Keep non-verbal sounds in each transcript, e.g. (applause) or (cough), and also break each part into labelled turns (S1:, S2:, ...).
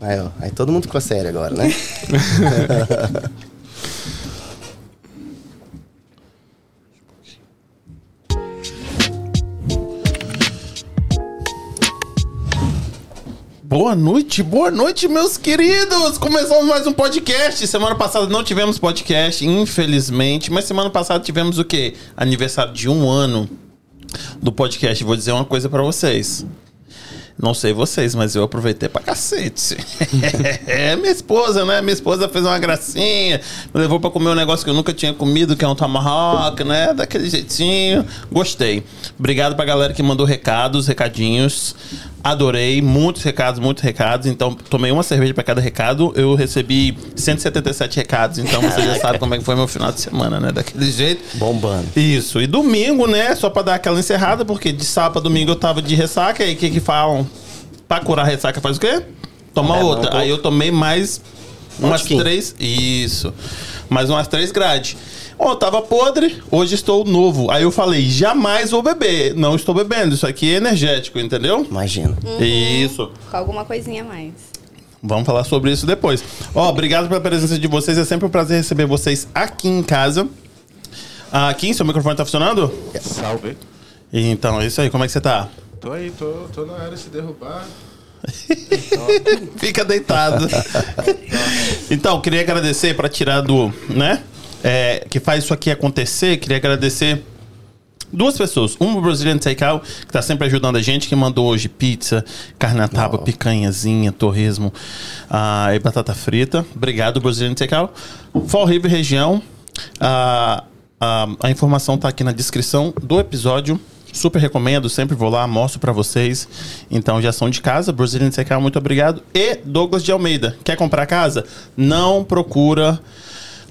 S1: Aí, ó, aí todo mundo ficou sério agora,
S2: (laughs)
S1: né?
S2: Boa noite, boa noite, meus queridos! Começamos mais um podcast. Semana passada não tivemos podcast, infelizmente, mas semana passada tivemos o quê? Aniversário de um ano do podcast. Vou dizer uma coisa pra vocês. Não sei vocês, mas eu aproveitei pra cacete. (laughs) É, minha esposa, né? Minha esposa fez uma gracinha, me levou pra comer um negócio que eu nunca tinha comido, que é um tomahawk, né? Daquele jeitinho. Gostei. Obrigado pra galera que mandou recados, recadinhos. Adorei, muitos recados, muitos recados. Então, tomei uma cerveja pra cada recado. Eu recebi 177 recados, então você já sabe como é que foi meu final de semana, né? Daquele jeito.
S1: Bombando.
S2: Isso, e domingo, né? Só pra dar aquela encerrada, porque de sábado pra domingo eu tava de ressaca, e o que que falam? Pra curar a ressaca faz o quê? Toma
S1: Leva um
S2: outra.
S1: pouco.
S2: Aí eu tomei mais umas
S1: tiquinho.
S2: três. Isso. Mais umas três grades. Ó, tava podre, hoje estou novo. Aí eu falei, jamais vou beber. Não estou bebendo, isso aqui é energético, entendeu?
S1: Imagina.
S2: Isso.
S3: Com alguma coisinha a mais.
S2: Vamos falar sobre isso depois. Ó, obrigado pela presença de vocês. É sempre um prazer receber vocês aqui em casa. Ah, Kim, seu microfone tá funcionando?
S4: Salve.
S2: Então, é isso aí. Como é que você tá?
S4: Tô aí, tô, tô na área de se derrubar.
S2: Fica deitado. (laughs) então, queria agradecer para tirar do, né? é, que faz isso aqui acontecer. Queria agradecer duas pessoas. Uma, o Brazilian Takeout, que tá sempre ajudando a gente, que mandou hoje pizza, carne na tábua, picanhazinha, torresmo ah, e batata frita. Obrigado, Brazilian Takeout. Fall River Região. Ah, ah, a informação tá aqui na descrição do episódio. Super recomendo, sempre vou lá, mostro pra vocês. Então já são de casa. Brazilian Takeout, muito obrigado. E Douglas de Almeida. Quer comprar casa? Não procura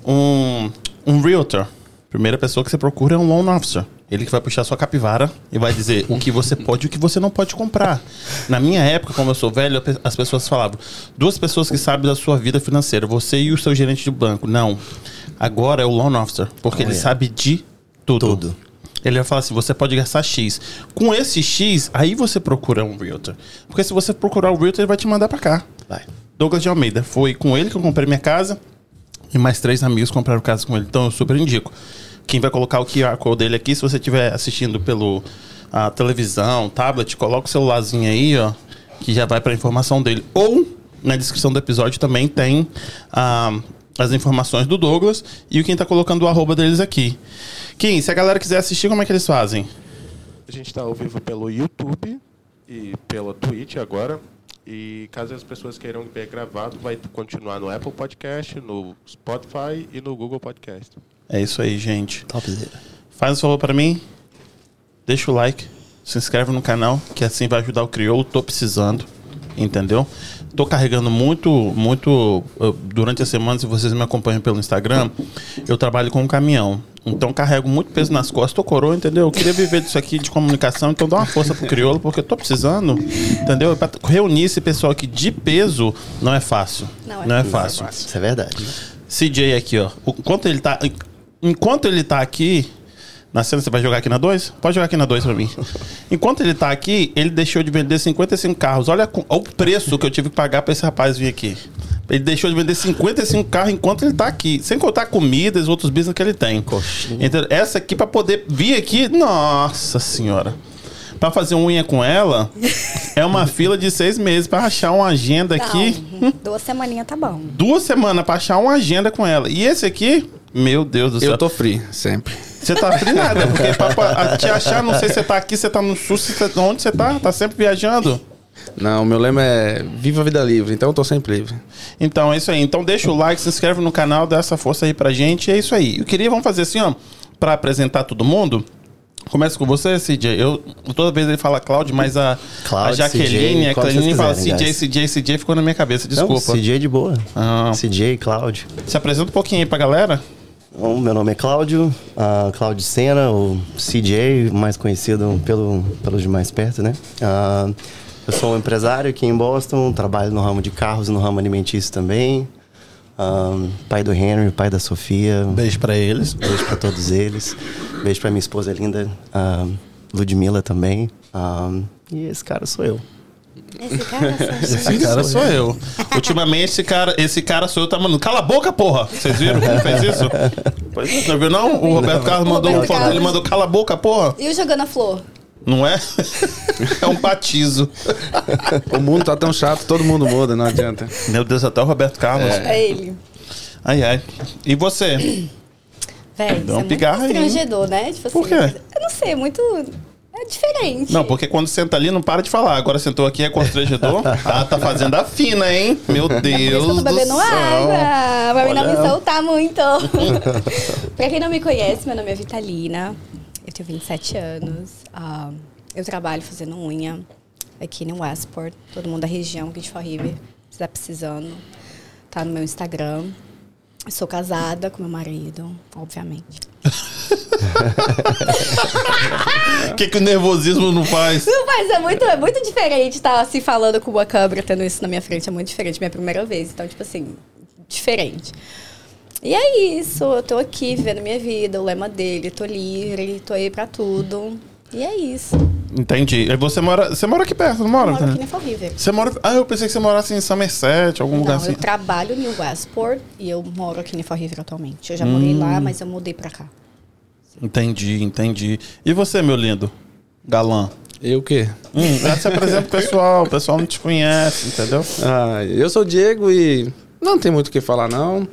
S2: um, um realtor. Primeira pessoa que você procura é um loan officer. Ele que vai puxar sua capivara e vai dizer o que você pode e o que você não pode comprar. Na minha época, como eu sou velho, a pe- as pessoas falavam: duas pessoas que sabem da sua vida financeira, você e o seu gerente de banco. Não. Agora é o loan officer, porque ele
S1: Olha.
S2: sabe de tudo.
S1: Tudo.
S2: Ele vai falar assim: você pode gastar X. Com esse X, aí você procura um realtor. Porque se você procurar um realtor, ele vai te mandar pra cá.
S1: Vai.
S2: Douglas de Almeida. Foi com ele que eu comprei minha casa e mais três amigos compraram casa com ele. Então eu super indico. Quem vai colocar o QR Code dele aqui, se você estiver assistindo pelo a televisão, tablet, coloca o celularzinho aí, ó, que já vai para informação dele. Ou na descrição do episódio também tem ah, as informações do Douglas e o quem tá colocando o arroba deles aqui. Kim, se a galera quiser assistir, como é que eles fazem?
S4: A gente tá ao vivo pelo YouTube e pela Twitch agora. E caso as pessoas queiram ver gravado, vai continuar no Apple Podcast, no Spotify e no Google Podcast.
S2: É isso aí, gente.
S1: Topzera.
S2: Faz um favor pra mim. Deixa o like. Se inscreve no canal, que assim vai ajudar o crioulo. Tô precisando, entendeu? Tô carregando muito, muito. eh, Durante a semana, se vocês me acompanham pelo Instagram, eu trabalho com um caminhão. Então carrego muito peso nas costas, tô coroa, entendeu? Eu queria viver disso aqui de comunicação, então dá uma força pro crioulo, porque eu tô precisando, entendeu? Pra reunir esse pessoal aqui de peso não é fácil.
S3: Não é.
S2: Não é
S3: Não é
S2: fácil.
S1: Isso é verdade.
S2: CJ aqui, ó. O- Enquanto ele tá, enquanto ele tá aqui, na cena você vai jogar aqui na 2? Pode jogar aqui na 2 pra mim. Enquanto ele tá aqui, ele deixou de vender 55 carros. Olha, co- olha o preço que eu tive que pagar pra esse rapaz vir aqui. Ele deixou de vender 55 carros enquanto ele tá aqui. Sem contar comidas, outros business que ele tem. Então, essa aqui pra poder vir aqui, nossa senhora. Pra fazer unha com ela, é uma fila de seis meses pra achar uma agenda aqui.
S3: Não, duas semaninhas tá bom.
S2: duas semanas pra achar uma agenda com ela. E esse aqui, meu Deus do céu.
S5: Eu tô free, sempre.
S2: Você tá free nada, porque pra, pra te achar, não sei se você tá aqui, você tá no sul, se você- onde você tá? Tá sempre viajando?
S5: Não, meu lema é viva a vida livre, então eu tô sempre livre.
S2: Então é isso aí. Então deixa o like, se inscreve no canal, dá essa força aí pra gente. É isso aí. Eu queria, vamos fazer assim, ó, pra apresentar todo mundo. Começa com você, CJ. Eu, toda vez ele fala Cláudio, mas a, a
S1: Cláudio,
S2: Jaqueline,
S1: CJ,
S2: a
S1: qual vocês
S2: Cleline fala
S1: quiserem,
S2: CJ,
S1: guys.
S2: CJ, CJ, ficou na minha cabeça, desculpa.
S1: Não, CJ de boa.
S2: Ah.
S1: CJ, Cláudio.
S2: Se apresenta um pouquinho aí pra galera.
S1: Bom, meu nome é Cláudio, ah, Cláudio Senna, ou CJ, mais conhecido pelo, pelos de mais perto, né? Ah, eu sou um empresário aqui em Boston, trabalho no ramo de carros e no ramo alimentício também. Ah, pai do Henry, pai da Sofia,
S2: Beijo pra eles.
S1: beijo pra todos eles. Beijo pra minha esposa linda, ah, Ludmilla também. Ah, e esse cara sou eu.
S3: Esse
S2: (laughs)
S3: cara é só
S2: Esse cara sou eu. Ultimamente, esse cara, esse cara sou eu, tá mandando. Cala a boca, porra! Vocês viram que ele fez isso? Pois é, não viu, não? O Roberto Carlos mandou
S3: Roberto
S2: um foto,
S3: Carlos.
S2: ele mandou cala a boca, porra!
S3: E o Jogando a Flor?
S2: Não é? É um batizo.
S5: O mundo tá tão chato, todo mundo muda, não adianta.
S2: Meu Deus, até o Roberto Carlos.
S3: É ele.
S2: Ai, ai. E você? Dá
S3: Velho, isso
S2: um
S3: é muito
S2: pigarro aí, hein?
S3: constrangedor, né? Tipo assim,
S2: Por quê?
S3: Eu não sei, é muito... É diferente.
S2: Não, porque quando senta ali, não para de falar. Agora sentou aqui, é constrangedor. Ah, tá fazendo a fina, hein? Meu Deus
S3: Por isso que eu tô
S2: do
S3: bebendo
S2: céu.
S3: água. Pra mim não me
S2: Olha. (laughs)
S3: soltar muito. pra quem não me conhece, meu nome é Vitalina. Eu tenho 27 anos. Ah, eu trabalho fazendo unha aqui no Westport. Todo mundo da região, aqui de Fall River. Se tá precisando, tá no meu Instagram. Eu Sou casada com meu marido, obviamente.
S2: O que, que o nervosismo não faz?
S3: Não, mas é muito, é muito diferente estar se falando com uma câmera, tendo isso na minha frente. É muito diferente, minha primeira vez. Então, tipo assim, diferente. E é isso, eu tô aqui vivendo minha vida, o lema dele, tô livre, tô aí pra tudo. E é isso.
S2: Entendi. E Você mora, você mora aqui perto, não mora?
S3: Eu moro aqui na Fall River.
S2: Você mora. Ah, eu pensei que você morasse em Somerset, algum lugar
S3: Não,
S2: assim.
S3: eu trabalho em Westport e eu moro aqui na Fall River atualmente. Eu já morei lá, mas eu mudei pra cá.
S2: Entendi, entendi. E você, meu lindo? Galã.
S5: Eu o quê?
S2: Hum, já se apresenta pro pessoal, o pessoal não te conhece, entendeu?
S5: Ah, eu sou o Diego e não tem muito o que falar, não.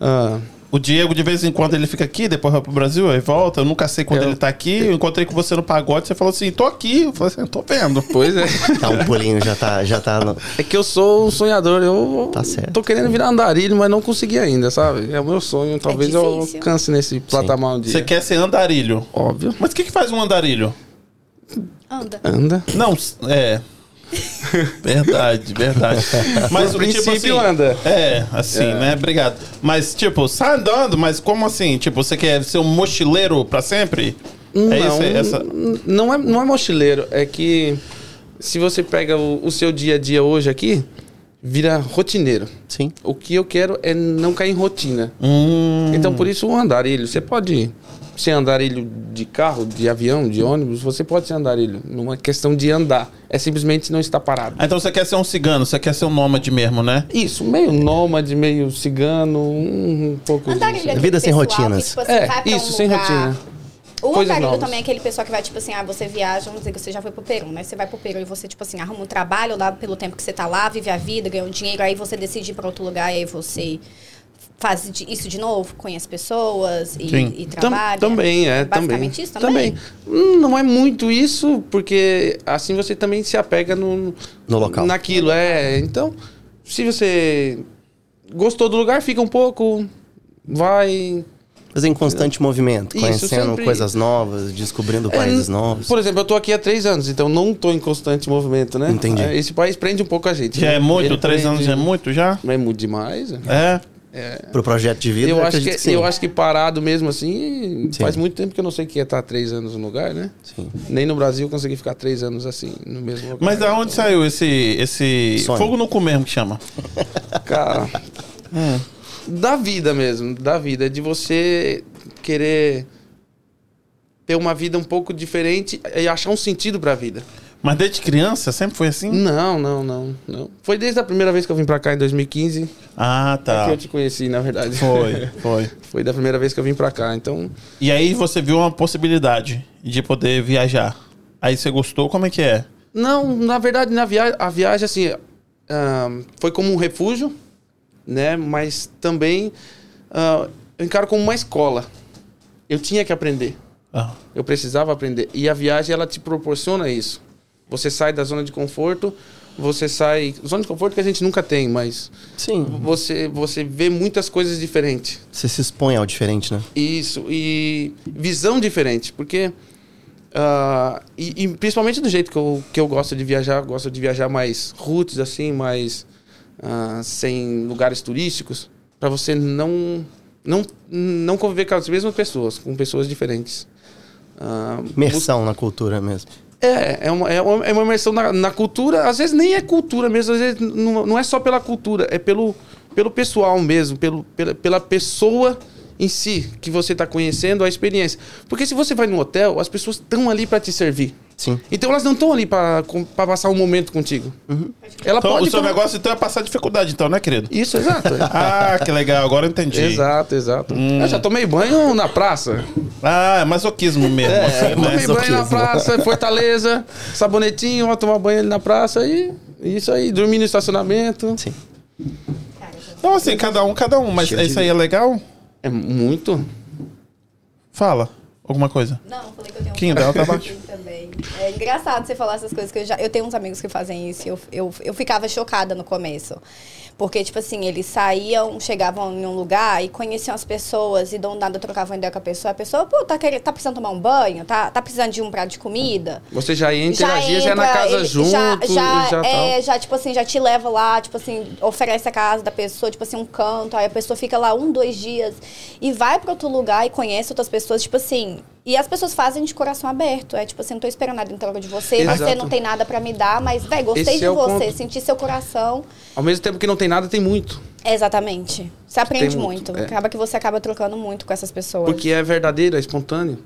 S5: Ah,
S2: O Diego, de vez em quando, ele fica aqui, depois vai pro Brasil, aí volta. Eu nunca sei quando
S5: Eu-
S2: ele tá aqui. Eu encontrei com você no pagode, você falou assim, tô aqui. Eu falei assim, tô vendo.
S5: pois é.
S1: Tá um pulinho, já tá. Já tá no-
S5: É que eu sou um sonhador, eu
S1: Tá certo.
S5: tô querendo virar andarilho, mas não consegui ainda, sabe? É o meu sonho, talvez eu
S3: difícil.
S5: alcance nesse patamar um dia.
S2: Você quer ser andarilho.
S5: Óbvio.
S2: Mas o que, que faz um andarilho?
S3: Anda.
S5: Anda.
S2: Não, s-
S5: (laughs)
S2: é. Verdade, verdade. Mas
S5: No
S2: o tipo assim.
S5: princípio, anda.
S2: É, assim,
S5: É.
S2: né? Obrigado. Mas, tipo, sai andando, mas como assim? Tipo, você quer ser um mochileiro pra sempre?
S5: Um Não,
S2: é isso? é Essa...
S5: n- não, é, não é mochileiro. É que se você pega o, o seu dia a dia hoje aqui, vira rotineiro.
S1: Sim.
S5: O que eu quero é não cair em rotina.
S2: Hum,
S5: Então, por isso, um andarilho. Você pode ser andarilho de carro, de avião, de ônibus. Você pode ser andarilho. Não é questão de andar. É simplesmente não estar parado.
S2: ah, Então você quer ser um cigano, você quer ser um nômade mesmo, né?
S5: Isso, meio nômade, meio cigano, um, um pouco
S3: Andarilho é
S5: disso.
S3: aquele
S1: Vida sem
S3: pessoal
S1: rotinas.
S3: Que, tipo, assim, vai
S5: É,
S3: pra um
S5: isso, sem
S3: lugar,
S5: rotina.
S3: O
S5: Coisas
S3: andarilho
S5: novas.
S3: também é aquele pessoal que vai, tipo assim, ah, você viaja, vamos dizer que você já foi pro Peru, né? Você vai pro Peru e você, tipo assim, arruma um trabalho lá pelo tempo que você tá lá, vive a vida, ganha um dinheiro, aí você decide ir pra outro lugar, aí você faz de- isso de novo, conhece pessoas e,
S2: Sim.
S3: e
S5: Tam-
S3: trabalha.
S5: também, é.
S3: Basicamente
S5: também.
S3: isso também.
S5: Hum, Não é muito isso, porque assim você também se apega no,
S1: No local.
S5: Naquilo, é. Então, se você gostou do lugar, fica um pouco, vai.
S1: Mas é em constante movimento,
S5: Isso,
S1: conhecendo
S5: sempre-
S1: coisas novas, descobrindo
S5: É,
S1: países
S5: n-
S1: novos.
S5: Por exemplo, eu tô aqui há três anos, então não tô em constante movimento, né?
S1: Entendi.
S5: É, Esse país prende um pouco a gente.
S2: Já
S5: né?
S2: é muito,
S5: Ele
S2: três
S5: prende-
S2: anos já é muito já?
S5: Não é muito demais. é.
S2: É.
S1: Pro projeto de vida,
S5: Eu, acho que,
S1: acredito sim.
S5: eu acho que parado mesmo assim,
S1: Sim.
S5: faz muito tempo que eu não sei que é estar três anos no lugar, né?
S1: Sim.
S5: Nem no Brasil eu consegui ficar três anos assim, no mesmo lugar.
S2: Mas da onde saiu esse. esse
S1: Sonho.
S2: Fogo no cu mesmo que chama.
S5: Cara,
S2: (laughs) É.
S5: da vida mesmo, da vida, de você querer ter uma vida um pouco diferente e achar um sentido pra vida.
S2: Mas desde criança sempre foi assim?
S5: Não, não, não, não. Foi desde a primeira vez que eu vim pra cá em 2015
S2: Ah, tá.
S5: É que eu te conheci, na verdade.
S2: Foi, foi.
S5: (laughs) Foi da primeira vez que eu vim pra cá, então
S2: E aí você viu uma possibilidade de poder viajar. Aí você gostou, como é que é?
S5: Não, na verdade, na via a viagem, assim, ah, foi como um refúgio, né? Mas também ah, eu encaro como uma escola. Eu tinha que aprender.
S2: Ah,
S5: Eu precisava aprender. E a viagem, ela te proporciona isso. Você sai da zona de conforto, você sai... Zona de conforto que a gente nunca tem, mas...
S1: Sim.
S5: Você, você vê muitas coisas diferentes.
S1: Você se expõe ao diferente, né?
S5: Isso, e visão diferente, porque. ah, e, e principalmente do jeito que eu, que eu gosto de viajar, eu gosto de viajar mais roots, assim, mais. ah, sem lugares turísticos, para você não, não, não conviver com as mesmas pessoas, com pessoas diferentes. Ah,
S1: Imersão na cultura mesmo.
S5: é, é uma, é uma, é uma imersão na, na cultura, às vezes nem é cultura mesmo, às vezes não, não é só pela cultura, é pelo, pelo pessoal mesmo, pelo, pela, pela pessoa em tá si que você está conhecendo, a experiência. Porque se você vai no hotel, as pessoas estão ali para te servir.
S1: Sim.
S5: Então elas não estão ali pra pra passar um momento contigo. Ela
S2: Então,
S5: pode.
S2: o seu
S5: pra-
S2: negócio então é passar dificuldade, então, né,
S5: (laughs)
S2: querido?
S5: Isso, exato.
S2: (laughs) Ah, que legal, agora eu entendi.
S5: Exato, exato. Eu já tomei banho na praça.
S2: Ah, é masoquismo mesmo. assim,
S5: É, eu tomei
S1: mais ou
S5: banho na
S1: menos, né?
S5: praça, em Fortaleza, sabonetinho, ó, tomar banho ali na praça e e isso aí, dormir no estacionamento.
S1: Sim.
S2: Então, assim, cada um, cada um, mas
S1: Cheio
S2: isso
S1: de-
S2: aí é legal?
S5: É muito.
S2: Fala alguma coisa.
S3: Não, falei que eu tenho
S2: Quem
S3: um
S2: dela tá
S3: amigo assim também. É engraçado você falar essas coisas que eu já. Eu tenho uns amigos que fazem isso e eu, eu, eu ficava chocada no começo. Porque, tipo assim, eles saíam, chegavam em um lugar e conheciam as pessoas e do nada trocavam ideia com a pessoa. A pessoa, pô, tá, querendo, tá precisando tomar um banho? Tá, tá precisando de um prato de comida?
S5: Você já ia interagir, já, ia na
S3: entra,
S5: casa
S3: ele
S5: junto,
S3: já, já,
S5: já
S3: é,
S5: tal.
S3: já, tipo assim, já te leva lá, tipo assim, oferece a casa da pessoa, tipo assim, um canto, aí a pessoa fica lá um, dois dias e vai pra outro lugar e conhece outras pessoas, tipo assim. E as pessoas fazem de coração aberto. É tipo assim, não tô esperando nada em troca de você, você
S5: Exato.
S3: não tem nada pra me dar, mas, véi, gostei
S5: Esse
S3: de
S5: é o
S3: você,
S5: ponto.
S3: senti seu coração.
S5: Ao mesmo tempo que não tem nada, tem muito.
S3: É, Exatamente. Você aprende
S5: muito,
S3: muito.
S5: é.
S3: Acaba que você acaba trocando muito com essas pessoas.
S5: Porque é verdadeiro, é espontâneo.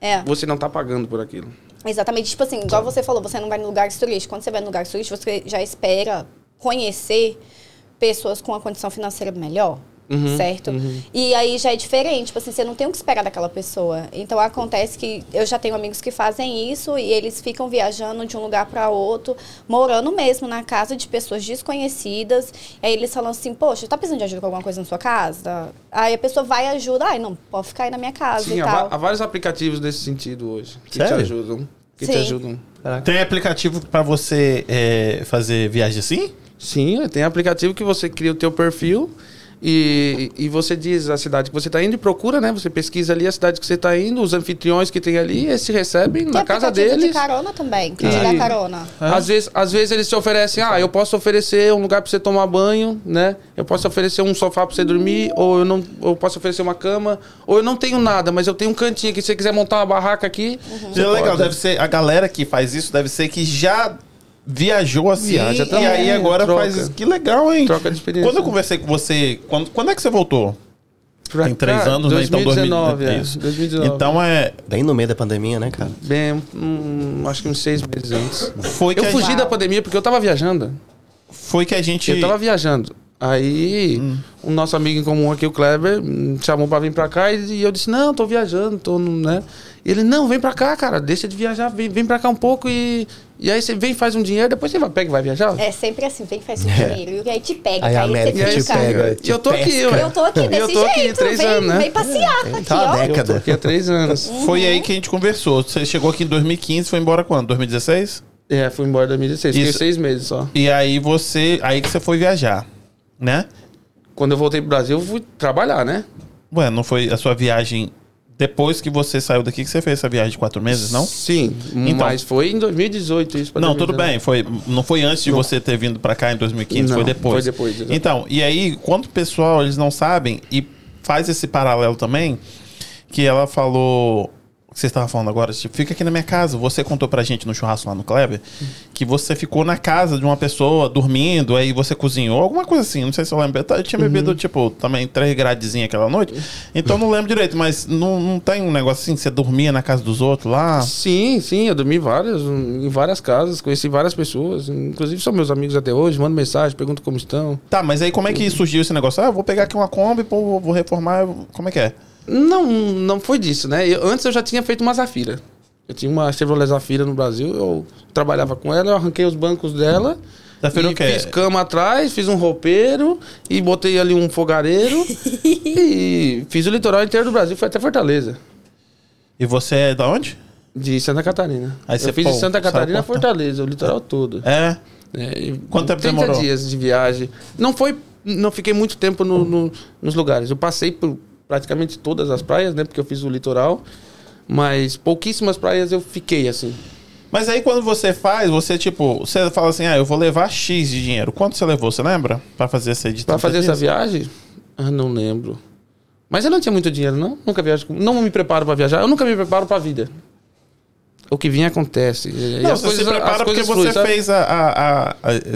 S3: É.
S5: Você não tá pagando por aquilo.
S3: Exatamente. Tipo assim,
S5: Tá.
S3: igual você falou, você não vai em lugares turísticos. Quando você vai em lugares turísticos, você já espera conhecer pessoas com uma condição financeira melhor.
S5: Uhum,
S3: certo? E aí já é diferente, tipo assim, você não tem o que esperar daquela pessoa. Então acontece que eu já tenho amigos que fazem isso e eles ficam viajando de um lugar para outro, morando mesmo na casa de pessoas desconhecidas. E aí eles falam assim: "Poxa, tá precisando de ajuda com alguma coisa na sua casa?" Aí a pessoa vai e ajuda, ai, não, pode ficar aí na minha casa
S5: Sim,
S3: e
S5: há,
S3: tal.
S5: va- há vários aplicativos nesse sentido hoje. Que
S1: Sério?
S5: te ajudam. Que te
S3: Sim.
S5: ajudam.
S2: Tem aplicativo pra você é, fazer viagem assim?
S5: Sim, tem aplicativo que você cria o teu perfil e, e você diz a cidade que você está indo e procura, né? Você pesquisa ali a cidade que você está indo, os anfitriões que tem ali, eles se recebem
S3: Tem
S5: na casa
S3: aplicativo
S5: deles.
S3: de carona também, que te
S5: E-
S3: dá carona.
S5: Às vezes, às vezes eles te oferecem, ah, eu posso oferecer um lugar para você tomar banho, né? Eu posso oferecer um sofá para você
S3: Hum.
S5: dormir, ou eu não, eu posso oferecer uma cama, ou eu não tenho nada, mas eu tenho um cantinho aqui, se você quiser montar uma barraca aqui.
S2: Isso é legal, deve ser. A galera que faz isso deve ser que já viajou assim.
S5: Viaja
S2: e
S5: também,
S2: aí agora
S5: troca.
S2: faz isso. Que legal, hein?
S5: Troca de experiência.
S2: Quando eu conversei com você, quando, quando é que você voltou?
S5: Pra
S2: Tem três
S5: cá,
S2: anos, né? Então, 2019.
S5: é,
S2: Isso.
S5: 2019.
S2: Então é.
S1: Bem no meio da pandemia, né, cara?
S5: Bem, hum, acho que uns seis meses (laughs) antes.
S2: Foi que,
S5: Eu
S2: a,
S5: fugi
S2: gente-
S5: da pandemia porque eu tava viajando.
S2: foi que Hum. a gente.
S5: Eu tava viajando. Aí, o nosso amigo em comum aqui, o Kleber, me chamou pra vir pra cá e e eu disse: Não, tô viajando, tô, no- né? E ele: Não, vem pra cá, cara, deixa de viajar, vem, vem pra cá um pouco e. E aí você vem, faz um dinheiro, depois você vai, pega e vai viajar.
S3: É sempre assim, vem que faz seu dinheiro. E aí te pega,
S1: Aí a
S3: cara, e
S1: América
S5: E
S1: te
S5: aí,
S3: fica.
S1: pega, te
S5: eu tô aqui,
S1: pesca.
S5: eu-
S3: Eu tô aqui
S5: Eu
S3: desse
S5: tô aqui
S3: jeito,
S5: três
S3: vem,
S5: anos, né?
S3: vem passear aqui,
S1: Tá
S3: ó.
S1: década.
S5: Eu tô aqui há três anos.
S2: Foi aí que a gente conversou. Você chegou aqui em 2015, foi embora quando? 2016?
S5: É, fui embora em 2016, fiquei
S2: Isso.
S5: seis meses só.
S2: E aí você. Aí que você foi viajar, né?
S5: Quando eu voltei pro Brasil, eu fui trabalhar, né?
S2: Ué, não foi a sua viagem depois que você saiu daqui que você fez essa viagem de quatro meses, não?
S5: Sim,
S2: Então.
S5: mas foi em 2018 isso. pra
S2: Não, tudo
S5: 2019.
S2: bem. Foi, não foi antes de você ter vindo pra cá em 2015, foi
S5: Não,
S2: depois.
S5: foi depois, exato.
S2: então, e aí, quanto o pessoal eles não sabem, e faz esse paralelo também, que ela falou. que Você estava falando agora, tipo, fica aqui na minha casa. Você contou pra gente no churrasco lá no Kleber que você ficou na casa de uma pessoa dormindo, aí você cozinhou, alguma coisa assim. Não sei se eu lembro. Eu ta- Eu tinha
S5: Uhum.
S2: bebido, tipo, também três gradezinhas aquela noite. Então não lembro direito, mas não, não tem um negócio assim que você dormia na casa dos outros lá?
S5: Sim, sim, eu dormi várias, em várias casas, conheci várias pessoas, inclusive são meus amigos até hoje, mando mensagem, pergunto como estão.
S2: Tá, mas aí como é que surgiu esse negócio? Ah, eu vou pegar aqui uma Kombi, pô, vou- vou reformar. Como é que é?
S5: Não, não foi disso, né? Eu- antes eu já tinha feito uma Zafira. Eu tinha uma Chevrolet Zafira no Brasil, eu trabalhava com ela, eu arranquei os bancos dela.
S2: Zafira
S5: e
S2: o quê?
S5: Fiz cama atrás, fiz um roupeiro e botei ali um fogareiro e fiz o litoral inteiro do Brasil, foi até Fortaleza.
S2: E você é da onde?
S5: De Santa Catarina.
S2: Aí você,
S5: eu fiz
S2: pô,
S5: de Santa Catarina a
S2: saiu cortando.
S5: Fortaleza, o litoral todo.
S2: É.
S5: É, e
S2: Quanto tempo demorou?
S5: dias de viagem. Não foi, não fiquei muito tempo no- no- nos lugares. Eu passei por praticamente todas as praias, né? Porque eu fiz o litoral. Mas pouquíssimas praias eu fiquei assim.
S2: Mas aí quando você faz, você tipo, você fala assim, ah, eu vou levar X de dinheiro. Quanto você levou, você lembra? Pra fazer essa edição?
S5: Pra fazer essa viagem? Ah, não lembro. Mas eu não tinha muito dinheiro, não. Nunca viajo. com- Não me preparo pra viajar. Eu nunca me preparo pra vida. O que vem acontece. E
S2: Não,
S5: as
S2: você
S5: coisas-
S2: se
S5: as
S2: prepara porque
S5: coisas
S2: você
S5: fluem, sabe?
S2: fez a, a- a- a-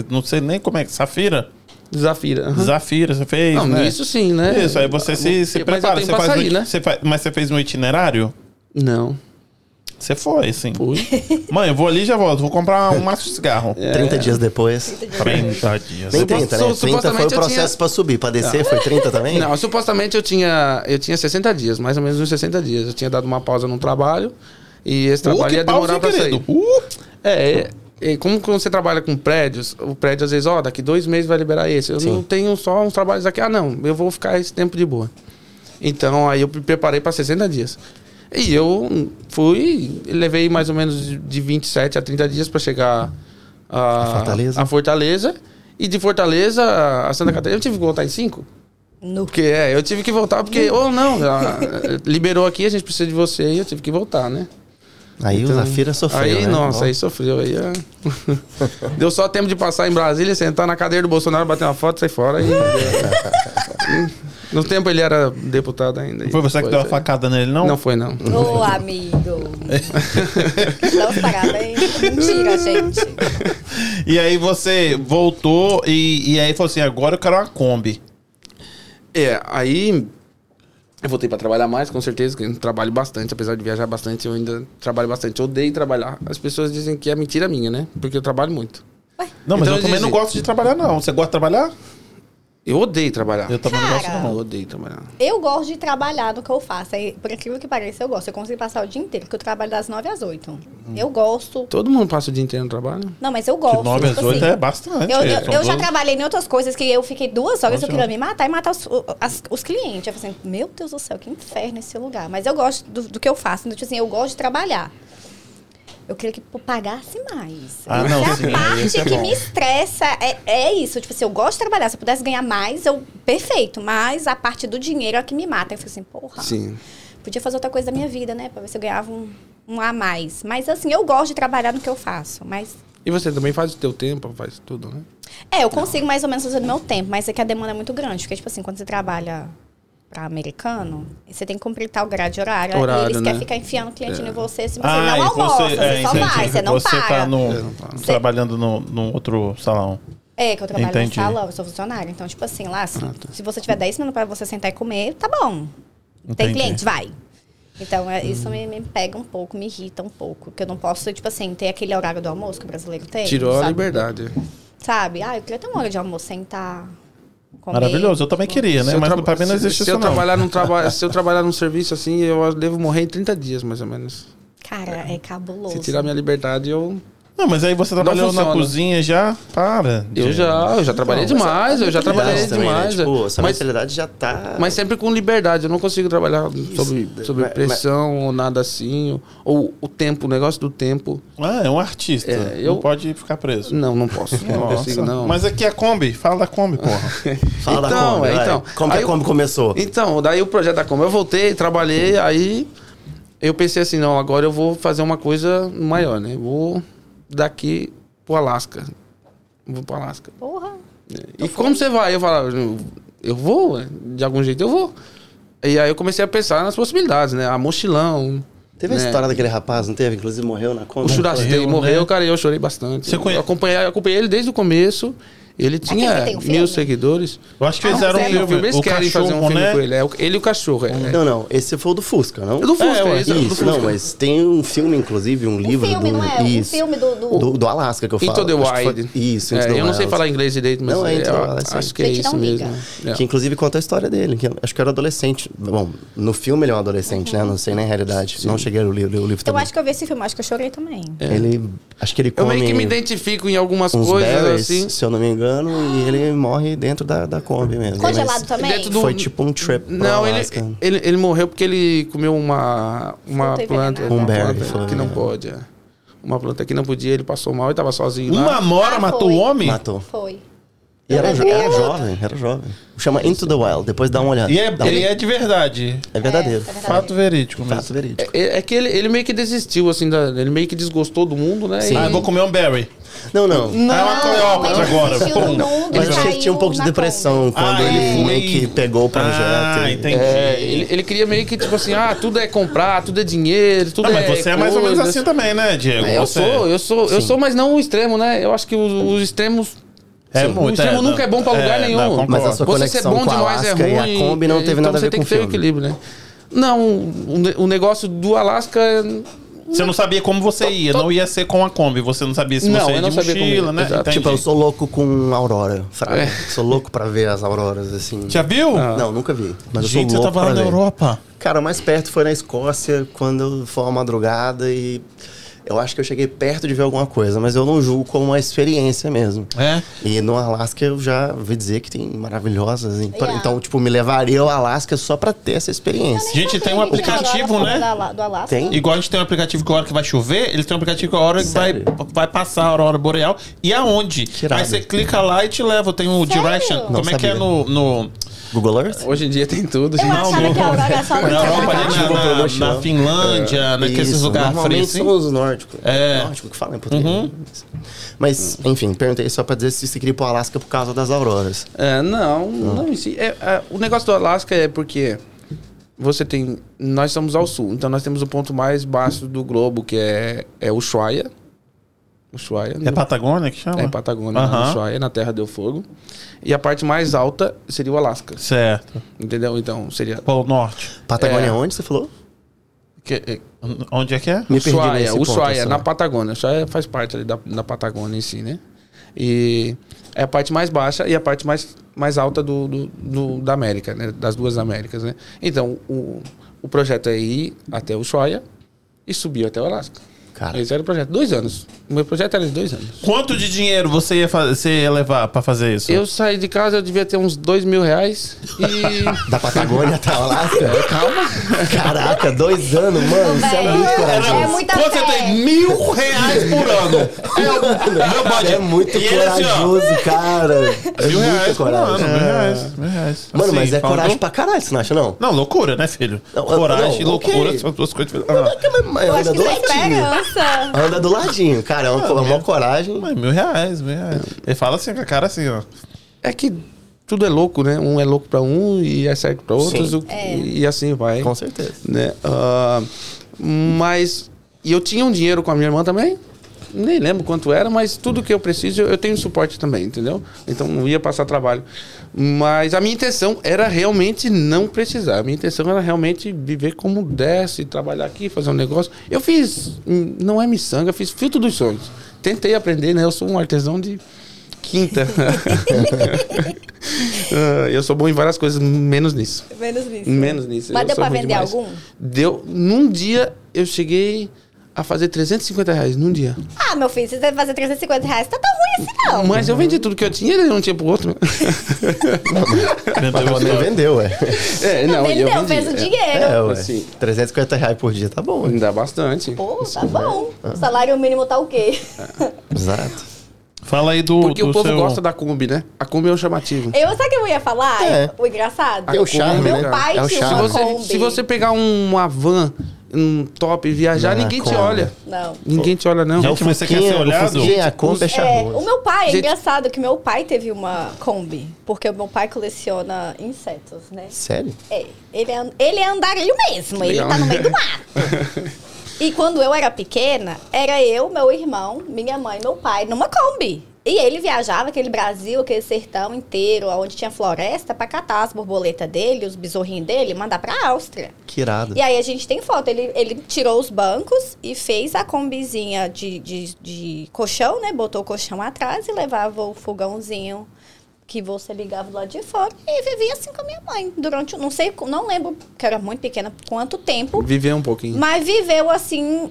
S2: Não sei nem como é que. Safira?
S5: Zafira. aham.
S2: Zafira, você fez.
S5: Não,
S2: né?
S5: nisso sim, né?
S2: Isso, aí você se, se
S5: Mas eu
S2: prepara.
S5: tenho né?
S2: Você
S5: pra
S2: faz, um
S5: sair,
S2: iti-
S5: né?
S2: você faz- Mas você fez um itinerário?
S5: Não.
S2: Você foi, sim. Mãe, eu vou ali e já volto. Vou comprar um maço de cigarro.
S5: É.
S1: 30 dias depois.
S2: 30 dias.
S1: Nem 30,
S5: Supo-
S1: né?
S5: su-
S1: 30 foi o
S5: supostamente eu
S1: processo
S5: tinha-
S1: pra subir. Pra descer foi 30 também?
S5: Não, supostamente eu tinha, eu tinha 60 dias, mais ou menos uns 60 dias. Eu tinha dado uma pausa num trabalho e esse
S2: Uh,
S5: trabalho
S2: que
S5: ia
S2: pau,
S5: demorar
S2: hein,
S5: pra sair.
S2: querido? Uh,
S5: É, é, é, como quando você trabalha com prédios, o prédio às vezes, ó, daqui dois meses vai liberar esse. Eu não tenho só uns trabalhos aqui, ah, não, eu vou ficar esse tempo de boa. Então, aí eu me preparei para 60 dias. E eu fui, levei mais ou menos de 27 a 30 dias para chegar a,
S1: A Fortaleza.
S5: a Fortaleza. E de Fortaleza a Santa Catarina, eu tive que voltar em 5.
S3: No
S5: Porque é, eu tive que voltar porque, ou não, já, eh, liberou aqui, a gente precisa de você e eu tive que voltar, né?
S1: Aí o Zafira sofreu.
S5: Então, Aí,
S1: né?
S5: nossa,
S1: Bom,
S5: aí sofreu. Aí, é. (laughs) Deu só tempo de passar em Brasília, sentar na cadeira do Bolsonaro, bater uma foto, sair fora.
S1: (laughs)
S5: E... no tempo ele era deputado ainda. e
S2: Foi você que
S5: depois
S2: deu a
S5: aí-
S2: facada nele, não?
S5: é. Não foi, não.
S3: Ô, amigo. Dá os parabéns. Mentira, gente.
S2: E aí você voltou e, e aí falou assim: agora eu quero uma Kombi.
S5: É, aí eu voltei pra trabalhar mais, com certeza, que eu trabalho bastante, apesar de viajar bastante, eu ainda trabalho bastante. Eu odeio trabalhar. As pessoas dizem que é mentira minha, né? Porque eu trabalho muito.
S2: Não, mas
S5: Então
S2: eu também
S5: dizem-
S2: não gosto de trabalhar, não. Você gosta de trabalhar?
S5: Eu odeio trabalhar.
S2: Eu também não gosto,
S3: Cara.
S2: não.
S5: Eu odeio trabalhar.
S3: Eu gosto de trabalhar no que eu faço. É, por incrível que pareça, eu gosto. Eu consigo passar o dia inteiro, porque eu trabalho das 9 às 8. Eu gosto.
S5: Todo mundo passa o dia inteiro no trabalho?
S3: Não, mas eu
S2: De
S3: gosto.
S2: 9 às
S3: tipo
S2: 8
S3: assim,
S2: é bastante.
S3: Eu,
S2: é,
S3: eu,
S2: são
S3: eu já
S2: duas-
S3: trabalhei em outras coisas que eu fiquei duas horas, eu
S2: Ótimo.
S3: queria me matar e matar os, o- as- os clientes. Eu falei assim, meu Deus do céu, que inferno esse lugar. Mas eu gosto do, do que eu faço. Então, tipo assim, eu gosto de trabalhar. Eu queria que pô, pagasse mais.
S2: Ah, não,
S3: Essa
S2: sim,
S3: é
S2: aí
S3: a parte
S2: isso é
S3: que
S2: bom.
S3: me estressa é, é isso. Tipo assim, eu gosto de trabalhar. Se eu pudesse ganhar mais, eu perfeito. Mas a parte do dinheiro é a que me mata. Eu fico assim,
S1: Tá.
S3: porra.
S5: Sim.
S3: Podia fazer outra coisa da minha vida, né? Pra ver se eu ganhava um, um a mais. Mas assim, eu gosto de trabalhar no que eu faço. Mas
S5: E você também faz o teu tempo, faz tudo, né?
S3: é, eu consigo mais ou menos fazer no meu tempo, mas é que a demanda é muito grande. Porque, tipo assim, quando você trabalha pra americano, você tem que cumprir tal grade de horário.
S5: Horário,
S3: e eles
S5: né?
S3: querem ficar enfiando o cliente em você. Se você
S2: Ah,
S3: não
S2: e
S3: almoça, você,
S2: é,
S3: só
S2: entendi.
S3: vai, você não
S2: você
S3: paga.
S2: Tá no,
S5: Eu não pago.
S2: trabalhando no, no outro salão.
S3: É, que eu trabalho
S2: Entendi.
S3: no salão, eu sou funcionária. Então, tipo assim, lá,
S5: Ah,
S3: se,
S5: tá.
S3: se você tiver 10 minutos pra você sentar e comer, tá bom. Tem
S2: Entendi.
S3: cliente, vai. Então, é,
S5: Hum.
S3: isso me, me pega um pouco, me irrita um pouco. Porque eu não posso, tipo assim, ter aquele horário do almoço que o brasileiro tem.
S5: Tirou a
S3: sabe?
S5: liberdade.
S3: Sabe? Ah, eu queria ter uma hora de almoço, sentar, comer.
S2: Maravilhoso, eu também queria, né?
S5: eu
S2: Mas
S5: traba-
S2: pra mim não
S5: se-
S2: existe
S5: se
S2: isso,
S5: eu
S2: não.
S5: trabalhar
S2: (laughs)
S5: num traba se eu trabalhar num serviço assim, eu devo morrer em 30 dias, mais ou menos.
S3: Cara, é cabuloso.
S5: Se tirar minha liberdade, eu.
S2: Não, mas aí você trabalhou na
S5: funciona.
S2: cozinha já? Para.
S5: Eu
S2: de-
S5: já, eu já trabalhei
S1: Então, mas
S5: demais, eu já
S1: Cuidado
S5: trabalhei
S1: também, né?
S5: demais. é.
S1: Tipo, essa
S5: mas,
S1: mentalidade já tá.
S5: mas sempre com liberdade, eu não consigo trabalhar sob, sob
S1: mas-
S5: pressão ou nada assim. Ou, ou o tempo, o negócio do tempo.
S2: Ah, é um artista.
S5: É,
S2: Não
S5: eu-
S2: pode ficar preso.
S5: Não, não posso. Não
S2: Nossa.
S5: consigo, não.
S2: Mas aqui é Kombi. Fala da Kombi, porra.
S1: Fala da
S5: Então,
S1: Kombi,
S5: é,
S1: vai.
S5: então.
S1: Como que a
S5: Aí eu-
S1: Kombi começou?
S5: Então, daí o projeto da Como eu voltei, trabalhei, aí eu pensei assim, não, agora eu vou fazer uma coisa maior, né? Vou daqui pro Alasca. Vou pro Alasca.
S3: Porra.
S1: Tá Então
S5: E como você vai? Eu falava, "Eu- eu vou, né? de algum jeito eu vou. E aí eu comecei a pensar nas possibilidades, né? A mochilão.
S1: Teve a
S5: né?
S1: história daquele rapaz, não teve? Inclusive morreu na Kombi.
S5: O Churastei
S2: Morreu,
S5: morreu,
S2: né?
S5: cara, e eu chorei bastante.
S2: Você conhe-
S5: Eu acompanhei, eu acompanhei ele desde o começo. Ele tinha
S3: tem um filme?
S5: mil seguidores.
S2: Eu acho que
S1: Ah,
S2: fizeram
S5: Tem
S2: um filme.
S5: Eles
S2: O
S5: querem fazer um
S2: cachorro,
S5: filme
S2: né?
S5: com ele. É o- Ele e o cachorro. é.
S1: Não, não. Esse foi o do Fusca, não?
S5: É do Fusca,
S1: ué.
S5: esse é
S1: isso.
S5: do Fusca.
S1: Não, mas tem um filme, inclusive, um livro.
S3: filme,
S1: do...
S3: não é? Um
S1: Isso.
S3: filme do- do-
S1: do... Alasca que eu falo.
S5: Into the
S1: Acho que foi-
S5: Wild.
S1: Isso,
S5: É,
S1: Into the
S5: Eu não sei
S1: Wild.
S5: falar inglês direito, mas
S1: Não, é
S5: é,
S1: Into the
S5: eu
S1: Wild, é
S5: acho
S1: sim.
S5: que é
S3: Gente,
S5: isso
S3: não
S5: mesmo.
S3: liga.
S5: É.
S1: Que inclusive conta a história dele, que acho que era adolescente. Bom, no filme ele é um adolescente, né? Não sei na realidade. Não cheguei a ler o livro
S3: Uhum. Eu
S1: também.
S3: acho que eu vi esse filme, acho que eu chorei também.
S1: Ele. Acho que ele
S5: Eu
S1: come
S5: meio que me identifico em algumas
S1: uns
S5: coisas,
S1: berries,
S5: assim.
S1: se eu não me engano, e ele morre dentro da, da Kombi mesmo.
S3: Congelado
S1: Mas
S3: também?
S5: dentro do-
S1: Foi tipo um trip. pro
S5: Não, ele, é-
S1: Alasca.
S5: ele, ele morreu porque ele comeu uma, uma
S3: Fruta
S5: planta,
S3: envenenada.
S5: uma
S1: Um berry,
S5: planta
S1: foi,
S5: que não
S1: é.
S5: pode. é. Uma planta que não podia, ele passou mal e tava sozinho
S2: Uma
S5: lá.
S2: mora
S3: Ah,
S2: matou
S3: foi.
S2: o homem?
S1: Matou.
S3: Foi.
S1: E era, jo- era jovem, era jovem. Chama Into the Wild, depois dá uma olhada.
S2: E é,
S1: Dá uma-
S2: ele é de verdade.
S1: é verdadeiro.
S3: É, é verdade.
S2: Fato verídico mesmo.
S1: Fato verídico.
S5: É, é que ele, ele meio que desistiu, assim, da- ele meio que desgostou do mundo, né?
S1: Sim.
S5: E-
S2: Ah, eu vou comer um Berry.
S1: Não, não.
S2: Ah, é uma Cleópatra
S3: ele
S2: agora.
S3: desistiu do
S2: Pum.
S3: mundo e
S1: Mas acho que ele
S3: caiu
S1: tinha um pouco de
S3: na
S1: depressão quando
S2: Ah,
S1: ele
S2: é.
S1: meio que pegou o projeto.
S2: Ah,
S1: e-
S2: entendi.
S5: É, ele, ele queria meio que, tipo assim, ah, tudo é comprar, tudo é dinheiro, tudo
S2: Não,
S5: é
S2: mas você é mais ou menos
S5: coisa.
S2: assim também, né, Diego?
S5: É, Eu
S2: Você-
S5: sou, eu sou, eu sou, mas não o extremo, né? Eu acho que os, os extremos.
S2: É
S5: Sim.
S2: muito,
S5: o extremo
S2: é,
S5: nunca
S2: não.
S5: é bom pra
S2: É,
S5: lugar
S2: não,
S5: nenhum.
S2: concordo.
S1: Mas a sua
S5: Você ser
S1: conexão
S5: bom
S1: com a
S5: demais é
S1: Alaska
S5: ruim.
S1: e a Kombi não
S5: é,
S1: teve
S5: então
S1: nada a
S5: você
S1: ver
S5: tem
S1: com o
S5: que ter o
S1: filme.
S5: equilíbrio, né? Não, o, ne- o negócio do Alasca
S2: Você não sabia como você ia, não ia ser com a Kombi, você não sabia se
S5: Não,
S2: você
S5: eu
S2: ia
S5: não
S2: de
S5: sabia como ia,
S2: mochila, né?
S5: exato.
S2: Entendi.
S1: Tipo, eu sou louco com aurora, sabe?
S5: É.
S1: Sou louco pra ver as auroras, assim.
S2: Já viu?
S1: Não, nunca vi. Mas
S2: Gente,
S1: eu
S2: você
S1: sou louco
S2: tá tava
S1: pra
S2: lá na
S1: ver.
S2: Europa.
S1: Cara, o mais perto foi na Escócia, quando foi uma madrugada e... Eu acho que eu cheguei perto de ver alguma coisa, mas eu não julgo como uma experiência mesmo.
S2: É.
S1: E no Alasca eu já ouvi dizer que tem maravilhosas. Então,
S3: Yeah.
S1: então, tipo, me levaria ao Alasca só pra ter essa experiência.
S2: Gente, tem um
S3: Sabe que tem
S2: aplicativo,
S3: Aurora
S2: né?
S3: da- Do Alasca.
S1: Tem?
S2: Igual a gente tem um aplicativo que a hora que vai chover, eles têm um aplicativo que a hora que vai,
S1: Sério?
S2: vai passar a aurora boreal e aonde.
S1: irado.
S2: Aí você clica lá e te leva. Tem o
S3: Sério?
S2: Direction.
S1: Não
S2: Como é que é
S1: sabia.
S2: no. no
S1: Google Earth?
S5: Hoje em dia tem tudo.
S3: Eu
S5: gente.
S3: achava que a Aurora era só
S2: na
S3: no
S2: Europa, ali
S1: Tipo,
S2: na, na,
S1: promoção.
S2: na Finlândia, naqueles
S1: É, Isso,
S2: né, lugares
S1: Normalmente
S2: frios.
S1: são
S2: assim.
S1: os nórdicos.
S2: É. Uhum.
S1: Nórdico que falam em português. né? Mas, enfim, perguntei só pra dizer se você queria ir pro Alasca por causa das auroras.
S5: É, não, não em si. É, é, o negócio do Alasca é porque você tem. Nós estamos ao sul, então nós temos o ponto mais baixo do globo, que é, é Ushuaia. Ushuaia. né?
S2: É Patagônia que
S1: Tá
S2: chama?
S5: É Patagônia,
S2: Aham.
S5: Ushuaia, na Terra deu fogo. E a parte mais alta seria o Alasca,
S2: Certo.
S5: entendeu? Então seria.
S2: Polo Norte.
S1: Patagônia
S5: É.
S1: onde você falou?
S5: que- é,
S2: Onde é que é?
S1: Me perdi
S5: Ushuaia,
S1: nesse ponto,
S5: Ushuaia,
S1: só.
S5: na Patagônia. Ushuaia faz parte ali da, da Patagônia em si, né? E é a parte mais baixa e a parte mais, mais alta do, do- do- da América, né? Das duas Américas, né? Então, o, o projeto é ir até Ushuaia e subir até o Alasca.
S1: Cara.
S5: Esse era o projeto. Dois anos. O meu projeto era de dois anos.
S2: Quanto de dinheiro você ia, fa- você ia levar pra fazer isso?
S5: Eu saí de casa, eu devia ter uns dois mil reais
S1: (laughs)
S5: e...
S1: Da Patagônia até o
S2: (laughs) É,
S1: Alasca?
S5: Calma.
S1: Caraca, dois anos, mano. Você é muito
S3: Velho,
S2: um
S3: é
S1: corajoso.
S3: muita
S2: Quanto você
S3: fé.
S2: tem? Mil Um reais por ano. É, o- meu
S1: Você
S2: budget.
S1: é muito
S2: E ele assim, ó,
S1: corajoso, cara. É
S2: Mil reais
S1: muito
S2: por
S1: coragem. É.
S2: ano, mil reais, mil reais.
S1: Mano,
S2: Assim,
S1: mas é
S2: faltou-
S1: coragem pra caralho, você não acha, não?
S2: Não, loucura, né, filho?
S1: Não, eu-
S2: coragem e
S1: não, ok.
S2: loucura são duas coisas diferentes. Ah,
S1: Mas
S3: Eu acho
S1: anda
S3: que
S1: do
S3: isso é
S1: ladinho. (laughs)
S3: esperança.
S1: Anda do ladinho, cara. É uma, uma maior coragem.
S2: Ah, mas mil reais, mil reais. Ele fala assim, com a cara assim, ó.
S5: É que tudo é louco, né? Um é louco pra um e é certo pra outros.
S1: Sim.
S5: o- E assim vai.
S1: Com certeza.
S5: né? Ah, mas e eu tinha um dinheiro com a minha irmã também. Nem lembro quanto era, mas tudo que eu preciso eu eu tenho suporte também, entendeu? Então não ia passar trabalho. Mas a minha intenção era realmente não precisar. A minha intenção era realmente viver como desce, trabalhar aqui, fazer um negócio. Eu fiz, hum, não é miçanga, eu fiz filtro dos sonhos. Tentei aprender, né? Eu sou um artesão de quinta. (laughs) Ah, eu sou bom em várias coisas, menos nisso.
S3: Menos nisso.
S5: Menos nisso.
S3: Mas
S5: eu
S3: deu
S5: sou
S3: pra
S5: ruim
S3: vender
S5: demais.
S3: algum?
S5: Deu. Num dia eu cheguei a fazer 350 reais num dia.
S3: Ah, meu filho, se você fazer 350 reais, tá tão ruim assim não.
S5: Mas eu vendi tudo que eu tinha de um dia pro
S3: (laughs)
S5: outro.
S1: Mas também vendeu, ué.
S5: É, não,
S3: Vendeu,
S5: eu vendi.
S3: fez o
S1: (laughs)
S3: dinheiro.
S1: É, ué.
S5: Assim.
S1: 350 reais por dia tá bom,
S5: É,
S1: hein?
S5: ainda bastante.
S3: Pô, tá bom.
S2: né?
S3: O salário mínimo tá o quê?
S2: Hum.
S1: Exato.
S2: Fala aí do.
S3: tá.
S5: Porque
S2: do
S5: o povo
S2: seu-
S5: gosta da Kombi, né? A Kombi é um chamativo.
S3: Eu, sabe o que eu ia falar?
S1: É.
S3: O engraçado?
S1: É o charme,
S3: meu
S1: né?
S3: pai
S1: É o
S3: tinha
S5: Se
S1: charme.
S3: uma
S5: você,
S3: Kombi.
S5: se você pegar uma van, um top e viajar,
S1: Não, é
S5: ninguém te
S1: Kombi. É
S5: olha.
S3: Não.
S5: Ninguém te olha, não.
S2: Gente, mas Tipo, você quer ser olhado?
S1: Quem a Kombi é
S3: É,
S1: charmoso.
S3: o meu pai, é
S5: Gente-
S3: engraçado que meu pai teve uma Kombi, porque o meu pai coleciona insetos, né?
S1: Sério?
S3: É, ele é, ele é andarilho mesmo,
S5: Legal.
S3: ele tá no meio do mato. e quando eu era pequena, era eu, meu irmão, minha mãe, meu pai, numa Kombi. E ele viajava aquele Brasil, aquele sertão inteiro, onde tinha floresta, pra catar as borboletas dele, os besorrinhos dele, e mandar pra Áustria.
S1: Que irado.
S3: E aí a gente tem foto. Ele, ele tirou os bancos e fez a combizinha de, de, de colchão, né? Botou o colchão atrás e levava o fogãozinho que você ligava lá de fora. E vivia assim com a minha mãe. Durante, não sei, não lembro, que eu era muito pequena, quanto tempo.
S5: Viver um pouquinho.
S3: Mas viveu assim,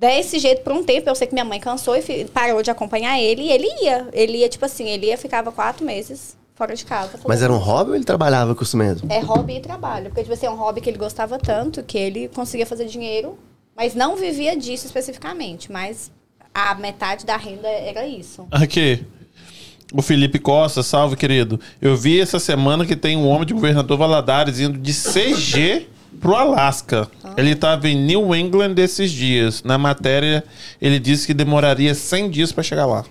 S3: desse jeito por um tempo. Eu sei que minha mãe cansou e fi- parou de acompanhar ele. E ele ia. Ele ia, tipo assim, ele ia, ficava quatro meses fora de casa.
S1: Mas era um hobby ou ele trabalhava com isso mesmo?
S3: É hobby e trabalho. Porque, tipo assim, é um hobby que ele gostava tanto, que ele conseguia fazer dinheiro, mas não vivia disso especificamente. Mas a metade da renda era isso.
S2: Aqui. O Felipe Costa, salve, querido. Eu vi essa semana que tem um homem de governador Valadares indo de CG pro Alasca. Ele estava em New England esses dias. Na matéria, ele disse que demoraria 100 dias para chegar lá.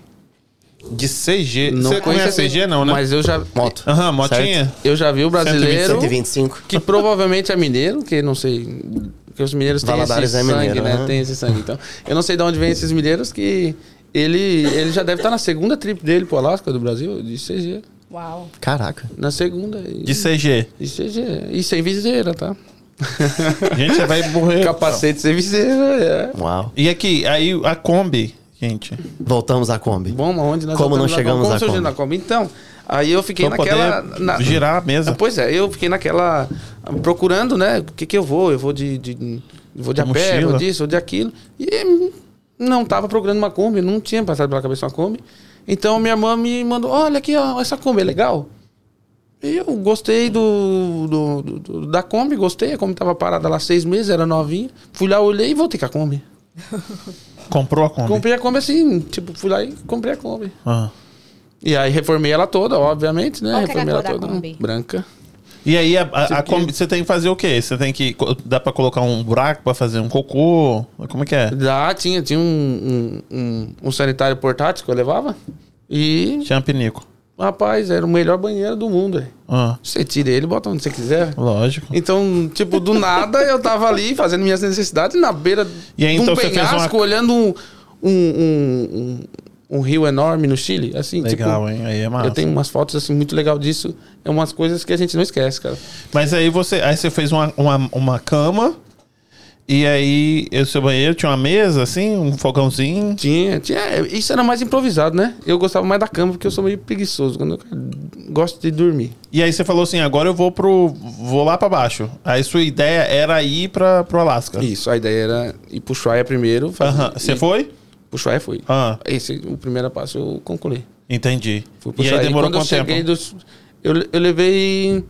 S2: De CG. Você conhece CG, não, né?
S5: Mas eu já,
S1: Moto.
S2: Aham, motinha.
S5: eu já vi o brasileiro.
S1: 125.
S5: Que provavelmente é mineiro, que não sei. Que os mineiros têm
S1: Valadares
S5: esse
S1: é
S5: sangue,
S1: mineiro,
S5: né?
S1: né?
S5: Tem esse sangue. Então, eu não sei de onde vem esses mineiros que. Ele, ele já deve estar na segunda trip dele pro Alasca do Brasil, de CG.
S3: Uau.
S1: Caraca.
S5: Na segunda. E,
S2: De CG.
S5: de CG. E sem viseira, tá?
S2: Gente, você vai morrer.
S5: Capacete cervejeiro, é.
S1: Uau.
S2: E aqui, aí a Kombi, gente.
S1: Voltamos à Kombi.
S5: Bom, mas onde nós
S1: Como
S5: voltamos
S1: não
S5: na
S1: chegamos à
S5: Kombi? Como surgiu
S1: Kombi?
S5: na Kombi? Então, aí eu fiquei
S2: Pra
S5: naquela...
S2: poder
S5: na-
S2: girar a mesa.
S5: Ah, Pois é, eu fiquei naquela... Procurando, né? O que que eu vou? Eu vou de... de- vou de a
S2: De
S5: pé,
S2: mochila.
S5: vou disso, vou de aquilo. E não tava procurando uma Kombi, não tinha passado pela cabeça uma Kombi. Então, minha irmã me mandou, olha aqui, ó, essa Kombi é legal? E eu gostei do, do- do- do- da Kombi, gostei. A Kombi tava parada lá seis meses, era novinha. Fui lá, olhei e voltei com a Kombi.
S2: Comprou a Kombi.
S5: Comprei a Kombi assim, tipo, fui lá e comprei a Kombi.
S2: Ah.
S5: E aí reformei ela toda, obviamente, né?
S3: Qual que era a
S5: reformei ela
S3: cor da
S5: toda.
S3: Kombi?
S5: Branca.
S2: E aí a, a- a
S5: que-
S2: Kombi, você tem que fazer o quê? Você tem que. co- Dá pra colocar um buraco pra fazer um cocô? Como é que é?
S5: Lá tinha, tinha um, um, um- um sanitário portátil que eu levava. E,
S2: Tinha um pinico.
S5: rapaz, era o melhor banheiro do mundo. velho.
S2: Ah,
S5: Você tira ele, bota onde você quiser.
S2: lógico.
S5: Então, tipo, do nada eu tava ali fazendo minhas necessidades na beira
S2: E aí,
S5: de um
S2: então, você fez
S5: penhasco,
S2: uma-
S5: olhando um, um, um, um- um rio enorme no Chile. Assim,
S2: Legal,
S5: tipo,
S2: hein? Aí é massa.
S5: Eu tenho umas fotos assim muito legal disso. É umas coisas que a gente não esquece, cara.
S2: Mas aí você, aí você fez uma, uma, uma cama. E aí, o seu banheiro tinha uma mesa, assim, um fogãozinho.
S5: Tinha, tinha. Isso era mais improvisado, né? Eu gostava mais da cama porque eu sou meio preguiçoso. Quando eu gosto de dormir.
S2: E aí você falou assim, agora eu vou pro. vou lá pra baixo. Aí sua ideia era ir pra, pro Alasca.
S5: Isso, a ideia era ir pro Shuaia primeiro. fazer-
S2: Aham. Você
S5: e-
S2: foi?
S5: Pro Shuaia foi.
S2: Ah,
S5: Esse, o primeiro passo eu concluí.
S2: entendi.
S5: Fui pro
S2: E aí
S5: Shuaia.
S2: demorou
S5: quando eu
S2: quanto tempo?
S5: cheguei dos- eu, eu levei.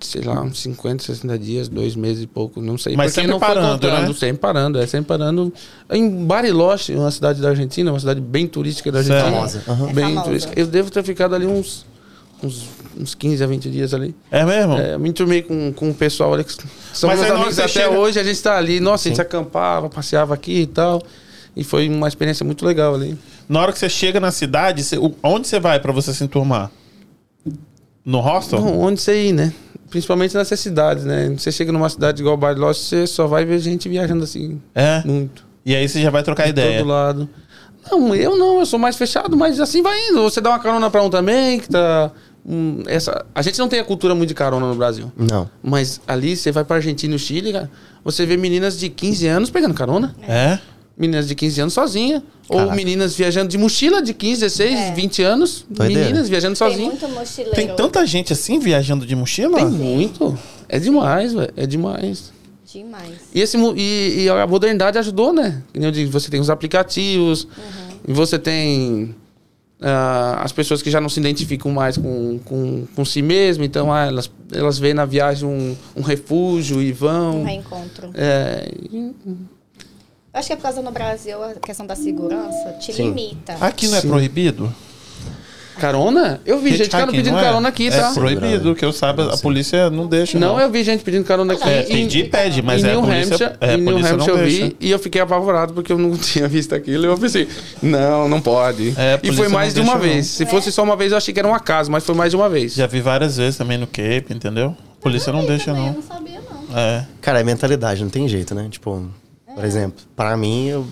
S5: Sei lá, uns 50, 60 dias, dois meses e pouco, não sei.
S2: Mas
S5: porque
S2: sempre
S5: não foi
S2: parando,
S5: contando,
S2: né?
S5: Sempre parando, é, sempre parando. Em Bariloche, uma cidade da Argentina, uma cidade bem turística da Argentina.
S1: Famosa, aham.
S3: É
S5: Bem
S3: famosa.
S5: turística. Eu devo ter ficado ali uns, uns, uns 15 a 20 dias ali.
S2: É mesmo?
S5: É, eu me enturmei com, com o pessoal ali, que são
S2: Mas
S5: meus
S2: aí na hora
S5: amigos
S2: que
S5: até
S2: você chega-
S5: hoje, a gente tá ali. Nossa, a gente acampava, passeava aqui e tal. E foi uma experiência muito legal ali.
S2: Na hora que você chega na cidade, você- o- onde você vai pra você se enturmar? No hostel?
S5: Bom, onde você ir, né? Principalmente nessas cidades, né? Você chega numa cidade igual Bariloche, você só vai ver gente viajando assim,
S2: É.
S5: muito.
S2: E aí você já vai trocar
S5: De
S2: ideia.
S5: todo lado. Não, eu não, eu sou mais fechado, mas assim vai indo. Você dá uma carona pra um também, que tá. hum, essa... A gente não tem a cultura muito de carona no Brasil.
S1: Não.
S5: Mas ali você vai pra Argentina e o Chile, cara, você vê meninas de 15 anos pegando carona.
S2: É?
S5: Meninas de 15 anos sozinha. Ou
S1: Caraca.
S5: meninas viajando de mochila de 15, 16,
S3: É.
S5: 20 anos.
S1: Doideira.
S5: Meninas viajando
S3: Tem
S5: sozinha.
S3: muito mochileiro.
S2: Tem tanta gente assim viajando de mochila?
S5: Tem muito. É demais, velho. É demais.
S3: Demais.
S5: E, esse, mu- e, e a modernidade ajudou, né? Que nem eu digo, você tem os aplicativos,
S3: Uhum.
S5: e você tem ah, as pessoas que já não se identificam mais com, com, com si mesmo, então ah, elas, elas veem na viagem um, um refúgio e vão.
S2: Hum.
S3: Um reencontro.
S5: É, e-
S3: Eu acho que é por causa no Brasil, a questão da segurança te
S1: Sim.
S3: limita.
S2: Aqui não é
S5: Sim.
S2: proibido?
S5: carona? Eu vi gente cara
S2: Hitchhiking,
S5: pedindo
S2: não é?
S5: carona aqui, tá?
S2: É proibido, que eu saiba, a polícia não deixa.
S5: Não, eu vi gente pedindo
S3: Ah,
S5: carona aqui.
S2: É,
S5: em-
S2: pedir, pede, mas
S5: em
S2: é a
S5: New
S2: polícia.
S5: Hampshire,
S2: é, a
S5: em New
S2: polícia não
S5: Hampshire eu
S2: deixa.
S5: vi e eu fiquei apavorado porque eu não (laughs) tinha visto aquilo. Eu pensei, não, não pode.
S2: É, a
S5: e
S2: polícia
S5: foi mais de
S2: não
S5: uma
S2: deixa,
S5: vez. Se fosse só uma vez, eu achei que era um acaso, mas foi mais de uma vez.
S2: Já vi várias vezes também no Cape, entendeu? A polícia não
S3: Também,
S2: deixa,
S3: também,
S2: não.
S3: Eu não sabia, não.
S2: É.
S1: Cara, é mentalidade, não tem jeito, né? Tipo,
S3: É.
S1: por exemplo, pra mim, eu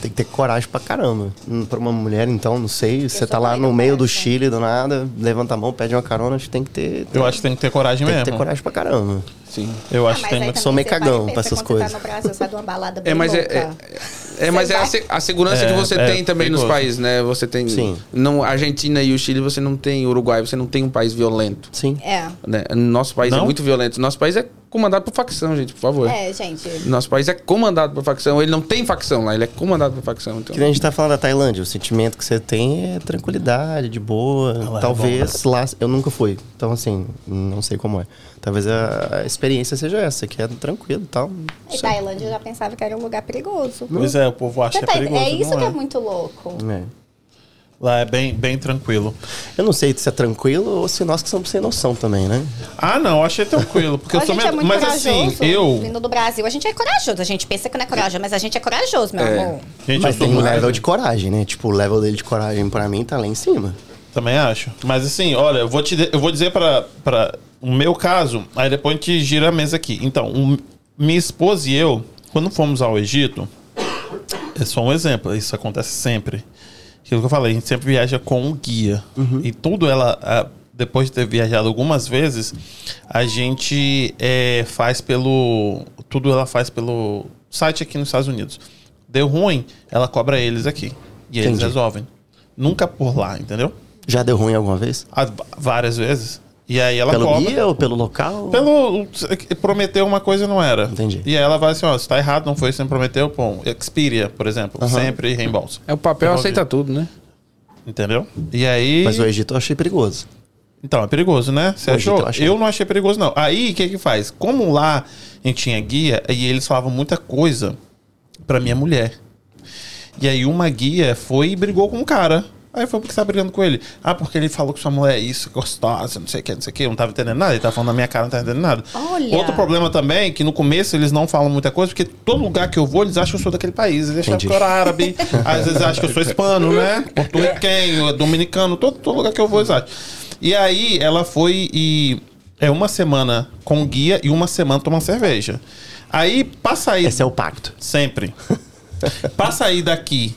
S1: tenho que ter coragem pra caramba. Hum, Pra uma mulher, então, não sei, você
S3: sou
S1: tá lá
S3: mãe
S1: no
S3: do
S1: meio do
S3: Peterson.
S1: Chile, do nada, levanta a mão, pede uma carona, acho que tem que ter.
S2: Eu acho que tem que ter coragem
S1: Tem que
S2: mesmo.
S1: ter coragem pra caramba.
S5: Sim.
S2: Eu
S3: Ah,
S2: acho que
S3: mas
S2: tem
S3: aí
S2: muito.
S1: sou
S3: também
S1: meio
S3: você para e
S1: cagão
S3: pensa
S1: pra essas
S3: quando
S1: coisas.
S3: Você tá no Brasil, sai de uma balada bem
S5: É, mas é,
S3: louca.
S5: é, é, mas é a, se- a segurança
S2: É,
S5: que você
S2: é,
S5: tem também nos
S2: perigoso.
S5: países, né? Você tem.
S1: Sim.
S5: Não, Argentina e o Chile, você não tem. Uruguai, você não tem um país violento.
S1: Sim.
S3: É.
S5: Né? Nosso país é
S2: Não?
S5: muito violento. Nosso país é comandado por facção, gente, por favor.
S3: É, gente.
S5: Nosso país é comandado por facção. Ele não tem facção lá, ele é comandado por facção. Então.
S1: Que nem a gente tá falando da Tailândia, o sentimento que você tem é tranquilidade, de boa.
S2: lá é
S1: Talvez lá. Eu nunca fui. Então, assim, não sei como é. Talvez a a experiência seja essa, que é tranquilo e tal.
S3: E Tailândia eu já pensava que era um lugar perigoso.
S2: Pois é, o povo acha
S3: Você
S2: que é
S3: tá-
S2: perigoso.
S3: é isso
S2: não
S3: que é muito louco.
S1: É.
S2: Lá é bem, bem tranquilo.
S1: Eu não sei se é tranquilo ou se nós que somos sem noção também, né?
S2: Ah, não, eu achei tranquilo. Porque
S3: a
S2: eu sou
S3: gente é
S2: medo.
S3: muito
S2: Mas
S3: corajoso.
S2: assim, eu.
S3: Vindo do Brasil, a gente é corajoso. A gente pensa que não é corajoso, mas a gente é corajoso, meu
S5: É.
S3: amor.
S2: Gente,
S1: Mas
S2: eu sou
S1: tem um
S2: muito.
S1: level de coragem, né? Tipo, o level dele de coragem pra mim tá lá em cima.
S2: Também acho. Mas assim, olha, eu vou, te, de- eu vou dizer pra, pra o meu caso, aí depois a gente gira a mesa aqui. Então, um- minha esposa e eu, quando fomos ao Egito, é só um exemplo, isso acontece sempre. Aquilo que eu falei, a gente sempre viaja com um guia. E tudo ela ah, depois de ter viajado algumas vezes, a gente é, faz pelo. Tudo ela faz pelo site aqui nos Estados Unidos. Deu ruim, ela cobra eles aqui. E eles
S1: Entendi.
S2: resolvem. Nunca por lá, entendeu?
S1: Já deu ruim alguma vez?
S2: Há v- várias vezes. E aí ela
S1: pelo
S2: cobra.
S1: guia ou pelo local?
S2: Tá Pelo. Prometeu uma coisa e não era.
S1: Entendi.
S2: E aí ela vai assim, ó, se tá errado, não foi isso que você me prometeu, pô. Xperia, por exemplo, sempre reembolso.
S5: É, o papel
S2: Entendi.
S5: aceita tudo, né?
S2: Entendeu? E aí.
S1: Mas o Egito eu achei perigoso.
S2: Então, é perigoso, né? Você
S1: Hoje
S2: achou?
S1: eu tô achando.
S2: Eu não achei perigoso, não. Aí, o que que faz? Como lá a gente tinha guia, e eles falavam muita coisa pra minha mulher. E aí, uma guia foi e brigou com o cara. Aí foi porque você tá brigando com ele. Ah, porque ele falou que sua mulher é isso, gostosa, não sei o que, não sei o que. Eu não tava entendendo nada. Ele tava falando na minha cara, não tava entendendo nada.
S3: Olha.
S2: Outro problema também é que no começo eles não falam muita coisa, porque todo lugar que eu vou, eles acham que eu sou daquele país. Eles acham que
S1: Entendi.
S2: eu era árabe, às vezes acham que eu sou hispano, né? Porto-riquenho, dominicano, todo, todo lugar que eu vou, eles acham. E aí ela foi e. É uma semana com guia e uma semana tomando cerveja. Aí passa aí.
S1: Esse é o pacto.
S2: Sempre. (laughs) pra sair daqui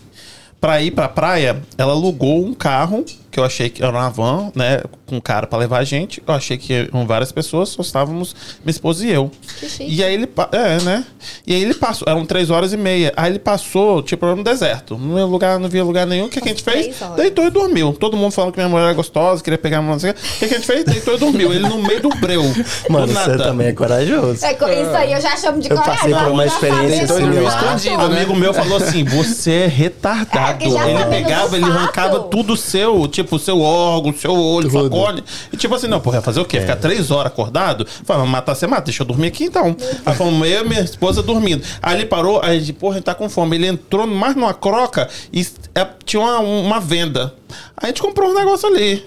S2: pra ir pra praia, ela alugou um carro, que eu achei que era uma van, né? Com um cara pra levar a gente. Eu achei que eram várias pessoas, só estávamos minha esposa e eu.
S3: Que chique.
S2: E aí ele. pa- É, né? E aí ele passou, eram três horas e meia. Aí ele passou, tipo, era no deserto. Não ia lugar, não via lugar nenhum. O que, que a gente fez?
S3: Três horas.
S2: Deitou e dormiu. Todo mundo falando que minha mulher era gostosa, queria pegar a mão. não sei O quê. O que, que a gente fez? Deitou e dormiu. Ele no meio do breu. do
S1: Mano, você
S2: nada.
S1: também é corajoso.
S3: É, co- isso aí eu já chamo de
S1: Eu
S3: coragem.
S1: passei por
S3: agora
S1: uma
S3: já sabe,
S1: experiência assim,
S3: isso
S1: similar.
S3: fato.
S5: Escondido.
S2: Um amigo meu falou assim: você é retardado.
S3: É, que já
S2: ele
S3: sabendo
S2: pegava,
S3: do
S2: ele
S3: fato.
S2: arrancava tudo seu, tipo, seu órgão, seu olho, sua
S1: Tudo. É.
S2: córnea. E tipo assim, não, porra, fazer o quê? Ficar três horas acordado? Falei, vai matar, você mata, deixa eu dormir aqui então. Aí fomos eu e minha esposa dormindo. Aí ele parou, aí de porra, a gente tá com fome. Ele entrou mais numa croca e é, tinha uma, uma venda. Aí a gente comprou um negócio ali.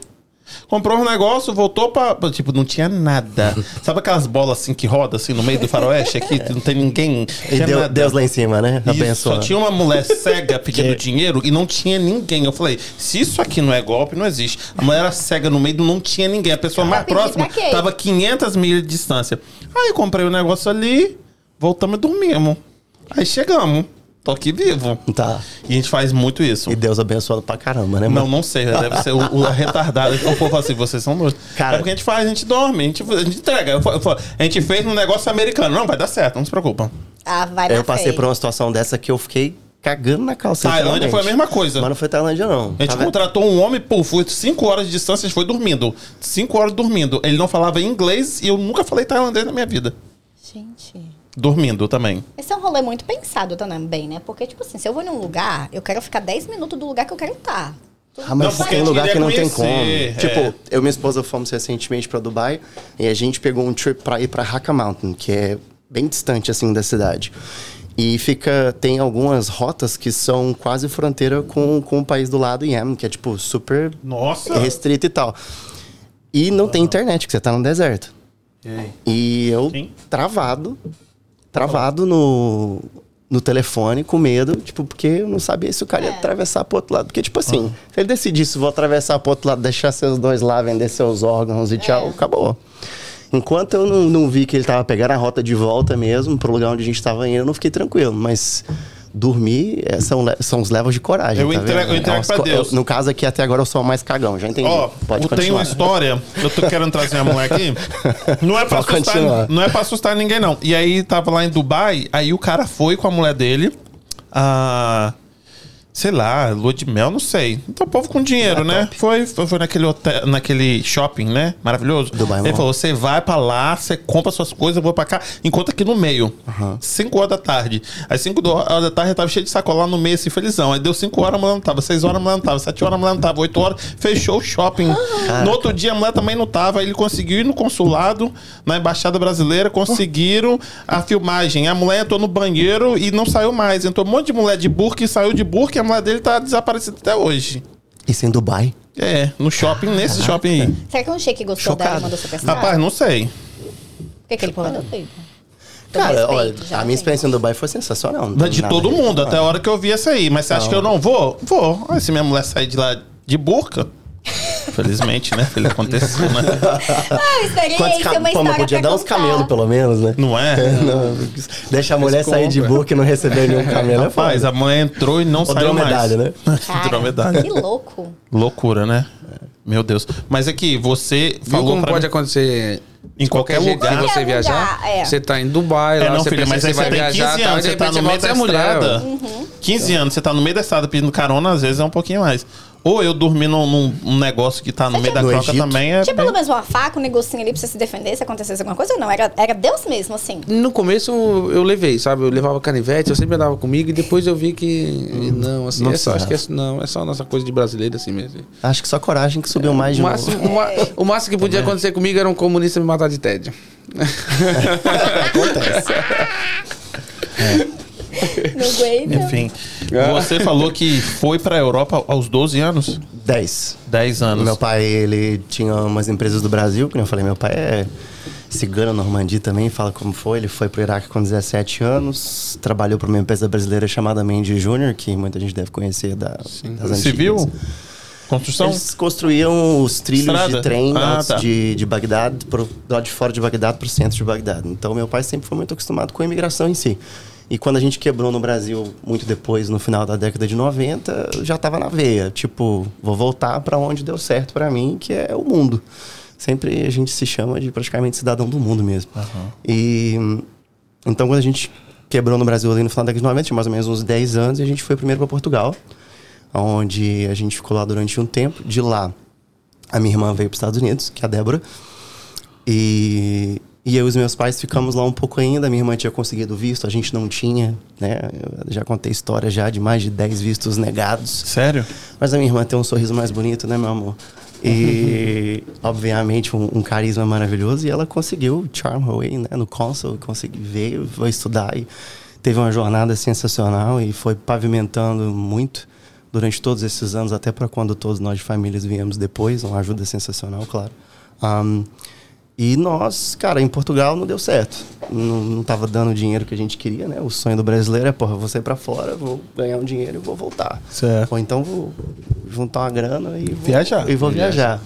S2: Comprou um negócio, voltou pra. pra- Tipo, não tinha nada. Sabe aquelas bolas assim que roda assim no meio do faroeste aqui? Não tem ninguém.
S1: E
S2: tinha
S1: deu,
S2: nada.
S1: Deus lá em cima,
S3: Tá
S1: né?
S2: Isso, só
S1: Abençoa.
S2: tinha uma
S3: (laughs)
S2: mulher cega
S3: É.
S2: pedindo dinheiro e não tinha ninguém. Eu falei, se isso aqui não é golpe, não existe. A mulher era cega no meio, não tinha ninguém. A pessoa mais
S3: pedir
S2: próxima
S3: Ah, pra quê?
S2: tava 500 milhas de distância. Aí eu comprei o negócio ali, voltamos e dormimos. Aí chegamos. Tô aqui vivo.
S1: Tá.
S2: E a gente faz muito isso.
S1: E Deus abençoa pra caramba, né,
S2: Não,
S1: mano?
S2: não sei. Deve ser o, o retardado. O povo fala assim, vocês são doidos.
S1: Cara-
S2: é porque a gente faz, a gente dorme, a gente, a gente entrega. Eu fa- eu fa- a gente fez um negócio americano. Não, vai dar certo, não se preocupa.
S3: Ah, vai na
S1: Eu passei
S3: fé.
S1: por um- uma situação dessa que eu fiquei cagando na calça.
S2: Tailândia foi a
S1: literalmente.
S2: mesma coisa.
S1: Mas não foi Tailândia, não.
S2: A gente
S1: Tava-
S2: contratou um homem, pô, foi 5 horas de distância, a gente foi dormindo. 5 horas dormindo. Ele não falava inglês e eu nunca falei tailandês na minha vida.
S3: Gente.
S2: Dormindo também.
S3: Esse é um rolê muito pensado também, né? Porque, tipo assim, se eu vou num lugar, eu quero ficar 10 minutos do lugar que eu quero tá. estar.
S1: Ah, mas
S2: Não, porque
S1: tem
S2: a gente
S1: lugar que
S2: queria
S1: não tem como.
S2: conhecer, é.
S1: Tipo, eu e minha esposa fomos recentemente pra Dubai e a gente pegou um trip pra ir pra Hakka Mountain, que é bem distante assim da cidade. E fica tem algumas rotas que são quase fronteira com, com o país do lado, Yemen, que é tipo super
S2: Nossa!
S1: É restrito e tal. E não tem internet, que você tá no deserto. E eu
S2: Sim.
S1: travado, travado no, no telefone, com medo, tipo, porque eu não sabia se o cara ia atravessar pro outro lado. Porque, tipo assim,
S2: Ah.
S1: se ele decidisse, vou atravessar pro outro lado, deixar seus dois lá, vender seus órgãos e tchau, acabou. Enquanto eu não, não vi que ele tava pegando a rota de volta mesmo, pro lugar onde a gente tava indo, eu não fiquei tranquilo, mas... Dormir é, são, le- são os levels de coragem.
S2: Eu
S1: tá vendo?
S2: entrego- eu
S1: É
S2: entrego
S1: umas
S2: pra
S1: co-
S2: Deus.
S1: eu- no caso aqui, até agora, eu sou o mais cagão, já entendi.
S2: Ó,
S1: Pode
S2: eu tenho uma
S1: continuar.
S2: história. Eu tô querendo trazer a mulher aqui. Não é pra
S1: Pode
S2: assustar,
S1: continuar.
S2: não é para assustar ninguém não. E aí tava lá em Dubai, aí o cara foi com a mulher dele, a sei lá, lua de mel, não sei. Então o povo com dinheiro, né? Foi, foi foi naquele hotel, naquele shopping, né? Maravilhoso.
S1: Dubai é
S2: Ele
S1: Mall.
S2: falou: "Você vai pra lá, você compra suas coisas, eu vou pra cá, enquanto aqui no meio. 5 horas da tarde. Às 5 do- horas da tarde eu tava cheio de sacola no meio, assim, felizão. Aí deu 5 horas, a mulher não tava, 6 horas a mulher não tava, 7 horas a mulher não tava, 8 horas, fechou o shopping. No outro dia a mulher também não tava, aí ele conseguiu ir no consulado, na embaixada brasileira, conseguiram a filmagem. A mulher entrou no banheiro e não saiu mais. Entrou um monte de mulher de burca e saiu de burca e a mulher dele tá desaparecida até hoje.
S1: Isso em Dubai.
S2: É, no shopping, nesse shopping aí.
S3: Será que um shake gostou dela e
S1: Chocado.
S3: mandou super
S2: Rapaz, não sei.
S3: Porque aquele povo é doido. Todo
S1: Cara,
S3: Então, respeito,
S1: olha,
S3: já
S1: a
S3: tem.
S1: minha experiência em Dubai foi sensacional. não
S2: Da-
S1: tem
S2: De
S1: nada
S2: todo
S1: a ver.
S2: mundo, até a hora que eu vi essa aí. Mas você acha que eu não vou? Vou. Ah, se minha mulher sair de lá de burca. Felizmente, né? Ele aconteceu, né?
S3: Ah,
S1: Quantos
S3: experiência,
S1: cam...
S3: uma
S1: Pô, mas
S3: história
S1: podia
S3: pra
S1: dar uns
S3: contar.
S1: camelos, pelo menos, né?
S2: Não é?
S1: (laughs) Não, Deixa a mulher sair de
S5: compra.
S1: boca e não receber nenhum camelo é
S2: Rapaz,
S1: foda.
S2: a mãe entrou e não
S1: Ou
S2: saiu mais.
S1: dromedário, né?
S3: Cara,
S2: Dromedário.
S3: Que louco.
S2: Loucura, né? Meu Deus. Mas é que você
S5: Viu
S2: falou
S5: como
S2: pra
S5: pode
S2: mim-
S5: acontecer
S2: Em qualquer lugar.
S5: que você
S3: Qualquer lugar,
S5: viajar?
S3: é.
S5: Você tá em Dubai,
S2: É,
S5: lá,
S2: não,
S5: você
S2: filha,
S5: pensa
S2: mas
S5: que
S2: aí
S5: você
S2: você
S5: vai
S2: tem 15
S5: viajar, tal,
S2: anos,
S5: de
S2: você tá
S5: repente
S2: no meio
S5: volta É. e
S2: da
S5: é mulher.
S2: estrada.
S1: Uhum.
S2: 15 anos, você tá no meio da estrada pedindo carona, às vezes é um pouquinho mais. Ou eu dormi num, num- num negócio que tá no meio da
S1: No
S2: croca
S1: Egito? Tipo,
S2: também é.
S3: Tinha
S2: bem-
S3: pelo menos uma faca, um negocinho ali pra você se defender se acontecesse alguma coisa ou não? Era, era Deus mesmo,
S1: (laughs)
S3: assim.
S5: No começo eu levei, sabe? Eu levava canivete, eu sempre andava comigo e depois eu vi que.
S2: Hum,
S5: Não, assim,
S1: não
S5: é só, acho que é,
S1: precisava.
S5: não, é só nossa coisa de brasileiro assim mesmo.
S1: Acho que só coragem que
S2: É,
S1: subiu mais
S5: O
S1: de um.
S5: máximo, o ma- o máximo que podia acontecer comigo era um comunista me matar de tédio.
S1: (laughs) É
S3: Não aguenta.
S2: Enfim. Você falou que foi pra Europa aos 12 anos?
S1: 10.
S2: 10
S1: O
S2: anos.
S1: Meu pai, ele tinha umas empresas do Brasil, que nem eu falei, meu pai é cigano, Normandia também, fala como foi. Ele foi pro Iraque com 17 anos, trabalhou para uma empresa brasileira chamada Mendy Júnior, que muita gente deve conhecer da, das antigas.
S2: Civil? Construção?
S1: Eles construíram os trilhos
S2: Estrada?
S1: de trem
S2: Ah,
S1: antes
S2: tá.
S1: de, de Bagdá, pro, do lado de fora de Bagdá para o centro de Bagdá. Então, meu pai sempre foi muito acostumado com a imigração em si. E quando a gente quebrou no Brasil, muito depois, no final da década de 90, eu já tava na veia. Tipo, vou voltar para onde deu certo para mim, que é o mundo. Sempre a gente se chama de praticamente cidadão do mundo mesmo. E hum, então, quando a gente quebrou no Brasil ali no final da década de 90, tinha mais ou menos uns 10 anos, e a gente foi primeiro para Portugal, onde a gente ficou lá durante um tempo. De lá, a minha irmã veio para os Estados Unidos, que é a Débora, e, e eu e os meus pais ficamos lá um pouco ainda. Minha irmã tinha conseguido visto, a gente não tinha, né? Eu já contei história já de mais de 10 vistos negados.
S2: Sério?
S1: Mas a minha irmã tem um sorriso mais bonito, né, meu amor? E, obviamente, um, um carisma maravilhoso. E ela conseguiu Charm Her Way, né, no Consul. Conseguiu, veio, foi estudar e teve uma jornada sensacional e foi pavimentando muito durante todos esses anos, até para quando todos nós de famílias viemos depois. Uma ajuda sensacional, claro. Ahn, e nós, cara, em Portugal não deu certo. Não, não tava dando o dinheiro que a gente queria, né? O sonho do brasileiro é, porra, vou sair pra fora, vou ganhar um dinheiro e vou voltar.
S2: Certo.
S1: Ou então vou juntar uma grana e vou
S2: Viajar.
S1: E vou viajar.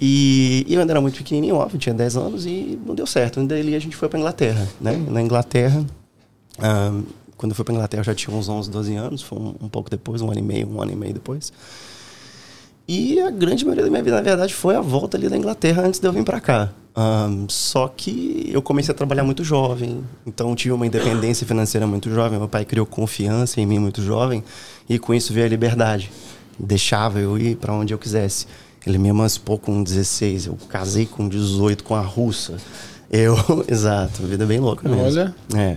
S1: E, e eu ainda era muito pequenininho, óbvio, tinha 10 anos e não deu certo. Ainda ali a gente foi pra Inglaterra, né? Na Inglaterra, ah, quando eu fui pra Inglaterra eu já tinha uns 11, 12 anos, foi um, um pouco depois, um ano e meio, um ano e meio depois. E a grande maioria da minha vida, na verdade, foi a volta ali da Inglaterra antes de eu vir pra cá. Ahn, só que eu comecei a trabalhar muito jovem, então tive uma independência financeira muito jovem. Meu pai criou confiança em mim muito jovem e com isso veio a liberdade. Deixava eu ir pra onde eu quisesse. Ele me emancipou com 16, eu casei com 18 com a russa. Eu, (laughs) exato, vida bem louca mesmo.
S5: Olha.
S1: É.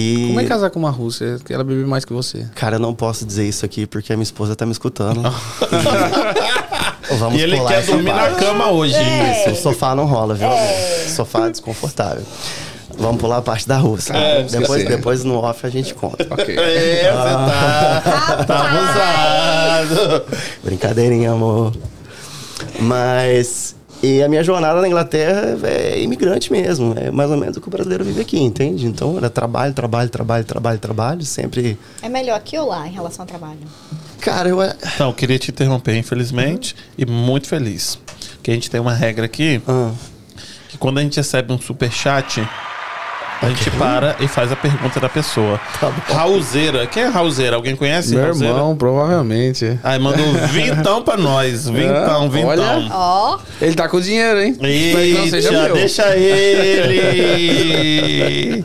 S1: E
S5: Como é casar com uma russa? Ela bebe mais
S2: (laughs)
S5: que você.
S1: Cara, eu não posso dizer isso aqui porque a minha esposa tá me escutando. E- (laughs) Vamos
S2: E ele
S1: pular
S2: quer
S1: essa
S2: dormir
S1: parte.
S2: na cama hoje.
S3: É,
S1: Isso, o sofá não rola, viu? O Sofá é desconfortável. Vamos pular a parte da Rússia.
S5: É,
S1: depois,
S5: esqueci.
S1: depois no off a gente
S2: (laughs)
S1: conta.
S5: Ok.
S2: É, você tá, tá abusado.
S1: Brincadeirinha, amor. Mas. E a minha jornada na Inglaterra é imigrante mesmo. É mais ou menos o que o brasileiro vive aqui, entende? Então era trabalho, trabalho, trabalho, trabalho, trabalho. Sempre.
S3: É melhor aqui ou lá em relação ao trabalho?
S1: Cara, eu. é-
S2: Então, eu queria te interromper, infelizmente, e muito feliz. Que a gente tem uma regra aqui,
S1: Ah,
S2: que quando a gente recebe um superchat, a gente para e faz a pergunta da pessoa.
S1: Tá bom.
S2: Raulzeira, quem é Raulzeira? Alguém conhece
S5: Meu
S2: Raulzeira?
S5: irmão, provavelmente.
S2: Aí mandou vintão pra nós. Vintão,
S5: Ah,
S2: vintão.
S5: olha.
S3: Ó,
S5: Ele tá com dinheiro, hein? Mas não seja
S2: Eita,
S5: meu.
S2: deixa (laughs) ele!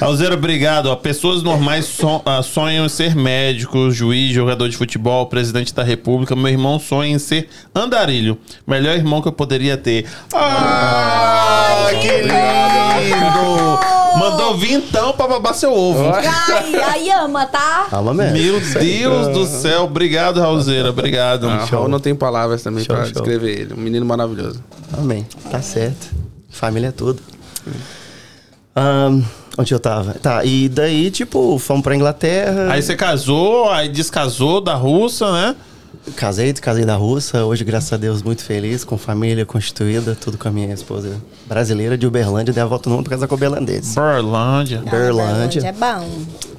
S2: Alzero, obrigado. ó. pessoas normais son- ah, sonham em ser médico, juiz, jogador de futebol, presidente da república. Meu irmão sonha em ser andarilho. Melhor irmão que eu poderia ter. Ah, que lindo! Mandou vintão pra babar seu ovo.
S3: ai, ai, ama, tá?
S1: calma mesmo.
S2: Meu Deus do céu. Obrigado, Raulzeira. Obrigado.
S5: Ah, Raul não tem palavras também
S1: Show,
S5: pra
S1: show.
S5: descrever ele. Um menino maravilhoso.
S1: Amém. Tá certo. Família é tudo. Ahn, onde eu tava? Tá, e daí, tipo, fomos pra Inglaterra.
S2: Aí você casou, aí descasou da russa, né?
S1: Casei, casei da Russa. Hoje, graças a Deus, muito feliz, com família constituída, tudo com a minha esposa brasileira de Uberlândia. Dei a volta no mundo pra casar com uberlandês.
S2: Berlândia.
S1: Berlândia.
S3: É bom.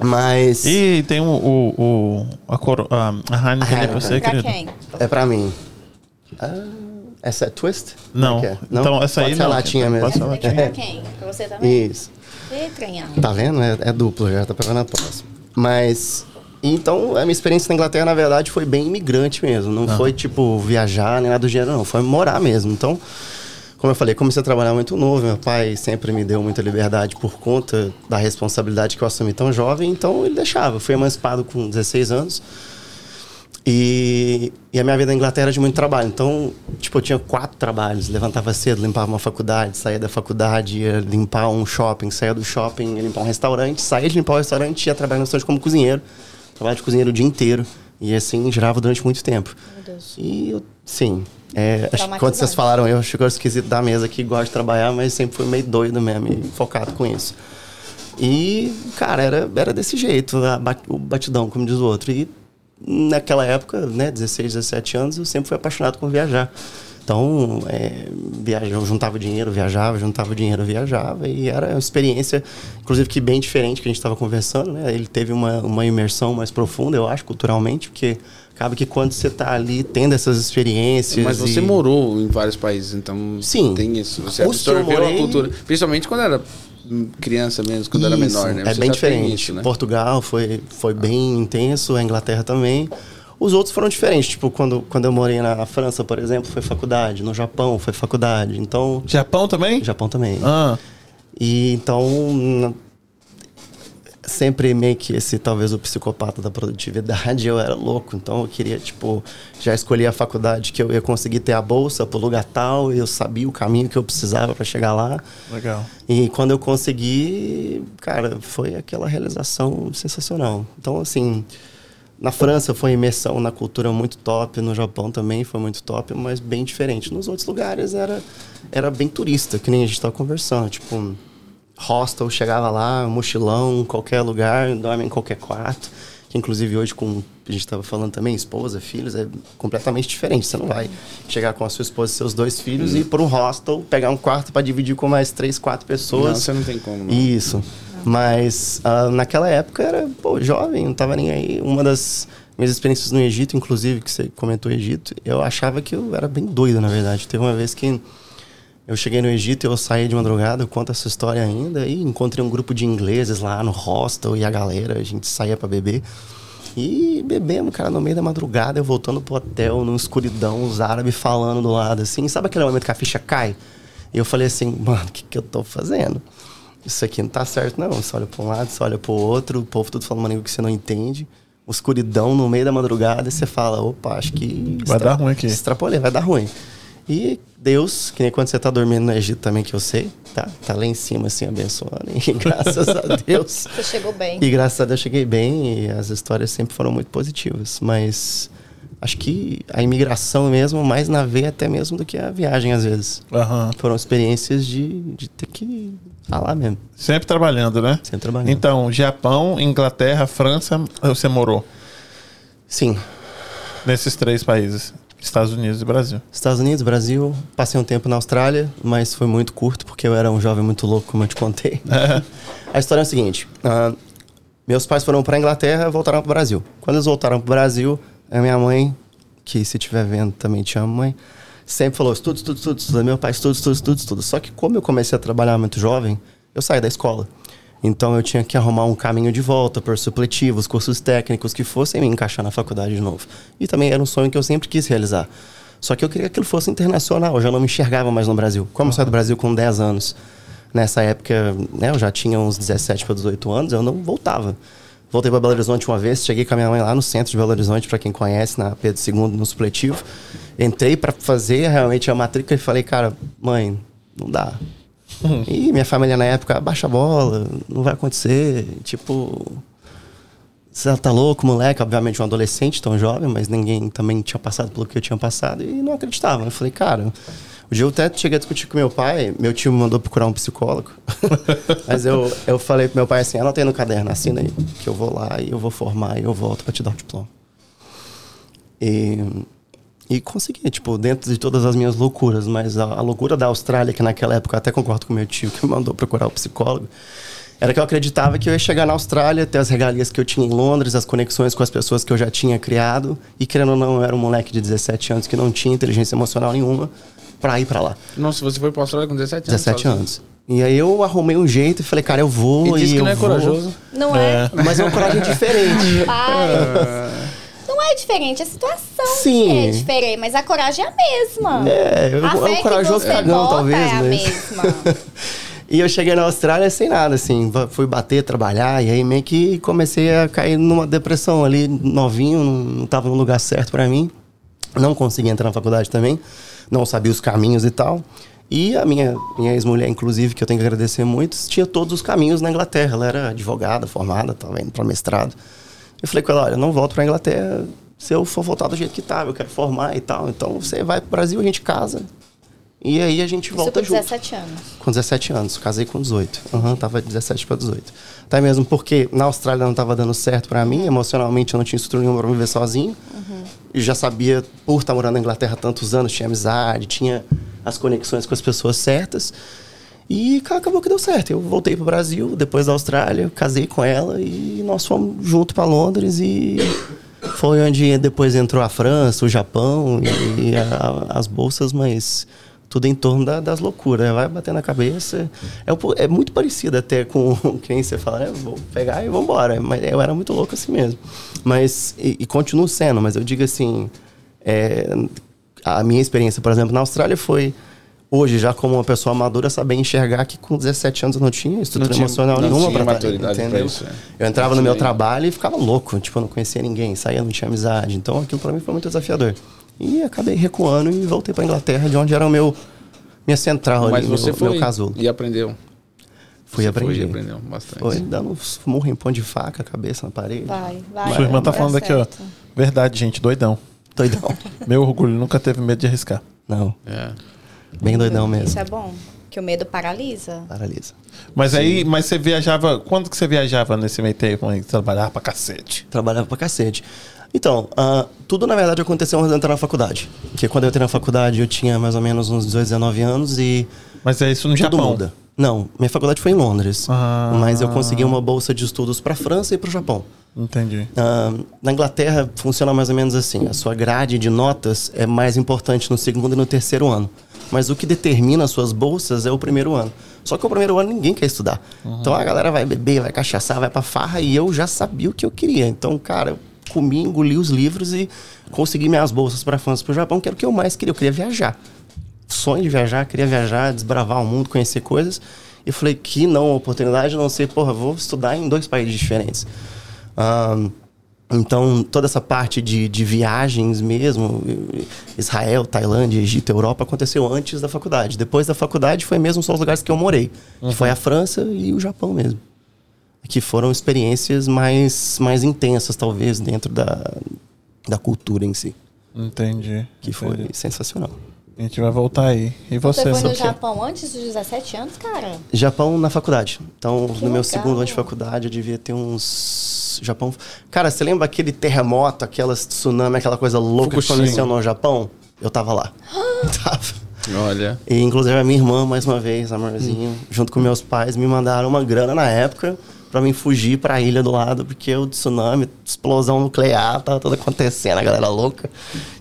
S1: Mas
S2: E tem o. o, o- a, coro, a, a Heineken é pra você,
S3: Pra
S2: querido?
S3: quem?
S1: é pra mim. Ah, essa é twist?
S2: Não.
S1: Como é que é?
S2: Então, essa
S1: Pode
S2: aí
S1: ser a
S2: não.
S1: latinha mesmo.
S2: Pode ser a
S3: Essa daqui
S1: latinha.
S3: pra quem? Pra você
S1: (laughs)
S3: também?
S1: Isso.
S3: Ih, tranhão.
S1: Tá vendo? É, é duplo, já tá pegando a próxima. Mas. Então, a minha experiência na Inglaterra, na verdade, foi bem imigrante mesmo. Não foi, tipo, viajar nem nada do gênero, não. Foi morar mesmo. Então, como eu falei, comecei a trabalhar muito novo. Meu pai sempre me deu muita liberdade por conta da responsabilidade que eu assumi tão jovem. Então, ele deixava. Eu fui emancipado com 16 anos. E, e a minha vida na Inglaterra era de muito trabalho. Então, tipo, eu tinha quatro trabalhos. Levantava cedo, limpava uma faculdade, saía da faculdade, ia limpar um shopping, saía do shopping, ia limpar um restaurante, saía de limpar o restaurante, ia trabalhar no restaurante como cozinheiro. Trabalhava de cozinheiro o dia inteiro. E assim, girava durante muito tempo.
S3: Meu Deus.
S1: E, eu, sim, é, acho que quando vocês
S3: Traumatizante.
S1: falaram, eu chegou esquisito da mesa aqui, gosto de trabalhar, mas sempre fui meio doido mesmo e focado com isso. E, cara, era, era desse jeito, a ba- o batidão, como diz o outro. E naquela época, né, 16, 17 anos, eu sempre fui apaixonado por viajar. Então, é, viaja- eu juntava dinheiro, viajava, juntava dinheiro, viajava. E era uma experiência, inclusive, que bem diferente que a gente estava conversando, né? Ele teve uma, uma imersão mais profunda, eu acho, culturalmente, porque acaba que quando você está ali tendo essas experiências...
S5: Mas você
S1: e-
S5: morou em vários países, então
S1: Sim.
S5: tem isso. Você
S1: Os que eu
S5: absorveu
S1: morei-
S5: a cultura. Principalmente quando era hum, criança mesmo, quando era
S1: Isso,
S5: menor, né?
S1: É bem
S5: Você já tem
S1: diferente.
S5: isso, né?
S1: Portugal foi, foi bem intenso, a Inglaterra também. Os outros foram diferentes. Tipo, quando, quando eu morei na França, por exemplo, foi faculdade. No Japão, foi faculdade. Então,
S2: Japão também?
S1: Japão também.
S2: Ah,
S1: E então. na- Sempre meio que esse, talvez, o psicopata da produtividade, eu era louco. Então eu queria, tipo, já escolher a faculdade que eu ia conseguir ter a bolsa pro lugar tal, e eu sabia o caminho que eu precisava para chegar lá.
S2: legal.
S1: E quando eu consegui, cara, foi aquela realização sensacional. Então, assim, na França foi imersão na cultura muito top, no Japão também foi muito top, mas bem diferente. Nos outros lugares era, era bem turista, que nem a gente estava conversando. Tipo, hostel, chegava lá, mochilão, qualquer lugar, dorme em qualquer quarto. Que inclusive hoje, com a gente estava falando também, esposa, filhos, é completamente diferente. Você não vai chegar com a sua esposa e seus dois filhos e ir para um hostel, pegar um quarto para dividir com mais três, quatro pessoas.
S5: Não, você não tem como, né? não.
S1: Isso. Mas ah, naquela época era pô, jovem, não tava nem aí. Uma das minhas experiências no Egito, inclusive, que você comentou Egito, eu achava que eu era bem doido, na verdade. Teve uma vez que eu cheguei no Egito e eu saí de madrugada, eu conto essa história ainda, e encontrei um grupo de ingleses lá no hostel e a galera, a gente saía pra beber. E bebemos, cara, no meio da madrugada, eu voltando pro hotel, no escuridão, os árabes falando do lado, assim. Sabe aquele momento que a ficha cai? E eu falei assim, mano, o que, que eu tô fazendo? Isso aqui não tá certo, não. Você olha pra um lado, você olha pro outro, o povo tudo falando uma língua que você não entende. Escuridão no meio da madrugada, e você fala, opa, acho que.
S2: Vai dar ruim aqui.
S1: Extrapolei, vai dar ruim. E Deus, que nem quando você tá dormindo no Egito também, que eu sei, tá? Tá lá em cima, assim, abençoando. E (laughs) graças a Deus.
S3: Você chegou bem.
S1: E graças a Deus eu cheguei bem e as histórias sempre foram muito positivas. Mas acho que a imigração mesmo, mais na veia até mesmo do que a viagem às vezes.
S2: Aham.
S1: Foram experiências de, de ter que falar mesmo,
S2: Sempre trabalhando, né?
S1: sem trabalhar.
S2: Então, Japão, Inglaterra, França, você morou
S1: Sim,
S2: nesses três países. Estados Unidos e Brasil.
S1: Estados Unidos, Brasil, passei um tempo na Austrália, mas foi muito curto porque eu era um jovem muito louco, como eu te contei. a história é a seguinte: ah, meus pais foram para Inglaterra, e voltaram para o Brasil. Quando eles voltaram para o Brasil, a minha mãe, que se estiver vendo também te amo, mãe, sempre falou: estuda, estuda, estuda, estuda. Meu pai estuda, estuda, estuda, estuda. Só que como eu comecei a trabalhar muito jovem, eu saí da escola. Então eu tinha que arrumar um caminho de volta por supletivos, cursos técnicos que fossem me encaixar na faculdade de novo. E também era um sonho que eu sempre quis realizar. Só que eu queria que aquilo fosse internacional, eu já não me enxergava mais no Brasil. Como eu saí do Brasil com 10 anos? Nessa época, né, eu já tinha uns 17 para 18 anos, eu não voltava. Voltei para Belo Horizonte uma vez, cheguei com a minha mãe lá no centro de Belo Horizonte, para quem conhece, na Pedro II, no supletivo. Entrei para fazer realmente a matrícula e falei, cara, mãe, não dá. E minha família na época, "Ah, baixa a bola, não vai acontecer. Tipo, você tá louco, moleque, obviamente um adolescente tão jovem, mas ninguém também tinha passado pelo que eu tinha passado e não acreditava. Eu falei, cara, o dia eu até cheguei a discutir com meu pai, meu tio me mandou procurar um psicólogo. (laughs) mas eu, eu falei pro meu pai assim, anota aí no caderno, assina aí, que eu vou lá e eu vou formar e eu volto pra te dar o diploma. E, e consegui, tipo, dentro de todas as minhas loucuras, mas a, a loucura da Austrália, que naquela época eu até concordo com meu tio, que (laughs) me mandou procurar o psicólogo, era que eu acreditava que eu ia chegar na Austrália, ter as regalias que eu tinha em Londres, as conexões com as pessoas que eu já tinha criado, e querendo ou não, eu era um moleque de 17 anos que não tinha inteligência emocional nenhuma pra ir pra lá.
S5: Nossa, você foi pra Austrália com 17 anos?
S1: 17
S5: sozinho?
S1: anos. E aí eu arrumei um jeito e falei, cara, eu vou.
S5: E diz que
S1: eu
S5: não é
S1: vou.
S5: corajoso.
S3: Não é?
S1: Mas é uma coragem
S5: (laughs)
S1: diferente.
S3: Ah. Para. Não é diferente, é a situação que
S1: Sim.
S3: é diferente, mas a coragem é a mesma.
S1: É, eu-
S3: a
S1: é
S3: fé
S1: o corajoso
S3: que você
S1: cagão,
S3: bota
S1: talvez, né?
S3: é a
S1: mas-
S3: mesma.
S1: (laughs) E eu cheguei na Austrália sem nada, assim. va- Fui bater, trabalhar, e aí meio que comecei a cair numa depressão ali, novinho, não, não tava no lugar certo pra mim. Não consegui entrar na faculdade também, não sabia os caminhos e tal. E a minha, minha ex-mulher, inclusive, que eu tenho que agradecer muito, tinha todos os caminhos na Inglaterra. Ela era advogada, formada, tava indo pra mestrado. Eu falei com ela, olha, eu não volto pra Inglaterra se eu for voltar do jeito que tava, eu quero formar e tal. Então você vai pro Brasil, a gente casa. E aí a gente (laughs)
S3: Isso
S1: volta
S3: com
S1: junto.
S3: 17 anos.
S1: Com 17 anos, casei com 18. Aham, tava de 17 para 18. Até mesmo porque na Austrália não tava dando certo para mim, emocionalmente eu não tinha estrutura nenhuma para viver sozinho. E já sabia, por estar morando na Inglaterra há tantos anos, tinha amizade, tinha as conexões com as pessoas certas. E ca- acabou que deu certo. Eu voltei pro Brasil, depois da Austrália, casei com ela e nós fomos junto para Londres e foi onde depois entrou a França, o Japão e, e a- as bolsas, mas tudo em torno da- das loucuras. né? Vai bater na cabeça. É, um po- é muito parecido até com (laughs) o que nem você fala, né? Vou pegar e vou embora. Mas eu era muito louco assim mesmo. Mas, e, e continuo sendo, mas eu digo assim, é, a minha experiência, por exemplo, na Austrália foi hoje, já como uma pessoa madura, saber enxergar que com 17 anos eu não tinha estrutura
S5: Não tinha-
S1: emocional
S5: não
S1: nenhuma
S5: tinha
S1: pra
S5: maturidade pra
S1: entendeu?
S5: isso, é.
S1: Eu entrava no
S5: Não
S1: meu
S5: tinha.
S1: trabalho e ficava louco, tipo, eu não conhecia ninguém, saía, não tinha amizade. Então aquilo pra mim foi muito desafiador. E acabei recuando e voltei pra Inglaterra, de onde era o meu minha central
S5: Mas
S1: ali,
S5: você
S1: meu,
S5: foi
S1: meu casulo.
S5: e aprendeu.
S1: Fui
S5: Você
S1: aprendi.
S5: Foi um e aprendeu bastante.
S1: Foi dando uns murro em pão de faca, cabeça na parede.
S3: Vai, vai.
S2: Sua irmã tá
S3: dá
S2: falando aqui, ó.
S3: Ah, é. certo.
S2: Verdade, gente, doidão.
S1: Doidão.
S2: Meu orgulho nunca teve medo de arriscar.
S1: Não,
S5: É.
S1: bem doidão
S3: Isso
S1: mesmo.
S3: é bom, que o medo paralisa.
S1: Paralisa.
S2: Mas aí, mas você viajava. Quando que você viajava nesse meio tempo aí? Trabalhar pra cacete.
S1: Trabalhava pra cacete. Então, ah, tudo na verdade aconteceu antes de eu entrar na faculdade. Porque quando eu entrei na faculdade eu tinha mais ou menos uns 18, 19 anos e
S2: Mas é isso no
S1: tudo
S2: Japão.
S1: muda. Não, minha faculdade foi em Londres.
S2: Ah.
S1: Mas eu consegui uma bolsa de estudos pra França e pro Japão.
S2: Entendi.
S1: Ah, na Inglaterra funciona mais ou menos assim: a sua grade de notas é mais importante no segundo e no terceiro ano. Mas o que determina as suas bolsas é o primeiro ano. Só que o primeiro ano ninguém quer estudar. Então a galera vai beber, vai cachaçar, vai pra farra e eu já sabia o que eu queria. Então, cara, eu comi, engoli os livros e consegui minhas bolsas pra França e pro Japão, que era o que eu mais queria. Eu queria viajar sonho de viajar, queria viajar, desbravar o mundo, conhecer coisas. E eu falei que não, a oportunidade, a não ser, porra, vou estudar em dois países diferentes. Ahn, então, toda essa parte de, de viagens mesmo, Israel, Tailândia, Egito, Europa, aconteceu antes da faculdade. Depois da faculdade foi mesmo só os lugares que eu morei. Que foi a França e o Japão mesmo. Que foram experiências mais, mais intensas, talvez, dentro da, da cultura em si.
S2: Entendi.
S1: Que foi sensacional.
S2: A gente vai voltar aí. E você,
S3: Você foi no
S2: Sofia?
S3: Japão antes dos 17 anos, cara?
S1: Japão na faculdade. Então, no
S3: legal.
S1: meu segundo ano de faculdade, eu devia ter uns. Japão. Cara, você lembra aquele terremoto, aquelas tsunami, aquela coisa louca
S2: Fukushima.
S1: que aconteceu no Japão? Eu tava lá. tava.
S5: Olha.
S1: E, inclusive, a minha irmã, mais uma vez, amorzinho, junto com meus pais, me mandaram uma grana na época pra mim fugir pra ilha do lado, porque o tsunami, explosão nuclear, tava tudo acontecendo, a galera louca.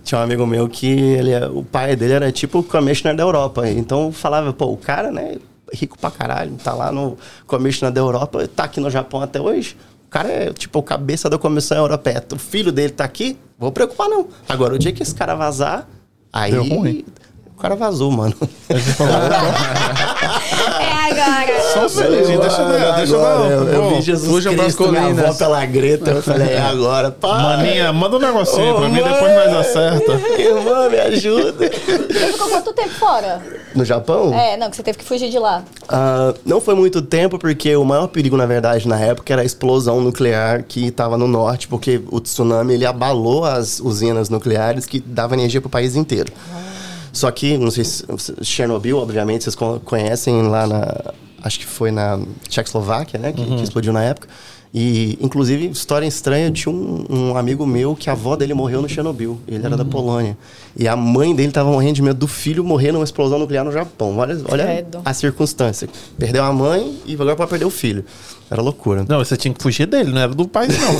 S1: Tinha um amigo meu que ele, é- o pai dele era tipo o commissioner da Europa. Então falava, pô, o cara, né, rico pra caralho, tá lá no commissioner da Europa, tá aqui no Japão até hoje. O cara é tipo o cabeça da Comissão Europeia. O filho dele tá aqui, vou preocupar não. Agora, o dia que esse cara vazar, aí
S2: Deu ruim.
S1: o cara vazou, mano.
S2: A gente falou, (laughs)
S3: É agora.
S2: Só o seu, gente, deixa eu deixa
S1: Agora,
S2: eu
S1: eu, eu vi Jesus
S5: fuja pras
S1: Cristo, minha
S5: colinas.
S1: avó pela greta, eu falei, é agora, pá.
S2: Maninha, manda um negocinho
S1: Ô,
S2: pra mim,
S1: mãe.
S2: depois nós acerta.
S1: (laughs) Irmã, me ajuda.
S3: Você ficou quanto tempo fora?
S1: No Japão?
S3: É, não, que você teve que fugir de lá.
S1: Ah, não foi muito tempo, porque o maior perigo, na verdade, na época, era a explosão nuclear que estava no norte, porque o tsunami ele abalou as usinas nucleares que dava energia pro país inteiro. Só que, não sei se se- Chernobyl, obviamente, vocês con- conhecem lá na. Acho que foi na Tchecoslováquia, né? Que, que explodiu na época. E, inclusive, história estranha, tinha um, um amigo meu que a avó dele morreu no Chernobyl. Ele era da Polônia. E a mãe dele tava morrendo de medo do filho morrer numa explosão nuclear no Japão. Olha, olha
S3: Credo.
S1: a circunstância. Perdeu a mãe e agora pode perder o filho. Era loucura.
S2: Não, você tinha que fugir dele, não era do pai, não,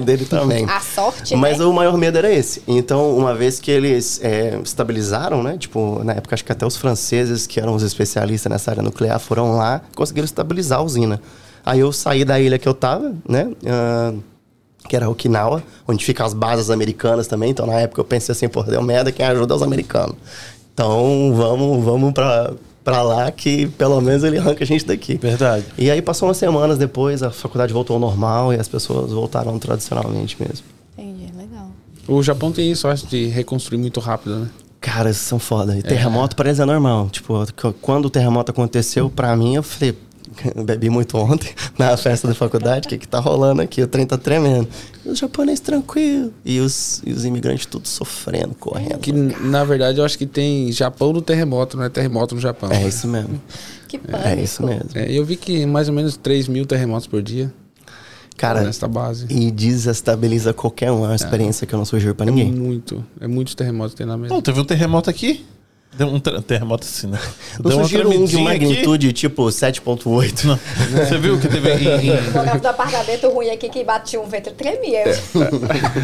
S1: (laughs) dele também.
S3: A sorte,
S1: Mas
S3: né?
S1: o maior medo era esse. Então, uma vez que eles é, estabilizaram, né? Tipo, na época, acho que até os franceses, que eram os especialistas nessa área nuclear, foram lá, conseguiram estabilizar a usina. Aí eu saí da ilha que eu tava, né? ah, que era Okinawa, onde ficam as bases americanas também. Então, na época, eu pensei assim, pô, deu merda, quem ajuda é os americanos. Então, vamos, vamos pra, pra lá que pelo menos ele arranca a gente daqui.
S2: (laughs) Verdade.
S1: E aí, passou umas semanas depois, a faculdade voltou ao normal e as pessoas voltaram tradicionalmente mesmo.
S3: Entendi, legal.
S5: O Japão tem isso, eu acho, de reconstruir muito rápido, né?
S1: Cara, esses são foda. E terremoto pra eles é normal. Tipo, c- quando o terremoto aconteceu, pra mim, eu falei... (laughs) eu Bebi muito ontem (laughs) na festa da faculdade. O que que tá rolando aqui? O trem tá tremendo. E os japoneses tranquilo. E os, e os imigrantes tudo sofrendo, correndo.
S5: Que, na verdade, eu acho que tem Japão no terremoto, não é terremoto no Japão.
S1: É isso mesmo.
S3: Que pânico.
S1: É isso mesmo.
S5: É, eu vi que mais ou menos 3 mil terremotos por dia
S1: Cara,
S5: nesta base.
S1: e desestabiliza qualquer um. tá É uma experiência que eu não sugiro pra ninguém.
S5: Muito. É muitos terremotos que tem na mesa.
S2: Não, teve um terremoto aqui. Deu um tre- terremoto assim, né?
S1: Não
S2: Deu uma
S1: sugiro um de
S2: tremidinha aqui.
S1: magnitude tipo 7.8. (laughs)
S2: Não. Você viu que teve. em- (laughs) em-
S3: Morava num apartamento ruim aqui que batia um vento, eu tremia.
S2: É,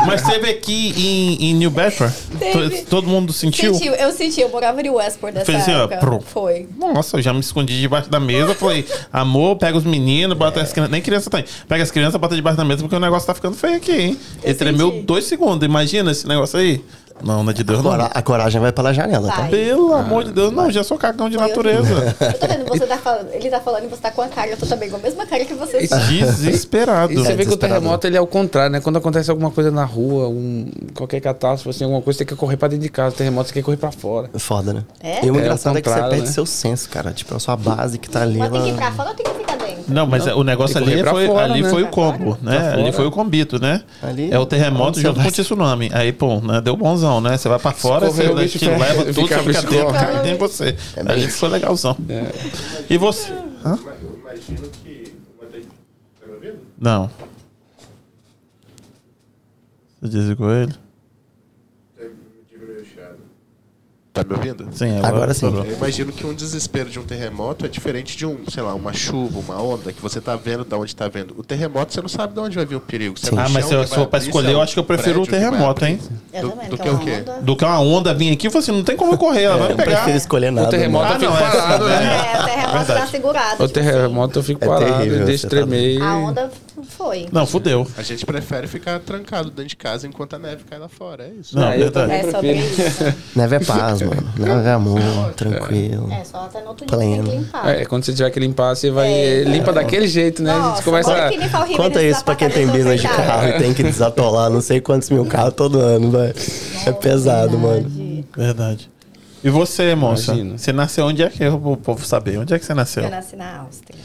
S2: mas teve aqui em, em New Bedford.
S3: Teve.
S2: To- Todo mundo sentiu?
S3: Sentiu, eu senti, eu morava em Westport nessa
S2: Fez assim, ó,
S3: época.
S2: prum.
S3: Foi.
S2: Nossa, eu já me escondi debaixo da mesa. Falei, amor, pega os meninos, bota as crianças. Nem criança tem. Pega as crianças, bota debaixo da mesa, porque o negócio tá ficando feio aqui, hein?
S3: Eu
S2: Ele tremeu
S3: senti.
S2: dois segundos, imagina esse negócio aí. Não, não é de Deus, não.
S1: Agora, a coragem vai pela janela, tá?
S3: Vai.
S2: Pelo amor de Deus, não, já sou cagão de
S5: (laughs)
S2: natureza.
S3: Eu tô vendo, você tá falando, ele tá falando e você tá com a cara, eu tô também com a mesma cara que você.
S5: Isso-
S2: Desesperado.
S5: E você
S1: É
S5: vê que o
S1: desesperador.
S5: terremoto ele é o contrário, né? Quando acontece alguma coisa na rua, um, qualquer catástrofe, assim, alguma coisa, você tem que correr pra dentro de casa. O terremoto você quer correr pra fora.
S1: Foda, né?
S3: É?
S1: E o
S5: É,
S1: engraçado é,
S5: ao
S1: que você
S5: contrário,
S1: perde
S5: né?
S1: seu senso, cara. Tipo, a sua base que tá ali.
S3: Mas tem que ir
S1: ela-
S3: pra fora ou tem que ficar dentro?
S2: Não, mas o negócio
S5: Tem que
S2: ali,
S5: correr pra
S2: foi,
S5: fora,
S2: ali
S5: né?
S2: foi o
S3: Pra
S2: combo, né?
S5: fora.
S2: Ali foi o combito, né?
S1: Ali-
S2: é o terremoto
S1: Onde
S2: junto
S1: você
S2: com o
S1: vai?
S2: tsunami. Aí, pô, né? deu bonzão, né? Você vai pra fora,
S5: correr,
S2: você
S5: o bicho
S2: te
S5: pega-
S2: leva tudo,
S5: fica É
S2: só fica dentro,
S5: abiscado.
S2: cai dentro de você. Ali foi legalzão.
S5: É.
S2: E você? Hã?
S4: Imagino que. Tá me ouvindo?
S2: Não. Você desligou ele?
S4: Tá me ouvindo?
S2: Sim,
S1: Agora sim.
S2: sobrou.
S4: Eu imagino que um desespero de um terremoto é diferente de um, sei lá, uma chuva, uma onda, que você tá vendo de onde tá vendo. O terremoto você não sabe de onde vai vir o perigo. Você é no
S2: Ah, mas
S4: chão
S2: se eu
S4: que
S2: se
S4: vai
S2: for pra
S4: abrir, se
S2: escolher,
S4: é
S2: eu
S4: um
S2: acho que eu prefiro o
S4: prédio que vai
S2: terremoto, hein?
S3: Eu
S4: Do-
S3: também,
S4: do
S3: que
S4: que
S3: é
S4: o
S3: uma
S4: quê?
S3: onda.
S2: Do que uma onda vir aqui, você não tem como eu correr, ela vai
S1: É, Eu não
S2: pegar.
S1: prefiro escolher nada.
S5: o terremoto
S2: Ah,
S5: eu fico
S2: não, é
S5: parado, né?
S3: É, o terremoto tá
S2: Verdade.
S3: segurado. tipo
S5: O terremoto eu fico
S1: É
S5: parado,
S1: terrível,
S5: eu deixo
S1: você tá
S5: tremer.
S3: assim. A onda foi.
S2: Não, fudeu.
S4: A gente prefere ficar trancado dentro de casa enquanto a neve cai lá fora, é isso.
S2: Não,
S5: Ah, eu
S2: verdade.
S5: também.
S3: É sobre
S5: prefiro.
S3: isso.
S1: Neve é paz,
S5: (laughs)
S1: mano. Neve é amor, tranquilo.
S3: É, só até no outro dia
S1: Pleno.
S3: tem que limpar. né?
S5: É, quando você tiver que limpar, você vai.
S3: tá.
S5: eh,
S3: É.
S5: Limpa daquele jeito, né? a gente
S3: Nossa,
S5: começa.
S3: olha que nível horrível
S1: Conta
S3: desses
S1: isso pra quem tem business
S3: apartamentos
S1: de
S3: fechados.
S1: carro e tem que desatolar não sei quantos mil carros todo ano, velho. É pesado, mano.
S3: Verdade.
S2: Verdade. E você, moça?
S5: Imagina.
S2: Você nasceu onde é que é o povo saber? Onde é que você nasceu?
S3: Eu nasci na Áustria.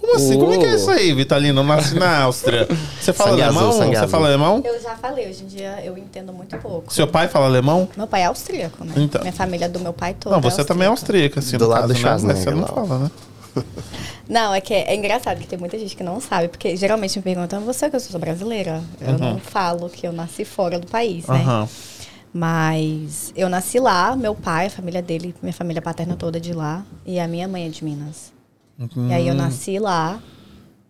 S2: Como assim? Como é que é
S5: Oh.
S2: isso aí, Vitalino? Eu nasci na Áustria. Você fala
S1: Sangue
S2: alemão?
S1: azul, sangue
S2: você
S1: azul.
S2: fala alemão?
S3: Eu já falei, hoje em dia eu entendo muito pouco.
S2: Seu pai fala alemão?
S3: Meu pai é austríaco, né?
S2: Então.
S3: Minha família do meu pai toda.
S2: Não, você também é austríaca,
S3: austríaca.
S2: assim,
S1: Do
S2: no
S1: lado
S2: caso,
S1: do
S2: né? Mas você
S1: Schwarzenegger
S2: não
S1: lá, ó.
S2: fala, né?
S3: Não, é que é engraçado que tem muita gente que não sabe, porque geralmente me perguntam, você é que eu sou brasileira? Eu não falo que eu nasci fora do país, né?
S2: Uhum. Aham.
S3: Mas eu nasci lá, meu pai, a família dele, minha família paterna toda é de lá, e a minha mãe é de Minas. E aí eu
S2: Hum.
S3: nasci lá,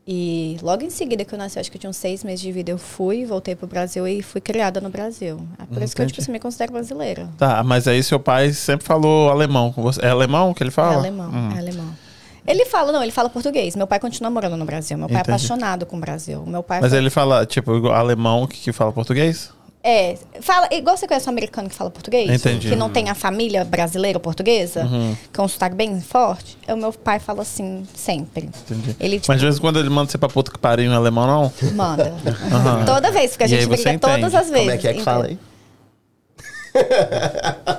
S3: e logo em seguida que eu nasci, acho que eu tinha uns seis meses de vida, eu fui, voltei pro Brasil e fui criada no Brasil. É por isso que eu tipo, assim, me considero brasileira.
S2: Tá, mas aí seu pai sempre falou alemão com você. É alemão que ele fala?
S3: É alemão,
S2: Hum.
S3: é alemão. Ele fala, não, ele fala português. Meu pai continua morando no Brasil. Meu pai
S2: Entendi.
S3: é apaixonado com o Brasil. Meu pai
S2: Mas
S3: foi-
S2: ele fala, tipo, igual alemão que, que fala português?
S3: É, fala, igual você conhece um americano que fala português,
S2: Entendi. Uhum.
S3: que não tem a família brasileira portuguesa, que é um sotaque bem forte, é o meu pai fala assim sempre.
S2: Entendi.
S3: Ele tipo,
S2: Mas de vez em quando ele manda você pra puta que pariu em alemão, não?
S3: (laughs) manda. Toda vez, porque a
S2: E aí
S3: gente
S2: você
S3: briga todas
S2: entende.
S3: as vezes.
S1: Como é que é que fala aí?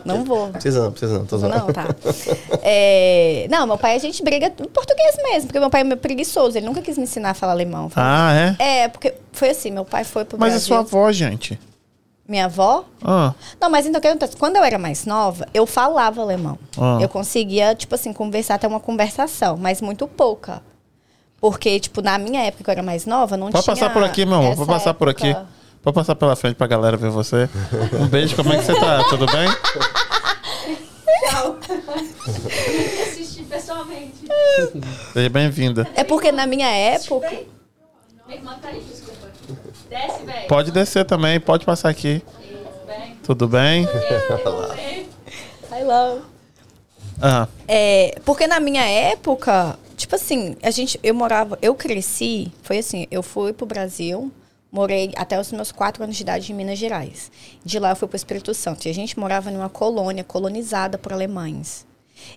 S3: Não vou.
S1: Precisa não, precisa não, tô zoando.
S3: Não, tá. É, não, meu pai a gente briga em português mesmo, porque meu pai é meio preguiçoso, ele nunca quis me ensinar a falar alemão.
S2: Ah, é?
S3: É, porque foi assim, meu pai foi pro
S2: Mas é
S3: Brasil.
S2: sua avó, gente.
S3: Minha avó
S2: Ah,
S3: Não, mas então o que acontece? Quando eu era mais nova, eu falava alemão.
S2: Ah.
S3: Eu conseguia, tipo assim, conversar, ter uma conversação, mas muito pouca. Porque, tipo, na minha época que eu era mais nova, não
S2: Pode
S3: tinha.
S2: passar por aqui, meu amor. Pode
S3: essa
S2: passar por aqui.
S3: época.
S2: Pode passar pela frente pra galera ver você. Um beijo, como é que você tá?
S3: (laughs)
S2: Tudo bem?
S6: assistir pessoalmente.
S2: Seja bem-vinda.
S3: É porque na minha época.
S6: Minha irmã tá aí, desculpa. Desce, velho.
S2: Pode descer também, pode passar aqui. Tudo bem?
S3: I love.
S2: Ah,
S3: É, porque na minha época, tipo assim, a gente, eu morava, eu cresci, foi assim, eu fui pro Brasil, morei até os meus quatro anos de idade em Minas Gerais. De lá eu fui pro Espírito Santo. E a gente morava numa colônia colonizada por alemães.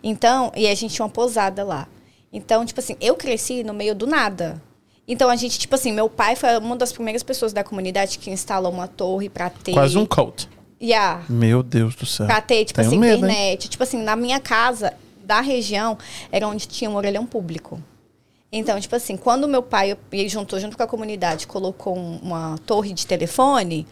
S3: Então, e a gente tinha uma posada lá. Então, tipo assim, eu cresci no meio do nada. Então a gente, tipo assim, meu pai foi uma das primeiras pessoas da comunidade que instalou uma torre pra ter.
S2: quase um coach.
S3: Yeah
S2: Meu Deus do céu.
S3: pra ter, tipo
S2: Tá. Tenho
S3: assim,
S2: medo, hein?
S3: internet. Tipo assim, na minha casa, da região, era onde tinha um orelhão público. Então, tipo assim, quando meu pai e juntou junto com a comunidade, colocou um- uma torre de telefone,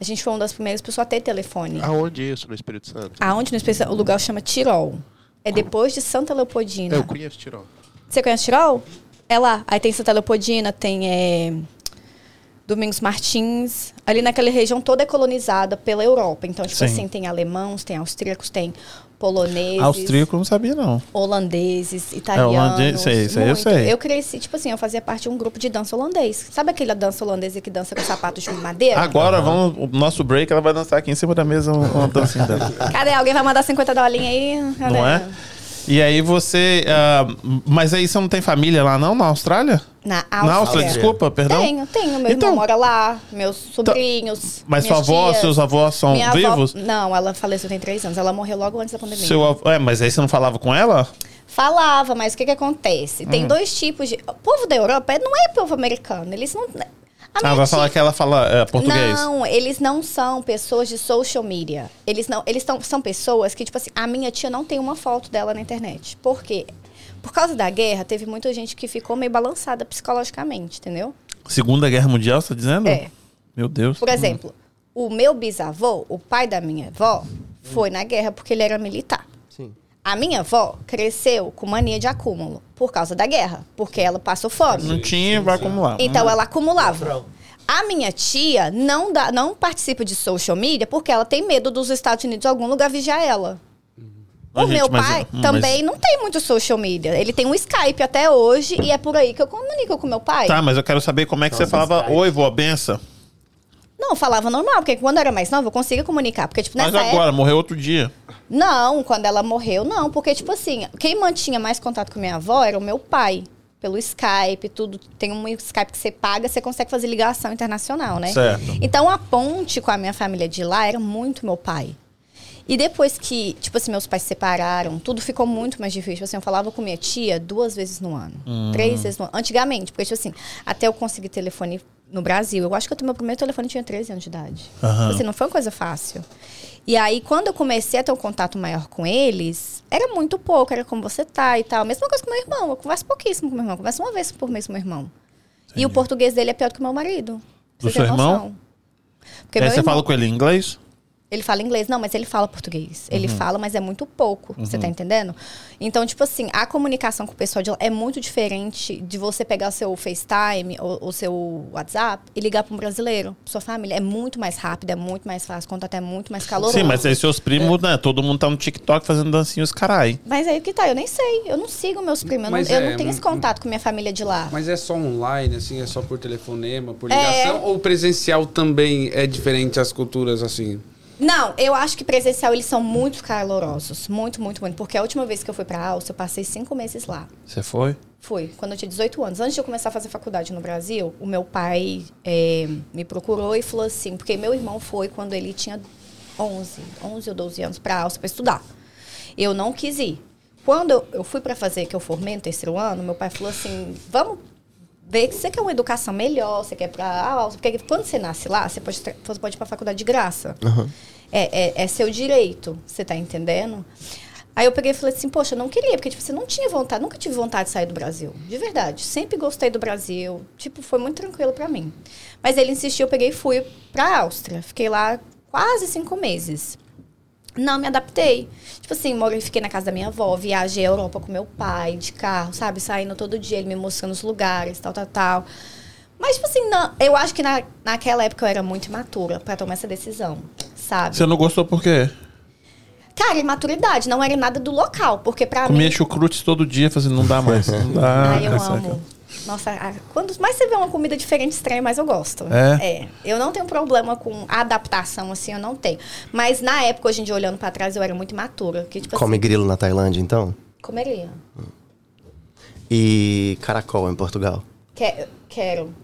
S3: a gente foi uma das primeiras pessoas a ter telefone.
S2: Ah.
S4: Aonde é isso no Espírito Santo?
S3: Aonde no Espírito Santo, o lugar chama Tirol. É depois de Santa Leopoldina.
S4: Eu conheço Tirol.
S3: Você conhece Tirol? É lá. Aí tem Santa Leopoldina, tem é, Domingos Martins. Ali naquela região toda é colonizada pela Europa. Então, tipo
S2: Sim.
S3: assim, tem alemãos, tem austríacos, tem poloneses,
S2: Austríaco eu não sabia, não.
S3: holandeses, italianos.
S2: holandês, sei, isso aí eu
S3: muito.
S2: sei.
S3: Eu cresci, tipo assim, eu fazia parte de um grupo de dança holandês. Sabe aquela dança holandesa que dança com sapatos de madeira?
S2: Agora vamos, o nosso break, ela vai dançar aqui em cima da mesa um, uma dancinha dela.
S3: Cadê? Alguém vai mandar 50 dolinhas aí? Cadê?
S2: Não é? E aí você. ah, mas aí você não tem família lá, não? Na Austrália?
S3: Na
S2: Na Áustria,
S3: Áustria.
S2: desculpa, perdão.
S3: Tenho, tenho. Meu
S2: Então-
S3: irmão mora lá, meus sobrinhos.
S2: Mas sua
S3: minhas
S2: avó,
S3: tias.
S2: seus avós são
S3: Minha avó-
S2: vivos?
S3: não, ela faleceu tem três anos. Ela morreu logo antes da pandemia.
S2: Seu avô, é, mas aí você não falava com ela?
S3: Falava, mas o que que acontece? Tem
S2: Hum.
S3: dois tipos de... O povo da Europa é- não é povo americano. Eles não... A
S2: Ah,
S3: minha
S2: vai
S3: tia-
S2: falar que ela fala eh, português.
S3: Não, eles não são pessoas de social media. Eles não, eles tão, são pessoas que, tipo assim, a minha tia não tem uma foto dela na internet. Por quê? Por causa da guerra, teve muita gente que ficou meio balançada psicologicamente, entendeu?
S2: Segunda Guerra Mundial, você tá dizendo?
S3: É.
S2: Meu Deus.
S3: Por exemplo, o meu bisavô, o pai da minha avó, foi na guerra porque ele era militar.
S1: Sim.
S3: A minha avó cresceu com mania de acúmulo por causa da guerra, porque ela passou
S2: Não
S3: fome.
S2: tinha, vai acumular.
S3: Então ela acumulava. A minha tia não, dá, não participa de social media porque ela tem medo dos Estados Unidos algum lugar vigiar ela.
S2: Ô,
S3: O
S2: gente,
S3: meu
S2: mas- hum,
S3: pai
S2: mas-
S3: também não tem muito social media. Ele tem um Skype até hoje e é por aí que eu comunico com meu pai.
S2: Tá, mas eu quero saber como é que você falava, oi, vó, benção.
S3: Não, eu falava normal, porque quando eu era mais nova eu conseguia comunicar. Porque, tipo,
S2: Mas
S3: nessa época.
S2: agora, morreu outro dia.
S3: Não, quando ela morreu, não. Porque, tipo assim, quem mantinha mais contato com minha avó era o meu pai. Pelo Skype, tudo. Tem um Skype que você paga, você consegue fazer ligação internacional, né?
S2: Certo.
S3: Então, a ponte com a minha família de lá era muito meu pai. E depois que, tipo assim, meus pais se separaram, tudo ficou muito mais difícil. Tipo Assim, eu falava com minha tia duas vezes no ano.
S2: Hum.
S3: Três vezes no ano. Antigamente, porque, tipo assim, até eu conseguir telefone no Brasil, eu acho que eu tenho meu primeiro telefone eu tinha 13 anos de idade.
S2: Aham.
S3: Tipo assim, não foi uma coisa fácil. E aí, quando eu comecei a ter um contato maior com eles, era muito pouco, era como você tá e tal. Mesma coisa com meu irmão, eu converso pouquíssimo com meu irmão, eu converso uma vez por mês com meu irmão. E o português dele é pior do que o meu marido.
S2: Do
S3: Pra você
S2: seu
S3: ter
S2: irmão?
S3: noção. Porque
S2: Aí
S3: meu
S2: É, você
S3: irmão,
S2: fala com ele em inglês?
S3: ele fala inglês, não, mas ele fala português. Ele
S2: Uhum.
S3: fala, mas é muito pouco. Você tá entendendo? Então, tipo assim, a comunicação com o pessoal de lá é muito diferente de você pegar o seu FaceTime ou o seu WhatsApp e ligar para um brasileiro, pra sua família. É muito mais rápido, é muito mais fácil, o contato é muito mais caloroso.
S2: Sim, mas aí seus primos, né? Todo mundo tá no TikTok fazendo dancinhos, carai.
S3: Mas aí que tá, eu nem sei. Eu não sigo meus primos, eu, não,
S5: Mas
S3: eu
S5: é,
S3: não tenho esse
S5: hum,
S3: contato com minha família de lá.
S5: Mas é só online, assim? É só por telefonema, por
S3: É.
S5: ligação? Ou presencial também é diferente as culturas, assim?
S3: Não, eu acho que presencial eles são muito calorosos. Muito, muito, muito. Porque a última vez que eu fui pra Áustria, eu passei cinco meses lá.
S2: Você foi?
S3: Foi, quando eu tinha 18 anos. Antes de eu começar a fazer faculdade no Brasil, o meu pai eh, me procurou e falou assim, porque meu irmão foi quando ele tinha 11, 11 ou 12 anos para Áustria para estudar. Eu não quis ir. Quando eu, eu fui para fazer, que eu formei no terceiro ano, meu pai falou assim, vamos ver que você quer uma educação melhor, você quer para Áustria, porque quando você nasce lá, você pode, tra- você pode ir para faculdade de graça. É, é, é seu direito, você tá entendendo? Aí eu peguei e falei assim, poxa, eu não queria, porque tipo, você não tinha vontade, nunca tive vontade de sair do Brasil. De verdade. Sempre gostei do Brasil. Tipo, foi muito tranquilo pra mim. Mas ele insistiu, eu peguei e fui pra Áustria. Fiquei lá quase cinco meses. Não, me adaptei. Tipo assim, moro, fiquei na casa da minha avó, viajei à Europa com meu pai, de carro, sabe? Saindo todo dia, ele me mostrando os lugares, tal, tal, tal. Mas, tipo assim, não, eu acho que na, naquela época eu era muito imatura pra tomar essa decisão, sabe?
S2: Você não gostou por quê?
S3: Cara, imaturidade, não era nada do local, porque pra
S2: Comia
S3: mim.
S2: chucrutes todo dia, fazendo não dá mais. Não dá.
S3: Ah, Ai, eu
S2: Essa- é
S3: amo. Nossa, a- quando mais você vê uma comida diferente, estranha, mais eu gosto.
S2: É?
S3: Eu não tenho problema com adaptação, assim, eu não tenho. Mas na época, hoje em dia, olhando pra trás, eu era muito imatura. Que, tipo
S1: Come
S3: assim,
S1: grilo na Tailândia, então?
S3: comeria.
S1: E caracol em Portugal.
S3: Que- quero.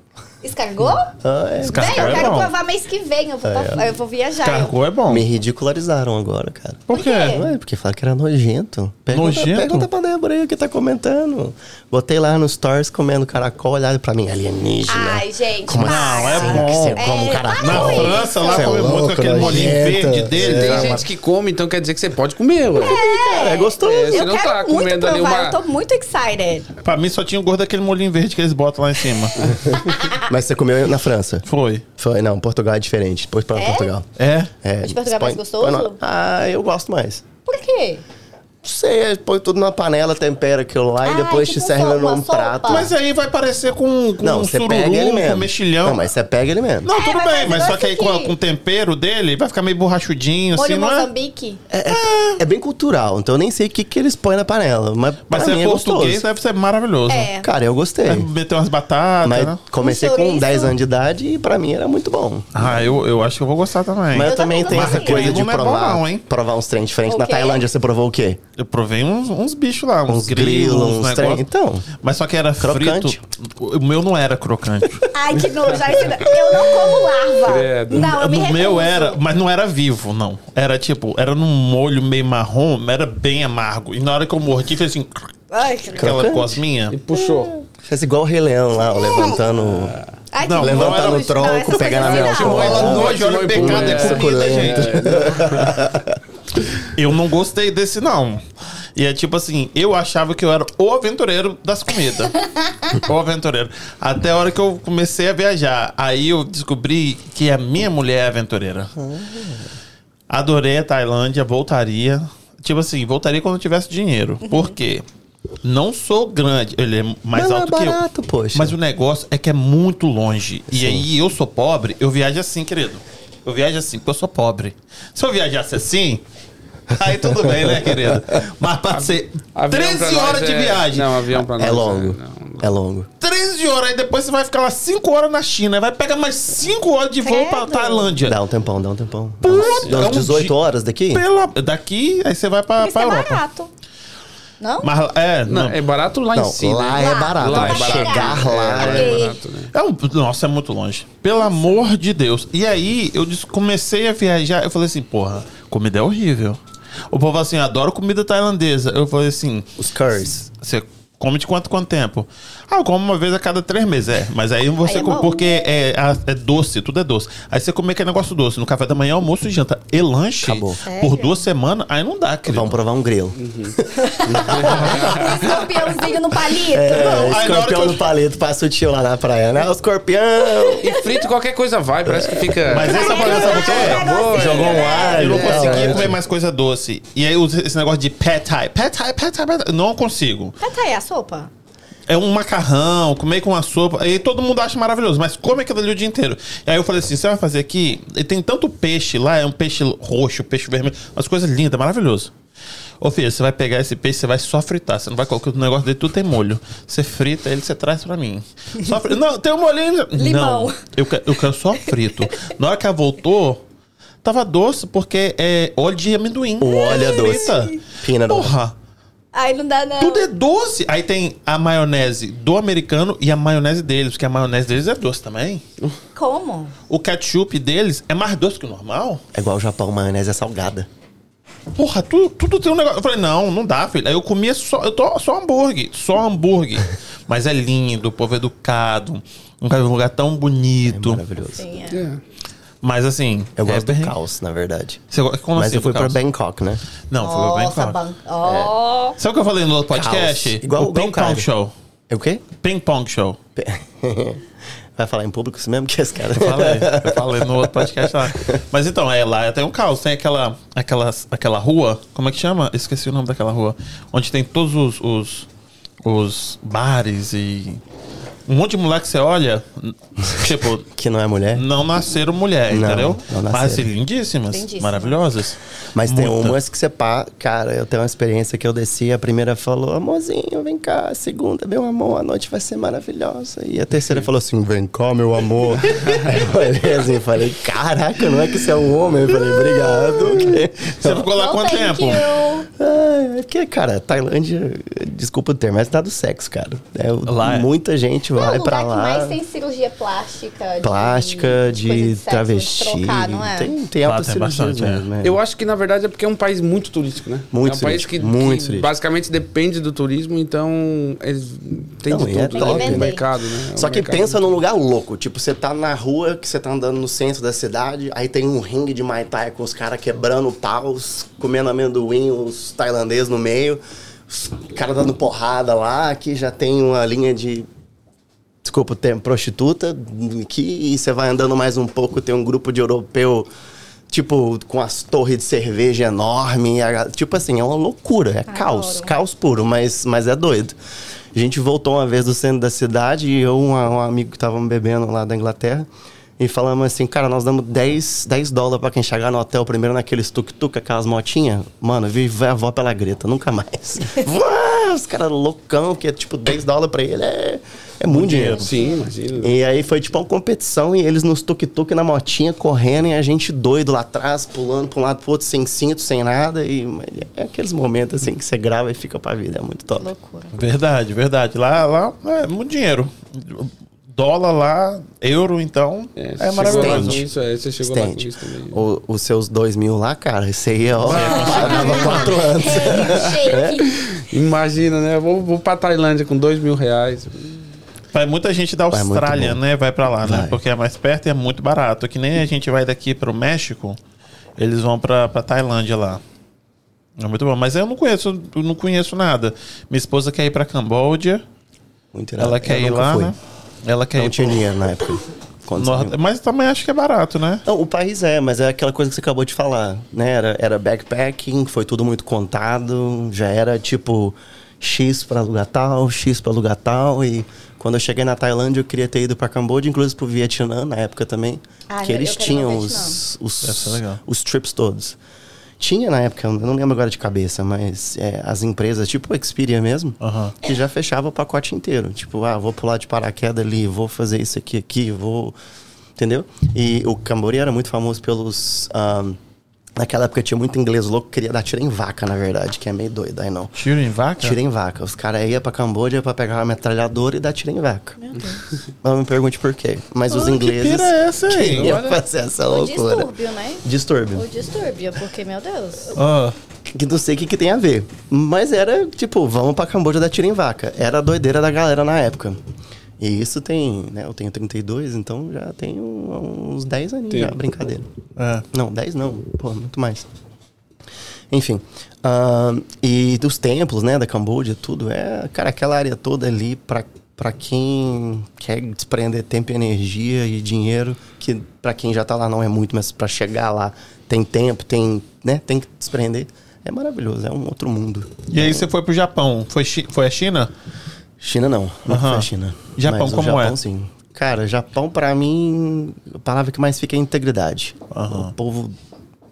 S3: Escargou?
S1: Ah, é.
S2: Escargot
S3: Véi, eu
S2: é
S3: quero
S2: bom.
S3: provar mês que vem. Eu vou, pra- eu vou viajar.
S2: Cargo é bom.
S1: Me ridicularizaram agora, cara.
S2: Por
S3: Por
S2: quê?
S3: quê?
S1: Ué, porque falaram que era nojento. Pergunta,
S2: Nojento?
S1: Pergunta pra Débora aí o que tá comentando. Botei lá no Stories comendo caracol, olharam pra mim,
S2: é
S1: alienígena.
S3: Ai, gente,
S1: Como
S3: para.
S2: né? assim? Não, é
S1: que você
S3: bom.
S1: come
S3: É,
S1: caracol?
S2: Na
S3: Ai,
S2: França, lá
S7: Você é
S2: come muito
S7: louco,
S2: com aquele molinho
S7: nojenta.
S2: verde dele.
S5: Tem
S2: tá, mas-
S5: gente que come, então quer dizer que você pode comer, ué.
S1: Cara, é gostoso.
S5: É, você
S3: Eu
S5: não
S3: quero
S5: tá
S3: muito
S5: comendo
S3: provar,
S5: ali uma-
S3: eu tô muito excited.
S2: Pra mim só tinha o gosto daquele molinho verde que eles botam lá em cima.
S1: Mas você comeu na França?
S2: Foi.
S1: Foi, não, Portugal é diferente. Depois pra
S3: É?
S1: Portugal.
S2: É?
S1: É,
S3: De Portugal é
S1: põe-
S3: mais gostoso?
S1: põe na- Ah, eu gosto mais.
S3: Por quê?
S1: Não sei, põe tudo numa panela, tempera aquilo lá e
S3: Ah,
S1: depois
S3: tipo
S1: te serve
S3: sopa,
S1: num
S3: sopa.
S1: prato.
S2: Mas aí vai parecer com, com
S1: não,
S2: um
S1: você
S2: sururu,
S1: pega ele mesmo.
S2: com mexilhão.
S1: Não, mas você pega ele mesmo.
S2: Não, tudo
S3: É, mas
S2: bem,
S3: parece
S2: mas só
S3: negócio
S2: que aí com, a-
S3: que-
S2: com o tempero dele vai ficar meio borrachudinho,
S3: Molho
S2: assim, não é?
S3: Moçambique?
S2: Ah.
S1: É bem cultural, então eu nem sei o que, que eles põem na panela. Mas,
S2: Mas
S1: pra
S2: se
S1: mim
S2: é
S1: é gostoso.
S2: português, deve ser maravilhoso.
S3: É.
S1: Cara, eu gostei.
S2: Deve meter umas batatas,
S1: Mas
S2: né?
S1: comecei
S3: Um
S1: com
S3: chouriço.
S1: 10 anos de idade e pra mim era muito bom.
S2: Ah, eu, eu acho que eu vou gostar também.
S1: Mas eu,
S3: Eu
S1: também
S3: também
S1: tenho essa
S3: gostei.
S1: coisa de
S2: Grilo não é bom
S1: provar,
S2: não, hein?
S1: provar uns trem diferentes.
S3: O
S1: Na
S3: quê?
S1: Tailândia você provou o quê?
S2: Eu provei uns, uns bichos lá, uns,
S1: Uns
S2: grilos, um
S1: grilos, uns
S2: uns
S1: trem.
S2: negócios.
S1: Então.
S2: Mas só que era
S1: Crocante.
S2: frito. O meu não era crocante.
S3: Ai, que nojo.
S2: (laughs)
S3: Ai, que no- Eu não como larva.
S5: Credo.
S3: Não, eu me
S2: no
S3: recuso.
S2: meu era, mas não era vivo, não. Era tipo, era num molho meio marrom, mas era bem amargo. E na hora que eu mordi, fez assim,
S3: Ai, que nojo.
S2: aquela
S1: Crocante?
S5: E
S2: cosminha.
S5: puxou.
S1: Fez igual o Rei Leão lá, ó, levantando.
S3: Ai,
S2: Não,
S3: que
S2: levantando
S3: nojo.
S1: o tronco,
S3: Não, essas
S1: pegando
S3: coisas
S1: a
S2: Ah,
S3: assim,
S1: minha
S3: não.
S1: mão.
S2: Olha, nojo, olha o
S5: Foi
S2: pecado
S5: bom,
S2: é
S5: é,
S2: comida,
S1: suculento.
S2: gente. Eu não gostei desse, não. E é tipo assim, eu achava que eu era o aventureiro
S1: (laughs)
S2: das comidas. o aventureiro. Até a hora que eu comecei a viajar. Aí eu descobri que a minha mulher é aventureira.
S1: Ah.
S2: Adorei a Tailândia, voltaria. Tipo assim, voltaria quando eu tivesse dinheiro.
S1: Uhum.
S2: Por quê? Não sou grande, ele é mais
S1: Mas não é
S2: alto que eu.
S1: barato, poxa.
S2: Mas o negócio é que é muito longe. E aí eu sou pobre, eu viajo assim, querido. Eu viajo assim, porque eu sou pobre. Se eu viajasse assim, (laughs) aí tudo bem, né, querido? Mas passei
S5: Avião pra
S2: 13
S5: nós
S2: horas de
S5: é-
S2: viagem.
S5: Não, avião pra nós.
S1: É longo.
S5: não.
S1: É longo.
S2: 13 horas, aí depois você vai ficar lá 5 horas na China. aí Vai pegar mais 5 horas de voo pra
S3: Credo.
S2: Tailândia.
S1: Dá um tempão, dá um tempão.
S2: Puta,
S1: Dá
S2: é um
S1: umas 18
S2: dia-
S1: horas daqui?
S2: Pela... Daqui, aí você vai pra,
S3: Mas isso
S2: pra
S3: é
S2: Europa.
S3: barato. Não?
S2: Mas é,
S5: Não,
S2: não.
S5: é barato lá em
S1: Não,
S5: si,
S1: lá
S5: né?
S1: é barato.
S5: Lá
S1: mas
S5: é barato.
S1: chegar lá
S5: É,
S1: é...
S5: é
S3: Ok.
S5: barato, né?
S2: É um, nossa, é muito longe. Pelo amor de Deus. E aí, eu des- comecei a viajar. Eu falei assim, porra, comida é horrível. O povo assim, adoro comida tailandesa. Eu falei assim,
S1: Os curries.
S2: você come de quanto quanto tempo? Ah, eu como uma vez a cada três meses. É, mas aí você.
S3: Aí é
S2: come-
S3: bom.
S2: porque é, a- é doce, tudo é doce. Aí você come aquele negócio doce no café da manhã, almoço e janta. E lanche
S1: Acabou.
S2: por
S3: Sério?
S2: duas semanas, aí não dá, querido.
S1: Vamos provar um grilo.
S3: Um escorpiãozinho no palito.
S1: É,
S2: aí na hora que
S1: escorpião
S2: eu-
S1: no palito, passa o tio lá na praia, né? O escorpião!
S5: E frito qualquer coisa vai, parece que fica.
S2: Mas essa
S3: Ai,
S2: balança
S3: ai,
S2: você-
S3: ai, negocinho,
S1: Jogou um
S3: né?
S1: ar,
S2: Eu não
S1: É,
S2: conseguia
S1: é.
S2: comer mais coisa doce. E aí os- esse negócio de pet thai, pet thai, pet thai, pet thai, não consigo.
S3: Mas tá aí a sopa?
S2: É um macarrão, comer com uma sopa, aí todo mundo acha maravilhoso, mas come aquilo ali o dia inteiro. E aí eu falei assim, você vai fazer aqui? E tem tanto peixe lá, é um peixe roxo, peixe vermelho, umas coisas lindas, maravilhoso. Ô filho, você vai pegar esse peixe, você vai só fritar. Você não vai colocar o negócio dele, tudo tem molho. Você frita ele, você traz pra mim. Só fri- Não, tem um molhinho.
S3: Limão.
S2: Não, eu, que- eu quero só frito. Na hora que ela voltou, tava doce porque é óleo de amendoim.
S1: O óleo é doce.
S2: Frita.
S1: Peanut butter.
S2: Porra.
S3: Ai, não dá não.
S2: Tudo é doce. Aí tem a maionese do americano e a maionese deles, porque a maionese deles é doce também.
S3: Como?
S2: O ketchup deles é mais doce que o normal.
S1: É igual o Japão, maionese é salgada.
S2: Porra, tudo, tudo tem um negócio. Eu falei, não, não dá, filho. Aí eu comia só, eu tô, só hambúrguer,
S1: (laughs)
S2: só hambúrguer. Mas é lindo, o povo é educado. Nunca vi um lugar tão bonito.
S1: Maravilhoso.
S3: Sim, é.
S5: É.
S2: Mas assim.
S1: Eu gosto do
S2: é bem-
S1: caos, na verdade.
S2: Você go- como
S1: Mas
S2: assim,
S1: eu fui
S2: do
S1: pra
S2: caos?
S1: Bangkok, né?
S2: Não, foi pra bem
S3: Nossa,
S2: claro.
S3: ban... Ó.
S2: Sabe o que eu falei no outro podcast?
S1: Igual
S2: É o
S1: o Bom
S2: Ping Pong
S1: Carne.
S2: Show.
S1: É o quê?
S2: Ping Pong Show.
S1: (laughs) Vai falar em público isso mesmo (laughs) que esse cara
S2: Eu falei, eu falei no outro podcast lá. Mas então, é, lá tem um caos. Tem aquela, aquela, aquela rua, como é que chama? Esqueci o nome daquela rua. Onde tem todos os, os, os bares e. Um monte de moleque que você olha, (laughs) tipo,
S1: que não é mulher?
S2: não nasceram mulher,
S1: Não,
S2: entendeu?
S1: não nasceram.
S2: Mas assim, lindíssimas,
S3: Lindíssimas.
S2: maravilhosas.
S1: Mas tem
S2: Muita.
S1: umas que você pá, cara, eu tenho uma experiência que eu desci, a primeira falou, amorzinho, vem cá, a segunda, meu amor, a noite vai ser maravilhosa. E a terceira
S2: Uhum.
S1: falou assim, vem cá, meu amor. (laughs) Aí eu olhei assim e falei, caraca, não é que você é um homem? Eu falei, obrigado.
S2: (laughs) Você ficou lá
S3: Não,
S2: quanto
S3: thank
S2: tempo?
S3: you.
S1: Ah, É porque, cara, Tailândia, desculpa o termo, mas tá do sexo, cara. É, o-
S2: Lá é.
S1: muita gente
S3: Não é
S1: vai
S3: o lugar
S1: pra
S3: que
S1: lá.
S3: mais tem cirurgia plástica. de-
S1: Plástica, de,
S3: coisa sexo,
S1: travesti.
S3: trocar, não é?
S1: Tem, tem
S2: Lá
S1: alta
S2: tem bastante, é.
S1: mesmo, né?
S5: Eu acho que, na verdade, é porque é um país muito turístico, né?
S1: Muito
S5: é um país
S1: turístico,
S5: que,
S1: muito
S5: que
S1: turístico.
S5: basicamente depende do turismo, então eles têm
S1: Não,
S5: de
S1: e é
S5: tudo.
S1: top,
S5: né?
S1: né?
S5: o mercado, né?
S1: Só
S5: O
S1: que
S5: mercado.
S1: pensa num lugar louco. Tipo, você tá na rua, que você tá andando no centro da cidade, aí tem um ringue de Mai Tai com os caras quebrando paus, comendo amendoim, os tailandeses no meio, os caras dando porrada lá, que já tem uma linha de. Desculpa o termo, prostituta, que e você vai andando mais um pouco, tem um grupo de europeu, tipo, com as torres de cerveja enorme. e a- tipo assim, é uma loucura, é caos,
S3: Adoro.
S1: caos puro, mas, mas é doido. A gente voltou uma vez do centro da cidade e eu, um, um amigo que tava bebendo lá da Inglaterra, e falamos assim, cara, nós damos 10, 10 dólares pra quem chegar no hotel primeiro naqueles tuk-tuk, aquelas motinhas. Mano, vi a avó pela greta, nunca mais. Uau, Os caras loucão, que é tipo 10 dólares pra ele, é, é muito dinheiro.
S5: Sim, imagina.
S1: E aí foi tipo uma competição e eles nos tuk-tuk na motinha correndo e a gente doido lá atrás, pulando pra um lado pro outro, sem cinto, sem nada. E é aqueles momentos assim que você grava e fica pra vida, é muito top.
S2: (laughs)
S3: Loucura.
S2: Verdade, verdade. Lá, lá é muito dinheiro. Dólar lá, euro, então. É,
S5: você chegou lá
S2: maravilhoso.
S5: com
S1: Estende.
S5: Isso, é, você chegou lá com
S1: Estende.
S5: isso também. né?
S1: O- os seus dois mil lá, cara, isso aí ó, (laughs) pagava quatro anos.
S3: Shake.
S5: Imagina, né? Eu Vou, vou pra Tailândia com dois mil reais.
S2: Vai muita gente da
S1: Vai, muito
S2: Austrália,
S1: bom.
S2: né? Vai pra lá, né?
S1: Vai.
S2: Porque é mais perto e é muito barato. Que nem a gente vai daqui pro México, eles vão pra, pra Tailândia lá. É muito bom. Mas eu não conheço, eu não conheço nada. Minha esposa quer ir pra Camboja,
S1: Muito irado.
S2: ela quer
S1: Eu
S2: ir
S1: nunca
S2: lá,
S1: fui. É
S2: né? Ela quer
S1: Não
S2: ir
S1: tinha
S2: pro
S1: dinheiro na época. Quando saiu.
S2: Norte. Mas também acho que é barato, né?
S1: Não, o país é, mas é aquela coisa que você acabou de falar, né? Era, era backpacking, foi tudo muito contado, já era tipo X pra lugar tal, X pra lugar tal. E quando eu cheguei na Tailândia, eu queria ter ido pra Camboja, inclusive pro Vietnã na época também.
S3: Ah,
S1: que
S3: eu- eu
S1: eles
S3: quero ir
S1: tinham
S3: ao
S1: os,
S2: Deve ser
S1: os,
S2: legal.
S1: os trips todos. Tinha na época, eu não lembro agora de cabeça, mas é, as empresas, tipo o Xperia mesmo,
S2: Aham.
S1: que já fechava o pacote inteiro. Tipo, ah, vou pular de paraquedas ali, vou fazer isso aqui, aqui, vou. Entendeu? E o Cambori era muito famoso pelos. ahn, naquela época tinha muito inglês louco que queria dar tiro em vaca, na verdade, que é meio doido, aí não.
S2: Tiro em vaca?
S1: Tiro em vaca. Os caras iam pra Camboja pra pegar uma metralhadora e dar tiro em vaca. Meu Deus. Não me pergunte por quê. Mas os
S2: Ah, que
S1: ingleses.
S2: pira é essa
S1: (laughs)
S2: aí?
S1: queriam
S5: Olha.
S1: fazer essa
S3: O
S1: loucura.
S3: distúrbio, né?
S1: Distúrbio.
S3: O distúrbio, porque, meu Deus.
S2: Ah,
S1: Que não sei o que, que tem a ver. Mas era, tipo, vamos pra Camboja dar tiro em vaca. Era a doideira da galera na época. E isso tem, né? Eu tenho 32, então já tenho uns 10 aninhos já, brincadeira.
S2: é.
S1: Não, 10 não, pô, muito mais. Enfim. ahn, e dos templos, né, da Camboja, tudo. É, cara, aquela área toda ali pra, pra quem quer desprender tempo e energia e dinheiro, que pra quem já tá lá não é muito, mas pra chegar lá tem tempo, tem, né, tem que desprender. É maravilhoso, é um outro mundo.
S2: E aí você foi pro Japão. Foi, chi- foi a China?
S1: China não, não
S2: Aham.
S1: foi a China.
S2: Japão,
S1: Mas o
S2: como
S1: Japão,
S2: é?
S1: sim. Cara, Japão pra mim, a palavra que mais fica é integridade.
S2: Aham.
S1: O povo,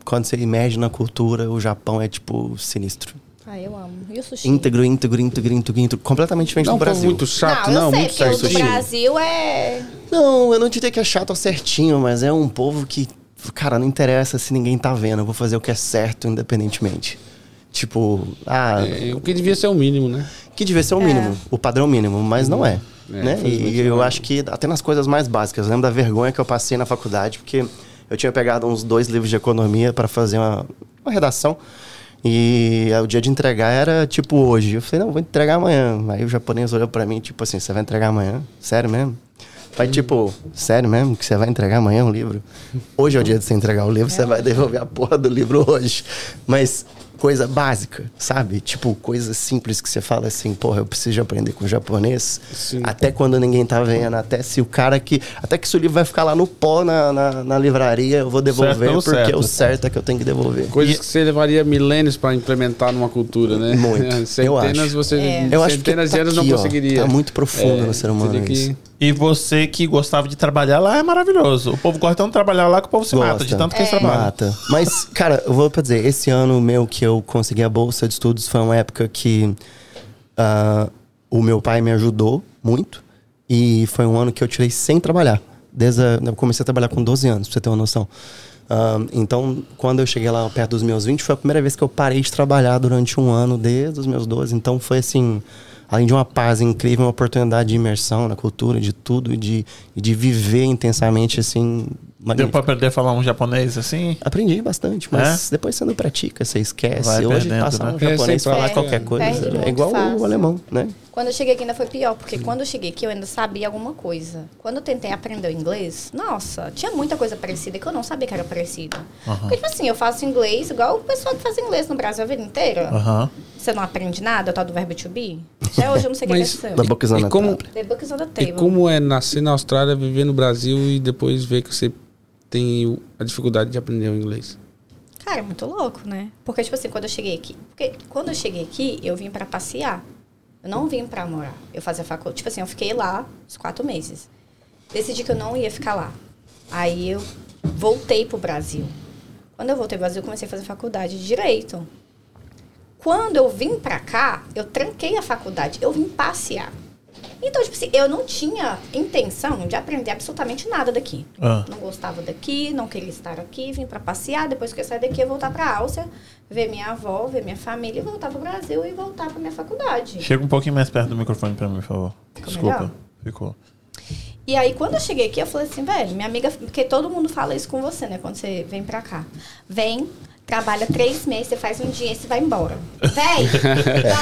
S1: quando você emerge na cultura, o Japão é tipo sinistro.
S3: Ah, eu amo. E o sushi?
S1: Íntegro, íntegro, íntegro, íntegro, íntegro. Completamente diferente
S5: Não, um
S1: do
S5: povo
S1: Brasil.
S5: muito chato,
S3: não, eu
S5: não,
S3: sei,
S5: muito
S3: porque o
S5: chato. assim.
S3: do
S5: Sim.
S3: Brasil é...
S1: Não, eu não diria que é chato ou certinho, mas é um povo que, cara, não interessa se ninguém tá vendo. Eu vou fazer o que é certo, independentemente. Tipo, ah,
S5: É, o que devia ser o mínimo, né?
S1: Que devia ser o mínimo, o padrão mínimo, mas não é.
S5: É,
S1: né?
S5: infelizmente
S1: E eu
S5: não é.
S1: acho que até nas coisas mais básicas. Eu lembro da vergonha que eu passei na faculdade, porque eu tinha pegado uns dois livros de economia para fazer uma, uma redação. E aí o dia de entregar era tipo hoje. Eu falei, não, vou entregar amanhã. Aí o japonês olhou para mim, tipo assim, você vai entregar amanhã? Sério mesmo? Vai tipo, sério mesmo que você vai entregar amanhã um livro? Hoje é o dia de você entregar o livro, você vai devolver a porra do livro hoje. Mas coisa básica, sabe? Tipo, coisa simples que você fala assim, porra, eu preciso aprender com japonês. Até quando ninguém tá vendo, até se o cara que. Até que se o livro vai ficar lá no pó na, na, na livraria, eu vou devolver,
S2: pelo
S1: porque
S2: certo.
S1: o certo é que eu tenho que devolver.
S5: Coisas que você levaria milênios pra implementar numa cultura, né?
S1: Muito. Eu
S5: Centenas
S1: acho.
S5: você.
S3: É.
S1: Eu acho que tá
S5: centenas de anos não
S1: aqui, ó.
S5: conseguiria. É,
S1: Tá muito profundo no ser humano
S5: teria
S1: isso.
S2: E você que gostava de trabalhar lá é maravilhoso. O povo gosta tanto de trabalhar lá que o povo se mata de tanto que
S3: É.
S2: eles trabalham.
S1: Mata. Mas, cara, eu vou pra dizer, esse ano meu que eu consegui a bolsa de estudos foi uma época que ah, o meu pai me ajudou muito. E foi um ano que eu tirei sem trabalhar. Desde a- eu comecei a trabalhar com 12 anos, pra você ter uma noção. Ah, então, quando eu cheguei lá perto dos meus 20, foi a primeira vez que eu parei de trabalhar durante um ano, desde os meus 12. Então, foi assim, além de uma paz incrível, uma oportunidade de imersão na cultura, de tudo, e de, e de viver intensamente, assim,
S2: Deu
S1: magnífico.
S2: pra aprender a falar um japonês assim?
S1: Aprendi bastante, mas depois você não pratica, você esquece.
S2: É? Vai
S1: Hoje
S2: perdendo,
S1: passar
S2: né?
S1: um
S5: É,
S1: japonês
S5: sem
S1: falar
S5: prática.
S1: qualquer coisa
S3: Perde muito
S1: é igual
S3: fácil.
S1: o alemão, né?
S3: Quando eu cheguei aqui ainda foi pior, porque quando eu cheguei aqui eu ainda sabia alguma coisa. Quando eu tentei aprender o inglês, nossa, tinha muita coisa parecida que eu não sabia que era parecida. Porque, tipo assim, eu faço inglês igual o pessoal que faz inglês no Brasil a vida inteira.
S5: Ah.
S2: Aham.
S3: Você não aprende nada, o tal do verbo to be? Até hoje eu não sei o que
S5: Mas-
S3: aconteceu.
S1: Da boca
S5: E como,
S3: The book is on the table.
S5: e como é nascer na Austrália, viver no Brasil e depois ver que você tem o- a dificuldade de aprender o inglês?
S3: Cara, é muito louco, né? Porque, tipo assim, quando eu cheguei aqui. Porque quando eu cheguei aqui, eu vim pra passear. Eu não vim pra morar. Eu fazia faculdade. Tipo assim, eu fiquei lá uns quatro meses. Decidi que eu não ia ficar lá. Aí eu voltei pro Brasil. Quando eu voltei pro Brasil, eu comecei a fazer faculdade de Direito. Quando eu vim pra cá, eu tranquei a faculdade. Eu vim passear. Então, tipo assim, eu não tinha intenção de aprender absolutamente nada daqui.
S2: Ah.
S3: Não gostava daqui, não queria estar aqui, vim para passear, depois que eu sair daqui eu voltar para Áustria, ver minha avó, ver minha família, e voltar para o Brasil e voltar para minha faculdade.
S2: Chega um pouquinho mais perto do microfone pra mim, por favor. Desculpa.
S3: melhor?
S2: Ficou.
S3: E aí, quando eu cheguei aqui, eu falei assim, velho, minha amiga... Porque todo mundo fala isso com você, né? Quando você vem pra cá. Vem, trabalha três meses, você faz um dia e você vai embora. Véi,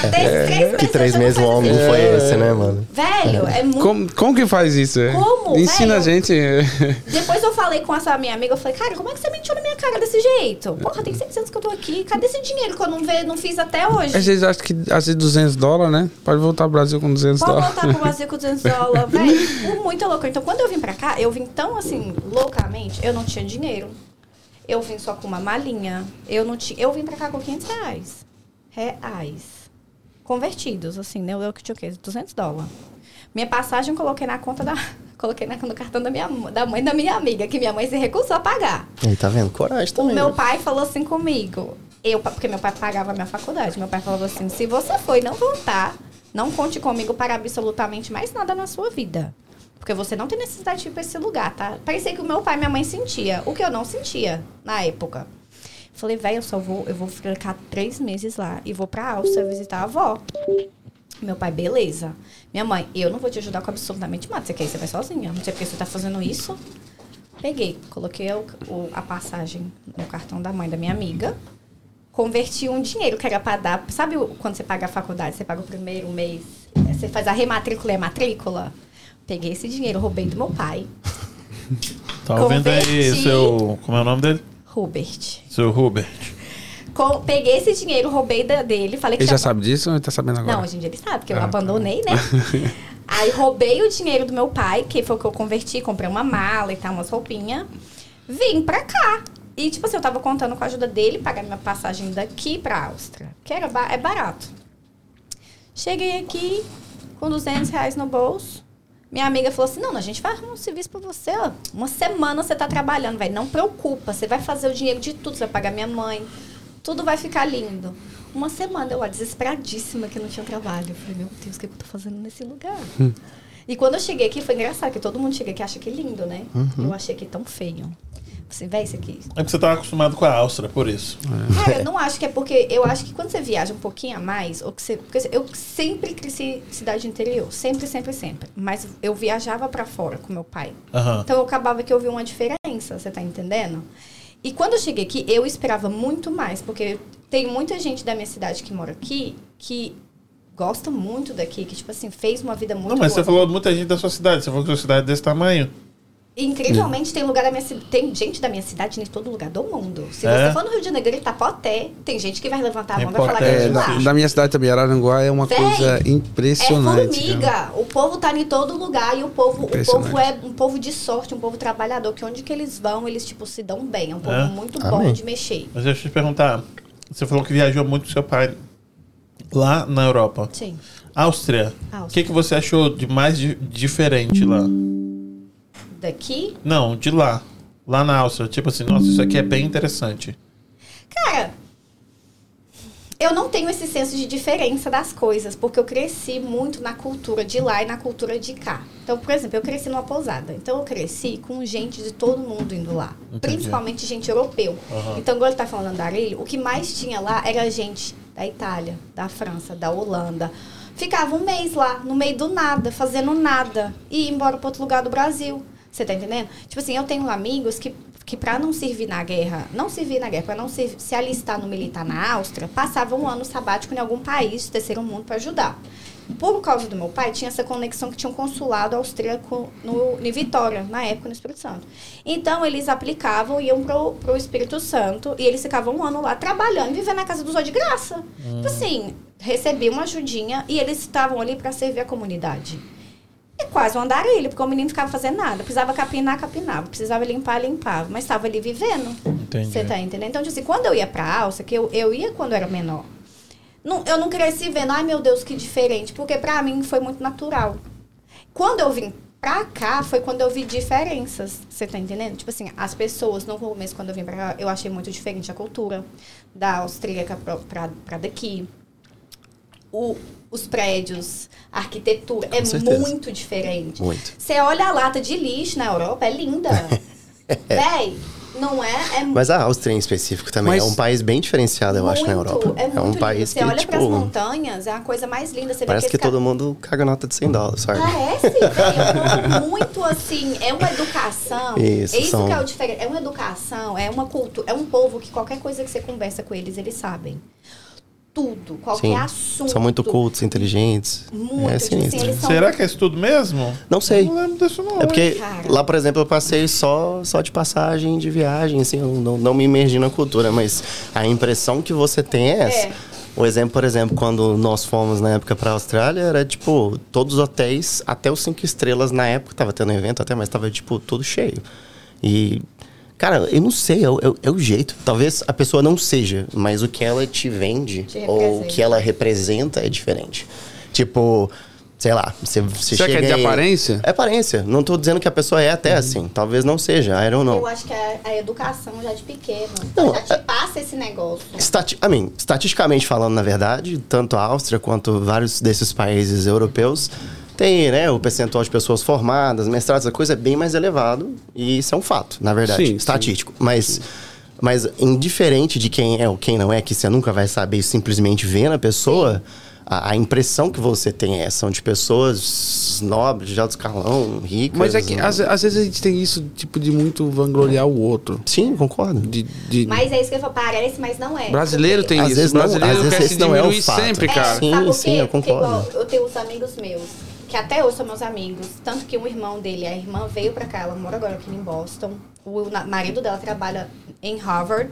S3: até esses três meses...
S1: Que três
S3: eu já não
S1: meses
S3: faz
S1: longo
S3: isso.
S1: foi esse, né, mano?
S3: Velho, é muito...
S5: Como, como que faz isso? é?
S3: Como,
S5: Ensina a
S3: velho?
S5: gente. (laughs) é.
S3: Depois eu falei com essa minha amiga, eu falei, cara, como é que você mentiu na minha cara desse jeito? Porra, tem seis anos que eu tô aqui. Cadê esse dinheiro que eu não, ve- não fiz até hoje?
S5: Às vezes acho que às vezes 200 dólares, né? Pode voltar ao Brasil com 200
S3: Pode
S5: dólares.
S3: voltar pro Brasil com 200 dólares, velho. Muito louco. Então, quando eu vim pra cá, eu vim tão assim, loucamente, eu não tinha dinheiro. Eu vim só com uma malinha. Eu não tinha. Eu vim pra cá com 500 reais. Reais. Convertidos, assim, né? Eu que tinha o quê? 200 dólares. Minha passagem eu coloquei na conta da. (laughs) Coloquei na, no cartão da, minha, da mãe da minha amiga, que minha mãe se recusou a pagar.
S1: Aí, tá vendo? Coragem
S3: O
S1: também.
S3: meu
S1: né?
S3: pai falou assim comigo. Eu, porque meu pai pagava a minha faculdade. Meu pai falou assim: se você for e não voltar, não conte comigo para absolutamente mais nada na sua vida. Porque você não tem necessidade de ir pra esse lugar, tá? Parecia que o meu pai e minha mãe sentia, o que eu não sentia na época. Falei, velho, eu só vou, eu vou ficar três meses lá e vou pra Áustria visitar a avó. Meu pai, beleza. Minha mãe, eu não vou te ajudar com absolutamente nada. Você quer ir, você vai sozinha. Não sei porque você tá fazendo isso. Peguei, coloquei o- o- a passagem no cartão da mãe da minha amiga. Converti um dinheiro que era pra dar. Sabe o- quando você paga a faculdade, você paga o primeiro mês, eh, você faz a rematrícula e a matrícula? Peguei esse dinheiro, roubei do meu pai,
S2: Tá ouvindo aí
S3: Converti.
S2: seu. Como é o nome dele?
S3: Hubert.
S2: Seu Hubert.
S3: Co- peguei esse dinheiro, roubei da- dele, falei que
S5: Ele já
S3: tinha-
S5: sabe disso ou ele tá sabendo agora?
S3: Não, hoje em dia ele sabe, que eu
S5: Ah, tá.
S3: abandonei,
S5: (laughs)
S3: né? Aí roubei o dinheiro do meu pai, que foi o que eu converti, comprei uma mala e tal, umas roupinhas. Vim pra cá. E, tipo assim, eu tava contando com a ajuda dele pagar minha passagem daqui pra Áustria, que era ba- é barato. Cheguei aqui com 200 reais no bolso. Minha amiga falou assim: não, a gente vai arrumar um serviço pra você, ó. Uma semana você tá trabalhando, velho. Não preocupa, você vai fazer o dinheiro de tudo, você vai pagar minha mãe. Tudo vai ficar lindo. Uma semana eu lá, desesperadíssima, que eu não tinha trabalho. Eu falei, meu Deus, o que, que eu tô fazendo nesse lugar? E quando eu cheguei aqui, foi engraçado, que todo mundo chega aqui e acha que é lindo, né? Eu achei que tão feio. Assim, véi, isso aqui.
S2: É porque você tava acostumado com a Áustria, por isso.
S3: Cara, eu não acho que é porque. Eu acho que quando você viaja um pouquinho a mais, ou que você. Porque eu sempre cresci em cidade interior. Sempre, sempre, sempre. Mas eu viajava pra fora com meu pai.
S2: Aham.
S3: Então eu acabava que eu vi uma diferença, você tá entendendo? E quando eu cheguei aqui, eu esperava muito mais, porque tem muita gente da minha cidade que mora aqui que gosta muito daqui, que tipo assim, fez uma vida muito
S2: Não, mas você
S3: boa.
S2: falou de muita gente da sua cidade. Você falou que sua cidade é desse tamanho.
S3: Incrivelmente, tem lugar da minha ci- tem gente da minha cidade em todo lugar do mundo. Se
S2: É?
S3: você for no Rio de Janeiro e Itapoté, tem gente que vai levantar a mão e vai falar que
S2: Importante.
S3: é
S5: É,
S3: de lá.
S5: na, na minha cidade também, Araranguá, é uma
S3: Véi,
S5: coisa
S3: É
S5: impressionante. cara.
S3: formiga. O povo tá em todo lugar e o povo, o
S5: Impressionante.
S3: povo é um povo de sorte, um povo trabalhador, que onde que eles vão, eles tipo se dão bem. É um povo
S2: É?
S3: muito
S1: Amém.
S3: bom de mexer.
S2: Mas deixa eu te perguntar. Você falou que viajou muito com seu pai lá na Europa.
S3: Sim.
S2: Áustria.
S3: Áustria.
S2: O que, que você achou de mais di- diferente lá?
S3: Daqui,
S2: Não, de lá. Lá na Áustria. Tipo assim, nossa, isso aqui é bem interessante.
S3: cara, eu não tenho esse senso de diferença das coisas, porque eu cresci muito na cultura de lá e na cultura de cá. Então, por exemplo, eu cresci numa pousada. Então, eu cresci com gente de todo mundo indo lá.
S2: Entendi.
S3: Principalmente gente europeu. Então, agora ele tá falando andarilho, o que mais tinha lá era gente da Itália, da França, da Holanda. Ficava um mês lá, no meio do nada, fazendo nada. E ia embora para outro lugar do Brasil. Você tá entendendo? Tipo assim, eu tenho amigos que, que para não servir na guerra, não servir na guerra, para não se, se alistar no militar na Áustria, passavam um ano sabático em algum país do terceiro mundo para ajudar. Por causa do meu pai, tinha essa conexão que tinha um consulado austríaco no, em Vitória, na época, no Espírito Santo. Então, eles aplicavam, iam pro, pro Espírito Santo e eles ficavam um ano lá trabalhando, vivendo na casa dos outros de graça. Tipo assim, recebiam uma ajudinha e eles estavam ali para servir a comunidade. É quase um andarilho, porque o menino ficava fazendo nada. Precisava capinar, capinava. Precisava limpar, limpava. Mas estava ali vivendo.
S2: Entendi.
S3: Você tá entendendo? Então, tipo assim, quando eu ia pra Alça, que eu, eu ia quando eu era menor, não, eu não cresci vendo, ai meu Deus, que diferente. Porque pra mim foi muito natural. Quando eu vim pra cá, foi quando eu vi diferenças. Você tá entendendo? Tipo assim, as pessoas, no começo, quando eu vim pra cá, eu achei muito diferente a cultura da austríaca pra, pra, pra daqui. O, os prédios, a arquitetura é
S1: certeza.
S3: muito diferente.
S1: Muito.
S3: Você olha a lata de lixo na Europa, é linda. Véi, não é? É
S1: Mas a Áustria em específico também
S5: Mas-
S1: é um país bem diferenciado, eu acho, na
S3: muito,
S1: Europa.
S3: É, muito
S1: um
S3: lindo.
S1: país
S3: Você
S1: que,
S3: olha pras
S1: tipo,
S3: montanhas, é a coisa mais linda. Você
S1: parece
S3: vê
S1: que
S3: aqueles É,
S1: todo mundo caga nota de 100 dólares, sabe?
S3: Parece, velho. É (laughs) muito assim, é uma educação.
S1: Isso,
S3: é isso
S1: são-
S3: que é o diferente. É uma educação, é uma cultura, é um povo que qualquer coisa que você conversa com eles, eles sabem. Tudo, qualquer
S1: Sim.
S3: assunto.
S1: São muito cultos, inteligentes.
S3: Muito,
S1: é
S3: tipo assim,
S1: sinistro.
S3: eles são-
S2: Será que é isso tudo mesmo?
S1: Não
S2: Eu
S1: sei.
S2: não lembro disso, não.
S1: É porque
S3: Cara.
S1: lá, por exemplo, eu passei só, só de passagem, de viagem, assim, eu não, não me imergi na cultura, mas a impressão que você tem é essa.
S3: É.
S1: O exemplo, por exemplo, quando nós fomos na época pra Austrália, era tipo, todos os hotéis, até os cinco estrelas na época, tava tendo evento até, mas tava tipo, tudo cheio. E, cara, eu não sei, é, o- é o- é o jeito. Talvez a pessoa não seja, mas o que ela te vende,
S3: Te
S1: ou o
S3: representa.
S1: que ela representa é diferente. Tipo, sei lá, você, você
S5: Será que é
S1: chega
S5: de
S1: em-
S5: aparência?
S1: é aparência. Não tô dizendo que a pessoa é
S5: Uhum.
S1: até assim. Talvez não seja. I don't know.
S3: Eu acho que a, a educação já de pequeno
S1: Não, é
S3: já te passa esse negócio.
S1: Estati I mean, estatisticamente falando, na verdade, tanto a Áustria quanto vários desses países europeus tem, né, o percentual de pessoas formadas, mestrados, essa coisa é bem mais elevado e isso é um fato, na verdade,
S5: Sim, sim.
S1: estatístico. Mas, mas indiferente de quem é ou quem não é, que você nunca vai saber simplesmente vendo a pessoa, a, a impressão que você tem é são de pessoas nobres, de alto escalão, ricas.
S5: Mas é que
S1: né?
S5: às, às vezes a gente tem isso, tipo, de muito vangloriar o outro.
S1: sim, concordo.
S5: De, de-
S3: Mas é isso que eu falo, parece, mas não é.
S5: Brasileiro tem
S1: Às
S5: isso.
S1: vezes não-
S5: brasileiro
S1: às vezes
S5: quer
S1: esse
S5: se
S1: não é o
S5: diminuir
S1: fato.
S5: sempre,
S1: É,
S5: cara.
S1: sim.
S3: sabe por quê?
S1: eu
S3: Porque, igual,
S1: concordo.
S3: eu tenho uns amigos meus, que até hoje são meus amigos. Tanto que o irmão dele, a irmã veio pra cá, ela mora agora aqui em Boston. O na- marido dela trabalha em Harvard.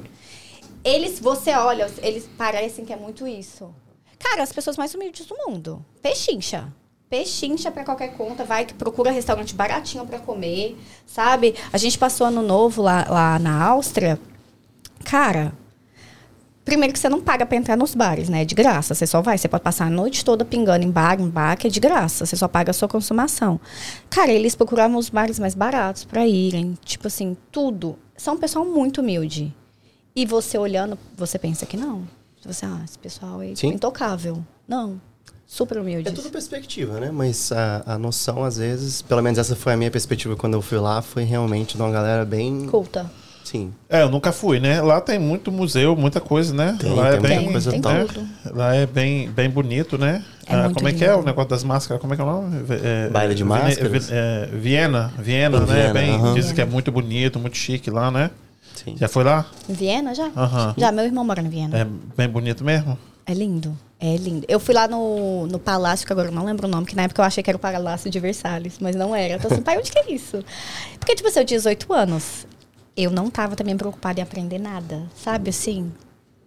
S3: Eles, você olha, eles parecem que é muito isso. Cara, as pessoas mais humildes do mundo. Pechincha. Pechincha pra qualquer conta, vai que procura restaurante baratinho pra comer, sabe? A gente passou ano novo lá, lá na Áustria. Cara, Primeiro que você não paga pra entrar nos bares, né? É de graça. Você só vai. Você pode passar a noite toda pingando em bar, em bar, que é de graça. Você só paga a sua consumação. Cara, eles procuravam os bares mais baratos pra irem. Tipo assim, tudo. São um pessoal muito humilde. E você olhando, você pensa que não. Você, ah, esse pessoal é
S1: Sim.
S3: intocável. Não. Super humilde.
S1: É tudo perspectiva, né? Mas a, a noção, às vezes, pelo menos essa foi a minha perspectiva quando eu fui lá, foi realmente de uma galera bem.
S3: Culta.
S1: Sim.
S2: É, eu nunca fui, né? Lá tem muito museu, muita coisa, né?
S1: Tem,
S2: lá
S1: tem
S2: é bem,
S1: muita coisa
S2: né?
S1: top.
S2: Lá é bem, bem bonito, né?
S3: É
S2: Ah,
S3: muito
S2: como é que é
S3: lindo.
S2: o negócio das máscaras? Como é que é o nome? V- É,
S1: Baile de
S2: Vene-
S1: máscaras?
S2: Vi- é, Viena, Viena,
S1: Em
S2: né?
S1: Viena,
S2: bem,
S1: aham.
S2: Dizem que é muito bonito, muito chique lá, né?
S1: Sim.
S2: Já foi lá?
S3: Em Viena já?
S2: Aham.
S3: Já, meu irmão mora em Viena.
S2: É bem bonito mesmo?
S3: É, lindo. É lindo. Eu fui lá no, no palácio, que agora eu não lembro o nome, que na época eu achei que era o Palácio de Versalhes, mas não era. Eu tô assim, pai, onde que é isso? Porque, tipo assim, eu tinha 18 anos. Eu não tava também preocupada em aprender nada, sabe? Assim,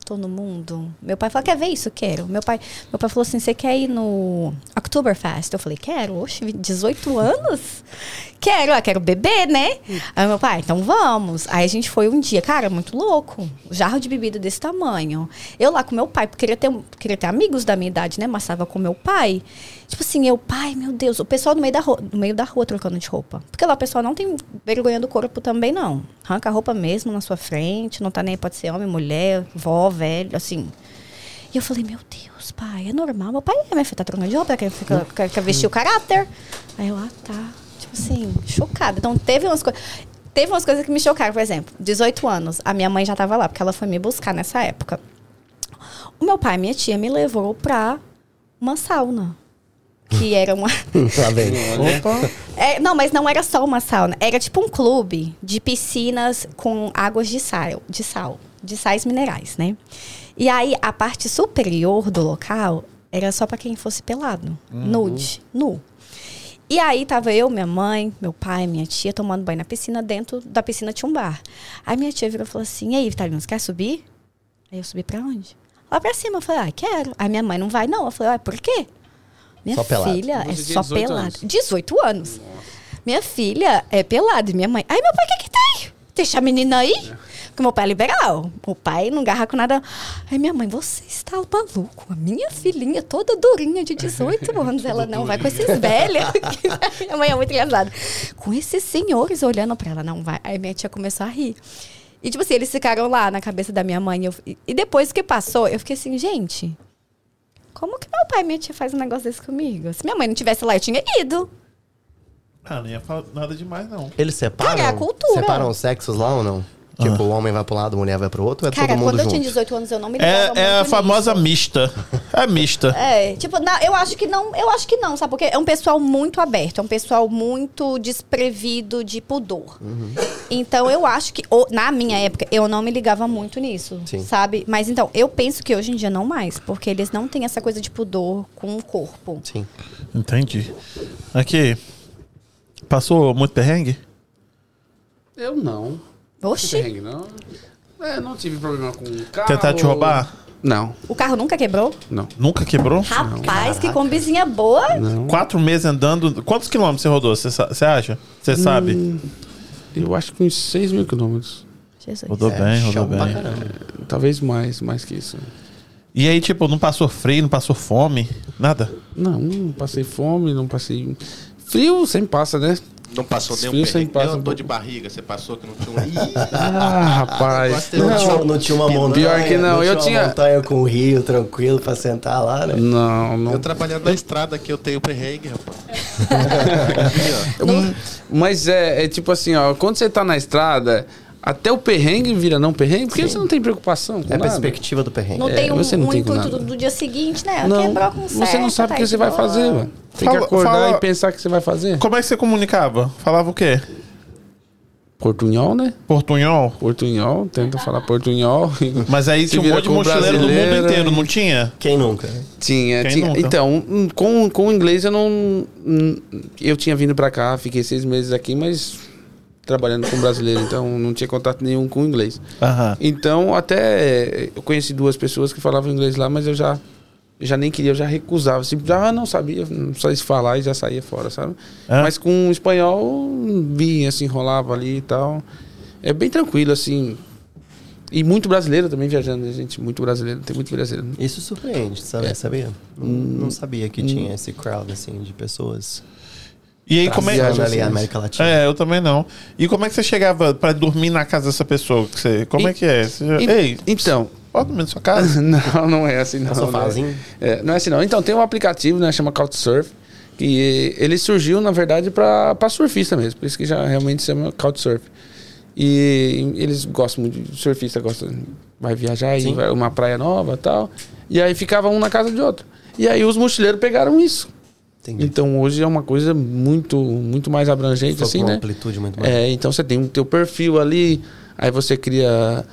S3: tô no mundo. Meu pai falou, quer ver isso? Quero. Meu pai, meu pai falou assim, você quer ir no Oktoberfest? Eu falei, quero. Oxe, 18 anos? Quero. Ah, quero beber, né? Aí meu pai, então vamos. Aí a gente foi um dia. Cara, muito louco. Um Jarro de bebida desse tamanho. Eu lá com meu pai, porque queria ter, queria ter amigos da minha idade, né? Mas tava com meu pai. Tipo assim, eu, pai, meu Deus. O pessoal no meio da, ro- no meio da rua trocando de roupa. Porque lá o pessoal não tem vergonha do corpo também, não. Arranca a roupa mesmo na sua frente. Não tá nem aí, pode ser homem, mulher, vó, velho, assim. E eu falei, meu Deus, pai, é normal. Meu pai é, minha filha tá trocando de roupa, quer, fica- quer, quer vestir o caráter. Aí eu, ah, tá. Tipo assim, chocada. Então teve umas coisas. Teve umas coisas que me chocaram, por exemplo, 18 anos, a minha mãe já tava lá, porque ela foi me buscar nessa época. O meu pai e minha tia me levou pra uma sauna. Que era uma.
S1: Lá vem. Opa.
S3: É, não, mas não era só uma sauna. Era tipo um clube de piscinas com águas de sal, de sal, de sais minerais, né? E aí a parte superior do local era só pra quem fosse pelado,
S1: Uhum.
S3: nude, nu. E aí tava eu, minha mãe, meu pai, minha tia tomando banho na piscina, dentro da piscina tinha um bar. Aí minha tia virou e falou assim: "E aí, Vitalino, você quer subir?" Aí eu subi pra onde? Lá pra cima, eu falei: "Ah, quero". Aí minha mãe não vai não. Eu falei: "Ah, por quê?" Minha
S1: Só pelado.
S3: filha é
S5: Você
S3: só
S5: tinha 18
S3: pelada.
S5: anos.
S3: 18 anos. Minha filha é pelada. E minha mãe. Ai, meu pai, o que, que tem? Deixa a menina aí. Porque meu pai é liberal. O pai não garra com nada. Ai, minha mãe, você está maluco. A minha filhinha toda durinha de 18 anos. Ela não vai com esses velhos. minha mãe é muito engraçada. Com esses senhores olhando pra ela, não vai. Aí minha tia começou a rir. E, tipo assim, eles ficaram lá na cabeça da minha mãe. Eu- e- e depois que passou, eu fiquei assim, gente, como que meu pai e minha tia faz um negócio desse comigo? Se minha mãe não tivesse lá, eu tinha ido.
S2: Ah, não ia falar nada demais, não.
S1: Eles separam?
S3: Cara, é a cultura. Ah.
S1: Separam os sexos lá ou não? Tipo, o homem vai pra um lado, a mulher vai pro outro, é
S3: Cara,
S1: todo mundo
S3: quando eu
S1: junto.
S3: tinha 18 anos, eu não me ligava
S2: É, é a
S3: muito
S2: famosa
S3: nisso.
S2: mista. É mista.
S3: É, tipo, na- eu acho que não, eu acho que não, sabe? Porque é um pessoal muito aberto, é um pessoal muito desprevido de pudor. Então eu acho que, ou- na minha época, eu não me ligava muito nisso,
S1: Sim.
S3: sabe? Mas então, eu penso que hoje em dia não mais, porque eles não têm essa coisa de pudor com o corpo.
S1: Sim.
S2: Entendi. Aqui. Passou muito perrengue?
S5: Eu não.
S3: Oxi,
S5: Perrengue, não. É, não tive problema com um carro.
S2: Tentar te roubar?
S5: Não,
S3: o carro nunca quebrou?
S5: não.
S2: Nunca quebrou?
S3: Rapaz, que combizinha boa!
S2: Quatro meses andando. Quantos quilômetros você rodou? Você sa- você acha? Você sabe?
S5: Eu acho que uns 6 mil quilômetros.
S3: Jesus.
S2: Rodou bem, rodou
S1: é, chão pra
S2: bem.
S1: caramba.
S5: Talvez mais, mais que isso.
S2: E aí, tipo, não passou frio, não passou fome, nada?
S5: Não, não passei fome, não passei. Frio sempre passa, né?
S4: Não passou
S5: Esse
S4: nenhum
S5: frio sempre
S4: perrengue.
S5: passa
S4: Eu
S5: um
S4: tô
S5: pouco.
S4: de barriga, você passou que não tinha (laughs) um... Ih,
S1: (laughs)
S5: Ah, rapaz.
S4: Gosta
S1: Não,
S4: Não,
S1: tinha, um não tinha
S3: um
S1: uma montanha.
S5: pior que não, eu
S1: Uma
S5: tinha-
S1: montanha com o rio tranquilo pra sentar lá, né?
S5: Não, não.
S4: Eu trabalhando na estrada aqui, eu tenho perrengue, rapaz.
S5: Hum, Mas é, é tipo assim, ó, quando você tá na estrada, até o perrengue vira não perrengue, porque você não tem preocupação com
S1: É a
S5: nada.
S1: perspectiva do perrengue.
S3: Não tem um,
S5: É, você não
S3: um
S5: tem com
S3: intuito
S5: nada.
S3: do, do dia seguinte, né?
S5: Não,
S3: Quebrou com
S5: você não
S3: tá
S5: sabe o que você vai fazer, mano. Tem
S2: Fala-
S5: que acordar
S2: fala-
S5: e pensar o que você vai fazer.
S2: Como é que você comunicava? Falava o quê?
S5: Portunhol, né?
S2: Portunhol?
S5: Portunhol, tenta falar (laughs) portunhol.
S2: Mas aí
S5: Se
S2: tinha um
S5: vira
S2: monte de
S5: com o
S2: mochileiro do mundo
S5: brasileiro.
S2: inteiro, não tinha?
S1: Quem nunca?
S5: Tinha,
S2: Quem
S5: tinha.
S2: nunca?
S5: Então, hum, com, com o inglês eu não. hum, Eu tinha vindo pra cá, fiquei seis meses aqui, mas trabalhando com brasileiro, então não tinha contato nenhum com o inglês.
S2: Aham.
S5: Então, até eh, eu conheci duas pessoas que falavam inglês lá, mas eu já, já nem queria, eu já recusava. Assim, já não sabia, não sabia se falar e já saía fora, sabe?
S2: Ah.
S5: Mas com o espanhol, vinha, se enrolava ali e tal. É bem tranquilo, assim. E muito brasileiro também viajando, né, gente? Muito brasileiro, tem muito brasileiro. né?
S1: Isso surpreende, sabe? Sabia? Não, não sabia que tinha esse crowd, assim, de pessoas.
S2: E aí, como é
S1: Viajando
S5: assim,
S1: Tá ali a América Latina.
S2: É, eu também não. E como é que você chegava pra dormir na casa dessa pessoa? Que você- como é que é? Você já-
S5: E-
S2: Ei,
S5: então,
S2: pode dormir na sua casa?
S5: (laughs) não, não é assim, não.
S1: Um sofazinho.
S5: Não é, É, não é assim, não. Então, tem um aplicativo, né? Chama Couchsurf. Que ele surgiu, na verdade, para surfista mesmo. Por isso que já realmente chama Couchsurf. E eles gostam muito de surfista, gosta vai viajar e vai uma praia nova e tal. E aí ficava um na casa de outro. E aí os mochileiros pegaram isso.
S1: Entendi.
S5: Então hoje é uma coisa muito, muito mais abrangente,
S1: Ficou
S5: assim,
S1: com uma
S5: né?
S1: amplitude muito maior.
S5: É, então você tem o teu perfil ali, aí você cria.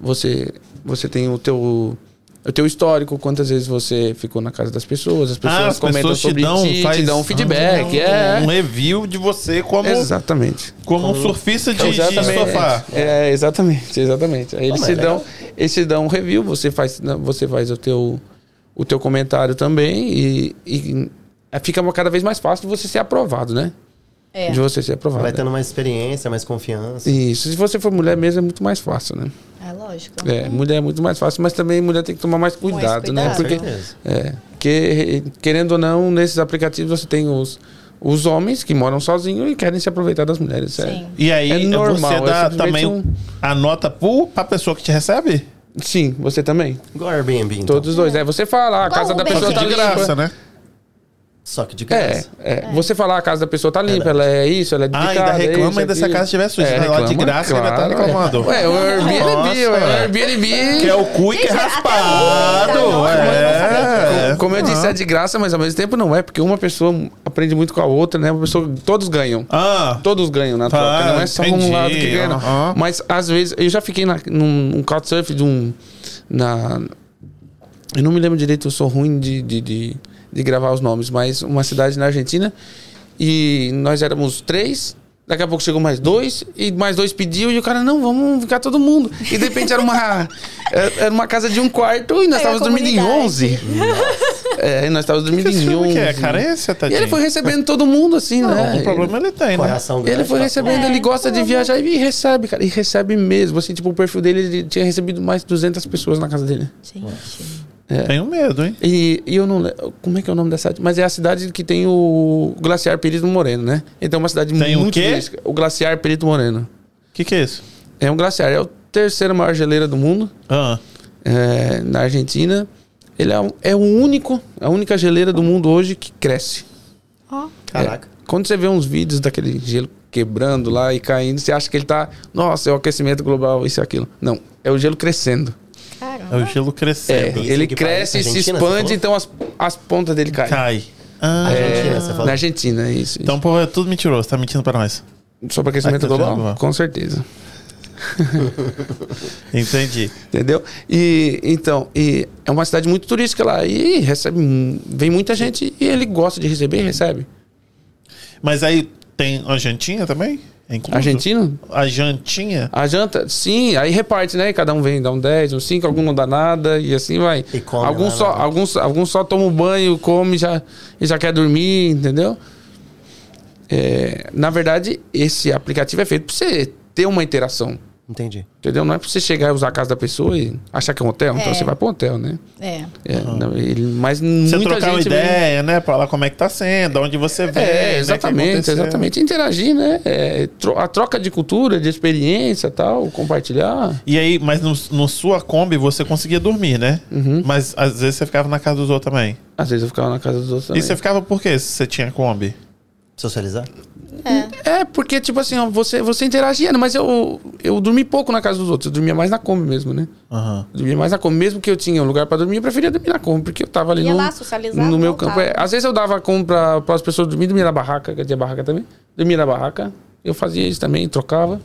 S5: Você, você tem o teu. o teu histórico, quantas vezes você ficou na casa das pessoas, as pessoas
S2: Ah, as
S5: comentam
S2: pessoas te
S5: sobre
S2: dão,
S5: ti, te
S2: faz- Ah,
S5: dão um feedback.
S2: Um
S5: é.
S2: review de você como,
S5: Exatamente.
S2: como um surfista de, de sofá.
S5: É, exatamente, exatamente. Aí eles
S2: mas
S5: te
S2: é
S5: dão, eles te dão um review, você faz, você faz o teu, o teu comentário também e, e é, fica cada vez mais fácil de você ser aprovado, né?
S3: É.
S5: De você ser aprovado. né?
S1: Vai tendo mais experiência, mais confiança.
S5: Isso, se você for mulher mesmo é muito mais fácil, né?
S3: É lógico.
S5: É, mulher é muito mais fácil, mas também mulher tem que tomar mais cuidado, né?
S3: cuidado.
S5: Porque,
S1: Certeza.
S5: é, que, querendo ou não, nesses aplicativos você tem os, os homens que moram sozinhos e querem se aproveitar das mulheres,
S3: Sim.
S5: Sim.
S2: E aí
S5: É normal,
S2: você
S5: é
S2: dá
S5: simplesmente
S2: também
S5: um-
S2: a nota pro, pra pessoa que te recebe?
S5: Sim, você também.
S1: Igual Airbnb, então.
S5: Todos os dois. É, você fala, ah, a
S3: Igual
S5: casa da
S3: Uber.
S5: pessoa
S3: Só
S5: tá
S2: de
S3: que
S5: limpa.
S2: graça, né?
S1: Só que de
S5: É,
S1: graça.
S5: é, você falar a casa da pessoa tá limpa, ela é isso, ela é
S2: Ah,
S5: dedicada.
S2: ainda reclama
S5: é isso,
S2: ainda se a
S5: aquilo. É,
S2: casa estiver suja. Vai lá de graça, ele vai tá reclamando.
S5: Ué, É, o Airbnb,
S2: Nossa,
S5: o
S2: velho.
S5: Airbnb...
S2: Que é o cu e que é
S3: Gente, até
S2: raspado.
S3: o cu tá
S2: é.
S5: Como eu disse, é de graça, mas ao mesmo tempo não é, porque uma pessoa aprende muito com a outra, né? Uma pessoa, todos ganham.
S2: Ah,
S5: Todos ganham na
S2: Tá,
S5: troca, não é só
S2: entendi,
S5: um lado que ganha. não.
S2: aham.
S5: Mas às vezes, eu já fiquei na, num, num couchsurf de um. Na, eu não me lembro direito, eu sou ruim de, de, de, de gravar os nomes, mas uma cidade na Argentina e nós éramos três. Daqui a pouco chegou mais dois, e mais dois pediu, e o cara, não, vamos ficar todo mundo. E de repente era uma, (laughs) era uma casa de um quarto e nós
S3: Aí a
S5: estávamos dormindo em
S3: comunidade.
S5: 11. É, e nós estávamos
S2: que
S5: dormindo
S2: esse
S5: em
S2: filme
S5: 11.
S2: que é? Carência,
S5: E
S2: tadinho?
S5: ele foi recebendo todo mundo, assim, né?
S2: Não, o problema ele tem, né?
S1: Coração grande. É.
S5: Ele foi recebendo, ele gosta de viajar e recebe, cara. E recebe mesmo. Assim, tipo, o perfil dele, ele tinha recebido mais de 200 pessoas na casa dele.
S3: Gente.
S2: Tenho medo, hein?
S5: E, e eu não lembro. Como é que é o nome da cidade? Mas é a cidade que tem o Glaciar Perito Moreno, né? Então é uma cidade
S2: Tem o
S5: muito
S2: quê?
S5: turística. O Glaciar Perito Moreno.
S2: O que, que é isso?
S5: É um glaciar, é a terceira maior geleira do mundo,
S2: Ah,
S5: é, na Argentina. Ele é, um- é o único, a única geleira do mundo hoje que cresce.
S3: Ó.
S1: Caraca.
S5: É, quando você vê uns vídeos daquele gelo quebrando lá e caindo, você acha que ele tá. Nossa, é o aquecimento global, isso e aquilo. Não, é o gelo crescendo.
S2: é o
S3: Caramba.
S2: gelo
S5: É, é.
S2: crescendo.
S5: ele
S1: que
S5: cresce,
S1: parece
S5: se
S1: Argentina, você
S5: expande,
S1: falou?
S5: então as, as pontas dele caem.
S2: Cai. Ah,
S5: É.
S1: Argentina, você falou.
S5: Na Argentina, é isso.
S2: Então, pô, é tudo mentiroso. Tá mentindo pra nós.
S5: isso. Sobre aquecimento
S2: Aquecimento
S5: global?
S2: global.
S5: Com certeza.
S2: Entendi.
S5: Entendeu? E então, e é uma cidade muito turística lá. E recebe. mu- Vem muita gente e ele gosta de receber e recebe.
S2: Mas aí tem a jantinha também? É incluso?
S5: Argentino?
S2: A jantinha?
S5: A janta, sim, aí reparte, né? Cada um vem, dá um 10, um 5, algum não dá nada, e assim vai.
S1: E come lá,
S5: alguns, só,
S1: né?
S5: alguns, alguns só tomam banho, come já, e já quer dormir, entendeu? É, na verdade, esse aplicativo é feito pra você ter uma interação.
S1: Entendi.
S5: Entendeu? Não é pra você chegar e usar a casa da pessoa e achar que é um hotel. Então
S3: É.
S5: você vai pro hotel, né?
S3: É.
S5: É, não, ele- mas muita
S2: Você trocar uma
S5: gente vem-
S2: ideia, né? Pra lá como é que tá sendo, onde você vê. né, o
S5: É,
S2: que
S5: exatamente,
S2: aconteceu.
S5: exatamente. Interagir, né? É, tro- a troca de cultura, de experiência tal, compartilhar.
S2: E aí, mas no, no sua Kombi você conseguia dormir, né?
S5: Uhum.
S2: Mas às vezes você ficava na casa dos outros também.
S5: Às vezes eu ficava na casa dos outros
S2: E
S5: também.
S2: você ficava por quê se você tinha Kombi?
S1: Socializar?
S5: É, porque, tipo assim, ó, você, você interagia, né? mas eu, eu dormi pouco na casa dos outros. Eu dormia mais na Kombi mesmo, né?
S2: Aham.
S5: Eu dormia mais na Kombi. Mesmo que eu tinha um lugar pra dormir, eu preferia dormir na Kombi, porque eu tava ali
S3: Ia
S5: no,
S3: lá, socializar,
S5: no meu
S3: voltava.
S5: campo. É, às vezes eu dava Kombi pra, as pessoas dormir, dormia na barraca, que tinha barraca também. Dormia na barraca. Eu fazia isso também, trocava.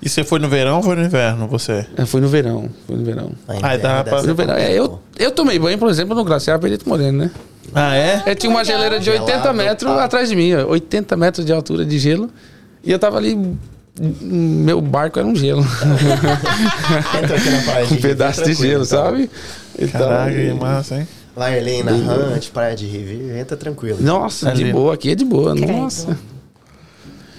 S2: E você foi no verão ou foi no inverno, você?
S5: É, foi no verão, foi no verão.
S2: Ah,
S1: inverno
S2: dá pra-
S1: deve
S5: Foi
S1: ser
S5: no verão. É, eu, eu tomei banho, por exemplo, no Glaciar Perito Moreno, né?
S2: Ah, é?
S5: É, tinha uma
S3: legal.
S5: geleira de 80
S1: Gelado,
S5: metros
S1: pá.
S5: atrás de mim, ó, 80 metros de altura de gelo. E eu tava ali. hum, Meu barco era um gelo.
S1: Entra aqui na parede.
S5: (laughs) um pedaço de
S1: tranquilo,
S5: gelo,
S1: então.
S5: sabe? Então,
S2: Caraca, que massa, hein?
S1: Vai ali na
S5: Uhum.
S1: Hunt, Praia de Riviera, entra tranquilo.
S5: Nossa,
S2: Ali.
S5: de boa, aqui é de boa.
S3: Credo.
S5: Nossa.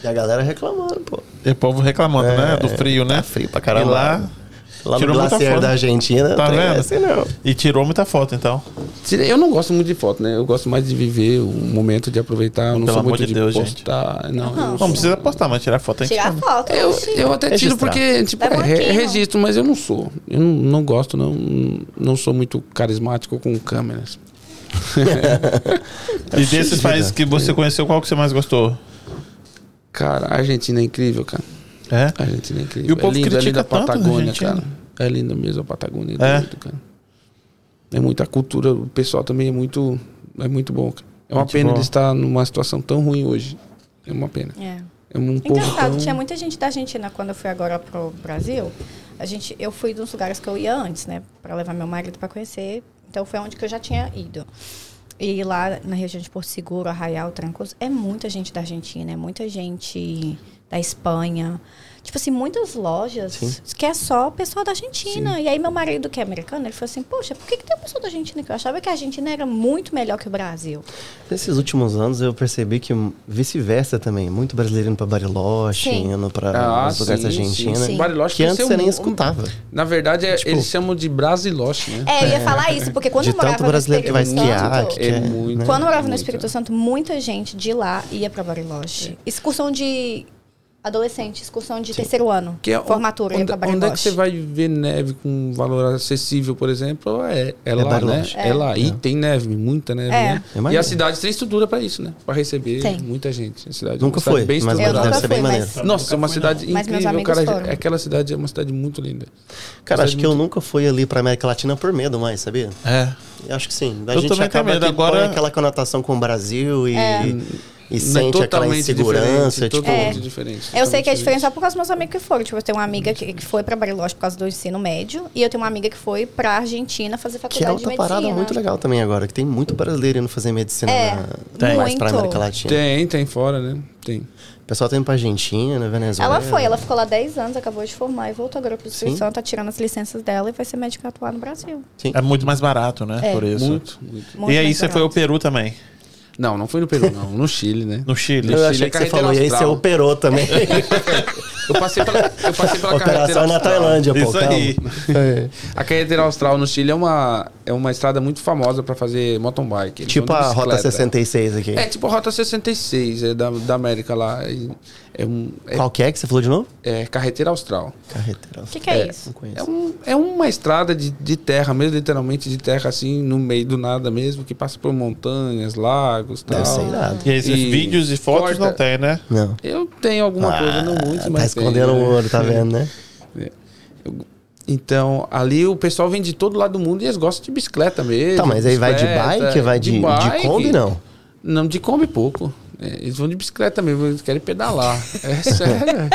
S1: E a galera reclamando, pô.
S2: E o povo reclamando, né? Do frio, né?
S1: frio pra caramba.
S2: E lá.
S1: Lá
S2: Tirou
S1: no
S2: muita
S1: glaciar
S2: foto.
S1: da Argentina,
S2: Tá
S1: não tem
S2: vendo?
S1: essa, não.
S2: E tirou muita foto, então.
S5: Tira- Eu não gosto muito de foto, né? Eu gosto mais de viver o momento de aproveitar. Eu não
S2: Pelo
S5: sou muito
S2: amor de
S5: de,
S2: Deus, gente.
S5: postar. Não, eu não
S2: Não
S5: sou.
S2: precisa postar, mas tirar foto a gente
S3: Tirar
S2: tira.
S3: foto. né?
S5: Eu,
S3: oxi.
S5: eu até tiro
S1: Registrar.
S5: porque, tipo,
S3: Leva
S5: é,
S3: um
S5: re-
S3: arquivo.
S5: registro, mas eu não sou. Eu não, não gosto, não, não sou muito carismático com câmeras.
S2: E desses países que você conheceu, qual que você mais gostou?
S5: Cara, a Argentina é incrível, cara.
S2: É?
S5: A Argentina é incrível.
S2: E o povo
S5: é linda, é
S2: critica
S5: linda a
S2: tanto a
S5: Patagônia,
S2: Argentina.
S5: cara. É linda mesmo a Patagônia. É.
S2: É?
S5: doido, cara. É muita cultura. O pessoal também é muito, é muito bom. Cara. É uma
S2: Muito
S5: pena
S2: bom.
S5: ele estar numa situação tão ruim hoje. É uma pena.
S3: É.
S5: É um povo
S3: Engraçado,
S1: Então,
S5: tão...
S3: tinha muita gente da Argentina quando eu fui agora pro Brasil. a gente, eu fui dos lugares que eu ia antes, né? Pra levar meu marido pra conhecer. Então foi onde que eu já tinha ido. E lá na região de Porto Seguro, Arraial, Trancoso, é muita gente da Argentina, é muita gente da Espanha. Tipo assim, muitas lojas que é só pessoal da Argentina. E aí meu marido, que é americano, ele falou assim, poxa, por que, que tem pessoal da Argentina aqui? Eu achava que a Argentina era muito melhor que
S1: (laughs)
S3: o Brasil.
S1: Nesses últimos anos eu percebi que vice-versa também. Muito brasileiro indo pra Bariloche,
S3: Sim.
S1: indo pra
S5: Ah,
S1: os lugares da
S5: sim,
S1: Argentina.
S5: sim, sim. Bariloche
S1: que antes
S5: cresceu
S1: você nem
S5: mu-
S1: escutava.
S5: Na verdade, é- eles chamam de Brasiloche, né?
S3: É, eu ia falar isso, porque quando
S1: de
S3: eu morava
S1: tanto
S3: no
S1: brasileiro que vai
S3: Espírito
S1: esquiar,
S3: Santo,
S1: que quer,
S5: é
S1: né?
S5: muito.
S3: Quando eu morava no
S5: muito.
S3: Espírito Santo, muita gente de lá ia pra Bariloche. Excursão de adolescente, excursão de terceiro ano,
S5: Que é o-
S3: formatura, ia
S5: onde,
S3: pra
S5: onde é que
S3: Bariloche.
S5: você vai ver neve com valor acessível, por exemplo? É, é lá, né?
S1: Bariloche.
S5: É, lá. E
S1: É.
S5: tem neve, muita neve,
S3: É.
S5: né?
S1: É maneiro.
S5: E a cidade tem estrutura pra isso, né? Pra receber
S3: Tem.
S5: muita gente. A cidade é uma
S1: Nunca
S5: cidade
S1: foi,
S5: bem
S1: mas
S3: Eu
S5: estruturada.
S1: deve
S3: nunca
S1: ser bem
S3: fui, mas-
S1: maneiro.
S5: Nossa, é uma cidade
S3: Mas meus
S5: incrível,
S3: amigos
S5: cara.
S3: foram.
S5: Aquela cidade é uma cidade muito linda.
S1: Cara, acho
S5: Cidade
S1: que eu nunca fui ali pra América Latina por medo mais, sabia?
S2: É.
S1: Eu acho que sim. A
S2: Eu
S1: gente
S2: também
S1: acaba
S2: tenho medo.
S1: que
S2: Agora-
S1: põe aquela conotação com o Brasil e,
S5: É.
S1: e
S5: Não é
S1: sente aquela
S5: totalmente
S1: insegurança.
S5: diferente,
S1: Tipo,
S5: totalmente diferente.
S3: Eu sei que é
S5: totalmente
S3: diferente só por causa dos meus amigos que foram. Tipo, eu tenho uma amiga que, que foi pra Bariloche por causa do ensino médio e eu tenho uma amiga que foi pra Argentina fazer
S1: que é
S3: faculdade de
S1: outra
S3: medicina.
S1: parada muito legal também agora, que tem muito brasileiro indo fazer medicina
S3: É,
S1: na-
S3: Tem.
S1: mais pra
S3: muito.
S1: América Latina.
S5: Tem, tem fora, né? Tem.
S1: O pessoal tá indo pra Argentina, Venezuela.
S3: Ela foi, ela ficou lá 10 anos, acabou de formar e voltou agora pro Espírito
S1: né? Sim.
S3: Santo, tá tirando as licenças dela e vai ser médica atuar no Brasil.
S2: É muito mais barato, né?
S3: É.
S2: Por isso.
S5: Muito, muito.
S3: Muito
S2: e aí
S3: mais
S2: você foi ao
S3: barato.
S2: Peru também,
S5: Não, não foi no Peru, não. No Chile, né?
S2: no Chile.
S1: Eu
S5: Chile
S1: achei
S5: é
S1: que você
S5: carreteira
S1: falou, e aí você
S5: austral.
S1: operou também.
S5: (laughs) Eu passei pela, eu passei pela carretera
S1: (laughs) Operação é na
S5: austral. (laughs)
S1: Tailândia, pô.
S2: Isso aí.
S1: calma. É.
S5: A carretera austral no Chile é uma, é uma estrada muito famosa pra fazer mountain bike. Eles
S1: Tipo
S5: vão de
S1: a Rota
S5: bicicleta.
S1: 66 aqui.
S5: É tipo a Rota 66, é da, da América lá. E É, um, é,
S1: Qual que é que você falou de nonovo?
S5: é carretera austral.
S1: Carreteira.
S3: O que, que é,
S5: É.
S3: isso?
S1: Não conheço.
S5: É, um, é uma estrada de, de terra mesmo, literalmente de terra assim, no meio do nada mesmo, que passa por montanhas, lagos e tal.
S1: Deve ser irado.
S2: E esses
S5: E
S2: vídeos e fotos
S5: corta.
S2: não tem, né?
S1: Não.
S5: Eu tenho alguma coisa, não muito,
S1: Ah,
S5: mas.
S1: tá escondendo
S5: tenho,
S1: o
S5: né?
S1: ouro, tá vendo, né?
S5: Então, ali o pessoal vem de todo lado do mundo e eles gostam de bicicleta mesmo.
S1: Tá, mas aí vai de
S5: bicicleta,
S1: bike, vai de, de,
S5: bike.
S1: Kombi, não.
S5: Não, de Kombi pouco. É, eles vão de bicicleta mesmo, eles
S1: (laughs)
S5: querem pedalar. É sério.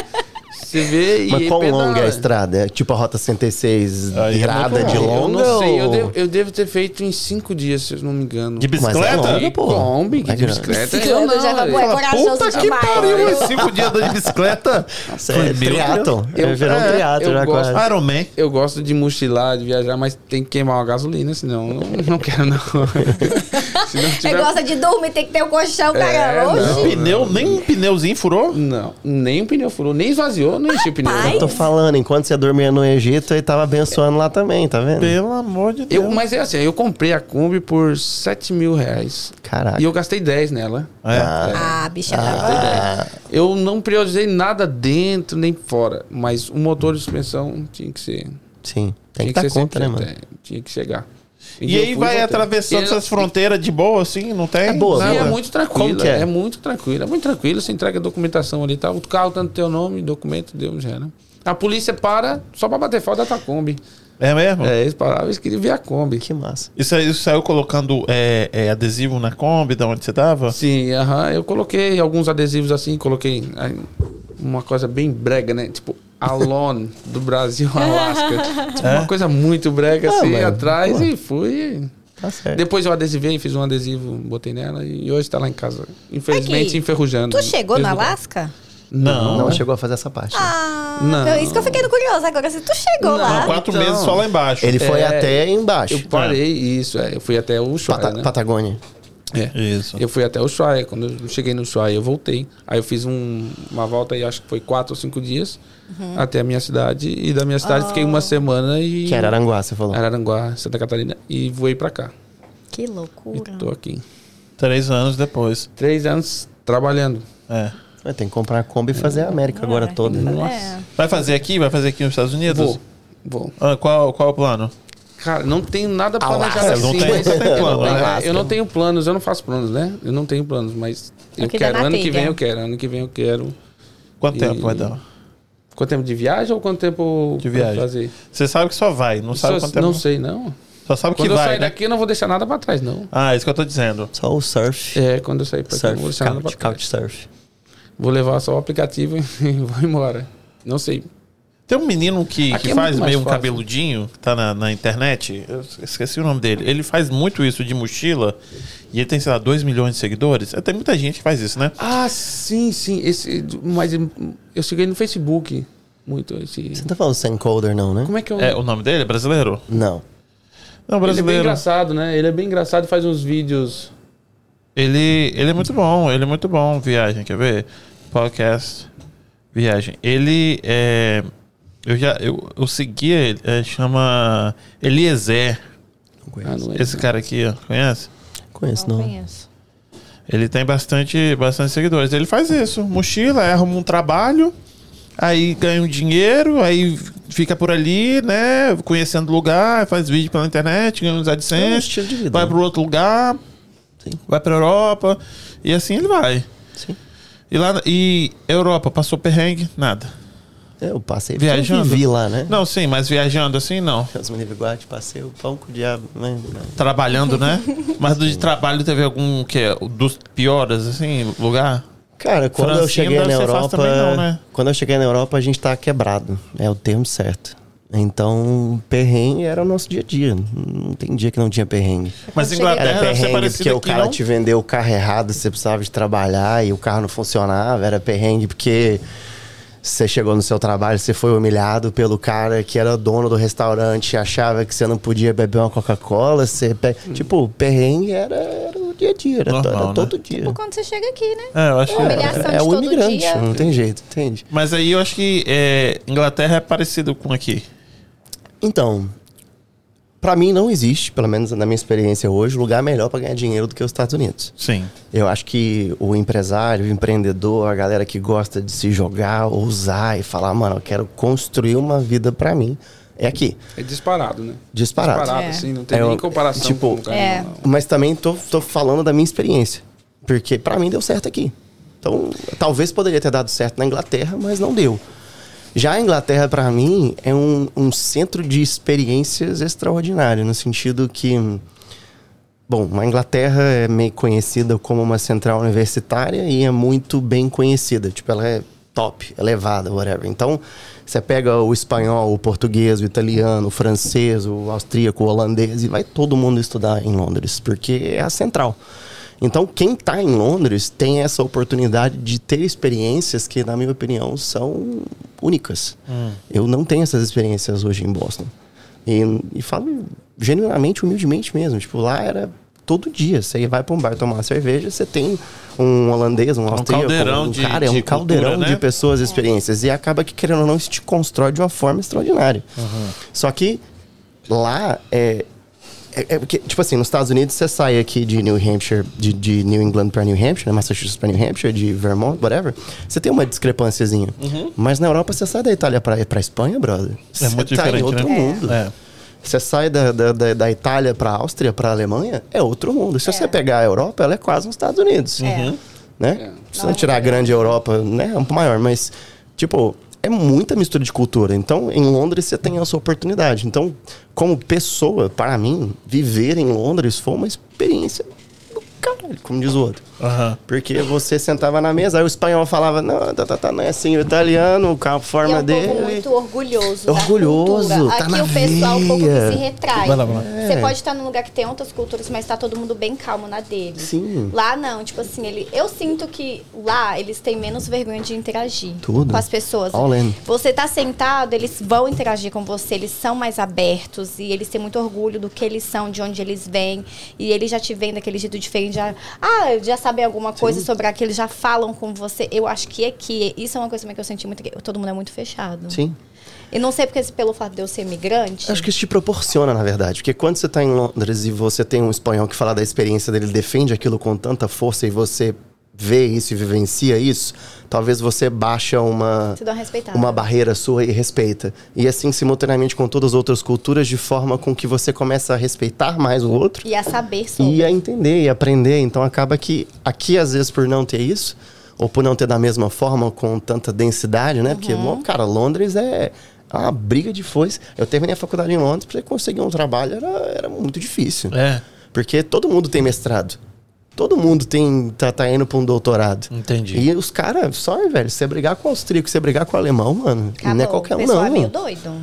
S5: Você vê e.
S1: Mas qual
S5: pedala.
S1: longa é a estrada? É tipo a Rota 66
S2: Aí é
S1: virada
S2: muito
S1: de
S2: longa.
S1: longa?
S5: Eu não sei, eu
S1: ou-
S5: devo, eu devo ter feito em cinco dias, se eu não me engano.
S2: De
S1: Mas é
S2: bicicleta?
S1: longa, pô.
S5: Kombi,
S1: Vai
S5: de
S1: grande.
S5: bicicleta.
S3: Bicicleta,
S2: né?
S5: eu não,
S3: já
S5: velho.
S3: acabou, é corajoso
S2: Puta que
S3: demais.
S2: pariu, é cinco dias andando de bicicleta.
S1: Isso é
S2: Meu Deus.
S1: triatlon.
S5: Eu-
S1: É verão
S5: é,
S1: triatlon
S5: eu
S1: já
S5: gosto.
S1: quase.
S2: Iron Man.
S5: Eu gosto de mochilar, de viajar, mas tem que queimar uma gasolina, senão eu não, não quero, não. (laughs) Se não
S3: Você gosta de dormir, tem que ter o colchão, cara. Hoje
S5: não.
S2: Um pneu, nem um pneuzinho furou?
S5: Não, nem o pneu furou, nem esvaziou, nem enchi o pneu.
S3: Rapaz!
S5: não.
S1: Eu tô falando, enquanto você dormia no Egito, ele tava abençoando lá também, tá vendo?
S2: Pelo amor de Deus.
S5: Eu, mas é assim, eu comprei a Kombi por 7 mil reais.
S1: Caraca.
S5: E eu gastei 10 nela.
S2: É.
S3: Ah, bicha
S1: Ah,
S5: Eu não priorizei nada dentro nem fora, mas o motor de suspensão tinha que ser.
S1: sim.
S5: tinha
S1: Tem que dar
S5: ser
S1: conta, né,
S5: sempre-
S1: mano?
S5: é, Tinha que chegar.
S2: E, aí vai atravessando essas
S5: fronteiras.
S2: fronteiras de boa, assim, não tem?
S1: É boa,
S5: Não,
S1: né?
S5: é muito tranquilo.
S1: Como que é?
S5: é? muito tranquilo. É muito tranquilo. Você entrega a documentação ali, tá? O carro tá no teu nome, documento, deu já, né? A polícia para só pra bater falta da tua Kombi.
S2: É mesmo?
S5: É, eles paravam, eles queriam ver a Kombi.
S1: Que massa.
S2: Isso aí isso saiu colocando é, é, adesivo na Kombi, da onde você tava?
S5: Sim, Assim, aham. Eu coloquei alguns adesivos assim, coloquei aí, uma coisa bem brega, né? Tipo, Alone,
S3: (laughs)
S5: do Brasil Alasca. Tipo, uma coisa muito brega
S1: É? Ah,
S5: assim,
S1: mano,
S5: atrás
S1: pô.
S5: e fui.
S1: Tá certo.
S5: Depois eu adesivei, fiz um adesivo, botei nela e hoje tá lá em casa. Infelizmente,
S3: Aqui,
S5: enferrujando.
S3: Tu chegou no
S5: Mesmo lugar.
S3: Alasca?
S1: Não,
S2: Não.
S1: chegou a fazer essa parte. né?
S3: Ah,
S5: Não.
S3: eu- isso que eu fiquei curiosa agora. Se tu chegou
S2: Não,
S3: lá.
S2: quatro
S5: então.
S2: meses só lá embaixo.
S1: Ele foi
S5: É,
S1: até embaixo.
S5: Eu parei, isso, é. Eu fui até o Ushuaia,
S1: Pata-
S5: né?
S1: Patagônia.
S5: É.
S2: Isso.
S5: Eu fui até o Ushuaia. Quando eu cheguei no Ushuaia, eu voltei. Aí eu fiz um- uma volta aí, acho que foi quatro ou cinco dias, até a minha cidade. E da minha cidade fiquei uma semana e... Ah.
S1: Que era Aranguá, você falou.
S5: Araranguá, Santa Catarina. E voei pra cá.
S3: Que
S5: E
S3: loucura.
S5: tô aqui.
S2: Três anos depois.
S5: Três anos trabalhando.
S2: É.
S1: Mas Tem que comprar a Kombi e fazer a América agora
S3: É,
S1: toda. né?
S3: É.
S2: Vai fazer aqui? Vai fazer aqui nos Estados Unidos?
S5: Vou. Vou.
S2: Ah, qual, qual é o plano?
S5: Cara, não tenho nada
S1: Alasca,
S5: planejado
S2: Ah, (laughs) não
S5: assim.
S2: tem-
S5: mas
S2: não tem
S5: eu não
S2: plano,
S5: tenho-
S1: Alasca.
S5: Eu não tenho planos, eu não faço planos, né? Eu não tenho planos, mas eu
S3: que dá
S5: quero.
S3: na
S5: Ano que
S3: telha.
S5: vem eu quero. Ano que vem eu quero.
S2: Quanto
S5: E-
S2: tempo vai dar?
S5: Quanto tempo de viagem ou quanto tempo
S2: De
S5: pra
S2: viagem.
S5: fazer?
S2: Você sabe que só vai, não sabe
S5: Só-
S2: quanto tempo.
S5: não sei, não.
S2: Só sabe que
S5: Quando eu
S2: vai,
S5: sair
S2: né?
S5: daqui, eu não vou deixar nada pra trás, não.
S2: Ah, isso que eu tô dizendo.
S1: Só o surf.
S5: É, quando eu sair pra cá, eu não vou
S1: Surf,
S5: deixar nada pra
S1: couch,
S5: trás.
S1: couch surf.
S5: (laughs) Vou levar só o aplicativo e vou embora. Não sei.
S2: Tem um menino que,
S5: Aqui
S2: que
S5: é
S2: faz
S5: muito mais
S2: meio um
S5: fácil.
S2: cabeludinho, que tá na, na internet. Eu esqueci o nome dele. Ele faz muito isso de mochila. E ele tem, sei lá, 2 milhões de seguidores. É, Tem muita gente que faz isso, né?
S5: Ah, sim, sim. Esse, mas eu segui ele no Facebook muito. Esse,
S1: Você não tá falando sem coder, não, né?
S5: como é que é o
S2: É, o nome dele é brasileiro?
S1: Não.
S2: Não,
S5: Ele é bem
S2: brasileiro.
S5: engraçado, né? Ele é bem engraçado e faz uns vídeos.
S2: Ele, ele é muito bom, ele é muito bom, Viagem, quer ver? Podcast Viagem. Ele é. Eu já. Eu, eu seguia ele, é, chama Eliezer.
S1: Não
S5: Ah,
S1: conheço.
S5: não lembro.
S2: Esse cara aqui, ó, conhece?
S1: Conheço,
S7: Não
S1: não.
S7: conheço.
S2: Ele tem bastante, bastante seguidores. Ele faz isso, mochila, aí arruma um trabalho, aí ganha um dinheiro, aí fica por ali, né? Conhecendo lugar, faz vídeo pela internet, ganha uns
S1: É um
S2: AdSense,
S1: estilo de vida,
S2: vai
S1: né?
S2: para outro lugar,
S1: Sim.
S2: vai para Europa, e assim ele vai.
S1: né? Sim.
S2: E lá e Europa, passou perrengue, nada.
S1: Eu passei porque
S2: Viajando.
S1: Eu vivi lá, né?
S2: Não, sim, mas viajando assim não.
S1: Deus me livre guarde, passei o pão com o diabo. Né? Não.
S2: Trabalhando,
S3: (laughs)
S2: né? Mas do de trabalho teve algum que é dos piores assim, lugar?
S1: Cara, quando eu
S2: Francinha
S1: cheguei
S2: deve
S1: na
S2: ser fácil
S1: Europa.
S2: também não, né?
S1: Quando eu cheguei na Europa, a gente tava quebrado. É o termo certo. Então, perrengue era o nosso dia a dia. Não tem dia que não tinha perrengue.
S3: É
S2: Mas
S7: cheguei-
S2: Inglaterra
S1: Era
S2: É, deve ser
S1: perrengue
S2: parecido
S1: porque o
S2: aqui,
S1: cara
S2: não?
S1: te vendeu o carro errado, você precisava de trabalhar e o carro não funcionava. Era perrengue porque você chegou no seu trabalho, você foi humilhado pelo cara que era dono do restaurante, achava que você não podia beber uma Coca-Cola. Você pe... Tipo, perrengue era, era o dia a dia, era, to-
S2: Normal,
S1: era
S2: né?
S1: todo dia.
S3: Tipo,
S7: Por quando você chega aqui, né?
S2: É, eu acho que
S7: Humilhação de
S1: é o
S7: todo
S1: imigrante,
S7: dia.
S1: não tem jeito, entende?
S2: Mas aí eu acho que é, Inglaterra é parecido com aqui.
S1: Então, pra mim não existe, pelo menos na minha experiência hoje, lugar melhor pra ganhar dinheiro do que os Estados Unidos.
S2: Sim.
S1: Eu acho que o empresário, o empreendedor, a galera que gosta de se jogar, ousar e falar, mano, eu quero construir uma vida pra mim, é aqui,
S5: É disparado, né?
S1: disparado.
S5: Disparado,
S7: É.
S5: assim. Não tem
S1: É,
S5: nem
S1: eu-
S5: comparação
S1: tipo,
S5: com o cara.
S7: é.
S5: não.
S1: Mas também tô, tô falando da minha experiência, porque pra mim deu certo aqui. Então, talvez poderia ter dado certo na Inglaterra, mas não deu. Já a Inglaterra, pra mim, é um, um centro de experiências extraordinário, no sentido que hum, Bom, a Inglaterra é meio conhecida como uma central universitária e é muito bem conhecida. Tipo, ela é top, elevada, whatever. Então, você pega o espanhol, o português, o italiano, o francês, o austríaco, o holandês e vai todo mundo estudar em Londres, porque é a central. Então, quem está em Londres tem essa oportunidade de ter experiências que, na minha opinião, são únicas. Eu não tenho essas experiências hoje em Boston. E, e falo genuinamente, humildemente mesmo. Tipo, lá era todo dia. Você vai pra um bar tomar uma cerveja, você tem um holandês, um austríaco,
S2: É caldeirão
S1: um
S2: de-
S1: cara, é
S2: de
S1: um caldeirão
S2: cultura,
S1: de
S2: né?
S1: pessoas, experiências. E acaba que, querendo ou não, isso te constrói de uma forma extraordinária. Só que lá é, é, é porque, tipo assim, nos Estados Unidos você sai aqui de New Hampshire, de, de New England pra New Hampshire, né? Massachusetts pra New Hampshire, de Vermont, whatever. Você tem uma discrepânciazinha. Mas na Europa você sai da Itália pra, pra Espanha, brother. Você
S2: Uhum. muito
S1: tá
S2: diferente,
S1: em outro
S2: né?
S1: mundo.
S2: É.
S1: Você sai da, da, da, da Itália pra Áustria, pra Alemanha, é outro mundo. Se você pegar a Europa, ela é quase os Estados Unidos.
S7: É.
S1: Né? Se não tirar a grande Europa, né? É um pouco maior, mas, tipo, é muita mistura de cultura. Então, em Londres, você tem essa oportunidade. Então, como pessoa, para mim, viver em Londres foi uma experiência do caralho, como diz o outro.
S2: Aham.
S1: Porque você sentava na mesa, aí o espanhol falava, não, tá, tá, tá, não é assim, o italiano, com a
S7: E é
S1: forma
S7: um
S1: dele.
S7: povo muito orgulhoso.
S1: Orgulhoso,
S7: Da cultura.
S1: tá
S7: Aqui
S1: na
S7: o pessoal um pouco
S1: veia.
S7: que se retrai.
S2: Vai lá, vai lá.
S7: Você pode estar num lugar que tem outras culturas, mas tá todo mundo bem calmo na dele.
S1: Sim.
S7: Lá não, tipo assim, ele, eu sinto que lá eles têm menos vergonha de interagir
S1: Tudo.
S7: com as pessoas.
S1: All in.
S7: Você tá sentado, eles vão interagir com você, eles são mais abertos e eles têm muito orgulho do que eles são, de onde eles vêm. E eles já te veem daquele jeito diferente, já, ah, já sabem alguma coisa sobre aquilo, já falam com você. Eu acho que aqui, isso é uma coisa também que eu senti muito, que todo mundo é muito fechado.
S1: Sim.
S7: E não sei porque se pelo fato de eu ser imigrante.
S1: Acho que isso te proporciona, na verdade. Porque quando você tá em Londres e você tem um espanhol que fala da experiência dele, defende aquilo com tanta força e você vê isso e vivencia isso, talvez você baixa uma,
S7: Você dá uma respeitada.
S1: uma barreira sua e respeita. E assim, simultaneamente com todas as outras culturas, de forma com que você começa a respeitar mais o outro
S7: E a saber sobre.
S1: e a entender e aprender. Então acaba que aqui, às vezes, por não ter isso, ou por não ter da mesma forma, com tanta densidade, né? Porque,
S2: Uhum.
S1: bom, cara, Londres é uma briga de foice. Eu terminei a faculdade em Londres, pra conseguir um trabalho era, era muito difícil.
S2: É.
S1: Porque todo mundo tem mestrado. Todo mundo tem, tá, tá indo pra um doutorado.
S2: Entendi.
S1: E os caras, só, velho, você brigar com o austríaco, você brigar com o alemão, mano, não é qualquer
S3: o
S1: um,
S3: pessoal
S1: não.
S3: é meio
S1: mano.
S3: doido.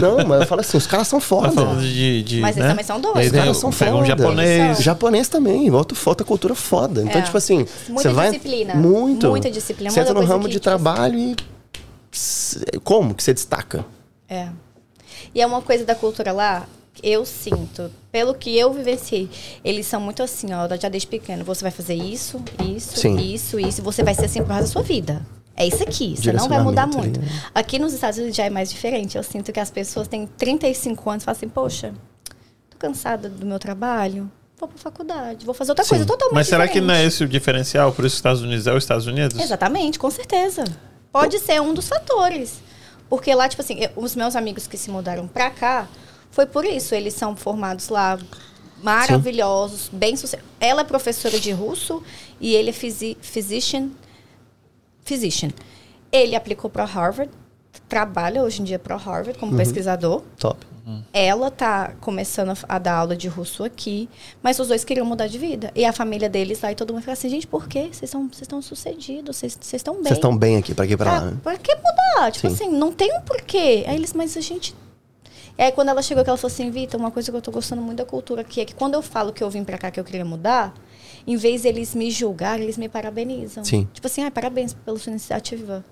S1: Não, mas eu falo assim, os caras são
S2: Tá
S1: foda.
S2: falando de, de,
S3: Mas
S2: né?
S3: eles também são dois.
S2: Aí
S3: Os
S2: vem
S1: caras
S2: o-
S1: são
S2: Pega um
S1: foda.
S2: japonês.
S3: São.
S1: Japonês também, volta, falta cultura foda. Então,
S3: É.
S1: tipo assim,
S3: Muita
S1: você vai.
S3: disciplina.
S1: Muito.
S3: Muita disciplina.
S1: Você
S3: Uma
S1: entra no
S3: coisa
S1: ramo
S3: que,
S1: de
S3: tipo, assim,
S1: trabalho e. s- Como que você destaca?
S3: É. E é uma coisa da cultura lá, que eu sinto, pelo que eu vivenciei, eles são muito assim, ó, já desde pequeno, você vai fazer isso, isso,
S1: Sim.
S3: isso, isso, e você vai ser assim pro resto da sua vida. É isso aqui, você não vai mudar
S1: Direcionamento
S3: muito.
S1: ali, né?
S3: Aqui nos Estados Unidos já é mais diferente. Eu sinto que as pessoas têm 35 anos e falam assim, poxa, tô cansada do meu trabalho, vou pra faculdade, vou fazer outra coisa totalmente
S2: Mas será que não é
S3: diferente."
S2: esse o diferencial? Por isso os Estados Unidos é os Estados Unidos?
S3: Exatamente, com certeza. Pode ser um dos fatores. Porque lá, tipo assim, eu- os meus amigos que se mudaram pra cá, foi por isso. Eles são formados lá, maravilhosos, bem sucedidos. Ela é professora de russo e ele é physician, physician. physician. Ele aplicou para Harvard, trabalha hoje em dia para Harvard como pesquisador.
S1: Top.
S3: Ela tá começando a f- a dar aula de russo aqui, mas os dois queriam mudar de vida. E a família deles lá e todo mundo fica assim, gente, por quê? Vocês são- vocês estão sucedidos, vocês vocês estão bem.
S1: Vocês estão bem aqui, pra aqui e pra lá,
S3: Ah,
S1: né?
S3: Pra que mudar? Tipo
S1: Sim.
S3: assim, não tem um porquê. Aí eles, mas a gente. Aí quando ela chegou, que ela falou assim, Vitor, uma coisa que eu tô gostando muito da cultura aqui é que quando eu falo que eu vim pra cá que eu queria mudar, em vez deles me julgar, eles me parabenizam.
S1: Sim.
S3: Tipo assim, ah, parabéns pela sua iniciativa.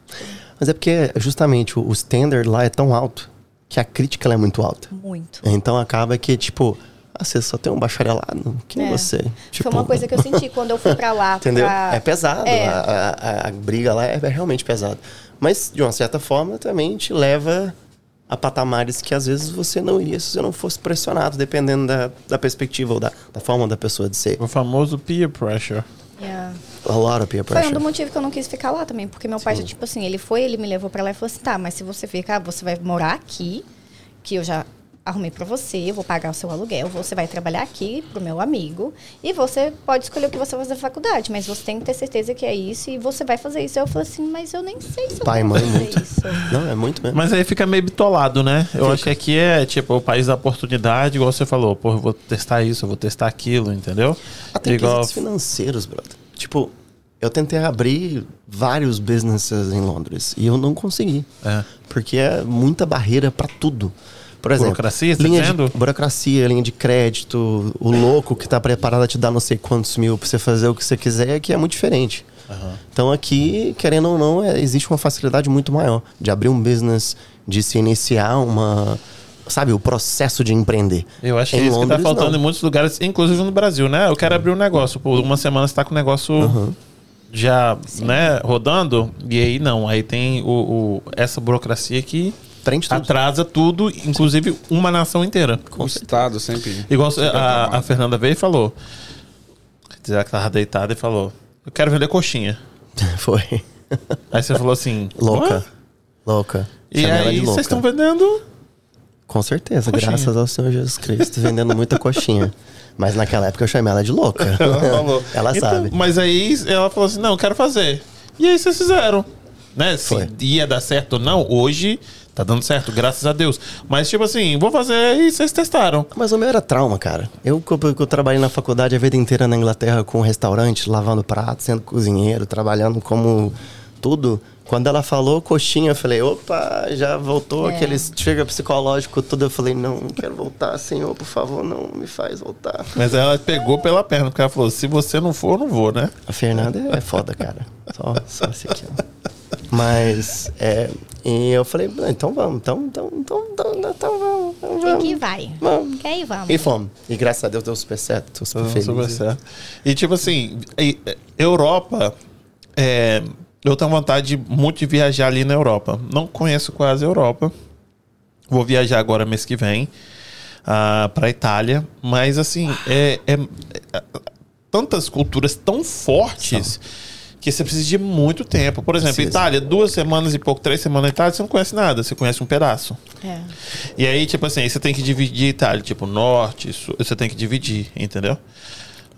S1: Mas é porque, justamente, o, o standard lá é tão alto que a crítica ela é muito alta.
S3: Muito.
S1: Então acaba que, tipo, ah, você só tem um bacharelado? Quem é
S3: É.
S1: você? Tipo,
S3: Foi uma coisa que eu senti quando eu fui pra
S1: (laughs)
S3: lá.
S1: Entendeu?
S3: Ah, pra-
S1: É pesado.
S3: É.
S1: A, a- a- a briga lá é, é realmente pesada. Mas, de uma certa forma, também te leva a patamares que às vezes você não iria se você não fosse pressionado, dependendo da, da perspectiva ou da, da forma da pessoa de ser.
S2: O famoso peer pressure.
S1: É.
S3: Yeah.
S1: A lot of peer
S3: Foi um
S1: pressure.
S3: do motivo que eu não quis ficar lá também, porque meu pai já, tipo assim, ele foi, ele me levou pra lá e falou assim: tá, mas se você ficar, você vai morar aqui, que eu já arrumei pra você, eu vou pagar o seu aluguel, você vai trabalhar aqui pro meu amigo, e você pode escolher o que você vai fazer na faculdade, mas você tem que ter certeza que é isso, e você vai fazer isso. Eu falei assim, mas eu nem sei se eu
S1: Pai,
S3: vou
S1: mãe,
S3: fazer
S1: muito.
S3: isso.
S1: Não, é muito mesmo.
S2: Mas aí fica meio bitolado, né? Eu acho que aqui é tipo o país da oportunidade, igual você falou, pô, eu vou testar isso, eu vou testar aquilo, entendeu?
S1: Até né?
S2: igual
S1: quesitos financeiros, brother. Tipo, eu tentei abrir vários businesses em Londres e eu não consegui.
S2: É.
S1: Porque é muita barreira pra tudo. Por exemplo,
S2: Burocracia, tá
S1: linha
S2: dizendo?
S1: de, burocracia, linha de crédito, o louco que tá preparado a te dar não sei quantos mil pra você fazer o que você quiser, aqui é muito diferente. Então aqui, querendo ou não, é- existe uma facilidade muito maior de abrir um business, de se iniciar uma. Sabe, o processo de empreender.
S2: Eu acho que
S1: Em
S2: é isso que
S1: Londres,
S2: tá faltando
S1: não. Uhum.
S2: em muitos lugares, inclusive no Brasil, né? Eu quero abrir um negócio. Por uma semana você tá com o negócio já, né, rodando. E aí não, aí tem o, o- essa burocracia que
S1: Frente tudo.
S2: atrasa tudo, inclusive uma nação inteira.
S5: O Estado sempre.
S2: Igual
S5: sempre
S2: a, a
S5: atrapalha.
S2: Fernanda veio e falou. Dizer que tava deitada e falou: Eu quero vender coxinha.
S1: (laughs) Foi.
S2: Aí você falou assim:
S1: Louca.
S2: "Hã?"
S1: Louca.
S2: E
S1: Chamei ela
S2: aí
S1: de louca.
S2: vocês estão vendendo.
S1: Com certeza,
S2: Coxinha.
S1: graças ao Senhor Jesus Cristo, vendendo muita coxinha. Mas naquela época eu chamei ela de louca.
S2: (laughs)
S1: Ela
S2: falou. Então,
S1: sabe.
S2: Mas aí ela falou assim: não, eu quero fazer. E aí vocês fizeram. Né? Se
S1: Foi.
S2: ia dar certo ou não, hoje tá dando certo, graças a Deus. Mas tipo assim, vou fazer e vocês testaram.
S1: Mas o meu era trauma, cara. Eu, que eu, que eu trabalhei na faculdade a vida inteira na Inglaterra com um restaurante, lavando prato, sendo cozinheiro, trabalhando como tudo. Quando ela falou coxinha, eu falei, opa, já voltou
S3: É.
S1: aquele trigger psicológico tudo. Eu falei, não, não quero voltar, senhor, por favor, não me faz voltar.
S2: Mas ela pegou pela perna, porque ela falou: se você não for, eu não vou, né?
S1: A Fernanda é foda, cara. Só, só esse aqui, ó. Mas, é, e eu falei, "Ah, então vamos, então, então, então, então, então, vamos, então
S3: Tem que ir,
S1: vamos.
S3: vai.
S1: Vamos.
S3: Quer ir, vamos.
S1: E fomos. E graças a Deus deu super certo, tô super
S2: Não,
S1: feliz.
S2: super certo. Então, E tipo assim, e- e- Europa. é, eu tenho vontade muito de viajar ali na Europa. Não conheço quase a Europa. Vou viajar agora mês que vem ah, pra Itália. Mas assim, é, é- é- tantas culturas tão fortes. Que você precisa de muito tempo. Por exemplo,
S1: Precisa.
S2: Itália, duas semanas e pouco, três semanas na Itália, você não conhece nada, você conhece um pedaço.
S3: É.
S2: E aí, tipo assim, aí você tem que dividir Itália, tipo, norte, sul, você tem que dividir, entendeu?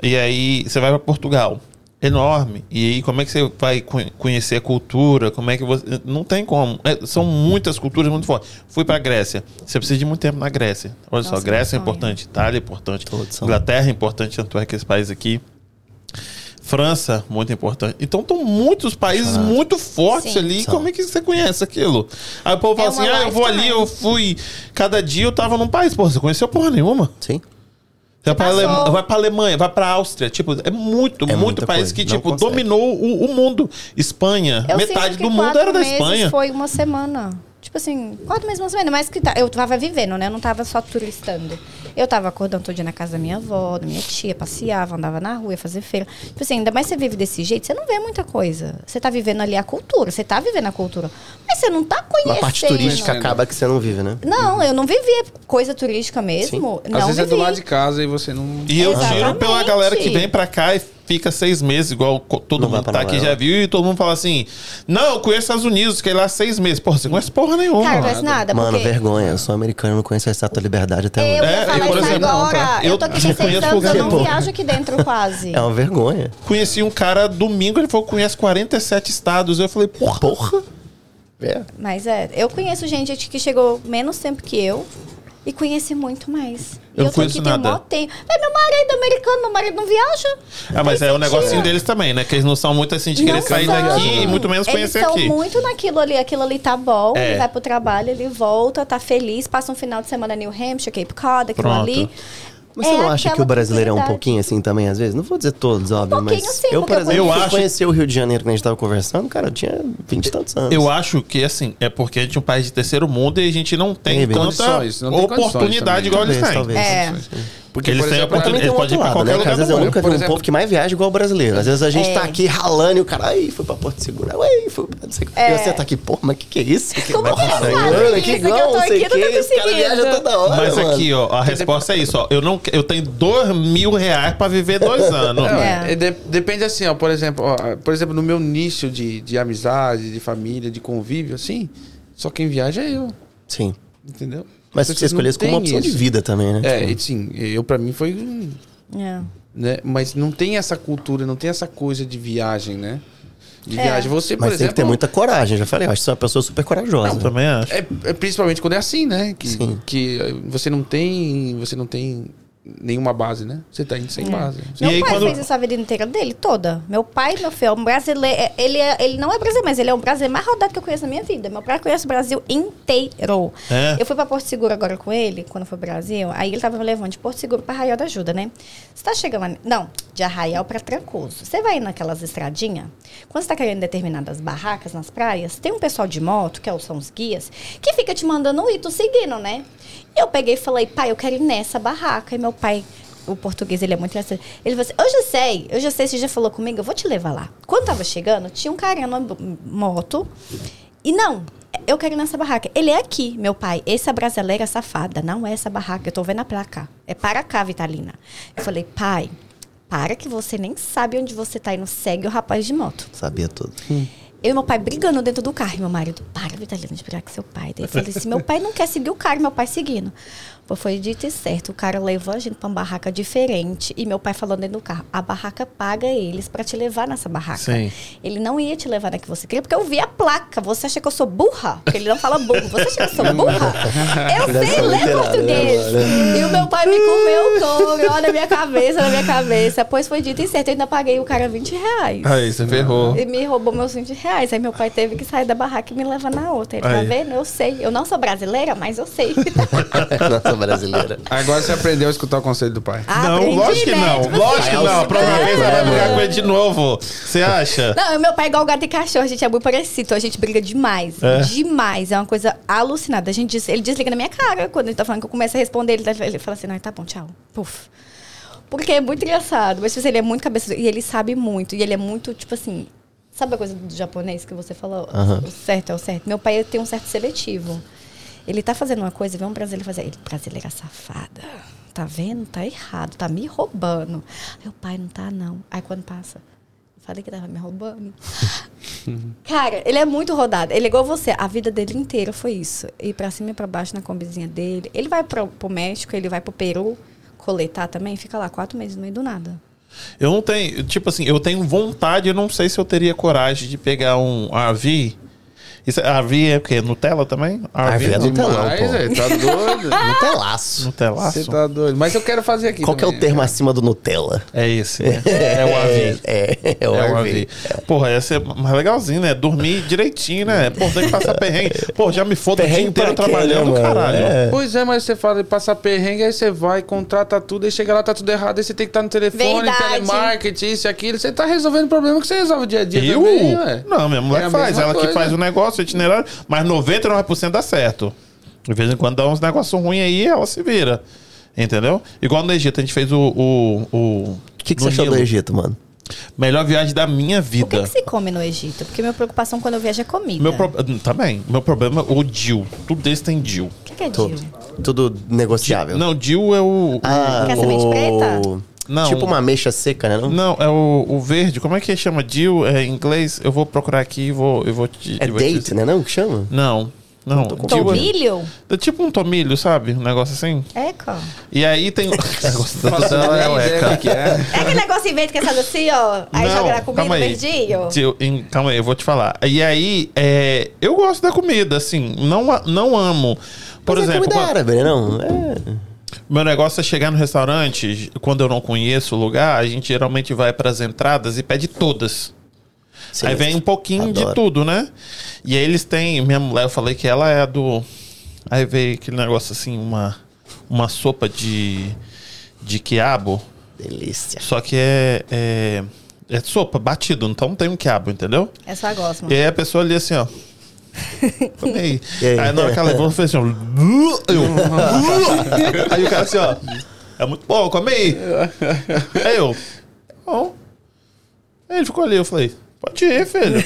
S2: E aí você vai pra Portugal, enorme. E aí como é que você vai co- conhecer a cultura? Como é que você não tem como? É, são muitas culturas muito fortes. Fui pra Grécia. Você precisa de muito tempo na Grécia. Olha só,
S3: Nossa,
S2: Grécia é
S3: meu sonho.
S2: importante, Itália é importante,
S1: Todos são.
S2: Inglaterra é importante, tanto é que esse país aqui França, muito importante. Então, estão muitos países muito fortes
S3: Sim.
S2: ali.
S1: São.
S2: Como é que você conhece aquilo? Aí o povo
S3: É
S2: fala assim:
S3: uma
S2: ah, eu vou ali,
S3: lifetime."
S2: eu fui. Cada dia eu tava num país. Porra, você conheceu porra nenhuma.
S1: Sim.
S2: Vai pra,
S3: passou.
S2: Alema- vai pra Alemanha, vai pra Áustria. Tipo, é muito,
S1: É
S2: muito
S1: muita
S2: país
S1: coisa,
S2: que,
S1: não
S2: tipo,
S1: consegue.
S2: dominou o, o mundo. Espanha,
S3: É, Eu
S2: metade
S3: sinto que
S2: do mundo
S3: quatro
S2: era da
S3: meses
S2: Espanha.
S3: Foi uma semana. Tipo assim, quatro meses, uma semana. Mas que tá- eu tava vivendo, né? Eu não tava só turistando. Eu tava acordando todo dia na casa da minha avó, da minha tia, passeava, andava na rua, ia fazer feira. Tipo assim, ainda mais você vive desse jeito, você não vê muita coisa. Você tá vivendo ali a cultura, você tá vivendo a cultura. Mas você não tá conhecendo.
S1: A parte turística
S5: Não.
S1: acaba que você não vive, né?
S3: Não, eu não vivia coisa turística mesmo. Não
S5: Às vezes é
S3: vivi.
S5: do lado de casa e você não.
S2: E eu tiro
S3: Exatamente.
S2: pela galera que vem pra cá e fica seis meses, igual co- todo
S1: Não vai
S2: mundo
S1: pra
S2: tá aqui
S1: Nova
S2: já
S1: York.
S2: viu, e todo mundo fala assim: Não, eu conheço os Estados Unidos, fiquei lá seis meses. Porra, você não conhece porra nenhuma.
S3: Cara, não conhece nada.
S1: Mano,
S3: porque...
S1: vergonha. Eu sou americano, não conheço a Estátua da Liberdade até
S3: Eu
S1: hoje.
S3: ia
S2: É,
S3: falar
S2: eu, por
S3: isso
S2: exemplo,
S3: agora.
S2: não, tá.
S3: eu tô aqui já
S2: Eu
S3: seis
S2: conheço
S3: anos, eu não
S1: pouco.
S3: viajo aqui dentro quase.
S1: É uma vergonha.
S2: Conheci um cara domingo, ele falou que conhece 47 estados. Eu falei, porra.
S1: Porra! É.
S3: Mas é, eu conheço gente que chegou menos tempo que eu e conhece muito mais. E
S2: Eu não
S3: tô
S2: conheço
S3: aqui tem
S2: nada.
S3: mó tempo. Mas meu marido é americano, meu marido não viaja.
S2: Ah, mas é o negocinho
S3: mentira.
S2: deles também, né? Que eles não são muito assim de querer
S3: Não
S2: sair
S3: são.
S2: daqui e muito menos conhecer
S3: Eles
S2: aqui.
S3: estão muito naquilo ali, aquilo ali tá bom,
S2: É.
S3: ele vai pro trabalho, ele volta, tá feliz, passa um final de semana em New Hampshire, Cape Cod, aquilo
S2: Pronto.
S3: ali.
S1: Mas você
S3: É
S1: não acha que
S3: aquela
S1: o brasileiro é um
S3: tranquilidade.
S1: pouquinho assim também, às vezes? Não vou dizer todos, óbvio,
S3: pouquinho,
S1: mas.
S3: sim,
S1: eu,
S3: porque
S1: por
S3: eu
S1: exemplo,
S2: conheço.
S1: eu
S2: Eu acho-
S1: conheci o Rio de Janeiro que a gente tava conversando, cara, eu tinha vinte e tantos anos.
S2: Eu acho que, assim, é porque a gente é um país de terceiro mundo e a gente não tem
S1: Maybe.
S2: tanta
S5: Condições, não tem condições
S2: oportunidade
S5: também.
S2: igual eles
S1: Talvez,
S2: têm.
S1: talvez.
S3: É.
S2: Porque eles
S5: por
S2: têm
S5: exemplo,
S1: Também
S2: oportunidade.
S1: tem um
S2: Eles podem ir
S1: outro
S2: pra
S1: lado, né?
S2: qualquer
S1: Que às
S2: lugar do
S1: vezes eu
S2: mundo.
S1: nunca vi
S5: Por
S1: um
S5: exemplo-
S1: povo que mais viaja igual o brasileiro. Às vezes a gente
S3: É.
S1: tá aqui ralando e o cara, aí, foi pra Porto Seguro, aí, foi pra não sei o quê. E você tá aqui, porra, mas que que é isso? Que
S3: Como que eles
S1: porra,
S3: fazem
S1: mano,
S3: isso?
S1: que
S3: Que eu tô
S1: igual, não sei
S3: aqui,
S1: o
S3: eu não tô
S1: quê. Os caras
S3: conseguindo.
S1: viajam toda hora,
S2: Mas
S1: mano.
S2: aqui, ó, a resposta é isso, ó. Eu, não, que- eu tenho dois mil reais pra viver dois anos.
S5: (laughs) É, é, de- depende assim, ó, por exemplo, ó, por exemplo, no meu nicho de, de amizade, de família, de convívio, assim, só quem viaja é eu,
S1: Sim.
S5: entendeu? Então,
S1: Mas se você
S5: Vocês não
S1: escolhesse como
S5: têm
S1: uma opção de
S5: isso.
S1: vida também, né?
S5: É,
S1: Tipo,
S5: e sim, eu pra mim foi um,
S3: É.
S5: né? Mas não tem essa cultura, não tem essa coisa de viagem, né? De
S3: É.
S5: viagem, você, por
S1: Mas tem
S5: exemplo,
S1: que ter muita coragem, já falei, eu acho que você é uma pessoa super corajosa.
S2: Eu também acho.
S5: é, é principalmente quando é assim, né? Que,
S1: Sim.
S5: que eh, você não tem, você não tem nenhuma base, né? Você tá indo sem
S1: É.
S5: base.
S2: E
S3: Meu
S2: aí,
S3: pai
S2: quando-
S3: fez essa vida inteira dele, toda. Meu pai, meu filho, é um brasileiro. Ele, é- ele não é brasileiro, mas ele é um brasileiro mais rodado que eu conheço na minha vida. Meu pai conhece o Brasil inteiro.
S2: É.
S3: Eu fui pra Porto Seguro agora com ele, quando foi pro Brasil. Aí ele tava me levando de Porto Seguro pra Arraial da Ajuda, né? Você tá chegando. lá- Não, de Arraial pra Trancoso. Você vai naquelas estradinhas, quando você tá querendo determinadas barracas nas praias, tem um pessoal de moto, que é o- são os guias, que fica te mandando ir, tu seguindo, né? E eu peguei e falei, pai, eu quero ir nessa barraca. E meu pai o português, ele é muito engraçado. Ele falou assim, eu já sei, eu já sei, você já falou comigo, eu vou te levar lá. Quando tava chegando, tinha um carinha numa b- moto. E não, eu quero ir nessa barraca. Ele é aqui, meu pai. Essa brasileira safada, não é essa barraca. Eu tô vendo a placa. É para cá, Vitalina. Eu falei, pai, para que você nem sabe onde você tá indo. Segue o rapaz de moto.
S1: Sabia tudo.
S3: Eu e meu pai brigando dentro do carro. E meu marido, para, Vitalina, de brigar com seu pai. Daí eu falei assim, meu pai não quer seguir o cara, meu pai seguindo. Pô, foi dito e certo. O cara levou a gente pra uma barraca diferente. E meu pai falando dentro do carro, a barraca paga eles pra te levar nessa barraca.
S2: Sim.
S3: Ele não ia te levar na que você queria, porque eu vi a placa. Você acha que eu sou burra? Porque ele não fala burro. Você acha que eu sou burra? Eu sei
S1: Essa
S3: ler
S1: literária,
S3: português. E o meu pai me comeu todo. Olha a minha cabeça, na minha cabeça. Pois foi dito e certo. Eu ainda paguei o cara 20 reais.
S5: É
S2: Aí, você ferrou.
S3: E me roubou meus 20 reais. Aí meu pai teve que sair da barraca e me levar na outra. Ele, tá
S2: Aí.
S3: vendo? Eu sei. Eu não sou brasileira, mas eu sei.
S1: Nossa brasileira.
S5: Agora você aprendeu a escutar o conselho do pai.
S3: Ah,
S2: (laughs) não,
S3: aprendi,
S2: lógico que
S3: né?
S2: não.
S3: Tipo
S2: Lógico
S3: assim,
S2: que
S1: assim,
S2: não. A
S1: ah,
S2: próxima vez você vai
S1: ah.
S2: brigar com ele de novo. Você acha?
S3: Não, meu pai é igual gato e cachorro, a gente é muito parecido, então a gente briga demais.
S2: É.
S3: Demais. É uma coisa alucinada. A gente diz- ele desliga na minha cara quando ele tá falando que eu começo a responder, ele, tá- ele fala assim, não, tá bom, tchau. Puf. Porque é muito engraçado. Mas tipo, ele é muito cabeça e ele sabe muito. E ele é muito, tipo assim. Sabe a coisa do japonês que você falou?
S1: Aham.
S3: O certo é o certo. Meu pai tem um certo seletivo. Ele tá fazendo uma coisa, vê um brasileiro fazer. Ele, brasileira safada. Tá vendo? Tá errado. Tá me roubando. Aí o pai não tá, não. Aí quando passa. eu Falei que tava
S2: (laughs)
S3: me roubando. Cara, ele é muito rodado. Ele é igual você. A vida dele inteira foi isso. Ir pra cima e pra baixo na combizinha dele. Ele vai pro, pro México, ele vai pro Peru coletar também. Fica lá quatro meses no meio do nada.
S2: Eu não tenho. Tipo assim, eu tenho vontade, eu não sei se eu teria coragem de pegar um AV e Isso, RV é o quê? Nutella também?
S1: RV é
S2: é
S1: do- telão,
S5: Mas,
S1: pô.
S5: é, tá
S1: (laughs)
S5: doido?
S1: Nutelaço.
S5: Você
S2: Nutelaço?
S5: tá doido. Mas eu quero fazer aqui
S1: Qual que é o
S5: também.
S1: termo acima do Nutella?
S2: É esse, né? É o AV.
S1: É, (laughs) é o
S2: É o
S1: RV.
S2: AV. Porra, ia ser mais legalzinho, né? Dormir direitinho, né? Pô, tem que passar perrengue. Pô, já me foda o dia
S1: Perrengue
S2: inteiro
S1: pra quê, né,
S2: trabalhando,
S1: mano?
S2: caralho.
S1: É.
S5: Pois é, mas você fala de passar perrengue, aí você vai, contrata tudo, aí chega lá, tá tudo errado, aí você tem que estar no telefone,
S3: Verdade.
S5: telemarketing, isso e aquilo. Você tá resolvendo problema que você resolve dia a dia
S2: Eu?
S5: também, ué.
S2: Não, minha mulher
S5: É a
S2: faz.
S5: mesma
S2: Ela que
S5: coisa.
S2: faz o negócio, o itinerário, mas 99% dá certo. De vez em quando dá uns negócios ruins aí, ela se vira. Entendeu? Igual no Egito, a gente fez o. O, o-
S1: O que, que
S2: no
S1: você achou do
S2: Nilo.
S1: Egito, mano?
S2: Melhor viagem da minha
S3: O que,
S2: vida.
S3: que se come no Egito? Porque minha preocupação quando eu viajo é comida.
S2: Meu pro... Também. Meu problema é o Dil. Tudo desse tem Dil.
S3: O que, que é
S1: Tudo,
S3: Dil?
S1: tudo negociável.
S2: Não, Dil é o.
S1: Ah,
S3: Quer semente preta?
S2: Não.
S1: Tipo uma ameixa seca, né? Não?
S2: Não, é o, o verde. Como é que chama Dil é, em inglês? Eu vou procurar aqui e vou, eu vou te.
S1: É
S2: eu vou te-
S1: date, né? Não, que chama?
S2: Não. Não. Dill é-
S3: Tomilho?
S2: É tipo um tomilho, sabe? Um negócio assim.
S3: Eca.
S2: E aí tem. um
S5: Faço nem ideia do que é.
S3: É aquele negócio em verde que é sabe assim, ó. Aí joga na comida verdinho.
S2: Tio, em- calma aí, eu vou te falar. E aí, é, eu gosto da comida, assim. Não, a- não amo. Por
S1: Mas
S2: exemplo,
S1: É comida
S2: quando-
S1: árabe, né? Não. É.
S2: meu negócio é chegar no restaurante, quando eu não conheço o lugar, a gente geralmente vai pras entradas e pede todas.
S1: Sim.
S2: Aí vem um pouquinho de
S1: Adoro.
S2: tudo, né? E aí eles têm. Minha mulher, eu falei que ela é a do. Aí veio aquele negócio assim, uma, uma sopa de, de quiabo.
S1: Delícia.
S2: Só que é, é, é sopa, batido, então não tem um quiabo, entendeu?
S3: Eu É só gosto,
S2: E
S3: mano.
S2: aí a pessoa ali assim, ó. Comei.
S1: E aí?
S2: aí? na hora que ela levou, ela fez assim, ó. Eu, aí o cara assim, ó. É muito bom, come aí. Aí eu. Bom. Aí ele ficou ali, eu falei. Pode ir,
S1: (laughs)
S2: filho.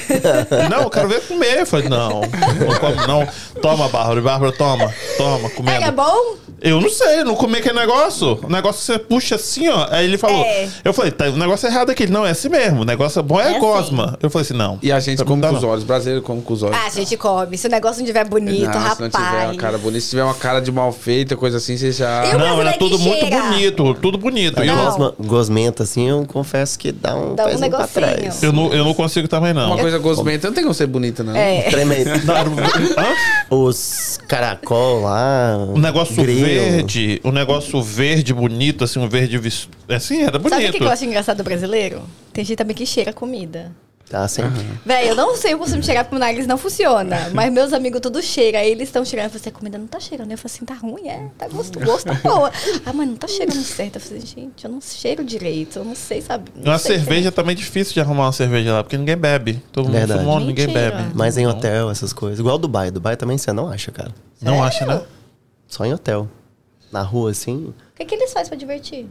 S2: não, eu quero ver comer. Eu falei, não, não como não. Toma, Bárbara. Bárbara, toma, toma, comendo.
S3: É, é bom?
S2: Eu não sei, eu não comi aquele negócio. O negócio você puxa assim, ó. Aí ele falou.
S3: É.
S2: Eu falei, tá, o negócio é errado aqui. Ele, Não, é assim mesmo. O negócio bom é,
S3: É assim.
S2: gosma. Eu falei assim, não.
S5: E a gente
S2: Pra
S5: come
S2: mim tá
S5: com os
S2: não.
S5: olhos, brasileiro come com os olhos.
S3: Ah, a gente come. Se o negócio não tiver bonito,
S5: Não,
S3: rapaz.
S5: se não tiver é uma cara bonita, se tiver uma cara de mal feita, coisa assim, você já.
S3: Eu-
S2: Não, era
S3: brasileiro
S2: tudo
S3: que
S2: muito
S3: cheira.
S2: bonito, tudo bonito. E Eu,
S3: Não.
S1: Gosma, gosmenta, assim, eu confesso que dá um
S3: Dá um
S1: pezinho pra
S3: negocinho.
S1: trás.
S2: eu não, eu não consigo também, não.
S5: Uma coisa gosmenta, então não tem como ser bonita, não.
S3: É.
S1: Tremendo.
S2: Hã?
S1: Os caracol lá.
S2: O Um negócio
S1: grilo.
S2: verde, o negócio verde bonito, assim, um verde vis- assim, era bonito.
S3: Sabe o que que eu acho engraçado do brasileiro? Tem gente também que cheira comida.
S1: Tá, assim.
S3: Véi, eu não sei o costume de cheirar pro nariz, não funciona. Mas meus amigos tudo cheira. Aí eles estão cheirando. Eu falei assim, a comida não tá cheirando. Eu falei assim, tá ruim, é? Tá gosto, gosto tá boa. Ah, mas não tá cheirando certo. Eu falei assim, gente, eu não cheiro direito. Eu não sei, sabe? Não
S2: Uma
S3: sei
S2: cerveja também é difícil de arrumar uma cerveja lá, porque ninguém bebe. Todo mundo
S1: Verdade.
S2: fumando, ninguém
S3: Mentira.
S2: bebe.
S1: Mas em
S2: Então,
S1: hotel, essas coisas. Igual Dubai. Dubai também você não acha, cara.
S2: Não acha, né?
S1: Só em hotel. Na rua, assim.
S3: se- O que, que eles fazem pra divertir?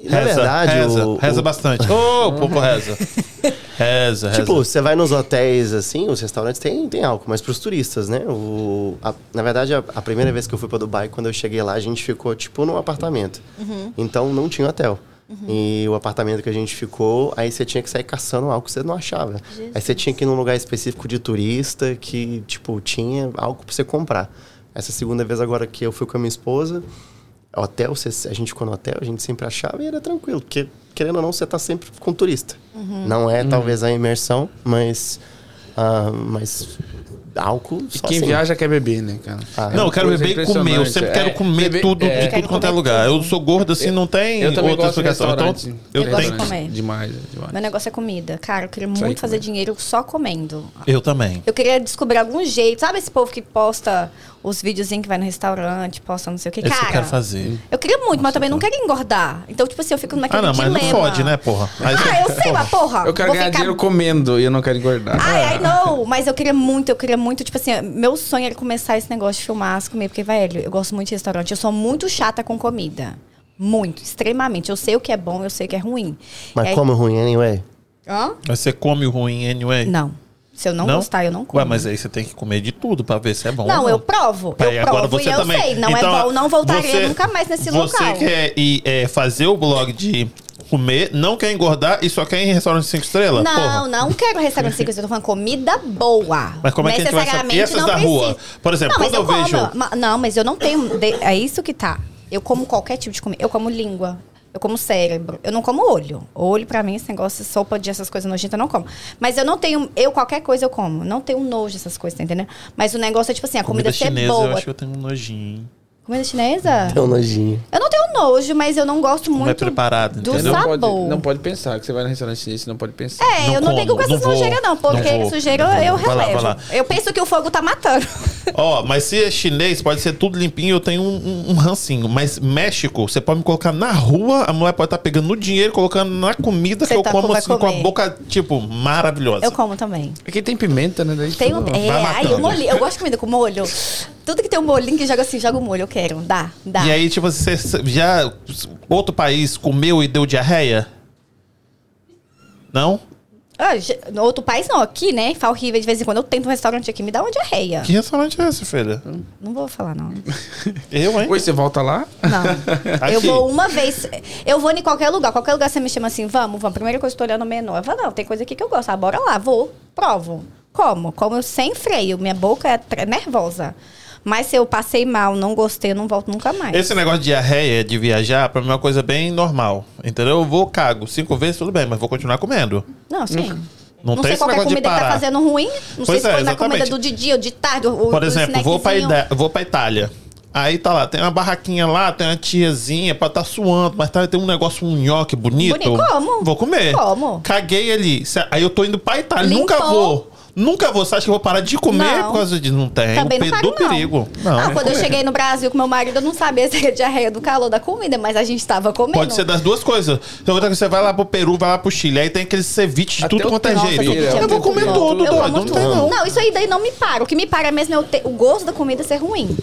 S1: E, Na verdade,
S2: reza,
S1: o,
S2: reza
S1: o-
S2: (laughs) bastante. Ô, o povo reza. Reza, reza.
S1: Tipo, você vai nos hotéis, assim, os restaurantes tem, tem álcool, mas pros turistas, né? O, a- na verdade, a, a primeira vez que eu fui pra Dubai, quando eu cheguei lá, a gente ficou, tipo, num apartamento. Então, não tinha hotel. E o apartamento que a gente ficou, aí você tinha que sair caçando álcool que você não achava. Aí você tinha que ir num lugar específico de turista que, tipo, tinha álcool pra você comprar. Essa segunda vez agora que eu fui com a minha esposa, hotel, você- a gente ficou no hotel, a gente sempre achava e era tranquilo, porque querendo ou não, você tá sempre com turista. Não
S5: Uhum.
S1: é talvez a imersão, mas. ah, mas álcool
S5: E
S1: só
S5: quem
S1: assim.
S5: viaja quer beber, né, cara?
S1: Ah,
S2: Não, eu quero
S5: Coisa
S2: beber e comer. Eu
S5: impressionante.
S2: sempre
S5: É,
S2: quero comer
S5: beber-
S2: tudo
S5: é.
S2: de tudo quanto é lugar. Eu sou gordo assim, não tem
S5: Eu também
S2: outra
S5: gosto de
S2: explicação. Então,
S5: restaurante.
S2: eu,
S3: Eu gosto
S2: tenho.
S3: de
S5: Restaurante,
S3: comer.
S5: Demais, é demais.
S3: Meu negócio é comida. Cara, eu queria
S5: Isso aí,
S3: muito fazer
S5: comida.
S3: dinheiro só comendo.
S2: Eu também.
S3: Eu queria descobrir algum jeito. Sabe esse povo que posta os videozinhos que vai no restaurante, posta não sei o que?
S2: É Isso que
S3: Cara,
S2: eu quero
S5: Hum.
S2: fazer.
S3: eu queria muito, mas também não quero engordar. Então, tipo assim, eu fico naquele
S2: Ah, não, mas
S3: dilema.
S2: não fode, né, porra? Aí você-
S3: Ah, eu sei, mas porra.
S5: Eu quero
S3: vou
S5: ganhar
S3: ficar- Ah, é?
S5: dinheiro Ah. comendo e eu não quero engordar.
S3: Ai, ai, não. Mas eu queria muito, eu queria muito. Tipo assim, meu sonho era começar esse negócio de filmar as comidas. Porque, velho, eu gosto muito de restaurante. Eu sou muito chata com comida. Muito, extremamente. Eu sei o que é bom, eu sei o que é ruim.
S1: Mas
S3: E aí-
S1: como ruim, anyway.
S3: Hã?
S2: Mas você come o ruim anyway?
S3: Não. Se eu não, gostar, eu não como.
S2: Ué, mas aí você tem que comer de tudo pra ver se é bom. ou
S3: Não, eu provo.
S2: Pai,
S3: eu
S2: agora
S3: provo
S2: você
S3: e eu
S2: também.
S3: sei. Não
S2: Então,
S3: é bom, não voltarei
S2: você-
S3: nunca mais nesse
S2: Você
S3: local.
S2: quer ir, é, fazer o blog de comer, não quer engordar e só quer ir em restaurante 5 estrelas?
S3: Não,
S2: porra.
S3: não quero restaurante cinco estrelas, eu tô falando comida boa.
S2: Mas como é que a gente vai saber?
S3: Necessariamente
S2: E essas
S3: não
S2: da rua?
S3: precisa.
S2: Por exemplo,
S3: não, mas
S2: quando eu
S3: como.
S2: vejo-
S3: Ma- Não, mas eu não tenho. de- É isso que tá. Eu como qualquer tipo de comida. Eu como língua. Eu como cérebro. Eu não como olho. Olho, pra mim, esse negócio, sopa de essas coisas nojentas, eu não como. Mas eu não tenho. Eu, qualquer coisa, eu como. Não tenho nojo dessas coisas, tá entendendo? Mas o negócio é tipo assim, a comida, ser
S2: chinesa,
S3: boa.
S2: eu acho que eu tenho um nojinho.
S3: Comida chinesa?
S1: Tem um nojinho.
S3: Eu não tenho nojo, mas eu não gosto
S2: Não é
S3: muito
S2: preparado,
S3: do
S2: entendeu?
S5: Não pode,
S3: sabor.
S5: não pode pensar que você vai no restaurante chinês, você não pode pensar.
S3: É, eu não
S2: como,
S3: ligo com essas
S2: não vou,
S3: sujeiras, não, porque
S2: não vou,
S3: sujeira
S2: não vou.
S3: eu
S2: Vai lá,
S3: relevo.
S2: vai lá.
S3: Eu penso que o fogo tá matando. (laughs)
S2: Ó, mas se é chinês, pode ser tudo limpinho, eu tenho um, um- um rancinho. Mas México, você pode me colocar na rua, a mulher pode estar pegando no dinheiro, colocando na comida
S3: Você
S2: que eu
S3: tá com-
S2: como
S3: vai
S2: assim, com a
S3: comer.
S2: boca, tipo, maravilhosa.
S3: Eu como também.
S5: Aqui tem pimenta, né? Daí
S3: Tem um,
S5: tudo-
S3: é,
S2: vai
S3: aí
S2: matando.
S3: o molho. Eu gosto de comida com molho. Tudo que tem um molhinho que joga assim, joga o molho, eu quero. Dá, dá.
S2: E aí, tipo, você já. Outro país comeu e deu diarreia? Não?
S3: Ah, já- no outro país não, aqui, né? Fala horrível de vez em quando. Eu tento um restaurante aqui, me dá uma diarreia.
S2: Que restaurante é esse, filha?
S3: Não vou falar, não.
S2: Eu, hein?
S5: Oi, você volta lá? (laughs)
S3: Não.
S2: Aqui.
S3: Eu vou uma vez. Eu vou em qualquer lugar. Qualquer lugar você me chama assim, vamos, vamos. Primeira coisa que eu tô olhando é o menu. Eu falo, não, tem coisa aqui que eu gosto. Ah, bora lá, vou, provo. Como? Como sem freio. Minha boca é tre- nervosa. Mas se eu passei mal, não gostei, eu não volto nunca mais.
S2: Esse negócio de diarreia, de viajar, pra mim é uma coisa bem normal. Entendeu? Eu vou, cago cinco vezes, tudo bem, mas vou continuar comendo.
S3: Não, sim.
S2: Não, tem
S3: sei
S2: esse
S3: qual que
S2: negócio
S3: é a
S2: de
S3: comida que tá
S2: parar.
S3: fazendo ruim. Não sei
S2: Pois
S3: se
S2: é,
S3: foi na
S2: exatamente.
S3: comida do de dia ou de tarde. Ou,
S2: Por
S3: do
S2: exemplo, vou pra,
S3: snackzinho.
S2: Ida- vou pra Itália. Aí tá lá, tem uma barraquinha lá, tem uma tiazinha, pode tá suando, mas tá, tem um negócio, um nhoque bonito.
S3: Bonito, como?
S2: Vou comer.
S3: Como?
S2: Caguei ali. Se- Aí eu tô indo pra Itália,
S3: Limpou.
S2: nunca vou. Nunca vou. Você acha que eu vou parar de comer
S3: Não.
S2: por causa de não tem? Um
S3: Também não
S2: Pe-
S3: paro,
S2: do
S3: não.
S2: perigo. Não.
S3: Ah, quando eu cheguei no Brasil com meu marido, eu não sabia se era diarreia do calor da comida, mas a gente tava comendo.
S2: Pode ser das duas coisas. Então, você vai lá pro Peru, vai lá pro Chile, aí tem aquele ceviche de
S5: Até
S2: tudo
S5: o
S2: quanto é
S5: Nossa, é
S2: jeito.
S5: querido,
S2: Eu
S5: eu
S2: vou
S5: como
S2: comer
S5: tudo.
S2: tudo,
S3: Tá eu
S2: doido.
S3: como
S2: Não
S3: tudo.
S2: tem, não.
S3: Não, isso aí daí não me para. O que me para mesmo é o, te- o gosto da comida ser ruim.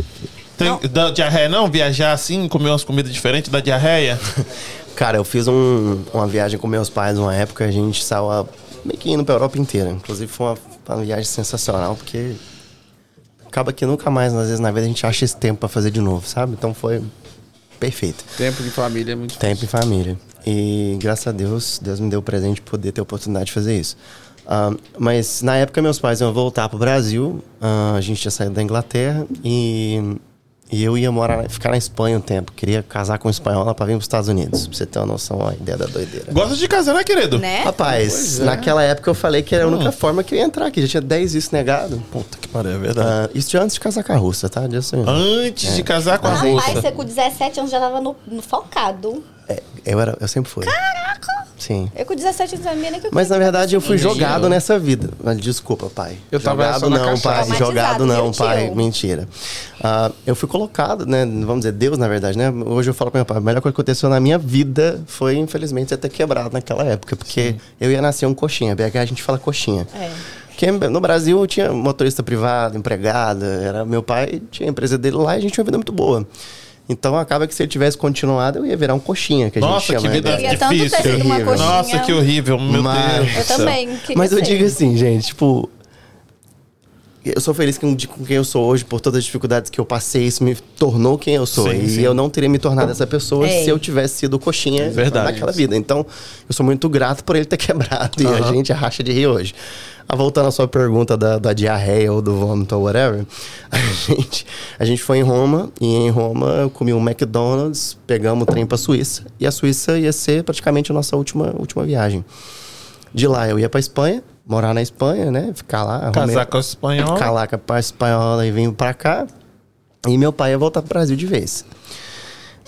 S2: Tem da diarreia, não? Viajar assim, comer umas comidas diferentes da diarreia?
S1: Cara, eu fiz um- uma viagem com meus pais uma época, a gente saiu a- meio que indo pra Europa inteira. Inclusive foi uma, uma viagem sensacional, porque acaba que nunca mais, às vezes, na vida, a gente acha esse tempo pra fazer de novo, sabe? Então foi perfeito.
S5: Tempo de família é muito
S1: Tempo e família. E graças a Deus, Deus me deu o presente de poder ter a oportunidade de fazer isso. Ah, mas na época meus pais iam voltar pro Brasil, ah, a gente tinha saído da Inglaterra e, e eu ia morar, ficar na Espanha um tempo. Queria casar com um espanhola para vir pros Estados Unidos, pra você ter uma noção, ó, a ideia da doideira.
S2: Gosta de casar, né, querido?
S3: Né?
S1: Rapaz, naquela época eu falei que era a única forma que eu ia entrar aqui, já tinha 10 isso negado.
S2: Puta que pariu, é verdade.
S1: Ah, isso tinha antes de casar com a russa, tá? Disso eu-
S2: Antes de casar com a
S3: Ah, Rapaz,
S2: russa.
S3: você com 17 anos já tava no, no focado.
S1: É, eu, era, eu sempre fui.
S3: Caraca!
S1: Sim.
S3: Eu com 17 anos não sabia nem que eu
S1: Mas na verdade eu fui
S5: Entendi.
S1: jogado nessa vida. Mas, Desculpa, pai.
S5: Eu tava
S1: jogado
S5: só na
S1: não,
S5: cachaça.
S1: pai.
S3: Traumatizado,
S1: Jogado não,
S3: viu,
S1: pai.
S3: tio?
S1: Mentira. Ah, eu fui colocado, né? Vamos dizer, Deus, na verdade, né? Hoje eu falo pra meu pai, a melhor coisa que aconteceu na minha vida foi, infelizmente, você ter quebrado naquela época. Porque eu ia nascer um coxinha. BH a gente fala coxinha.
S3: É.
S1: Porque no Brasil eu tinha motorista privado, empregada, era meu pai, tinha a empresa dele lá e a gente tinha uma vida muito boa. Então acaba que se ele tivesse continuado, eu ia virar um coxinha, que a gente
S2: Nossa,
S1: chama.
S2: que
S1: né?
S2: vida
S3: Queria tanto ter
S2: difícil.
S3: sido uma coxinha.
S2: Nossa, que horrível, meu
S1: Mas-
S2: Deus.
S3: Eu também. queria
S1: Mas eu
S3: ser.
S1: digo assim, gente, tipo. Eu sou feliz com, de- com quem eu sou hoje, por todas as dificuldades que eu passei, isso me tornou quem eu sou.
S2: Sim,
S1: e
S2: sim. Então, É
S1: eu não teria me tornado essa pessoa
S3: Ei.
S1: se eu tivesse sido coxinha
S2: Verdade.
S1: naquela vida. Então, eu sou muito grato por ele ter (laughs) quebrado e a gente racha de rir hoje. Ah, voltando à sua pergunta da, da diarreia ou do vômito ou whatever, (laughs) a gente, a gente foi em Roma e em Roma eu comi um McDonald's, pegamos o trem pra Suíça e a Suíça ia ser praticamente a nossa última, última viagem. De lá eu ia pra Espanha, morar na Espanha, né? Ficar lá.
S2: Casar
S1: arrumei-
S2: com a espanhola.
S1: Ficar lá com a espanhola e vim pra cá. E meu pai ia voltar pro Brasil de vez.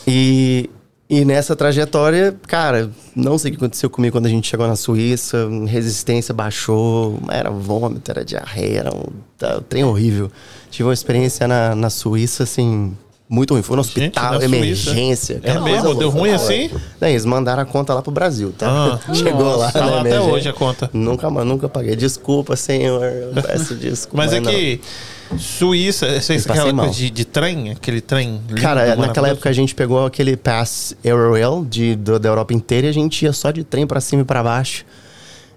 S1: E, e nessa trajetória, cara, não sei o que aconteceu comigo quando a gente chegou na Suíça. Resistência baixou, era vômito, era diarreia, era um, tá, um trem horrível. Tive uma experiência na, na Suíça, assim, muito ruim. Foi no
S2: Gente, na
S1: hospital,
S2: Suíça.
S1: emergência.
S2: É
S1: cara,
S2: mesmo?
S1: coisa
S2: Deu ruim
S1: horrorosa.
S2: assim?
S1: Não, eles mandaram a conta lá pro Brasil, tá?
S2: Ah.
S1: Chegou lá,
S2: Tá
S1: né,
S2: lá até
S1: emergência.
S2: hoje a conta.
S1: Nunca, mas nunca paguei. Desculpa, senhor.
S2: (laughs)
S1: Eu peço desculpa.
S2: Mas é
S1: não.
S2: que Suíça, você
S1: passei
S2: aquela
S1: mal.
S2: coisa de, de trem, aquele trem. lindo,
S1: Cara, é, naquela
S2: maravilhoso.
S1: época a gente pegou aquele pass Eurorail de, do- da Europa inteira e a gente ia só de trem pra cima e pra baixo.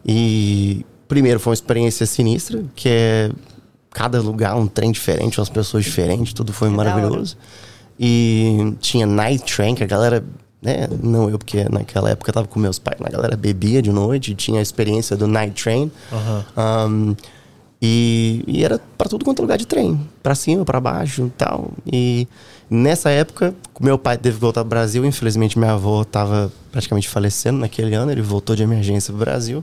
S1: E primeiro foi uma experiência sinistra, que é cada lugar um trem diferente, umas pessoas diferentes, tudo foi
S3: da hora.
S1: maravilhoso. E tinha night train, que a galera, né, não eu, porque naquela época eu tava com meus pais, mas a galera bebia de noite, tinha a experiência do night train. Ahn, E, e era para tudo quanto é lugar de trem, para cima, para baixo, e tal. E nessa época, meu pai teve que voltar pro Brasil, infelizmente minha avó tava praticamente falecendo naquele ano, ele voltou de emergência pro Brasil.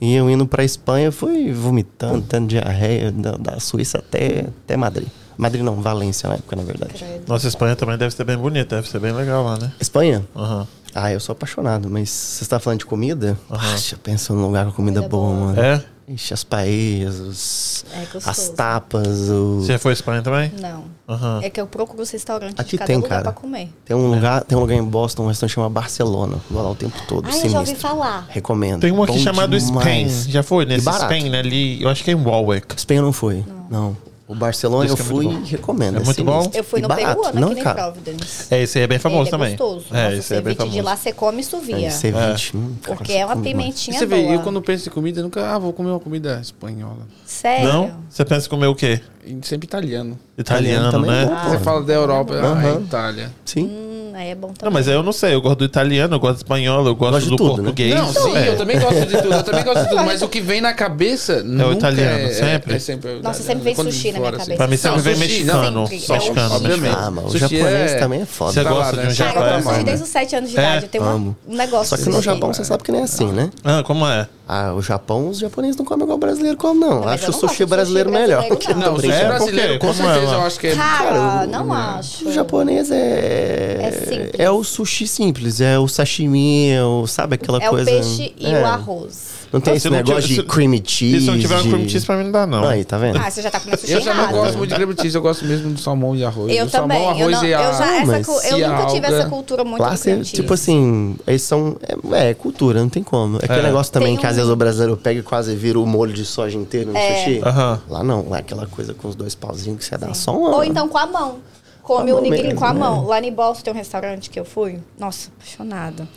S1: E eu indo pra Espanha, fui vomitando, tendo diarreia da, da Suíça até, até Madrid. Madrid não, Valência na época, na verdade.
S2: Nossa, Espanha também deve ser bem bonita, deve ser bem legal lá, né?
S1: Espanha?
S2: Aham.
S1: Ah, eu sou apaixonado, mas você está falando de comida? Acha, pensa num lugar com comida, boa, mano.
S2: É?
S1: Ixi, as paellas, os-
S3: É gostoso.
S1: as tapas, o...
S2: Você já foi à Espanha também?
S3: Não.
S2: Aham.
S3: É que eu procuro os restaurantes
S1: Aqui
S3: de cada
S1: tem,
S3: lugar
S1: cara.
S3: pra comer.
S1: Tem um, lugar, tem um lugar em Boston, um restaurante chama Barcelona. Vou lá o tempo todo,
S3: Ah, eu
S1: sinistro.
S3: já ouvi falar.
S1: Recomendo.
S2: Tem um aqui
S1: Bom
S2: chamado Spain.
S1: demais.
S2: Já foi nesse
S1: E barato.
S2: Spain ali? Eu acho que é em Warwick.
S1: Spain não foi, não. O Barcelona
S2: Diz
S1: eu
S2: que é muito
S1: fui
S2: bom.
S1: e recomendo.
S2: É muito
S1: sinistro.
S2: bom.
S3: Eu fui
S1: E
S3: no
S1: barato,
S3: peruano,
S1: não
S3: aqui
S1: é
S3: em
S1: caro.
S3: Providence.
S2: É, esse aí é bem famoso
S3: Ele
S2: também.
S3: é gostoso.
S2: É, esse aí é
S3: Nossa,
S2: bem
S3: sorvete
S2: famoso.
S3: de lá você come e sovia.
S1: É, ceviche. hum, cara,
S3: Porque é uma
S1: come demais.
S5: E
S3: pimentinha
S5: você
S3: boa.
S5: vê, eu quando penso em comida, eu nunca. Ah, vou comer uma comida espanhola.
S3: é Sério?
S2: Não? Você pensa em comer o quê?
S5: E Sempre italiano.
S2: Italiano,
S1: também
S2: né?
S1: é
S3: Ah,
S1: bom,
S5: Você
S1: pô.
S5: fala da Europa, ah, é
S1: Aham.
S5: Itália.
S1: Sim.
S3: Hum, aí é bom também.
S2: Não, mas eu não sei. Eu gosto do italiano, eu gosto do espanhol, eu gosto,
S1: Gosto de
S2: do
S1: tudo, né?
S2: português.
S5: Não, sim,
S2: É.
S5: eu também gosto de tudo, eu também gosto de tudo, mas o que vem na cabeça nunca é
S2: italiano,
S5: é,
S2: sempre?
S5: é sempre o
S3: Nossa,
S5: italiano.
S3: sempre vem
S5: Quando
S3: sushi na
S5: fora,
S3: minha
S5: assim.
S3: cabeça.
S2: Pra mim sempre
S5: Não,
S2: vem
S5: sushi,
S2: mexicano,
S3: não. Sempre.
S2: mexicano,
S5: Obviamente.
S2: mexicano.
S1: Ah, mas o
S5: Sushi
S1: japonês
S5: é-
S1: também é
S2: Você
S1: foda.
S5: Tá
S2: gosta
S5: lá,
S2: de um
S3: Cara, eu
S5: né?
S2: japonês?
S3: como sushi
S1: mano.
S3: desde os 7 anos de
S2: É,
S3: idade. Eu tenho uma-
S1: amo.
S3: um negócio
S1: Só que
S3: com
S1: no
S3: sushi.
S1: Japão você sabe que não é assim, né?
S2: Ah, como é?
S1: Ah, o Japão, os japoneses não comem igual o brasileiro come, não.
S3: mas
S1: Acho
S3: eu
S1: o sushi
S3: não gosto de sushi
S1: brasileiro
S3: brasileiro,
S1: melhor.
S3: não.
S5: Não, o sushi
S2: É, por quê?
S5: brasileiro, com
S2: Como
S5: certeza,
S2: ela?
S5: eu acho que é.
S3: Cara, não acho.
S1: O japonês é.
S3: É simples.
S1: o sushi simples, é o sashimi, é o, sabe aquela
S3: É o
S1: coisa.
S3: peixe e
S1: É.
S3: o arroz.
S1: Não tem
S2: Ah, se
S1: esse
S2: não
S1: negócio
S2: tiver-
S1: de
S2: se-
S1: cream cheese.
S2: Se não tiver um cream cheese, pra mim não dá, não.
S1: Aí, tá vendo?
S3: Ah, você já
S1: (laughs)
S3: tá comendo sushi
S5: Eu já não
S3: errado.
S5: gosto muito de cream cheese, eu gosto mesmo do salmão e arroz.
S3: Eu
S5: o
S3: também.
S5: salmão,
S3: eu
S5: arroz
S3: não,
S5: e a...
S3: eu já, essa
S1: mas
S3: cu- eu
S5: e a
S3: nunca tive
S5: alga?
S3: essa cultura é muito
S1: Lá
S3: do
S1: você,
S3: cream cheese.
S1: tipo assim, eles são. É, é cultura, não tem como. É aquele negócio também
S3: Tem
S1: que às
S3: um- É.
S1: vezes o brasileiro pega e quase vira o molho de soja inteiro no sushi.
S2: Aham.
S1: Lá não, lá é aquela coisa com os dois pauzinhos que você dá só um.
S3: Ou então com a mão. Come
S1: Com a
S3: o
S1: mão
S3: nigiri
S1: mesmo,
S3: com a
S1: né?
S3: mão. Lá em Boston tem um restaurante que eu fui. Nossa, apaixonada.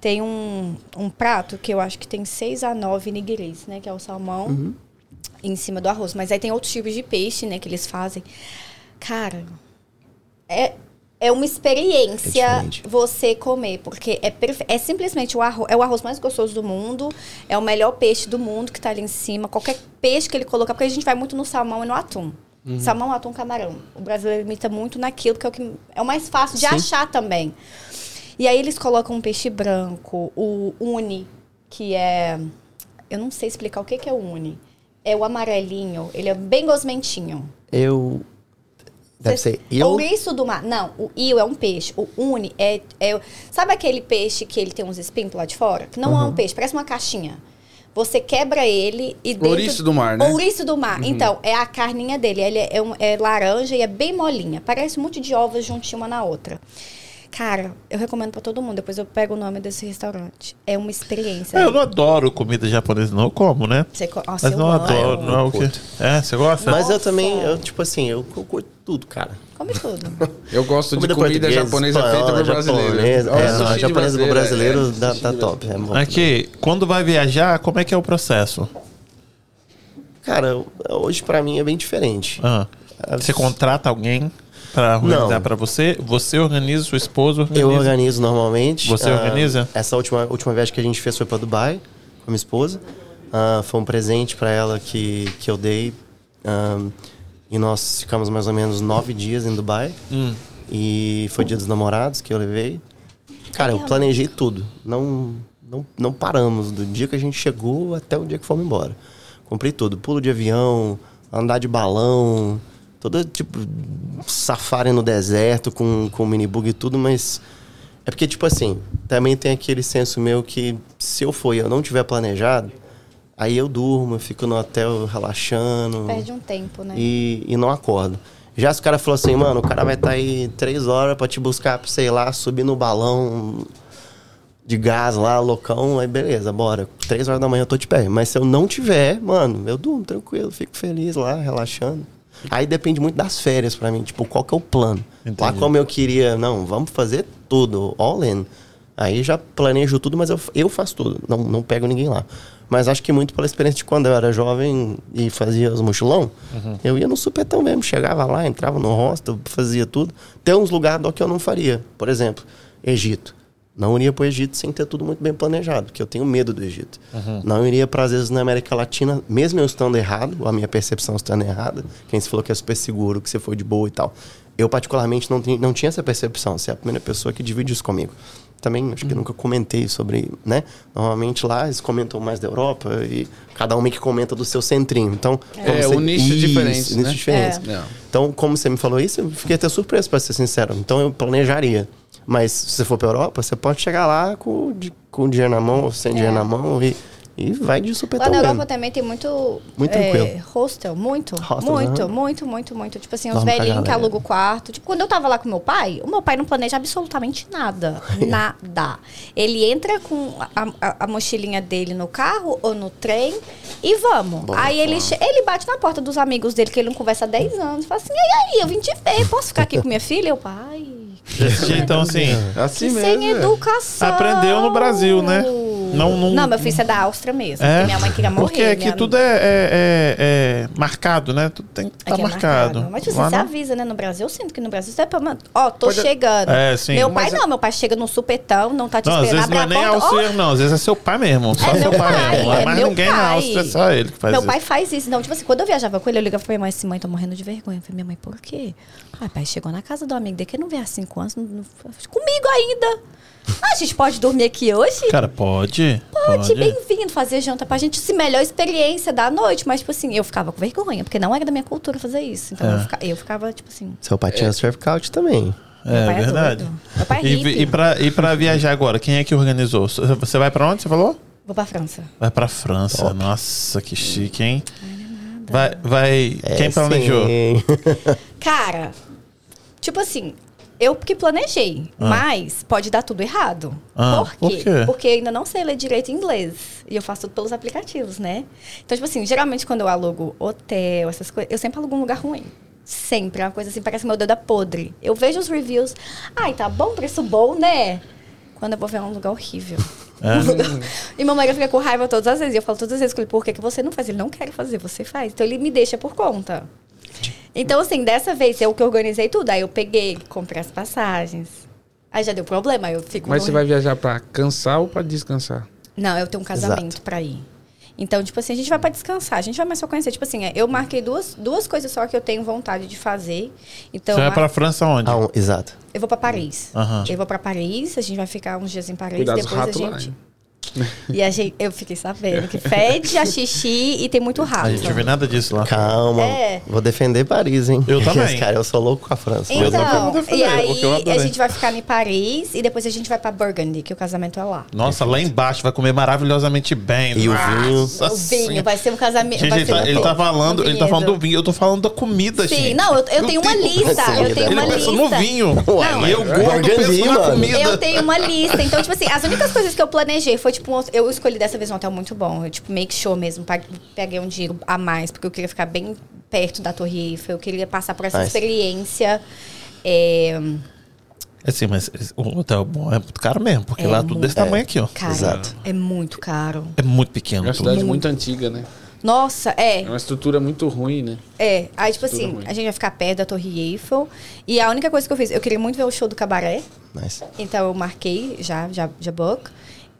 S3: Tem um, um prato que eu acho que tem seis a nove nigiris, né? Que é o salmão
S1: Uhum.
S3: em cima do arroz. Mas aí tem outros tipos de peixe, né? Que eles fazem. Cara, é, é uma experiência
S1: É diferente.
S3: você comer. Porque é, perfe- é simplesmente o arroz. É o arroz mais gostoso do mundo. É o melhor peixe do mundo que tá ali em cima. Qualquer peixe que ele colocar. Porque a gente vai muito no salmão e no atum.
S1: Uhum.
S3: Salmão, atum, camarão. O brasileiro imita muito naquilo, porque é o, que é o mais fácil de achar também. E aí eles colocam um peixe branco, o uni, que é. Eu não sei explicar o que, que é o uni. É o amarelinho, ele é bem gosmentinho.
S1: Eu. Deve ser. Eu.
S3: Ouriço do mar. Não, o io é um peixe. O uni é, é- Sabe aquele peixe que ele tem uns espinhos lá de fora? Que não é um peixe, parece uma caixinha. Você quebra ele e dentro...
S5: Ouriço do mar, né?
S3: Ouriço do mar. Então, é a carninha dele. Ele é, é um- é laranja e é bem molinha. Parece um monte de ovas juntinha uma na outra. Cara, eu recomendo pra todo mundo. Depois eu pego o nome desse restaurante. É uma experiência.
S2: É, eu não adoro comida japonesa, não. Eu como, né?
S3: Você co- Nossa,
S2: Mas
S3: eu
S2: não
S3: amo.
S2: adoro, não é o quê? É, você gosta?
S1: Mas eu
S3: Nossa.
S1: também, eu, tipo assim, eu, eu curto tudo, cara.
S3: Come tudo.
S5: (laughs) Eu gosto de comida japonesa feita por brasileiro.
S1: Japonesa,
S5: Olha,
S1: é,
S5: sushi
S1: não,
S5: de
S1: japonesa por brasileiro
S5: é,
S1: dá,
S5: sushi
S1: tá
S5: de
S1: top. É bom.
S2: Aqui, quando vai viajar, como é que é o processo?
S1: Cara, hoje pra mim é bem diferente.
S2: Ah, você contrata alguém pra organizar
S1: Não.
S2: pra você? Você organiza, sua esposa organiza?
S1: Eu organizo normalmente.
S2: Você
S1: Ah,
S2: organiza?
S1: Essa última, última viagem que a gente fez foi pra Dubai com a minha esposa. Ah, foi um presente pra ela que, que eu dei. Ah, e nós ficamos mais ou menos nove dias em Dubai.
S2: Hum.
S1: E foi dia dos namorados que eu levei. Cara, eu planejei tudo. Não, não, não paramos do dia que a gente chegou até o dia que fomos embora. Comprei tudo. Pulo de avião, andar de balão, todo tipo safari no deserto com, com minibug e tudo, mas é porque, tipo assim, também tem aquele senso meu que se eu for e eu não tiver planejado, aí eu durmo, eu fico no hotel relaxando.
S3: Perde um tempo, né?
S1: E, e não acordo. Já se o cara falou assim, mano, o cara vai estar aí três horas pra te buscar, pra, sei lá, subir no balão de gás lá, loucão, aí beleza, bora. Três horas da manhã eu tô de pé. Mas se eu não tiver, mano, eu durmo tranquilo, fico feliz lá, relaxando. Aí depende muito das férias pra mim, tipo, qual que é o plano. Lá como eu queria, não, vamos fazer tudo, all in. Aí já planejo tudo, mas eu, eu faço tudo, não, não pego ninguém lá. Mas acho que muito pela experiência de quando eu era jovem e fazia os mochilão, eu ia no supetão mesmo, chegava lá, entrava no hostel, fazia tudo. Tem uns lugares que eu não faria, por exemplo, Egito. Não iria para o Egito sem ter tudo muito bem planejado, porque eu tenho medo do Egito. Não iria para, às vezes, na América Latina, mesmo eu estando errado, ou a minha percepção estando errada, quem se falou que é super seguro, que você foi de boa e tal. Eu, particularmente, não, tenho- não tinha essa percepção. Você é a primeira pessoa que divide isso comigo. Também, acho que
S5: Uhum.
S1: nunca comentei sobre, né? Normalmente lá eles comentam mais da Europa e cada um meio que comenta do seu centrinho. Então, como
S5: É, o nicho é diferente,
S1: Isso,
S5: né?
S1: nicho diferente.
S5: É. Não.
S1: Então, como você me falou isso, eu fiquei até surpreso, para ser sincero. Então, eu planejaria. Mas se você for para Europa, você pode chegar lá com, o di- com o dinheiro na mão, ou sem dinheiro na mão e, e vai de
S3: É. Lá
S1: supetão
S3: na Europa
S1: mesmo.
S3: também tem muito. é,
S1: Muito tranquilo.
S3: Hostel, muito.
S1: Hostel,
S3: muito,
S1: aham.
S3: muito, muito, muito. Tipo assim, os
S1: Dorme com a
S3: velhinhos que
S1: galera.
S3: alugam o quarto. Tipo, quando eu tava lá com meu pai, o meu pai não planeja absolutamente nada. nada. Ele entra com a, a- a mochilinha dele no carro ou no trem e vamos. aí ele, che- ele bate na porta dos amigos dele, que ele não conversa há 10 anos. Fala assim: e aí, eu vim te ver, posso ficar aqui com minha filha? Eu, pai.
S2: Desse jeito, então, assim,
S5: Assim
S3: Que
S5: mesmo.
S3: sem educação.
S2: Aprendeu no Brasil, né? Não-
S3: Não,
S2: não-
S3: meu filho, isso é da Áustria mesmo.
S2: É.
S3: porque Minha mãe queria morrer.
S2: Porque aqui
S3: minha-
S2: tudo é, é- é- é marcado, né? Tudo tem que estar
S3: Aqui é
S2: marcado.
S3: Mas tipo,
S2: Lá
S3: você
S2: não.
S3: avisa, né? No Brasil, eu sinto que no Brasil você é pra. man- Ó, tô
S5: Pode-
S3: chegando.
S2: É, sim.
S3: Meu pai
S5: Mas é-
S3: não, meu pai chega no supetão, não tá te
S2: Não, às
S3: esperando.
S2: vezes não é
S3: abre
S2: nem
S3: a porta.
S2: auxílio, não. Às vezes é seu pai mesmo. Só
S3: É
S2: seu
S3: meu
S2: pai,
S3: pai,
S2: mesmo. Não é
S3: é
S2: mais
S3: meu
S2: ninguém na
S3: pai.
S2: Áustria, é só ele que
S3: "Ó,
S2: faz
S3: meu
S2: isso.
S3: pai faz isso. Não, tipo assim, quando eu viajava com ele, eu ligava pra minha mãe assim, mãe, tô morrendo de vergonha. Eu falei, minha mãe, por quê? Ah, pai, chegou na casa do amigo dele, que não veio há cinco anos, não- não- comigo ainda. Ah, a gente pode dormir aqui hoje?
S2: Cara, pode?
S3: Pode, bem-vindo fazer janta pra gente, se melhor experiência da noite. Mas, tipo assim, eu ficava com vergonha, porque não era da minha cultura fazer isso. Então,
S2: É.
S3: eu, fica- eu ficava, tipo assim,
S1: Seu pai tinha surf couch também.
S3: meu
S2: É
S3: pai é
S2: verdade.
S3: doido. Meu pai é
S2: E, vi-
S3: hippie.
S2: e, pra, e pra viajar agora, quem é que organizou? S- Você vai pra onde? Você falou?
S3: vou pra França.
S2: Vai pra França. Nossa, que chique, hein? Vai, vai. quem
S1: É,
S2: planejou?
S1: sim. (laughs)
S3: Cara, tipo assim, eu que planejei, mas pode dar tudo errado.
S2: Ah,
S3: por,
S2: por
S3: quê?
S2: quê?
S3: Porque eu ainda não sei ler direito inglês. E eu faço tudo pelos aplicativos, né? Então, tipo assim, geralmente quando eu alugo hotel, essas coisas, eu sempre alugo um lugar ruim. Sempre. É uma coisa assim, parece meu dedo é podre. Eu vejo os reviews. Ai, tá bom, preço bom, né? Quando eu vou ver é um lugar horrível.
S2: É?
S3: (laughs) E meu marido fica com raiva todas as vezes. E eu falo todas as vezes com ele, por que, que você não faz? Ele não quer fazer, você faz. Então ele me deixa por conta. Então, assim, dessa vez eu que organizei tudo. Aí eu peguei, comprei as passagens. Aí já deu problema, aí eu fico.
S5: Mas
S3: no-
S5: você vai viajar pra cansar ou pra descansar?
S3: Não, eu tenho um casamento pra ir. Então, tipo assim, a gente vai pra descansar, a gente vai mais só conhecer. Tipo assim, é, eu marquei duas, duas coisas só que eu tenho vontade de fazer. Então,
S2: Você vai
S3: a-
S2: pra França onde?
S1: Ah, um- exato.
S3: eu vou pra Paris.
S2: Aham.
S3: Eu vou pra Paris, a gente vai ficar uns dias em Paris,
S5: Cuidado dos
S3: depois a
S5: ratos lá,
S3: gente.
S5: hein?
S3: E a gente, eu fiquei sabendo que fede a xixi e tem muito rato.
S2: A gente não vê nada disso lá.
S1: Calma.
S3: É.
S1: Vou defender Paris, hein? (laughs)
S2: Eu também.
S1: Cara, eu sou louco com a França. mas eu-
S3: Então,
S2: perguntando
S3: e
S2: pra ele, porque eu
S3: aí a
S2: adorei.
S3: gente vai ficar em Paris e depois a gente vai pra Burgundy, que o casamento é lá.
S2: Nossa, lá embaixo vai comer maravilhosamente bem.
S1: E o
S2: Nossa
S1: vinho? O
S3: O vinho,
S2: Senhora.
S3: vai ser um casamento.
S2: Gente,
S3: vai
S2: ele
S3: ser
S2: tá,
S3: um-
S2: ele tá falando,
S3: um
S2: ele tá falando do
S3: vinhedo.
S2: vinho, eu tô falando da comida, gente.
S3: Sim, não, eu, eu tenho uma
S2: tem
S3: lista. Eu tenho
S2: Ele
S3: uma
S2: pensa
S3: lista.
S2: no vinho.
S1: Ué,
S2: e eu
S5: é
S1: mas-
S2: gordo
S1: Burgundy,
S2: penso na
S1: mano.
S2: comida.
S3: Eu tenho uma lista. Então, tipo assim, as únicas coisas que eu planejei foi, tipo, um- eu escolhi dessa vez um hotel muito bom. Eu, tipo, make show mesmo. pa- Peguei um dinheiro a mais, porque eu queria ficar bem perto da Torre Eiffel. Eu queria passar por essa
S1: Nice.
S3: experiência. É,
S2: Assim, mas o hotel bom é muito caro mesmo, porque
S3: É
S2: lá tudo
S3: muito-
S2: desse tamanho aqui, ó.
S3: cara,
S1: Exato.
S3: é muito caro.
S2: É muito pequeno.
S5: É uma
S2: tudo.
S5: cidade muito antiga, né?
S3: Nossa, é.
S5: É uma estrutura muito ruim, né?
S3: É, aí tipo
S5: Tudo
S3: assim,
S5: ruim.
S3: a gente vai ficar perto da Torre Eiffel. E a única coisa que eu fiz, eu queria muito ver o show do Cabaré.
S1: Nice.
S3: Então eu marquei, já, já, já book.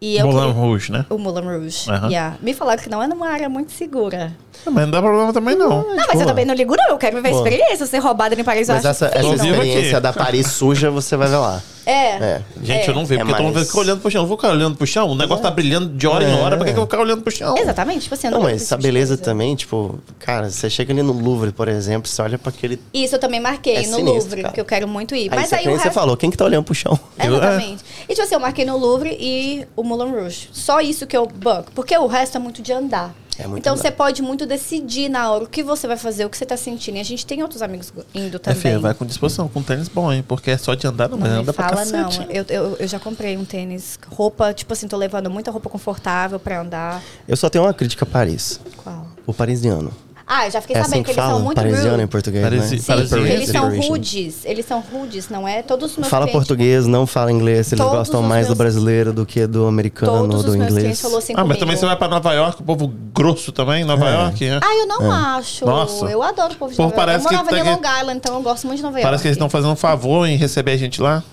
S3: E eu
S2: Moulin
S3: queria-
S2: Rouge, né?
S3: O Moulin Rouge.
S2: Aham.
S3: yeah. Me falaram que não é numa área muito segura.
S2: Não, Mas não dá problema também, não.
S3: Não, mas eu também não ligo, não. Eu quero viver a experiência. Ser roubada em Paris, eu
S1: Mas
S3: acho né?
S1: essa, essa
S3: feio,
S2: Inclusive aqui.
S1: experiência da Paris suja, você vai ver lá.
S3: não. É. É.
S1: É.
S2: Gente, eu não vejo,
S1: É
S2: porque eu tô
S1: mais-
S2: ficando olhando pro chão. Eu vou ficar olhando pro chão, o negócio tá brilhando de hora
S5: É.
S2: em hora, pra que que eu vou ficar olhando pro chão?
S3: Exatamente. Tipo assim, eu
S1: Não, mas
S3: ligo pra
S1: essa
S3: esse tipo de
S1: beleza
S3: coisa.
S1: também, tipo, cara, você chega ali no Louvre, por exemplo, você olha pra aquele.
S3: Isso eu também marquei
S1: É
S3: no
S1: sinistro,
S3: Louvre,
S1: cara.
S3: que eu quero muito ir.
S1: Aí,
S3: mas
S1: você,
S3: aí
S1: que
S3: o
S1: nem
S3: resto.
S1: você falou, quem que tá olhando pro chão? (laughs)
S2: Eu- é."
S3: Exatamente. E tipo assim, eu marquei no Louvre e o Moulin Rouge. Só isso que eu banco. Porque o resto é muito de andar.
S1: É muito
S3: então
S1: andar.
S3: você pode muito decidir na hora o que você vai fazer, o que você tá sentindo. E a gente tem outros amigos indo
S2: É,
S3: também.
S2: filha, vai com disposição, com tênis bom, hein? Porque é só de andar, não,
S3: Não
S2: mas
S3: me
S2: anda pra
S3: fala,
S2: cacete.
S3: não. Eu, eu, eu já comprei um tênis, roupa, tipo assim, tô levando muita roupa confortável pra andar.
S1: Eu só tenho uma crítica a Paris.
S3: Qual?
S1: O parisiano.
S3: Ah, eu já fiquei
S1: é assim
S3: sabendo que
S1: que
S3: eles são
S1: fala?
S3: muito
S1: Parisiano
S3: rude.
S1: em português,
S2: Parisi-
S1: né?
S3: Sim,
S2: Parisian
S3: eles são
S1: Parisian.
S3: rudes. Eles são rudes, não é? Todos os meus
S1: Fala
S3: clientes-
S1: português, não fala inglês. Eles
S3: Todos
S1: gostam
S3: os
S1: mais do
S3: meus-
S1: brasileiro do que do americano,
S3: Todos
S1: do
S3: os meus clientes
S1: inglês.
S3: falou assim
S2: Ah, mas também
S3: comigo.
S2: você vai pra Nova York, o povo grosso também,
S5: É.
S2: Nova York, né?
S3: Ah, eu não
S1: É.
S3: acho.
S2: Nossa.
S3: Eu adoro o povo de
S2: Povo
S3: Nova York. Eu
S2: parece que
S3: morava
S2: tá
S3: em
S2: que-
S3: Long Island, então eu gosto muito de Nova York. assim.
S2: Parece que eles estão fazendo um favor em receber a gente lá.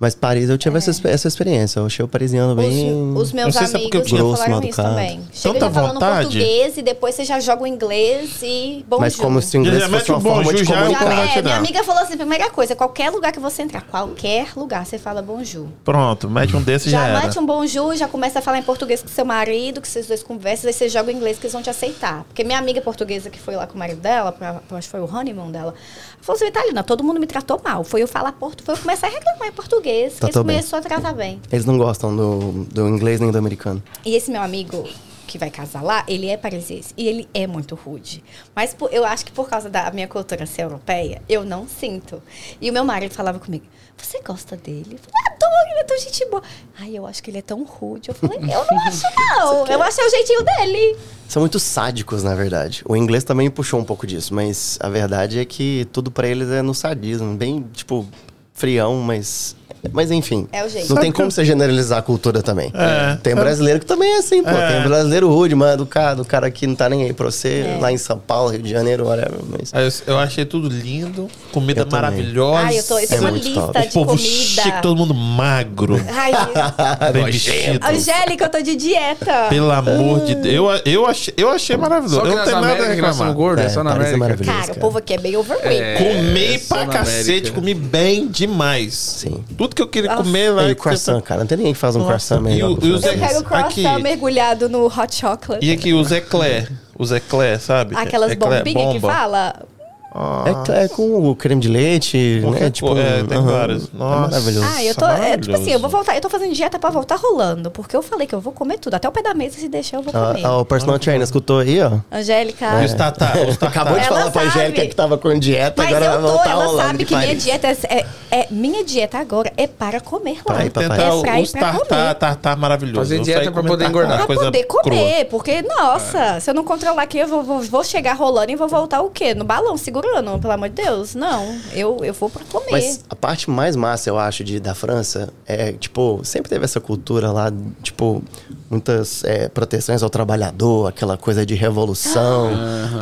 S1: Mas Paris, eu tive essa, essa experiência. Eu achei o parisiano bem.
S3: É. Os, os
S2: Não
S3: meus
S2: sei se é porque eu
S3: amigos
S1: grosso,
S3: falaram isso
S1: mal-educado.
S3: também. Chega já
S2: Tanta
S3: falando
S2: vontade.
S3: português e depois você já joga o inglês e bom
S1: Mas
S3: jogo.
S1: como se o
S8: Já
S1: inglês
S8: mete
S1: fosse uma
S8: um bom
S1: forma de
S8: ju, já é
S1: comunicar.
S8: o cara vai
S3: É,
S8: te
S3: minha
S8: dar.
S3: amiga falou assim, primeira coisa, qualquer lugar que você entrar, qualquer lugar, você fala bonjour.
S2: Pronto, mete um desse e já,
S3: Já
S2: era.
S3: mete um bonjour, já começa a falar em português com seu marido, que vocês dois conversam, aí você joga o inglês que eles vão te aceitar. Porque minha amiga portuguesa que foi lá com o marido dela, pra, pra- acho que foi o honeymoon dela, falou assim, Vitalina, todo mundo me tratou mal. Foi eu falar português, foi eu começar a reclamar em português, que eles
S1: Tratou bem.
S3: começaram a tratar bem.
S1: Eles não gostam do, do inglês nem do americano.
S3: E esse meu amigo que vai casar lá, ele é parisiense e ele é muito rude. Mas por- eu acho que por causa da minha cultura ser europeia, eu não sinto. E o meu marido falava comigo, você gosta dele? Eu falei, adoro, ele é tão gente boa. Ai, eu acho que ele é tão rude. Eu falei, eu
S2: (laughs)
S3: não acho não, eu acho é o jeitinho dele.
S1: São muito sádicos, na verdade. O inglês também puxou um pouco disso, mas a verdade é que tudo pra eles é no sadismo. Bem, tipo, frião, mas. Mas enfim.
S3: É o jeito.
S1: Não tem como você generalizar a cultura também.
S2: É.
S1: Tem brasileiro que também é assim, pô. Tem brasileiro rude, mal educado, o cara que não tá nem aí pra você,
S3: É.
S1: lá em São Paulo, Rio de Janeiro, whatever. Mas...
S2: Aí eu- Eu achei tudo lindo, comida
S1: Eu também.
S2: maravilhosa.
S3: Ai, eu tô, eu tô
S1: É
S3: uma
S1: muito
S3: lista
S1: top.
S3: de
S2: O povo
S3: comida.
S2: chique, todo mundo
S5: (laughs)
S2: magro,
S3: Ai,
S5: Ah,
S2: bem vestido.
S3: Angélica, eu tô de dieta.
S2: Pelo amor
S3: Ah.
S2: de Deus. Eu, eu, achei, eu achei maravilhoso.
S5: Só que
S2: eu não
S5: nas
S2: tenho nada a
S5: Américas que nós somos
S2: reclamar.
S5: gordos, é
S1: É,
S5: só na
S1: Paris é
S5: América.
S1: maravilhoso.
S3: Cara, o povo aqui é bem overweight.
S5: É.
S2: Comi pra
S5: só na
S2: cacete,
S5: América.
S2: comi bem demais.
S1: Sim.
S2: Tudo É que eu queria comer lá. tipo,
S1: E croissant, cara. Não tem ninguém que faz um
S2: Nossa,
S1: croissant melhor.
S2: e o-
S1: que
S2: e os
S1: francês.
S3: Eu quero o croissant
S2: Aqui.
S3: mergulhado no hot chocolate.
S2: E aqui os eclair. Os eclair, sabe?
S3: Aquelas
S2: Eclair,
S3: bombinhas que
S2: bomba. Ah,
S3: fala.
S1: É, é com o creme de leite, né?
S2: Qualquer
S1: Tipo,
S2: coisa, é, tem
S1: aham.
S2: vários. Nossa.
S1: maravilhoso.
S3: Ah, eu tô. é, tipo assim, eu vou voltar. Eu tô fazendo dieta pra voltar rolando. Porque eu falei que eu vou comer tudo. Até o pé da mesa, se deixar, eu vou comer.
S1: Ah, É. ah, o personal trainer escutou aí, ó.
S3: Angélica.
S2: E os tatá,
S5: É.
S2: os tatá.
S1: Acabou de
S3: Ela
S1: falar pra
S3: sabe.
S1: Angélica que tava com dieta,
S3: Mas
S1: agora
S3: eu
S1: vai
S3: tô,
S1: voltar
S3: ela
S1: rolando
S3: sabe
S1: de
S3: que minha
S1: Paris.
S3: dieta é, é- Minha dieta agora é para comer lá.
S1: Pra ir pra
S3: é
S1: Paris.
S2: tentar tá,
S3: pra ir
S2: os
S3: pra
S2: tartar,
S3: comer.
S2: tartar maravilhoso.
S5: Tá, Fazer
S2: Eu
S5: dieta
S2: saí
S5: pra
S2: comendo
S5: poder
S2: tartar,
S5: engordar.
S3: Pra
S2: coisa
S3: poder
S2: crua. É.
S3: comer, porque, nossa, se eu não controlar aqui, eu vou, vou- vou chegar rolando e vou voltar o quê? No balão, segurando, pelo amor de Deus. Não, eu, eu vou pra comer.
S1: Mas a parte mais massa, eu acho, de, da França é, tipo, sempre teve essa cultura lá, tipo, muitas é, proteções ao trabalhador, aquela coisa de revolução.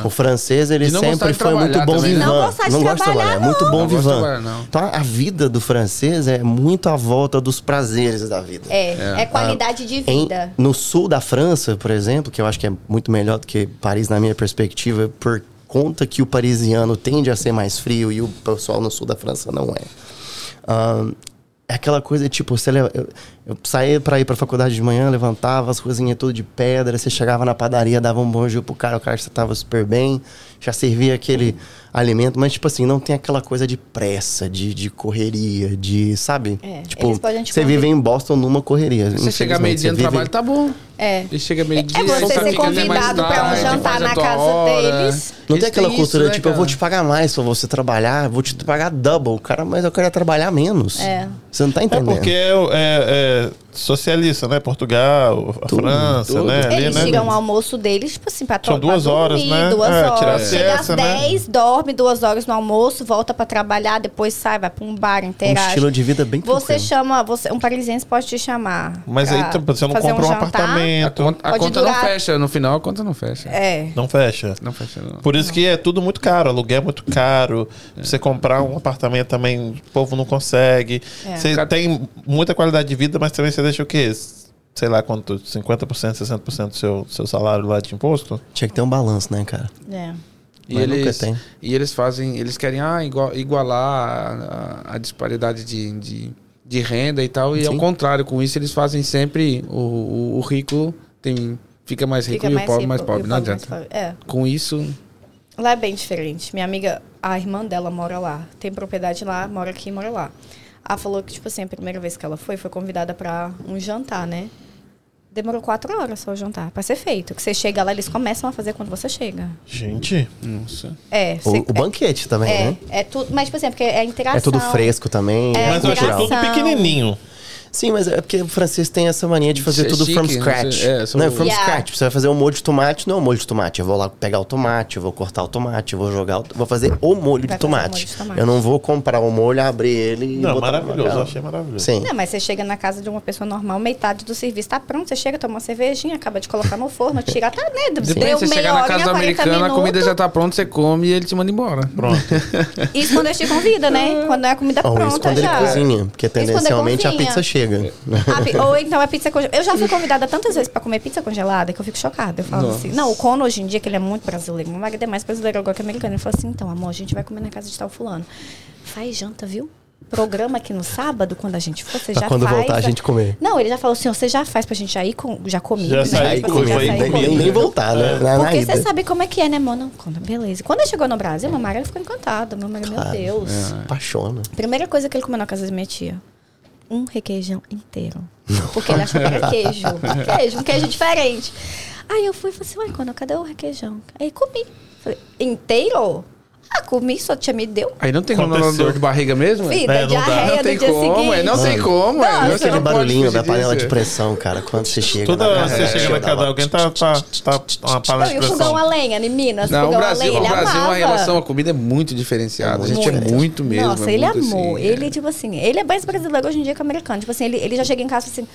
S1: O francês, ele
S5: Ah. De não gostar
S1: sempre
S5: de
S1: foi muito
S5: trabalhar
S1: bom
S5: também,
S1: vivant.
S5: né?
S3: Não gostar de
S1: gosta de
S3: trabalhar,
S1: trabalhar, é muito bom
S5: Não gosta de
S1: vivant.
S5: trabalhar, não.
S1: Então, a vida do francês é muito à volta dos prazeres da vida.
S3: É, é, qualidade de
S1: Em-
S3: vida.
S1: no sul da França, por exemplo, que eu acho que é muito melhor do que Paris na minha perspectiva, por conta que o parisiano tende a ser mais frio e o pessoal no sul da França não é. Ahn, é aquela coisa, tipo, você leva, eu, eu saía pra ir pra faculdade de manhã, levantava, as ruazinhas tudo de pedra, você chegava na padaria, dava um bonjour pro cara, o cara já tava super bem, já servia aquele alimento, mas, tipo assim, não tem aquela coisa de pressa, de, de correria, de, sabe?
S3: É,
S1: tipo,
S3: eles podem te
S1: você vive em Boston numa correria.
S5: Você chegar meio-dia no trabalho, tá bom.
S3: É.
S5: E chega meio-dia.
S3: É você
S5: aí tá
S3: ser
S5: ficando até mais
S3: convidado pra um
S5: tarde,
S3: jantar
S5: faz a
S3: na
S5: tua
S3: casa
S5: hora.
S3: deles.
S1: Não
S5: Eles
S1: tem aquela
S5: têm
S1: cultura,
S5: isso, né,
S1: tipo, eu vou
S5: cara?
S1: te pagar mais pra você trabalhar, vou te pagar double, cara, mas eu quero trabalhar menos.
S3: É.
S1: Você não tá
S2: É
S1: entendendo.
S2: porque é, é- é socialista, né? Portugal, a França,
S1: tudo.
S2: né? Ali,
S3: Eles
S2: né?
S3: tiram o almoço deles, tipo assim, pra to-
S2: São duas
S3: pra
S2: horas,
S3: dormir,
S2: né?
S3: Duas
S2: É, tirar
S3: horas. Chega às
S2: siesta, né?
S3: 10, dorme duas horas no almoço, volta pra trabalhar, depois sai, vai pra um bar,
S1: É um
S3: interage.
S1: estilo de vida bem
S3: Você
S1: tranquilo.
S3: chama, você, um parisiense pode te chamar.
S2: Mas aí
S3: pra
S2: então, você não
S3: fazer
S2: compra um,
S3: jantar.
S5: A
S2: apartamento.
S5: conta, a
S3: Pode
S5: conta
S3: durar-
S5: não fecha, no final a conta não fecha.
S3: É.
S2: Não fecha.
S5: Não fecha, não.
S2: Por isso que é tudo muito caro, aluguel é muito caro.
S5: É.
S2: Você comprar um apartamento também, o povo não consegue.
S3: É.
S2: Você
S5: Cara-
S2: tem muita qualidade de vida, mas também você deixa o quê? Sei lá quanto, 50%, 60% do seu, seu salário lá de imposto?
S1: Tinha que ter um balanço, né, cara?
S3: é.
S5: E
S1: Mas
S5: eles,
S1: nunca tem.
S5: E eles fazem, eles querem ah, igua- igualar a, a- a disparidade de, de, de renda e tal. E ao
S1: Sim.
S5: contrário, com isso eles fazem sempre o, o, o rico tem, fica mais rico
S3: Fica
S5: e
S3: mais
S5: o pobre
S3: rico,
S5: mais
S3: e o
S5: pobre. Não
S3: pobre mais
S5: adianta.
S3: pobre. É.
S5: Com isso,
S3: Lá é bem diferente. Minha amiga, a irmã dela mora lá. Tem propriedade lá, mora aqui, mora lá. Ela falou que, tipo assim, a primeira vez que ela foi, foi convidada pra um jantar, né? Demorou quatro horas só o jantar pra ser feito. Que você chega lá, eles começam a fazer quando você chega.
S2: Gente,
S5: nossa.
S3: É,
S1: O,
S3: você-
S1: o banquete também,
S3: é,
S1: né?
S3: é tudo. Mas, tipo assim, é porque é a interação.
S1: É tudo fresco também.
S3: É,
S1: é
S2: mas eu achei
S1: cultural.
S2: tudo
S3: Coração.
S2: pequenininho.
S1: Sim, mas é porque o francês tem essa mania de fazer
S5: É
S1: tudo
S5: chique,
S1: from
S5: né?
S1: scratch.
S5: É, são-
S1: Não, from
S3: Yeah.
S1: scratch. Você vai fazer um molho de tomate, não é um molho de tomate. Eu vou lá pegar o tomate, eu vou cortar o tomate, eu vou jogar o... Vou fazer o molho,
S3: Vai
S1: de
S3: fazer o molho
S1: tomate.
S3: de tomate.
S1: Eu não vou comprar o molho, abrir ele e
S2: Não,
S1: botar no
S2: maravilhoso, eu é
S1: macarrão.
S2: achei maravilhoso.
S1: Sim.
S3: Não, mas você chega na casa de uma pessoa normal, metade do serviço tá pronto, você chega, toma uma cervejinha, acaba de colocar no forno, tira, tá, né?
S5: Depois você chegar na casa do americano, a comida já tá pronta, você come e ele te manda embora.
S2: Pronto.
S3: Isso quando eles te convidam, né? Quando é a comida
S1: Ou
S3: pronta
S1: Ah. isso quando
S3: já.
S1: ele cozinha, porque
S3: quando ele
S1: tendencialmente
S3: cozinha.
S1: a pizza
S5: É.
S1: chega.
S3: A pi- Ou então a pizza congelada. Eu já fui convidada tantas vezes pra comer pizza congelada que eu fico chocada. Eu falo assim, não, o Cono hoje em dia, que ele é muito brasileiro, meu marido é mais brasileiro agora que americano. Ele falou assim, então, amor, a gente vai comer na casa de tal fulano. Faz janta, viu? Programa aqui no sábado, quando a gente for, você
S1: Pra
S3: já
S1: quando
S3: faz.
S1: voltar, a gente comer.
S3: Não, ele já falou assim, ó, você já faz pra gente já ir com. Já comi.
S2: Já
S3: né?
S2: saí
S3: Tipo assim,
S2: comi,
S3: já
S2: foi
S3: saí
S1: nem,
S2: comi.
S1: nem voltar,
S5: É.
S1: né? Na, na
S3: porque
S1: ida.
S3: você sabe como é que é, né, mano? Quando- Beleza. Quando ele chegou no Brasil, meu marido ficou encantado. Meu marido,
S1: Claro.
S3: meu Deus.
S2: É.
S1: Apaixona.
S3: Primeira coisa que ele comeu na casa da minha tia. Um requeijão inteiro. Porque ele achou que era queijo. Queijo, um queijo diferente. Aí eu fui e falei assim, ué, quando, cadê o requeijão? Aí comi. Falei, inteiro? Ah, comi, sua tia me deu.
S5: Aí não tem como
S2: Aconteceu.
S5: dar dor de barriga mesmo? é?
S3: Vida,
S2: É, não dá.
S3: diarreia
S5: Não tem
S3: do dia
S5: como, é,
S3: seguinte.
S5: não tem como. é,
S3: Não,
S5: você
S1: Aquele
S5: não pode
S1: barulhinho
S5: fugir
S1: da panela
S5: disso.
S1: de pressão, cara, quando você chega.
S2: Toda
S1: na
S2: hora você chega na casa de alguém, tá, tá, tá uma panela
S3: Não,
S2: de
S3: e o fogão
S2: pressão.
S3: a lenha em Minas,
S5: Não, o
S3: fogão a
S5: Brasil,
S3: lenha,
S5: o
S3: ele
S5: Brasil
S3: amava.
S5: a relação à comida é muito diferenciada. A gente é muito mesmo.
S3: Nossa,
S5: é
S3: ele
S5: muito
S3: amou.
S5: assim, é.
S3: ele, tipo assim, ele é mais brasileiro hoje em dia que americano. Tipo assim, ele, ele já chega em casa e fala assim: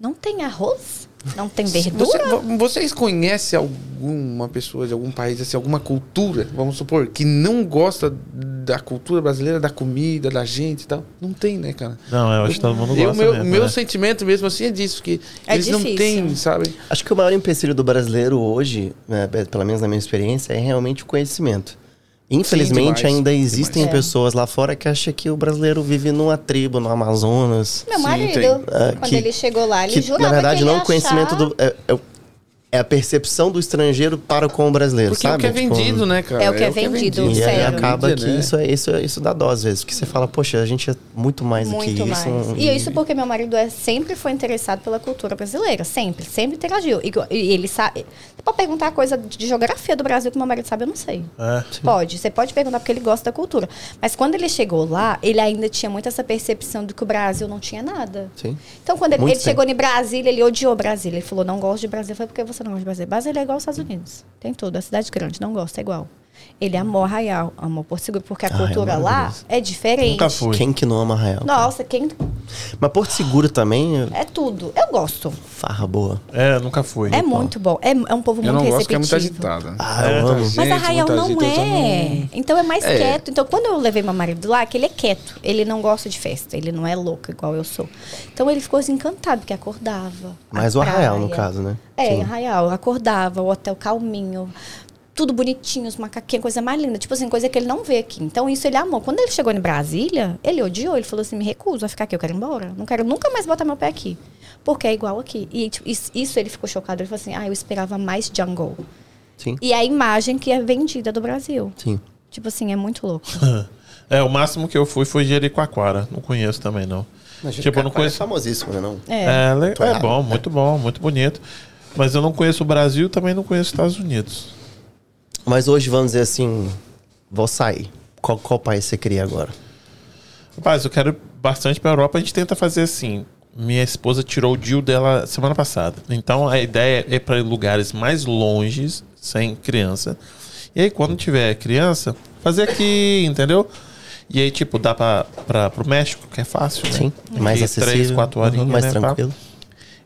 S3: não tem arroz? Não tem
S5: Você-
S3: é verdura?
S5: vo- vocês conhecem alguma pessoa de algum país, assim, alguma cultura, vamos supor, que não gosta da cultura brasileira, da comida, da gente e tal? Não tem, né, cara?
S2: Não, eu acho que todo mundo
S5: E o
S2: gosta
S5: meu,
S2: mesmo,
S5: meu
S2: né?
S5: sentimento mesmo assim é disso, que
S3: É
S5: eles não
S3: difícil.
S5: têm, sabe?
S1: Acho que o maior empecilho do brasileiro hoje, né, pe- pelo menos na minha experiência, é realmente o conhecimento. Infelizmente,
S5: demais,
S1: ainda existem
S3: demais. É.
S1: pessoas lá fora que acham que o brasileiro vive numa tribo, no Amazonas.
S3: Meu
S5: Sim,
S3: marido,
S5: tem.
S1: Ah,
S3: quando
S1: que-
S3: ele chegou lá, ele
S1: que,
S3: jurava
S1: na verdade,
S3: que ele
S1: não
S3: ia
S1: é o conhecimento
S3: achar-
S1: do. É, é o- é a percepção do estrangeiro para com o brasileiro,
S5: Porque
S1: sabe?
S5: é o que é
S1: Tipo,
S5: vendido, né, cara?
S3: É o que é vendido,
S1: E aí
S3: Sério.
S1: acaba
S5: Mídia,
S1: que
S5: né?
S1: isso, é, isso, é- isso dá dó às vezes, porque você fala, poxa, a gente é muito mais do que
S3: Muito mais.
S1: isso. um é.
S3: E isso porque meu marido é, sempre foi interessado pela cultura brasileira. Sempre, sempre interagiu. E, e ele sabe. Você pode perguntar coisa de geografia do Brasil que meu marido sabe, eu não sei.
S2: É,
S3: Pode, você pode perguntar porque ele gosta da cultura. Mas quando ele chegou lá, ele ainda tinha muito essa percepção de que o Brasil não tinha nada.
S1: Sim.
S3: Então, quando ele,
S1: Muito
S3: ele chegou em Brasília, ele odiou Brasília. Ele falou, não gosto de Brasília. Foi porque você não gosta de Brasília. Brasília é igual aos Estados Unidos. Tem tudo. É uma cidade grande, não gosta, é igual. Ele amou Arraial, amou Porto Seguro, porque a
S1: Arraial é
S3: cultura lá
S1: maravilhoso.
S3: é diferente.
S2: Nunca fui.
S1: Quem que não ama Arraial?
S3: Nossa, quem
S1: Mas Porto Seguro também é
S3: é tudo. Eu gosto.
S1: farra boa.
S2: É, nunca fui.
S3: É muito bom. É, é um povo
S5: Eu
S3: muito
S5: não gosto que é
S3: receptivo.
S5: muito agitada.
S1: Ah, eu amo.
S3: Mas
S5: Gente,
S3: Arraial
S5: muita
S3: não
S5: gente, eu já
S3: é.
S5: não-
S3: Então é mais
S5: É.
S3: quieto. Então quando eu levei meu marido lá, que ele é quieto, ele não gosta de festa, ele não é louco igual eu sou. Então ele ficou assim, encantado porque acordava. a
S1: Mas o Arraial, no
S3: praia.
S1: caso, né?
S3: É,
S1: Sim.
S3: em Arraial, acordava, o hotel calminho, tudo bonitinho, os macaquinhos, coisa mais linda. Tipo assim, coisa que ele não vê aqui. Então isso ele amou. Quando ele chegou em Brasília, ele odiou, ele falou assim: me recuso a ficar aqui, eu quero ir embora. Não quero nunca mais botar meu pé aqui. Porque é igual aqui. E tipo, isso, isso ele ficou chocado. Ele falou assim: ah, eu esperava mais jungle.
S1: Sim.
S3: E a imagem que é vendida do Brasil.
S1: Sim.
S3: Tipo assim, é
S2: (laughs)
S3: muito louco.
S2: É, o máximo que eu fui foi Jericoacoara. Não conheço também, não. tipo, eu
S1: Cara,
S2: não
S1: É
S2: conheço.
S1: famosíssimo, né? Não?
S3: É.
S2: É, le-
S1: Tô
S2: é
S1: errado.
S2: bom, muito bom, muito bonito. Mas eu não conheço o Brasil, também não conheço os Estados Unidos.
S1: Mas hoje, vamos dizer assim, vou sair. Qual, qual país você queria agora?
S2: Rapaz, eu quero ir bastante pra Europa. A gente tenta fazer assim. Minha esposa tirou o deal dela semana passada. Então a ideia é para lugares mais longes, sem criança. E aí, quando tiver criança, fazer aqui, entendeu? E aí, tipo, dá pra, pra, pro México, que é fácil, né?
S1: Sim. Mais
S2: Aqui,
S1: acessível.
S2: Três, quatro
S1: uhum,
S2: horinhas,
S1: mais
S2: né, pra-
S1: tranquilo.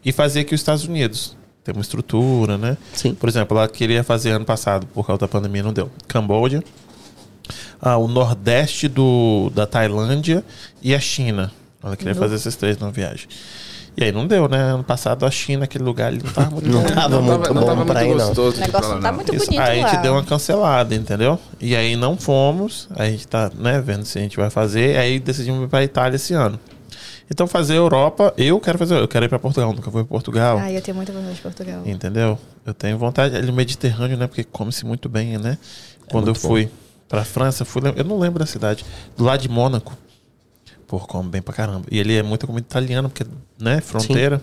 S2: e fazer aqui os Estados Unidos. Tem uma estrutura, né?
S1: Sim.
S2: Por exemplo, ela queria fazer ano passado, por causa da pandemia, não deu. Camboja, ah, o Nordeste do, da Tailândia e a China. Ela queria fazer esses três numa viagem. E aí não deu, né? Ano passado a China, aquele lugar, ele não tava muito
S1: Não
S2: bom.
S1: tava muito bom pra ir, não.
S5: gostoso
S3: O
S5: de ir pra
S3: negócio
S5: lá,
S3: não tá
S5: não.
S3: muito
S2: Isso,
S3: bonito
S2: aí a
S3: lá.
S2: gente deu uma cancelada, entendeu? E aí não fomos, a gente tá, né, vendo se a gente vai fazer, aí decidimos ir pra Itália esse ano. Então fazer Europa, eu quero fazer, eu quero ir pra Portugal, nunca fui pra Portugal.
S3: Ai, eu tenho muita vontade de Portugal.
S2: Então, Entendeu? Eu tenho vontade. Ali no Mediterrâneo, né? Porque come-se muito bem, né? Quando eu fui pra França, fui, lem- eu não lembro da cidade. Do lado de Mônaco. Pô, come bem pra caramba. E ele é muita comida italiana, porque, né? Fronteira.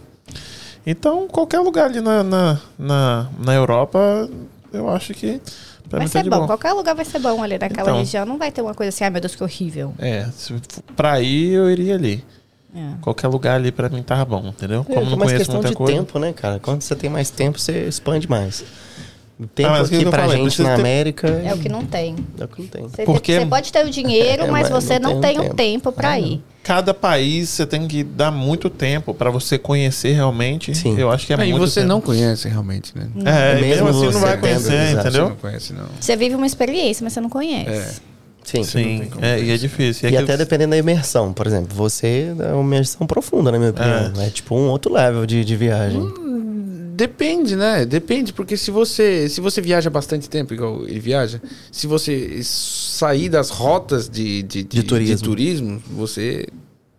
S2: Então, qualquer lugar ali na, na, na, na Europa, eu acho que pra
S3: Vai
S2: mim tá
S1: é
S3: ser
S2: de
S3: bom.
S2: bom.
S3: Qualquer lugar vai ser bom ali naquela
S2: Então.
S3: região. Não vai ter uma coisa assim, ai meu Deus, que horrível.
S2: É, se for pra ir, eu iria ali.
S9: É.
S2: Qualquer lugar ali pra mim tava bom, entendeu?
S1: É,
S2: Como não
S1: mas
S2: conheço
S1: questão
S2: muita
S1: de
S2: coisa.
S1: tempo, né, cara? Quando você tem mais tempo, você expande mais. O tempo
S2: mas o que
S1: aqui
S2: eu
S1: pra
S2: falei?
S1: gente
S2: Precisa
S1: na
S2: ter-
S1: América
S3: É o que não tem.
S1: é o que não tem.
S3: Você, tem-
S2: Porque-
S3: você pode ter o dinheiro,
S1: É, mas
S3: mas você não tem o tempo, É. pra
S1: Ah,
S3: ir.
S2: Cada país você tem que dar muito tempo pra você conhecer realmente.
S1: Sim.
S2: Eu acho que é
S5: e
S2: muito
S5: você
S2: tempo.
S5: não conhece realmente, né?
S2: É, e mesmo,
S1: Mesmo
S2: assim não
S1: você
S2: vai
S1: tendo,
S2: conhecer,
S1: exato,
S5: Você
S2: entendeu?
S5: não conhece, não.
S3: Você vive uma experiência, mas você não conhece.
S1: Sim.
S2: Sim, é, e é difícil.
S1: E
S2: que-
S1: até dependendo da imersão, por exemplo, você é uma imersão profunda, na minha opinião. É, tipo um outro level de, de viagem.
S3: Hum.
S5: Depende, né? Depende, porque se você, se você viaja bastante tempo, igual ele viaja, se você sair das rotas de, de, de-
S1: turismo.
S5: de turismo, você,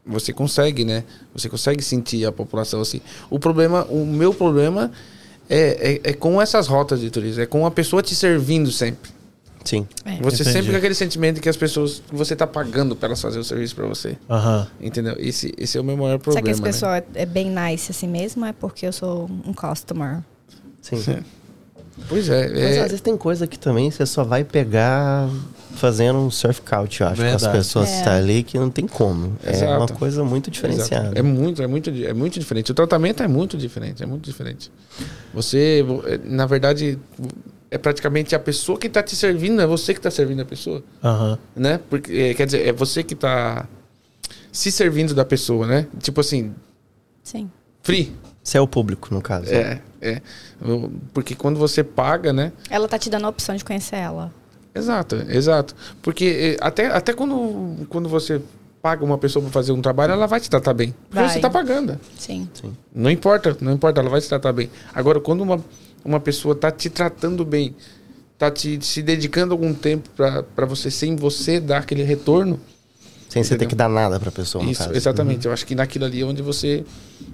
S5: você consegue, né? Você consegue sentir a população assim. O problema, o meu problema é, é, é com essas rotas de turismo, é com a pessoa te servindo sempre.
S1: Sim.
S5: Você
S2: Entendi.
S5: sempre com aquele sentimento que as pessoas, que você tá pagando para elas fazerem o serviço para você,
S2: Aham.
S5: entendeu? Esse, esse é o meu
S3: Será
S5: maior
S3: que
S5: problema.
S3: esse
S5: né?
S3: pessoal é- é bem nice assim mesmo? É porque eu sou um customer.
S1: Sim.
S5: Pois é,
S1: Mas
S5: é-
S1: às vezes tem coisa que também você só vai pegar fazendo um surf couch, eu acho. com As
S2: Verdade.
S1: pessoas que
S3: É.
S1: tá ali que não tem como. É
S5: Exato.
S1: uma coisa muito diferenciada.
S5: Exato. É muito, é muito, di- é muito diferente. O tratamento é muito diferente, é muito diferente. Você, vo- é, na verdade, é praticamente a pessoa que está te servindo, é você que está servindo a pessoa,
S2: Aham.
S5: né? Porque é, quer dizer, é você que está se servindo da pessoa, né? Tipo assim,
S3: Sim.
S5: free.
S1: Você é o público, no caso.
S5: É, é. Eu- Porque quando você paga, né?
S3: Ela tá te dando a opção de conhecer ela.
S5: Exato, exato. Porque é, até, até quando, quando você paga uma pessoa para fazer um trabalho, ela vai te tratar bem. Porque
S3: Vai.
S5: você está pagando.
S3: Sim.
S5: Não importa, não importa, ela vai te tratar bem. Agora, quando uma, uma pessoa tá te tratando bem, tá te se dedicando algum tempo pra pra você, sem você dar aquele retorno,
S1: Sem você ter
S5: Entendeu?
S1: que dar nada pra pessoa, no
S5: isso,
S1: caso.
S5: exatamente. Eu acho que naquilo ali é onde você,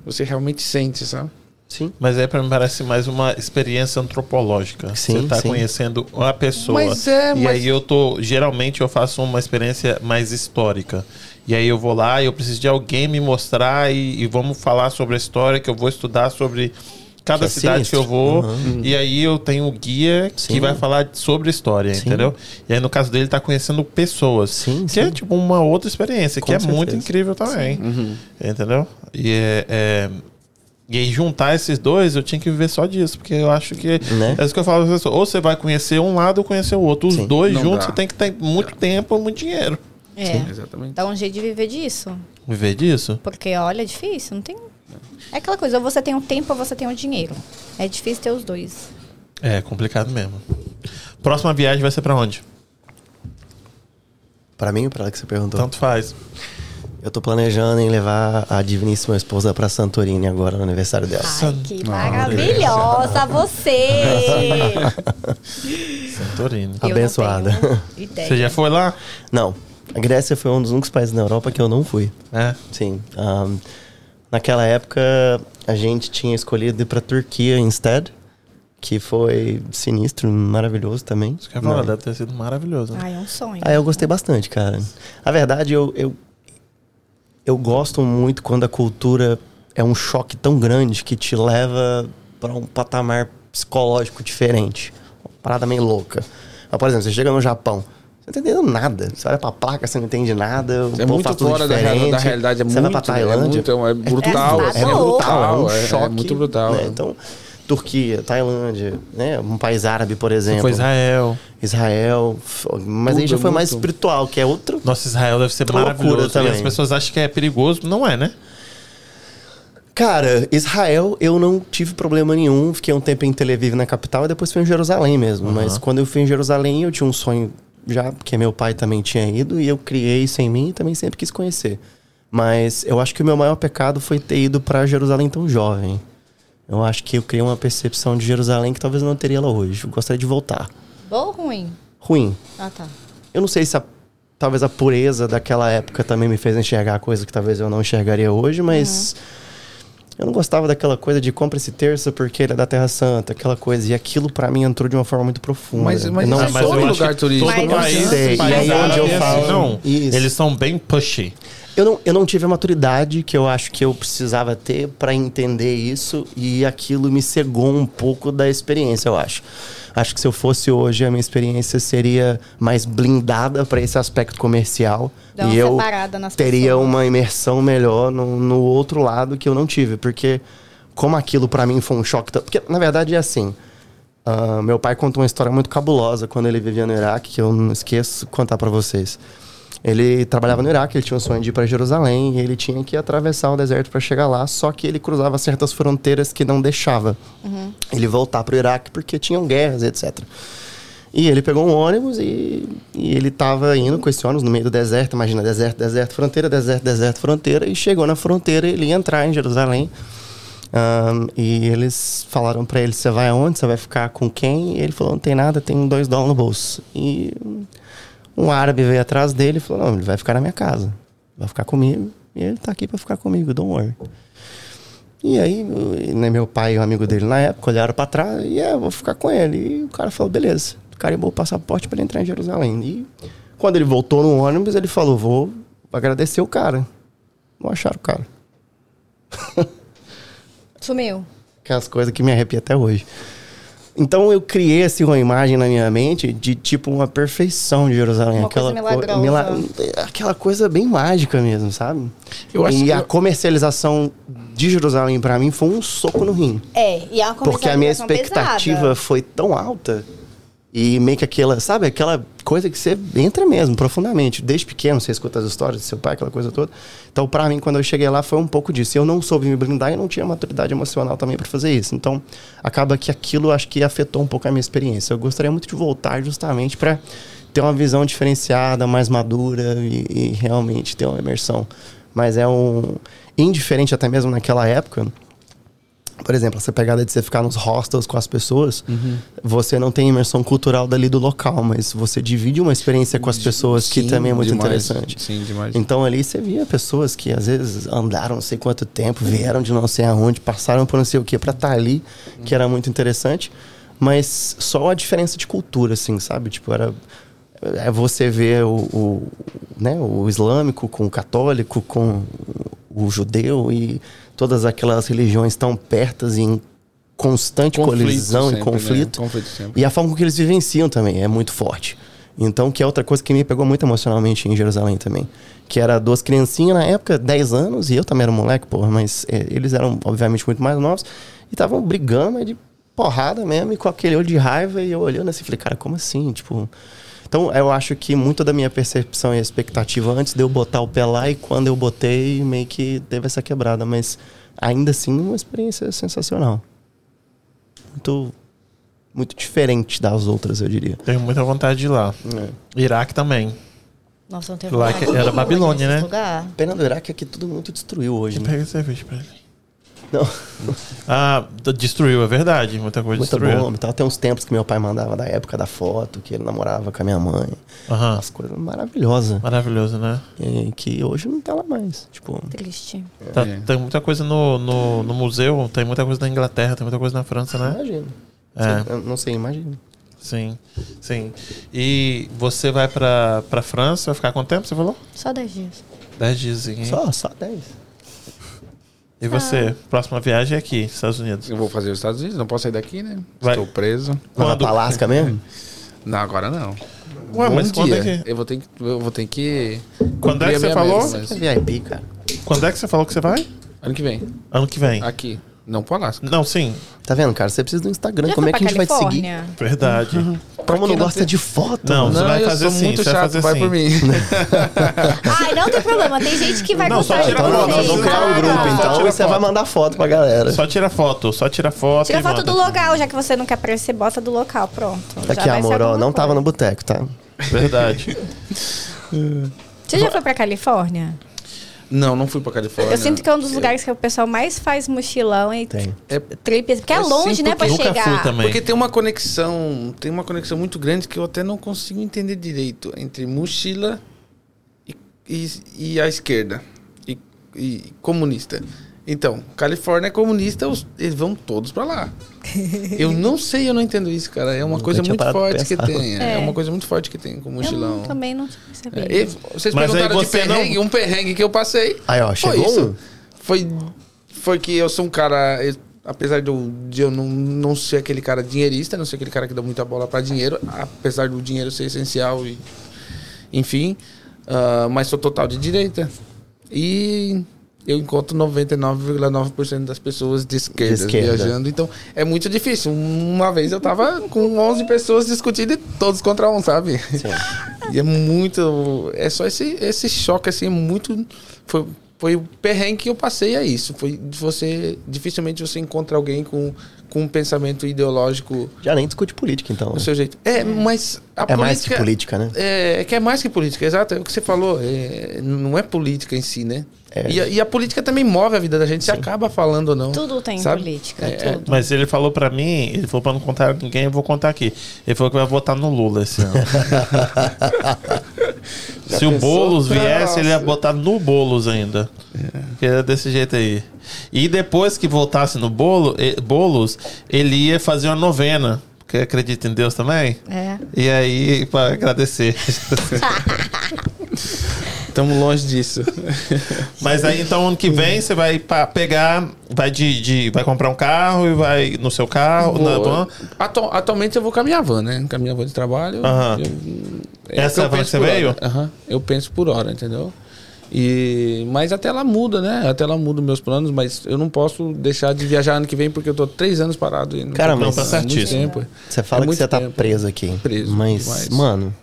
S5: você realmente sente, sabe?
S1: Sim.
S2: Mas aí pra mim parece mais uma experiência antropológica.
S1: Sim,
S2: Você tá
S1: sim.
S2: conhecendo a pessoa.
S5: Mas é,
S2: e
S5: mas-
S2: aí eu tô. Geralmente eu faço uma experiência mais histórica. E aí eu vou lá e eu preciso de alguém me mostrar e, e vamos falar sobre a história que eu vou estudar sobre. Cada
S1: Que é
S2: cidade que eu
S1: sinistro.
S2: vou,
S1: Uhum.
S2: e aí eu tenho um guia que
S1: Sim.
S2: vai falar sobre história, entendeu? E aí, no caso dele, tá conhecendo pessoas.
S1: Sim,
S2: que
S1: sim.
S2: é tipo uma outra experiência, que
S1: Com
S2: é muito
S1: certeza.
S2: incrível também.
S5: Uhum.
S2: Entendeu? E é, é, e aí juntar esses dois, eu tinha que viver só disso, porque eu acho que
S1: Né?
S2: é isso que eu falo pra pessoa, ou você vai conhecer um lado ou conhecer o outro. Os
S1: Sim.
S2: dois
S5: Não
S2: juntos
S5: dá.
S2: você tem que ter muito tempo, muito dinheiro.
S3: É.
S5: Exatamente.
S3: Dá um jeito de viver disso.
S2: Viver disso?
S3: Porque, olha, é difícil, não tem. É aquela coisa, ou você tem o tempo ou você tem o dinheiro. É difícil ter os dois.
S2: É complicado mesmo. Próxima viagem vai ser pra onde?
S1: Pra mim, pra ela que você perguntou.
S2: Tanto faz.
S1: Eu tô planejando em levar a diviníssima esposa pra Santorini agora no aniversário dela.
S3: Ai, que maravilhosa você!
S2: Santorini.
S3: Eu não
S1: Abençoada.
S3: tenho
S2: Você
S3: Ideia.
S2: já foi lá?
S1: Não, a Grécia foi um dos únicos países na Europa que eu não fui.
S2: É.
S1: Sim. ahn, naquela época, a gente tinha escolhido ir pra Turquia instead, que foi sinistro, maravilhoso também.
S2: Isso que eu ia falar,
S1: Não.
S2: deve ter sido maravilhoso. né?
S3: Ai, é um sonho.
S1: Ah, eu gostei bastante, cara. A verdade, eu, eu, eu gosto muito quando a cultura é um choque tão grande que te leva para um patamar psicológico diferente. Uma parada meio louca. Mas, por exemplo, você chega no Japão, você não tá entendendo nada. Você olha pra placa, você não entende nada. O
S5: É
S1: povo
S5: muito
S1: faz tudo
S5: fora da, real-
S1: diferente.
S5: da realidade, é
S1: você
S5: muito,
S1: vai pra
S5: é,
S1: Tailândia.
S5: muito, é, brutal,
S3: É
S5: é,
S1: É
S3: Louco.
S1: brutal, é um
S5: é, é
S1: choque.
S5: muito brutal.
S1: né?
S5: é.
S1: Então, Turquia, Tailândia, né? Um país árabe, por exemplo.
S2: Foi Israel.
S1: Israel. f- Mas aí
S5: Tudo
S1: já
S5: é
S1: foi mais
S5: muito-
S1: espiritual, que é outro
S2: Nossa, Israel deve ser
S1: Outra loucura
S2: maravilhoso. E
S1: também.
S2: as pessoas acham que é perigoso. Não é, né?
S1: Cara, Israel eu não tive problema nenhum. Fiquei um tempo em Tel Aviv, na capital, e depois fui em Jerusalém mesmo. Mas quando eu fui em Jerusalém, eu tinha um sonho já, porque meu pai também tinha ido, e eu criei isso em mim e também sempre quis conhecer. Mas eu acho que o meu maior pecado foi ter ido pra Jerusalém tão jovem. Eu acho que eu criei uma percepção de Jerusalém que talvez eu não teria ela hoje. Eu gostaria de voltar.
S3: Boa ou ruim?
S1: Ruim.
S3: Ah, tá.
S1: Eu não sei se a- talvez a pureza daquela época também me fez enxergar coisa que talvez eu não enxergaria hoje, mas eu não gostava daquela coisa de compra esse terço porque ele é da Terra Santa, aquela coisa. E aquilo pra mim entrou de uma forma muito profunda.
S5: Mas- mas
S1: não
S5: isso é
S1: mas
S5: todo
S2: Ah, eu acho
S5: lugar
S2: que
S5: turístico.
S2: Todo
S3: Mas-
S2: país,
S1: Sei,
S2: país
S1: e aí onde eu
S2: árabe,
S1: falo-
S2: não,
S1: Isso.
S2: eles são bem pushy.
S1: Eu não, eu não tive a maturidade que eu acho que eu precisava ter para entender isso e aquilo me cegou um pouco da experiência, eu acho. Acho que se eu fosse hoje, a minha experiência seria mais blindada para esse aspecto comercial
S3: Dá uma
S1: e eu
S3: separada nas
S1: teria
S3: pessoas.
S1: uma imersão melhor no, no outro lado que eu não tive, porque como aquilo para mim foi um choque, tão- porque na verdade é assim, ah, meu pai contou uma história muito cabulosa quando ele vivia no Iraque, que eu não esqueço de contar para vocês. Ele trabalhava no Iraque, ele tinha o sonho de ir para Jerusalém, e ele tinha que atravessar o deserto para chegar lá, só que ele cruzava certas fronteiras que não deixava ele voltar pro Iraque porque tinham guerras, etc. E ele pegou um ônibus e, e ele tava indo com esse ônibus no meio do deserto, imagina, deserto, deserto, fronteira, deserto, deserto, fronteira, e chegou na fronteira, ele ia entrar em Jerusalém. Ahn, e eles falaram pra ele: você vai aonde? Você vai ficar com quem? E ele falou: não tem nada, tem dois dólares no bolso. E um árabe veio atrás dele e falou: não, ele vai ficar na minha casa, vai ficar comigo. E ele tá aqui pra ficar comigo, don't worry. E aí, meu- né, meu pai e um amigo dele na época olharam pra trás e é, vou ficar com ele. E o cara falou, beleza, carimbou o passaporte pra ele entrar em Jerusalém. E quando ele voltou no ônibus, ele falou, vou agradecer o cara. Não acharam o cara.
S3: Sumiu.
S1: Que é as coisas que me arrepiam até hoje. Então eu criei assim uma imagem na minha mente de tipo uma perfeição de Jerusalém.
S3: Uma
S1: aquela
S3: coisa milagrosa.
S1: aquela coisa bem mágica mesmo, sabe?
S5: Eu acho
S1: e
S5: que
S1: a
S5: eu-
S1: comercialização de Jerusalém pra mim foi um soco no rim.
S3: É, e é uma
S1: Porque a minha
S3: comercialização
S1: expectativa
S3: pesada.
S1: foi tão alta. E meio que aquela, sabe, aquela coisa que você entra mesmo, profundamente. Desde pequeno, você escuta as histórias do seu pai, aquela coisa toda. Então, pra mim, quando eu cheguei lá, foi um pouco disso. Eu não soube me blindar e não tinha maturidade emocional também pra fazer isso. Então, acaba que aquilo, acho que afetou um pouco a minha experiência. Eu gostaria muito de voltar justamente pra ter uma visão diferenciada, mais madura e, e realmente ter uma imersão. Mas é um... Indiferente até mesmo naquela época, por exemplo, essa pegada de você ficar nos hostels com as pessoas, você não tem imersão cultural dali do local, mas você divide uma experiência com as pessoas que
S5: Sim,
S1: também é muito
S5: demais.
S1: interessante.
S5: Sim, demais.
S1: Então ali você via pessoas que às vezes andaram não sei quanto tempo, vieram de não sei aonde, passaram por não sei o que pra estar ali, que era muito interessante, mas só a diferença de cultura, assim, sabe? Tipo, era é você ver o, o, né, o islâmico com o católico, com o judeu e todas aquelas religiões tão pertas e em constante
S5: Conflito
S1: colisão
S5: sempre,
S1: e
S5: né?
S1: conflito.
S5: Conflito sempre.
S1: E a forma com que eles vivenciam também é muito forte. Então, que é outra coisa que me pegou muito emocionalmente em Jerusalém também. Que era duas criancinhas na época, 10 anos, e eu também era um moleque, porra, mas é, eles eram, obviamente, muito mais novos. E estavam brigando, mas de porrada mesmo, e com aquele olho de raiva, e eu olhando assim, falei, cara, como assim? Tipo. Então, eu acho que muito da minha percepção e expectativa antes de eu botar o pé lá, e quando eu botei, meio que teve essa quebrada. Mas, ainda assim, uma experiência sensacional. Muito muito diferente das outras, eu diria.
S2: Tenho muita vontade de ir lá. Iraque também.
S3: Nossa, um não tem
S2: Lá que era Babilônia, né?
S3: Lugar.
S1: Pena do Iraque é que tudo muito destruiu hoje, né?
S2: Pega cerveja pra ele.
S1: Não,
S2: Ah, d- destruiu, é verdade. Muita coisa
S1: muita
S2: destruiu.
S1: bomba e tal. Tem uns tempos que meu pai mandava da época da foto, que ele namorava com a minha mãe.
S2: Aham.
S1: As coisas maravilhosas.
S2: Maravilhoso, né?
S1: é, que hoje não tá lá mais. Tipo,
S3: Triste.
S2: Tá- Tem muita coisa no, no, no museu, tem muita coisa na Inglaterra, tem muita coisa na França, né?
S1: imagina.
S2: É.
S1: Eu não sei, imagina.
S2: Sim, sim. E você vai pra, pra França, vai ficar quanto tempo, você falou?
S3: Só 10 dias.
S2: Dez dias. hein?
S1: Só, só 10.
S2: E você? Próxima viagem é aqui, Estados Unidos.
S5: Eu vou fazer os Estados Unidos, não posso sair daqui, né?
S2: Vai.
S5: Estou preso.
S1: Quando? Pra Alasca mesmo?
S2: É.
S5: Não, agora não.
S2: Ué, mas quando é que-
S5: Eu vou ter que. Eu vou ter que
S2: Quando é que
S5: cumprir a
S2: você
S5: minha
S2: falou?
S5: meta, mas-
S1: Você é VIP, cara.
S2: Quando é que você falou que você vai?
S5: Ano que vem.
S2: Ano que vem.
S5: Aqui. Não pro Alasca.
S2: Não, sim.
S1: Tá vendo, cara? Você precisa do Instagram.
S3: Já
S1: Como
S3: foi
S1: é que a
S3: pra
S1: gente vai te seguir?
S3: Califórnia?
S2: Verdade.
S1: Como não
S5: não
S1: gosta
S5: tem-
S1: de foto?
S2: Não,
S1: mano?
S2: você vai
S5: eu
S2: fazer
S5: sou
S2: assim, você
S5: muito
S2: vai
S5: chato,
S2: fazer
S5: vai
S2: assim. (laughs)
S5: por mim.
S3: Ai, não tem problema. Tem gente que vai
S2: Não, só
S3: gostar de
S2: tira
S1: Então, não, nós
S3: vocês.
S1: vamos criar um
S3: Cara,
S1: grupo,
S2: Só
S1: então,
S2: tira
S1: e você vai
S2: foto.
S1: mandar foto pra galera.
S2: Só tira foto, só tira foto.
S3: Tira
S2: e
S3: foto
S2: manda.
S3: do local, já que você não quer aparecer, bota do local, pronto.
S1: Tá Aqui, amor, ó, não tava no boteco, tá?
S4: (laughs)
S2: Verdade.
S3: Você já foi pra Califórnia?
S5: Não, não fui pra Califórnia.
S3: Eu sinto que é um dos lugares que o pessoal mais faz mochilão e
S1: Tem.
S5: É-
S3: trip, porque é
S5: eu
S3: longe,
S5: sinto
S3: né, pra
S5: que
S2: Nunca fui
S3: chegar.
S2: também.
S5: Porque tem uma conexão, tem uma conexão muito grande que eu até não consigo entender direito entre mochila e, e, e a esquerda e, e comunista. Então, Califórnia é comunista, os- eles vão todos pra lá.
S1: (laughs)
S5: Eu não sei, eu não entendo isso, cara. É uma
S1: Nunca
S5: coisa
S1: tinha
S5: muito
S1: parado pra
S5: forte que
S1: pensar.
S5: tem. É.
S3: É.
S5: uma coisa muito forte que tem com o
S3: Eu
S5: mochilão.
S3: não- também não tinha percebido.
S5: É, e vocês
S2: Mas aí
S5: perguntaram de
S2: você
S5: perrengue, um perrengue que eu passei.
S1: Aí, ó,
S5: foi
S1: chegou um.
S5: Foi, foi que eu sou um cara. eu- apesar de eu, de eu não, não ser aquele cara dinheirista, não ser aquele cara que dá muita bola pra dinheiro, apesar do dinheiro ser essencial e. Enfim. ah, mas sou total de direita. E. Eu encontro 99,9% das pessoas de esquerda,
S1: De esquerda.
S5: viajando. Então, é muito difícil. Uma vez eu tava com 11 pessoas discutindo e todos contra um, sabe? (laughs) E é muito. É só esse, esse choque, assim, é muito. Foi, foi o perrengue que eu passei, é isso. Foi de você. Dificilmente você encontra alguém com, com um pensamento ideológico
S1: Já nem discute política, então.
S5: do seu jeito. É, mas a
S1: É mais que política, né?
S5: é, é que é mais que política, exato. É o que você falou. é, não é política em si, né?
S1: É.
S5: E, a, e a política também move a vida da gente, se acaba falando ou não.
S3: Tudo tem
S5: é, Sabe?
S3: política,
S5: É, é.
S3: tudo.
S2: Mas ele falou pra mim, ele falou pra não contar a ninguém, eu vou contar aqui. Ele falou que vai votar no Lula esse
S5: (laughs)
S2: ano. Se o
S5: pensou?
S2: Boulos viesse, ele ia
S5: Nossa. É.
S2: botar no Boulos ainda. Porque era desse jeito aí. E depois que voltasse no bolo, eh, Boulos, ele ia fazer uma novena. Porque acredita em Deus também?
S3: É.
S2: E aí, pra agradecer. (laughs)
S5: Estamos longe (laughs) disso.
S2: Mas aí então ano que vem você vai pa- pegar, vai de, de- vai comprar um carro e vai no seu carro, na van.
S5: Atu- então, atualmente eu vou com a minha van, né? Com a minha van de trabalho.
S2: Aham.
S5: Eu- é
S2: Essa
S5: o eu
S2: van que
S5: penso
S2: você
S5: por
S2: veio?
S5: hora. Aham. Eu penso por hora, entendeu? E, mas até ela muda, né? Até ela muda meus planos, mas eu não posso deixar de viajar ano que vem porque eu tô três anos parado. E não
S1: Cara,
S5: tô
S1: mas- é
S5: pensando há muito
S2: certíssimo.
S5: tempo.
S1: Você fala
S5: É
S1: que
S5: muito
S1: você tá
S5: tempo.
S1: preso aqui.
S5: Preso,
S1: Mas,
S5: demais.
S1: mano,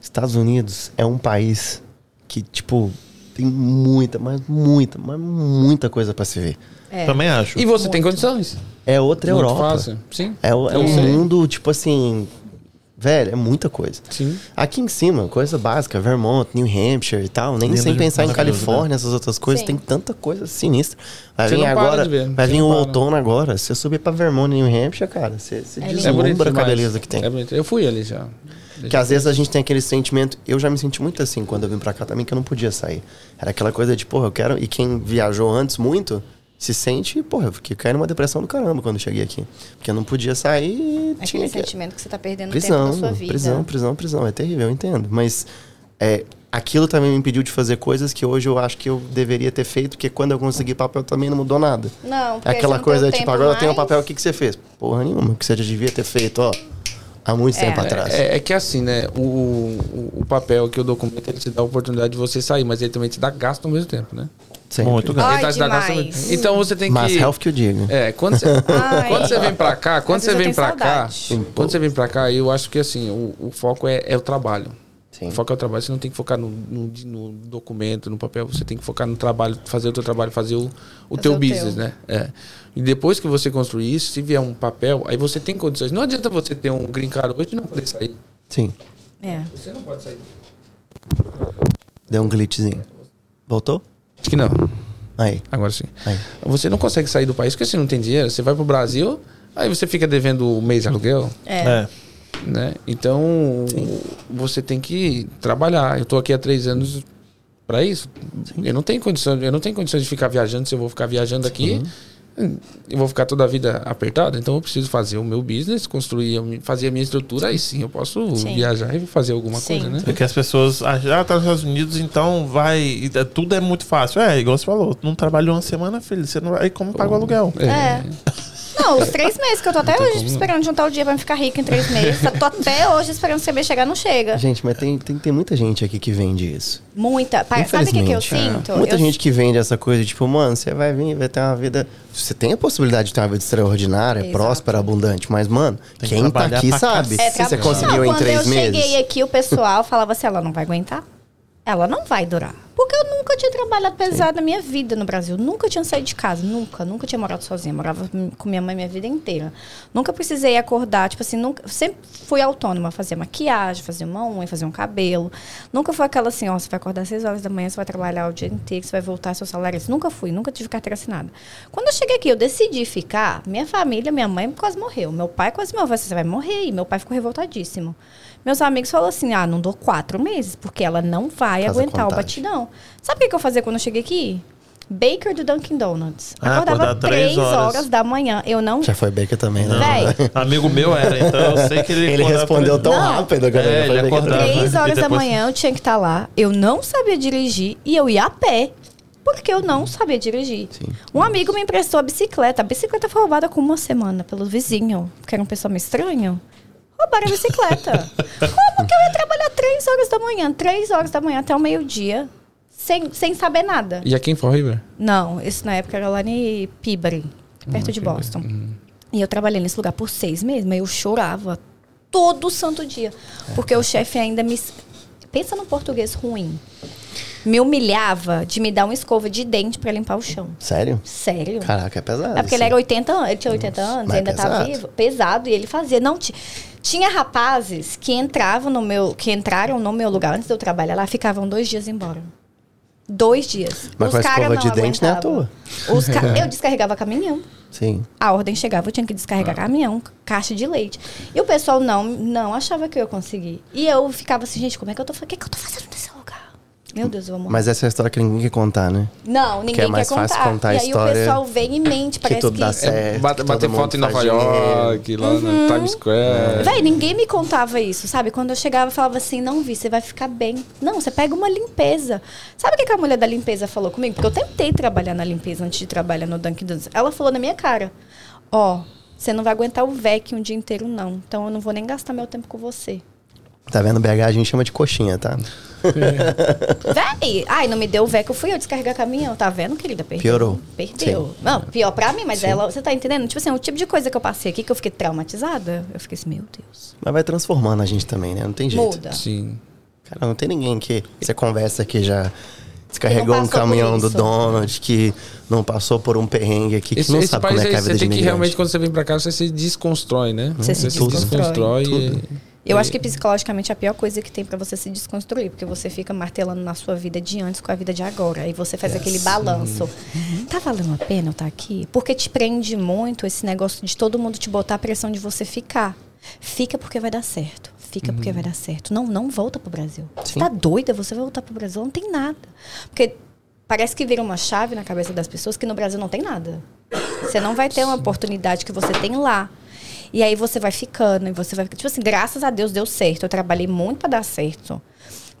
S1: Estados Unidos é um país que, tipo, tem muita, mas muita, mas muita coisa pra se ver.
S3: É.
S2: Também acho.
S5: E você tem condições?
S1: É outra
S5: Muito
S1: Europa.
S5: fácil. Sim.
S1: É, o- é
S5: Eu
S1: um
S5: sei.
S1: mundo, tipo assim. Velho, é muita coisa.
S5: Sim.
S1: Aqui em cima, coisa básica, Vermont, New Hampshire e tal. Nem
S2: Lindo
S1: sem
S2: de-
S1: pensar em
S2: maravilhoso,
S1: Califórnia, essas outras coisas,
S3: Sim.
S1: tem tanta coisa sinistra. Vai
S5: né? Você
S1: vir
S5: não para
S1: agora,
S5: de ver,
S1: vai
S5: você
S1: vir
S5: não
S1: o
S5: para. né?
S1: outono agora. Se eu subir pra Vermont e New Hampshire, cara, você, você
S5: É bonito.
S1: deslumbra com a
S5: demais.
S1: beleza que tem.
S5: É bonito. Eu fui ali já.
S1: Que às vezes a gente tem aquele sentimento. Eu já me senti muito assim quando eu vim pra cá também, que eu não podia sair. Era aquela coisa de, porra, eu quero. E quem viajou antes muito se sente, porra, eu fiquei caindo numa depressão do caramba quando eu cheguei aqui. Porque eu não podia sair e
S3: Aquele
S1: tinha que.
S3: sentimento que você tá perdendo
S1: Prisão,
S3: tempo da sua vida.
S1: prisão, prisão, prisão. É terrível, eu entendo. Mas é, aquilo também me impediu de fazer coisas que hoje eu acho que eu deveria ter feito, porque quando eu consegui papel também não mudou nada. É
S3: Não, porque
S1: aquela
S3: você não
S1: coisa,
S3: tem o
S1: tipo,
S3: tempo
S1: agora eu tenho o
S3: mais.
S1: papel, o que, que você fez? Porra nenhuma, o que você já devia ter feito, ó, há muito tempo atrás.
S5: É, é que assim, né? O, o, o papel que o documento ele te dá a oportunidade de você sair, mas ele também te dá gasto ao mesmo tempo, né?
S1: Sempre.
S2: Muito grande.
S3: Ai,
S5: Ele tá te dando
S3: demais.
S5: gasto- Então você tem
S1: Mas
S5: que.
S1: health que eu digo.
S5: É, quando você,
S3: Ai.
S5: quando você vem pra cá, quando
S3: Às
S5: você
S3: vezes eu
S5: vem
S3: tenho
S5: pra cá,
S3: saudade.
S5: quando você vem pra cá, eu acho que assim, o, o foco é, é o trabalho.
S1: Sim.
S5: O foco é o trabalho. Você não tem que focar no, no- no documento, no papel. Você tem que focar no trabalho, fazer o teu trabalho, fazer o, o teu
S3: o teu.
S5: business, né? É. E depois que você construir isso, se vier um papel, aí você tem condições. Não adianta você ter um green card hoje e não poder sair.
S1: Sim.
S3: É.
S5: Você não pode sair.
S1: Deu um glitchzinho. Voltou?
S5: Acho que não.
S1: Aí.
S5: Agora sim.
S1: Aí.
S5: Você não consegue sair do país porque você não tem dinheiro. Você vai pro Brasil, aí você fica devendo o mês de aluguel,
S3: É.
S2: É.
S5: né? Então, você tem que trabalhar. Eu tô aqui há três anos para isso. Eu não tenho condição, eu não tenho condições de ficar viajando se eu vou ficar viajando aqui. Eu vou ficar toda a vida apertado, então eu preciso fazer o meu business, construir, a mi- fazer a minha estrutura, aí sim eu posso
S3: Sim.
S5: viajar e fazer alguma
S3: Sim.
S5: coisa, né?
S2: Porque É as pessoas acham, ah, tá nos Estados Unidos, então vai. e é- Tudo é muito fácil. É, igual você falou, não trabalhou uma semana, filho. Você não vai. aí Como paga o aluguel?
S3: É. Não, os três meses que eu tô até hoje esperando juntar o dia pra me ficar rica em três meses. Eu tô até hoje esperando o CB chegar, não chega.
S1: Gente, mas tem, tem, tem muita gente aqui que vende isso.
S3: Muita. Pa- Sabe o que, que eu
S1: Infelizmente. é.
S3: sinto?
S1: Muita
S3: eu
S1: gente que vende essa coisa, tipo, mano, você vai vir, vai ter uma vida. Você tem a possibilidade de ter uma vida extraordinária,
S3: Exato.
S1: próspera, abundante, mas, mano,
S2: que
S1: quem tá
S2: trabalhar
S1: aqui
S2: pra
S1: sabe.
S2: cacete.
S1: Se você
S3: tra-
S1: conseguiu
S3: é, não,
S1: em
S3: quando
S1: três
S3: eu cheguei
S1: meses.
S3: aqui, o pessoal falava assim, ela não vai aguentar. Ela não vai durar. Porque eu nunca tinha trabalhado pesado na minha vida no Brasil. Nunca tinha saído de casa. Nunca. Nunca tinha morado sozinha. Morava com minha mãe minha vida inteira. Nunca precisei acordar. Tipo assim, nunca, sempre fui autônoma. Fazia maquiagem, fazia uma unha, fazia um cabelo. Nunca foi aquela assim, ó, você vai acordar às 6 horas da manhã, você vai trabalhar o dia inteiro, você vai voltar seu salário. Isso nunca fui. Nunca tive carteira assinada. Quando eu cheguei aqui, eu decidi ficar. Minha família, minha mãe quase morreu. Meu pai quase morreu. Eu falei, Você vai morrer. E meu pai ficou revoltadíssimo. Meus amigos falaram assim: ah, não dou quatro meses, porque ela não vai
S1: Faz a
S3: aguentar o
S1: contagem.
S3: batidão. Sabe o que que eu fazia quando eu cheguei aqui? Baker do Dunkin' Donuts.
S2: Ah,
S3: Acordava
S2: acordava três
S3: três horas.
S2: horas
S3: da manhã. Eu não.
S1: Já foi Becker também, né?
S3: Véi,
S2: Amigo meu era, então eu sei que
S1: (laughs)
S2: ele.
S1: Ele
S2: acordava
S1: respondeu
S2: pra-
S1: tão rápido, cara.
S2: É,
S1: já foi
S2: ele
S1: Becker
S2: acordava.
S1: também.
S3: três
S2: E
S3: horas da
S2: depois-
S3: manhã eu tinha que estar lá. Eu não sabia dirigir e eu ia a pé. Porque eu não sabia dirigir. Um amigo me emprestou a bicicleta. A bicicleta foi roubada com uma semana pelo vizinho, que era um pessoal meio estranho. Roubaram
S2: (laughs)
S3: a bicicleta. Como que eu ia trabalhar três horas da manhã? Três horas da manhã até o meio-dia, sem, sem saber nada.
S5: E aqui em Fall River?
S3: Não, isso na época era lá em Peabody, perto de Boston. E eu trabalhei nesse lugar por seis meses, mas eu chorava todo santo dia. Porque o chefe ainda me. Pensa no português ruim. Me humilhava de me dar uma escova de dente pra limpar o chão.
S1: Sério?
S3: Sério.
S1: Caraca, é pesado.
S3: É porque ele
S1: assim.
S3: era 80 anos, ele tinha 80 anos,
S1: mas é
S3: ainda tá
S1: pesado.
S3: vivo, pesado, e ele fazia. Não, ti- tinha rapazes que entravam no meu, que entraram no meu lugar antes de eu trabalhar lá, ficavam dois dias embora. Dois dias.
S1: Mas com a
S3: cara
S1: escova de
S3: não
S1: dente não é à
S3: aguentavam. Os
S1: (laughs)
S3: ca- Eu descarregava caminhão.
S1: Sim.
S3: A ordem chegava, eu tinha que
S1: Ah.
S3: descarregar caminhão, caixa de leite. E o pessoal não, não achava que eu ia conseguir. E eu ficava assim, gente, como é que eu tô, fa- o que, que eu tô fazendo nesse lugar? Meu Deus, eu vou morrer.
S1: Mas essa é a história que ninguém quer contar, né?
S3: Não, ninguém
S1: Que é mais
S3: quer contar.
S1: fácil contar a
S3: e aí o
S1: história
S3: pessoal vem e mente, parece
S1: que tudo dá certo.
S5: É, Bate,
S1: que
S5: bater
S1: É, todo mundo
S5: foto em Nova
S1: faz dinheiro.
S5: York, lá no Times Square.
S3: Véi, ninguém me contava isso, sabe? Quando eu chegava, eu falava assim, não vi, você vai ficar bem. Não, você pega uma limpeza. Sabe o que que a mulher da limpeza falou comigo? Porque eu tentei trabalhar na limpeza antes de trabalhar no Dunkin' Donuts. Ela falou na minha cara, ó, você não vai aguentar o VEC um dia inteiro, não. Então eu não vou nem gastar meu tempo com você.
S1: Tá vendo? BH a gente chama de coxinha, tá?
S3: Véi, ai, não me deu o VEC, eu fui eu descarregar caminhão. Tá vendo, querida? Perdeu.
S1: Piorou.
S3: Perdeu. Não, pior pra mim, mas ela, você tá entendendo? Tipo assim, o tipo de coisa que eu passei aqui, que eu fiquei traumatizada. Eu fiquei assim, meu Deus.
S1: Mas vai transformando a gente também, né? Não tem jeito.
S3: Muda.
S5: Sim.
S1: Cara, não tem ninguém que você conversa que já descarregou
S3: Que não
S1: um
S3: passou
S1: caminhão
S3: por
S1: do
S3: isso.
S1: Donald, que não passou por um perrengue aqui, que
S5: Esse,
S1: não
S5: esse
S1: sabe
S5: país
S1: como é que
S5: aí,
S1: é a vida
S5: você
S1: de
S5: tem que
S1: imigrante.
S5: realmente, quando você vem pra cá, você se desconstrói, né?
S3: Você se desconstrói.
S5: e-
S3: Eu acho que psicologicamente é a pior coisa que tem pra você se desconstruir, porque você fica martelando na sua vida de antes com a vida de agora. Aí você faz aquele balanço. Tá valendo a pena eu estar aqui? Porque te prende muito esse negócio de todo mundo te botar a pressão de você ficar. Fica porque vai dar certo. Fica porque vai dar certo. Não, não volta pro Brasil. Você tá doida? Você vai voltar pro Brasil? Não tem nada. Porque parece que vira uma chave na cabeça das pessoas que no Brasil não tem nada. Você não vai ter uma oportunidade que você tem lá. E aí você vai ficando, e você vai. Tipo assim, graças a Deus deu certo. Eu trabalhei muito pra dar certo.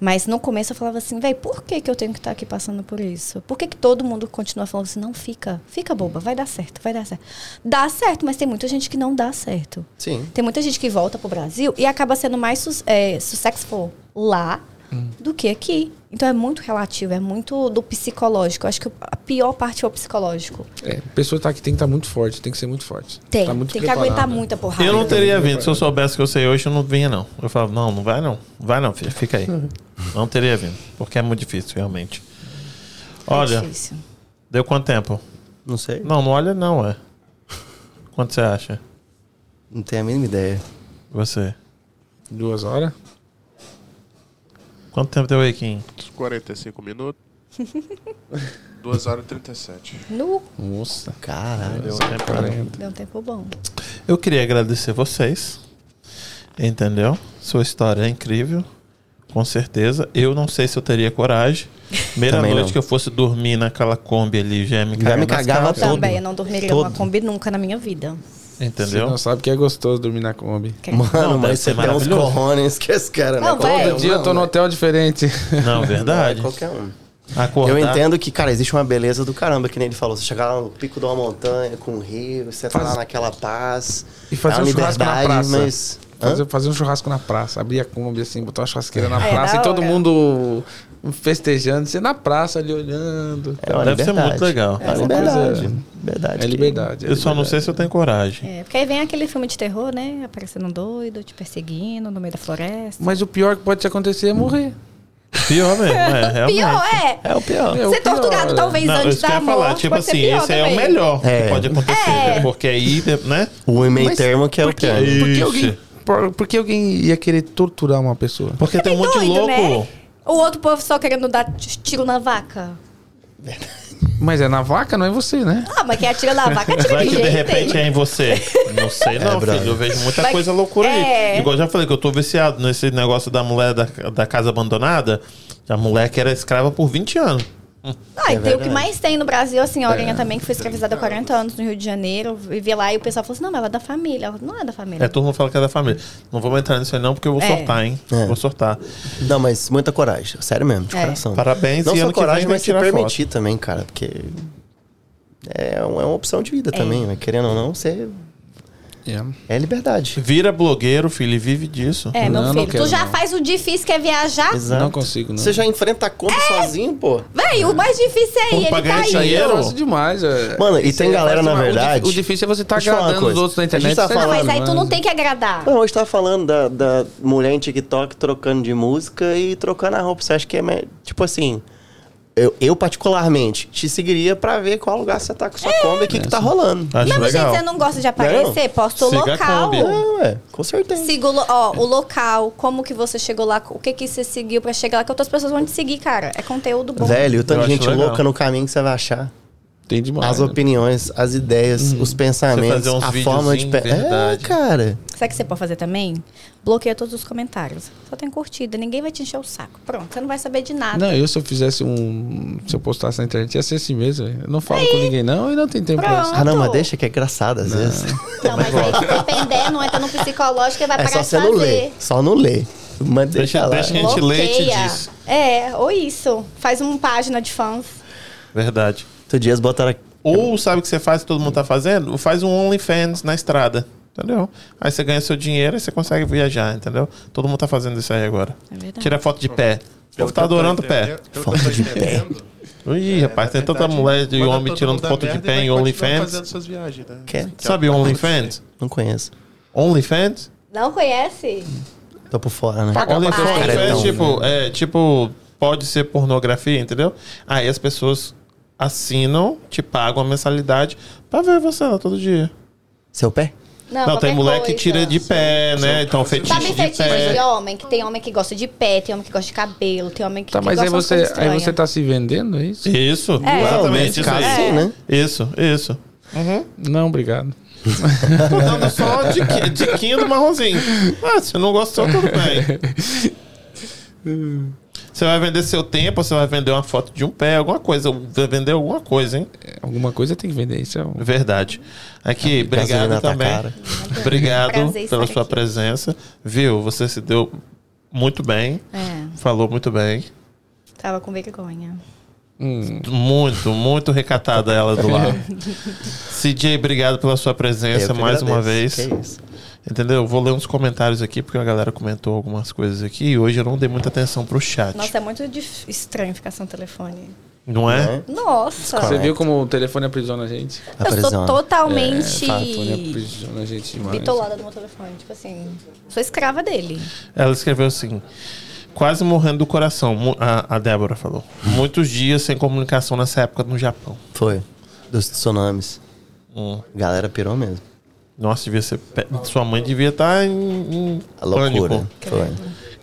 S3: Mas no começo eu falava assim, velho, por que, que eu tenho que estar aqui passando por isso? Por que, que todo mundo continua falando assim, não fica, fica boba, vai dar certo, vai dar certo. Dá certo, mas tem muita gente que não dá certo.
S1: Sim.
S3: Tem muita gente que volta pro Brasil e acaba sendo mais sus- é, successful lá do que aqui. Então é muito relativo, é muito do psicológico. Eu acho que a pior parte é o psicológico.
S5: É, a pessoa tá aqui tem que estar muito forte, tem que ser muito forte.
S3: Tem,
S5: tá muito
S3: tem que
S5: preparada.
S3: aguentar muita porrada. É
S2: Eu não teria vindo. Se eu soubesse que eu sei hoje, eu não vinha, não. Eu falava, não, não vai não. Vai não, filha,
S1: (laughs)
S2: fica aí. Não teria vindo. Porque é muito difícil, realmente.
S3: É
S2: Olha,
S3: difícil.
S2: deu quanto tempo?
S1: Não sei. Não,
S2: Não, não olha não, é. Quanto você acha?
S1: tenho a mínima ideia.
S2: Você.
S5: Duas horas?
S2: Quanto tempo deu aí, Kim?
S4: Uns 45 (laughs) minutos. 2 horas e 37.
S3: No,
S5: Nossa.
S1: Caralho.
S3: deu um tempo bom.
S2: Eu queria agradecer vocês. Entendeu? Sua história é incrível. Com certeza. Eu não sei se eu teria coragem. Primeira
S1: Também
S2: noite
S1: não.
S2: que eu fosse dormir naquela Kombi ali, já ia me,
S1: Já me
S2: cagar nas
S1: cagava
S2: calças,
S1: todo.
S3: Também, eu não dormiria
S1: Todo.
S3: numa Kombi nunca na minha vida.
S5: Você
S2: Entendeu?
S5: não sabe que é gostoso dormir na Kombi.
S3: Que-
S1: Mano,
S2: Não, deve
S1: mas
S2: ser
S1: você tem uns
S2: maravilhoso.
S1: corrones que esse cara, né?
S3: Não, velho.
S5: Todo dia eu tô num
S1: (laughs)
S5: hotel diferente.
S2: Não,
S1: É
S2: verdade.
S1: qualquer um.
S2: Acordar.
S1: Eu
S5: tá.
S1: entendo que, cara, existe uma beleza do caramba, que nem ele falou. Você chegar lá no pico de uma montanha, com um rio, você tá lá naquela paz.
S5: E fazer
S1: é uma
S5: um churrasco na
S1: liberdade,
S5: praça.
S1: mas. Hã?
S5: Fazer, fazer um churrasco na praça, abrir a Kombi assim, botar uma churrasqueira na
S3: É,
S5: praça
S3: da
S5: e todo
S3: hora.
S5: mundo festejando, você na praça ali olhando.
S1: É uma
S2: Deve ser
S1: liberdade.
S2: muito legal.
S1: É uma liberdade. Liberdade.
S5: É
S1: que-
S5: liberdade. é
S2: Eu só não
S5: liberdade.
S2: sei se eu tenho coragem.
S3: É, porque aí vem aquele filme de terror, né? Aparecendo um doido, te perseguindo no meio da floresta.
S5: Mas o pior que pode te acontecer é morrer.
S2: Pior mesmo, é, realmente.
S3: Pior é!
S1: É o pior.
S5: É o
S3: Ser
S5: pior,
S3: torturado
S5: é.
S3: talvez
S2: Não,
S3: antes
S2: isso que eu
S3: da
S2: ia falar,
S3: morte
S2: tipo
S3: pode ser
S2: assim,
S3: pior
S2: esse aí é o
S3: também.
S2: melhor
S1: É.
S2: que pode acontecer,
S3: É.
S2: porque aí, né?
S1: O meio
S5: Mas
S1: termo que é o
S5: Por que,
S1: pior.
S2: quê?
S5: por que
S2: Isso.
S5: alguém, por, por que alguém ia querer torturar uma pessoa?
S2: Porque tem um monte de
S3: Doido,
S2: louco.
S3: né? O outro povo só querendo dar t- tiro na vaca.
S5: Mas é na vaca, não é você, né?
S3: Ah, mas quem atira na vaca atira
S2: Vai
S3: de
S2: que de
S3: jeito.
S2: repente é em você. Não
S5: É,
S2: sei não,
S1: brother.
S2: filho. Eu vejo muita
S3: Vai-
S2: coisa loucura
S3: É.
S2: aí. Igual eu já falei que eu tô viciado nesse negócio da mulher da, da casa abandonada. A mulher que era escrava por 20 anos.
S3: Ah, e tem o que
S10: verdade.
S3: mais tem no Brasil, assim, a senhorinha também, que foi escravizada há 40 anos no Rio de Janeiro, vivia lá e o pessoal falou assim: não, mas ela é da família. Ela não é da família.
S2: É, todo mundo fala que é da família. Não vamos entrar nisso aí não, porque eu vou
S3: É.
S2: sortar, hein?
S1: É.
S2: Vou sortar.
S1: Não, mas muita coragem. Sério mesmo, de
S3: É.
S1: coração.
S2: Parabéns,
S1: Não
S2: e
S1: só
S2: ano que vem
S1: coragem,
S2: vai
S1: mas se
S2: tirar foto.
S1: permitir também, cara. Porque é, um- é uma opção de vida também. né? Querendo ou não, você... É liberdade.
S2: Vira blogueiro, filho, e vive disso.
S3: É, meu
S5: Não, não
S3: filho.
S5: quero,
S3: tu já
S5: não.
S3: faz o difícil que é viajar?
S1: Exato.
S5: Não consigo, não.
S1: Você já enfrenta a conta sozinho, pô.
S3: Véi, o mais difícil é
S2: Pô,
S3: ele,
S2: pra ganhar
S3: tá aí.
S2: dinheiro,
S5: Eu gosto demais. é.
S1: Mano, e
S5: Isso
S1: tem
S5: aí
S1: galera,
S5: faz
S1: na
S5: demais. O dif-
S1: verdade-
S5: O difícil é você estar
S1: Deixa eu falar uma
S5: agradando os
S1: coisa.
S5: outros na
S1: A gente
S5: internet.
S1: tá
S5: Você
S3: Não, mas aí tu
S5: demais.
S3: não tem que agradar.
S1: Não, hoje tá falando da, da mulher em TikTok trocando de música e trocando a roupa. Você acha que é. me- Tipo assim. Eu, eu particularmente, te seguiria pra ver qual lugar você tá com
S3: É.
S1: sua Kombi e o que, que tá rolando.
S2: Acho
S3: Não, mas gente, é
S2: legal.
S3: você não gosta de aparecer? Posta o
S2: Siga a
S3: local.
S2: Kombi.
S1: É, ué, com certeza.
S3: Siga o, lo- ó, o local, como que você chegou lá, o que que você seguiu pra chegar lá, que outras pessoas vão te seguir, cara. É conteúdo bom.
S1: Velho, o tanto
S2: Eu
S1: de gente
S2: acho legal.
S1: louca no caminho que você vai achar.
S5: Tem demais.
S1: As
S5: né?
S1: opiniões, as ideias, os pensamentos,
S2: Uhum. Você fazer uns
S1: a forma de.
S2: videozinhos,
S1: pe- É,
S2: verdade.
S1: cara.
S3: Sabe o que você pode fazer também? Bloqueia todos os comentários. Só tem curtida, ninguém vai te encher o saco. Pronto, você não vai saber de nada.
S5: Não, eu se eu fizesse um. Se eu postasse na internet, ia ser assim mesmo. velho. Eu não falo com ninguém, não, e não tem tempo pra isso.
S1: Ah, não,
S3: Pronto.
S1: mas deixa que é engraçado às vezes.
S3: Não, mas aí se depender, não entra no psicológico e
S1: (laughs)
S3: vai
S1: É
S3: parar
S1: só
S3: de
S1: você
S3: fazer.
S1: não ler. Só não ler. Mas deixa,
S2: Deixa-
S1: lá.
S2: deixa- Gente, lê e te
S3: Bloqueia.
S2: diz.
S3: É, ou isso. Faz uma página de fãs.
S2: Verdade.
S1: Outro dia eles botaram aqui.
S2: Ou sabe o que você faz que todo mundo tá fazendo? Faz um OnlyFans na estrada. Entendeu? Aí você ganha seu dinheiro e você consegue viajar, entendeu? Todo mundo tá fazendo isso aí agora.
S3: É verdade.
S2: Tira foto de pé. O povo
S4: Pelo que
S2: tá
S4: eu tô
S2: adorando o pé.
S4: entendendo- pelo que eu tô
S1: Foto de pé.
S4: entendendo,
S2: Ih,
S4: é,
S2: rapaz,
S4: na
S2: tem tanta
S4: verdade,
S2: mulher de
S4: manda
S2: homem
S4: todo
S2: tirando
S4: mundo dar
S2: foto de
S4: merda e
S2: pé
S4: vai
S2: em
S4: continuar
S2: OnlyFans.
S4: fazendo suas viagens, né?
S1: Quer?
S4: Que é
S2: Sabe
S4: o que
S2: OnlyFans?
S1: Não conheço.
S2: OnlyFans?
S3: Não conhece?
S1: Tô por fora, né?
S2: OnlyFans
S1: Caretão,
S4: então.
S2: é tipo, é, tipo, pode ser pornografia, entendeu? Aí as pessoas assinam, te pagam a mensalidade pra ver você lá todo dia.
S1: Seu pé?
S3: Não,
S2: Não, tem
S3: qualquer
S2: mulher que
S3: coisa.
S2: tira de pé, né? Então, fetiche
S3: Sabe
S2: de
S3: fetiche de
S2: pé.
S3: homem? Que tem homem que gosta de pé, tem homem que gosta de cabelo, tem homem que,
S5: Tá,
S3: que
S5: mas
S3: gosta
S5: aí
S3: de
S5: você,
S3: coisa
S5: aí você
S3: estranha.
S5: tá se vendendo, é isso?
S2: Isso,
S3: É.
S1: Não,
S2: exatamente.
S1: nesse
S2: Isso,
S1: caso,
S2: aí.
S1: sim, né?
S2: isso, isso.
S5: Não, obrigado.
S2: Tô dando só diqui- diquinha do marronzinho. Ah, se não gostou, tudo bem. (laughs) Você vai vender seu tempo, você vai vender uma foto de um pé, alguma coisa. Vai vender alguma coisa, hein?
S5: É, Alguma coisa tem que vender, isso é um...
S2: Verdade. Aqui,
S1: gasolina
S2: obrigado
S1: na
S2: também.
S1: cara.
S2: Obrigado
S3: Prazer estar
S2: pela sua
S3: aqui.
S2: presença. Viu? Você se deu muito bem.
S3: É,
S2: Falou muito bem.
S3: tava com vergonha.
S5: Hum,
S2: Muito, muito recatada ela do lado. CJ, obrigado pela sua presença
S1: Eu que
S2: mais uma vez.
S1: agradeço. Que isso.
S2: Entendeu? Eu Vou ler uns comentários aqui, porque a galera comentou algumas coisas aqui. E hoje eu não dei muita atenção pro chat.
S3: Nossa, é muito dif- estranho ficar sem um telefone.
S2: Não é?
S1: Né?
S3: Nossa,
S5: você viu como o telefone aprisiona a gente? Ah,
S1: A
S3: eu
S1: prisão.
S3: sou totalmente
S2: É,
S5: O telefone aprisiona a gente demais.
S3: bitolada do meu telefone. Tipo assim, sou escrava dele.
S2: Ela escreveu assim. Quase morrendo do coração, Mu- a, a Débora falou. Muitos dias sem comunicação nessa época no Japão.
S1: Foi. Dos tsunamis.
S2: Hum.
S1: Galera pirou mesmo.
S2: Nossa, devia ser. pe- Sua mãe devia estar em, em
S1: A loucura.
S2: pânico.
S1: Foi.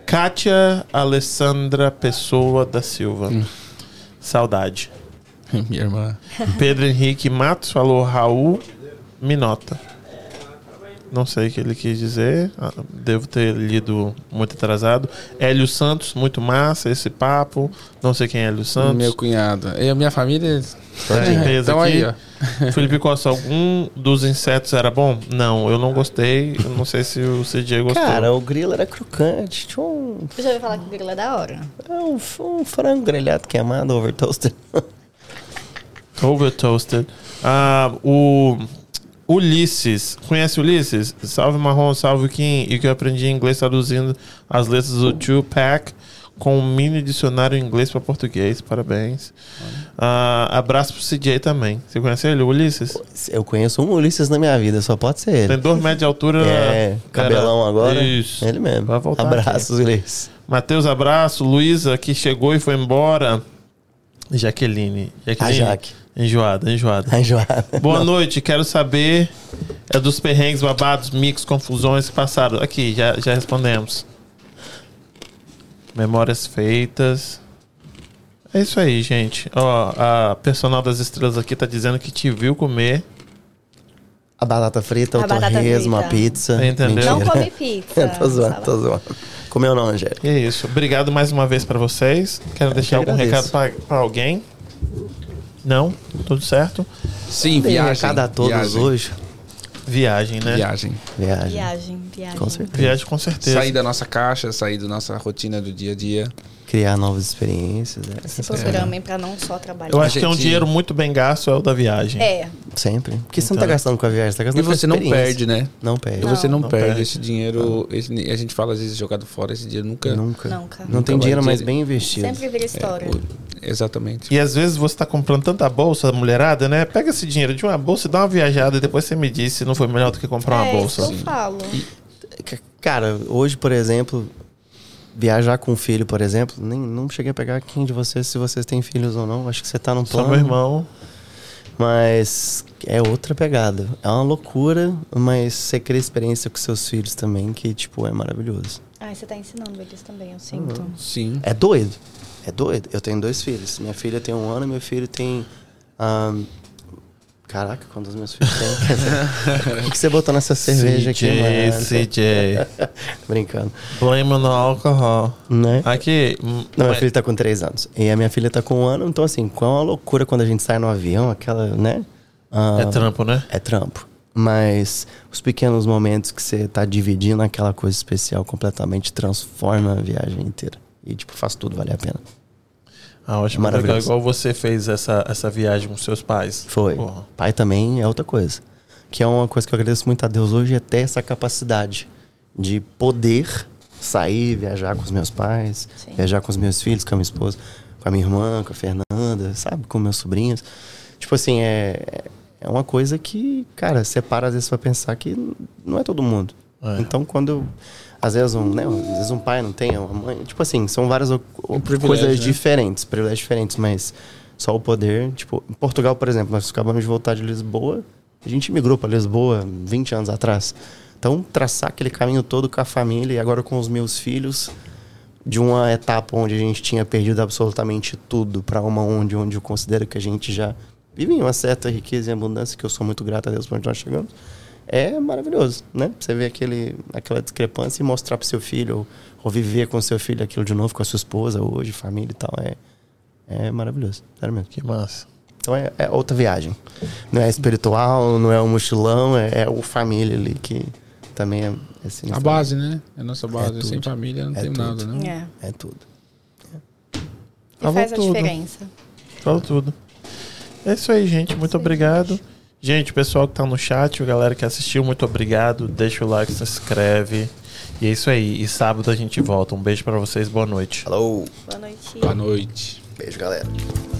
S2: Kátia Alessandra Pessoa da Silva.
S1: Hum.
S2: Saudade.
S5: (laughs) Minha irmã.
S2: Pedro Henrique Matos falou Raul Minota. Não sei o que ele quis dizer. ah, Devo ter lido muito atrasado. Hélio Santos, muito massa esse papo. Não sei quem é Hélio Santos.
S5: Meu cunhado. E a minha família...
S2: Tá de mesa
S5: Então
S2: aqui.
S5: aí, ó.
S2: Felipe Costa, algum dos insetos era bom? Não, eu não gostei. Eu não sei se o CJ gostou.
S1: Cara, o grilo era crocante. Tinha um,
S3: Eu já ouvi falar que o grilo é da hora.
S1: é um, um frango grelhado queimado, over toaster.
S2: Over toasted. Ah, o Ulisses. Conhece o Ulisses? Salve Marrom, salve Kim. E que eu aprendi em inglês traduzindo as letras do Tupac com um mini dicionário em inglês para português. Parabéns. Ah, abraço pro CJ também. Você conhece ele, o Ulisses?
S1: (laughs) Eu conheço um Ulisses na minha vida, só pode ser
S2: Tem
S1: ele.
S2: dois metros de altura.
S1: É, cabelão
S2: Era-
S1: agora.
S2: Isso.
S1: Ele mesmo.
S2: Vai voltar
S1: Abraços, Ulisses.
S2: Matheus, abraço. Luísa, que chegou e foi embora. Jaqueline. Jaqueline.
S1: A Jaque.
S2: Enjoada, enjoada.
S1: Tá enjoado.
S2: Boa noite, quero saber é dos perrengues, babados, mix, confusões que passaram. Aqui, já, já respondemos. Memórias feitas. É isso aí, gente. Ó, a personal das estrelas aqui tá dizendo que te viu comer.
S1: A batata frita,
S3: A
S1: o
S3: batata
S1: torresmo, a
S3: frita.
S1: pizza.
S2: Entendeu?
S1: Mentira.
S3: Não
S1: (laughs)
S3: come pizza.
S1: tô zoando,
S3: sabe?
S1: tô zoando. Comeu não, Angélica.
S2: E é isso. Obrigado mais uma vez pra vocês. Quero deixar algum
S1: agradeço.
S2: recado pra pra alguém. Não? Tudo certo?
S5: Sim,
S1: Bem,
S5: viagem.
S1: recado a todos
S5: viagem,
S1: hoje.
S2: Viagem, né?
S5: Viagem.
S1: Viagem.
S3: Viagem, viagem.
S1: Com certeza.
S2: Viagem com certeza.
S5: Sair da nossa caixa, sair da nossa rotina do dia a dia.
S1: Criar novas experiências. né?
S3: Se programem pra não só trabalhar.
S2: Eu acho que é um
S5: gente-
S2: dinheiro muito bem gasto, é o da viagem.
S3: É,
S1: Sempre. Porque você não tá gastando com a viagem, você tá
S5: E
S1: gastando com a
S5: você não
S1: experiência.
S5: perde, né?
S1: Não perde.
S5: E você não,
S2: não
S5: perde.
S2: perde.
S5: esse dinheiro. esse- a gente fala às vezes jogado fora, esse dinheiro nunca.
S1: Nunca.
S3: Nunca.
S1: Não tem
S5: Nunca
S1: dinheiro
S5: vai
S1: mais
S5: ter.
S1: bem investido.
S3: sempre
S2: é
S3: vira história.
S5: Exatamente.
S2: E às vezes você tá comprando tanta bolsa, mulherada, né? Pega esse dinheiro de uma bolsa e dá uma viajada e depois você me diz se não foi melhor do que comprar uma
S3: é,
S2: bolsa. assim.
S3: Isso que eu falo.
S1: C- Cara, hoje, por exemplo, viajar com um filho, por exemplo, nem, não cheguei a pegar quem de vocês, se vocês têm filhos ou não. Acho que você tá num
S2: Só
S1: plano.
S2: meu irmão.
S1: Mas é outra pegada. É uma loucura, mas você cria experiência com seus filhos também, que, tipo, é maravilhoso.
S3: Ai, você tá ensinando eles também, eu sinto.
S5: Sim.
S1: É doido. É doido. Eu tenho dois filhos. Minha filha tem um ano e meu filho tem. ahn, Caraca, quantos meus filhos têm? Quer dizer, O que que você botou nessa cerveja aqui,
S2: CJ,
S1: mano?
S2: CJ.
S1: Brincando.
S2: Blame no alcohol.
S1: Né?
S2: Aqui. hum,
S1: Não, minha
S2: mas-
S1: filha tá com 3 anos. E a minha filha tá com um ano, então assim, qual é uma loucura quando a gente sai no avião, aquela, né? Ah,
S2: É trampo, né?
S1: é trampo. Mas os pequenos momentos que você tá dividindo aquela coisa especial completamente transforma a viagem inteira. E, tipo, faz tudo valer a pena.
S2: Ah, ótimo. Legal,
S1: Maravilhoso.
S2: igual você fez essa, essa viagem com seus pais.
S1: Foi.
S2: Porra.
S1: Pai também é outra coisa. Que é uma coisa que eu agradeço muito a Deus hoje, é ter essa capacidade de poder sair, viajar com os meus pais,
S3: Sim.
S1: viajar com os meus filhos, com a minha esposa, com a minha irmã, com a Fernanda, sabe? Com meus sobrinhos. Tipo assim, é, é uma coisa que, cara, você para às vezes pra pensar que não é todo mundo.
S2: É.
S1: Então, quando. Às vezes, um, né, às vezes um pai não tem, uma mãe. Tipo assim, são várias o- o-
S5: privilégio,
S1: coisas
S5: né?
S1: diferentes, privilégios diferentes, mas só o poder. Tipo, em Portugal, por exemplo, nós acabamos de voltar de Lisboa, a gente migrou para Lisboa 20 anos atrás. Então, traçar aquele caminho todo com a família e agora com os meus filhos, de uma etapa onde a gente tinha perdido absolutamente tudo para uma onde onde eu considero que a gente já vive em uma certa riqueza e abundância que eu sou muito grato a Deus por onde nós chegamos é maravilhoso né você vê aquele aquela discrepância e mostrar para seu filho ou, ou viver com seu filho aquilo de novo com a sua esposa hoje família e tal é é maravilhoso sério mesmo
S2: Que massa.
S1: então é, é outra viagem não é espiritual não é um mochilão é, é o família ali que também é, é
S5: A
S1: sinistro.
S5: base, né? É a nossa base.
S1: tudo.
S5: Sem família não
S1: É
S5: tem
S1: tudo.
S5: nada,
S2: Uhum.
S5: né?
S3: É.
S1: é tudo
S3: E faz a
S2: tudo.
S3: diferença.
S2: Fala tudo. É isso aí, gente. Muito obrigado. Gente, o pessoal que tá no chat, a galera que assistiu, muito obrigado. Deixa o like, se inscreve. E é isso aí. E sábado a gente volta. Um beijo pra vocês. Boa noite.
S1: falou
S3: Boa noite.
S5: Boa noite.
S1: beijo galera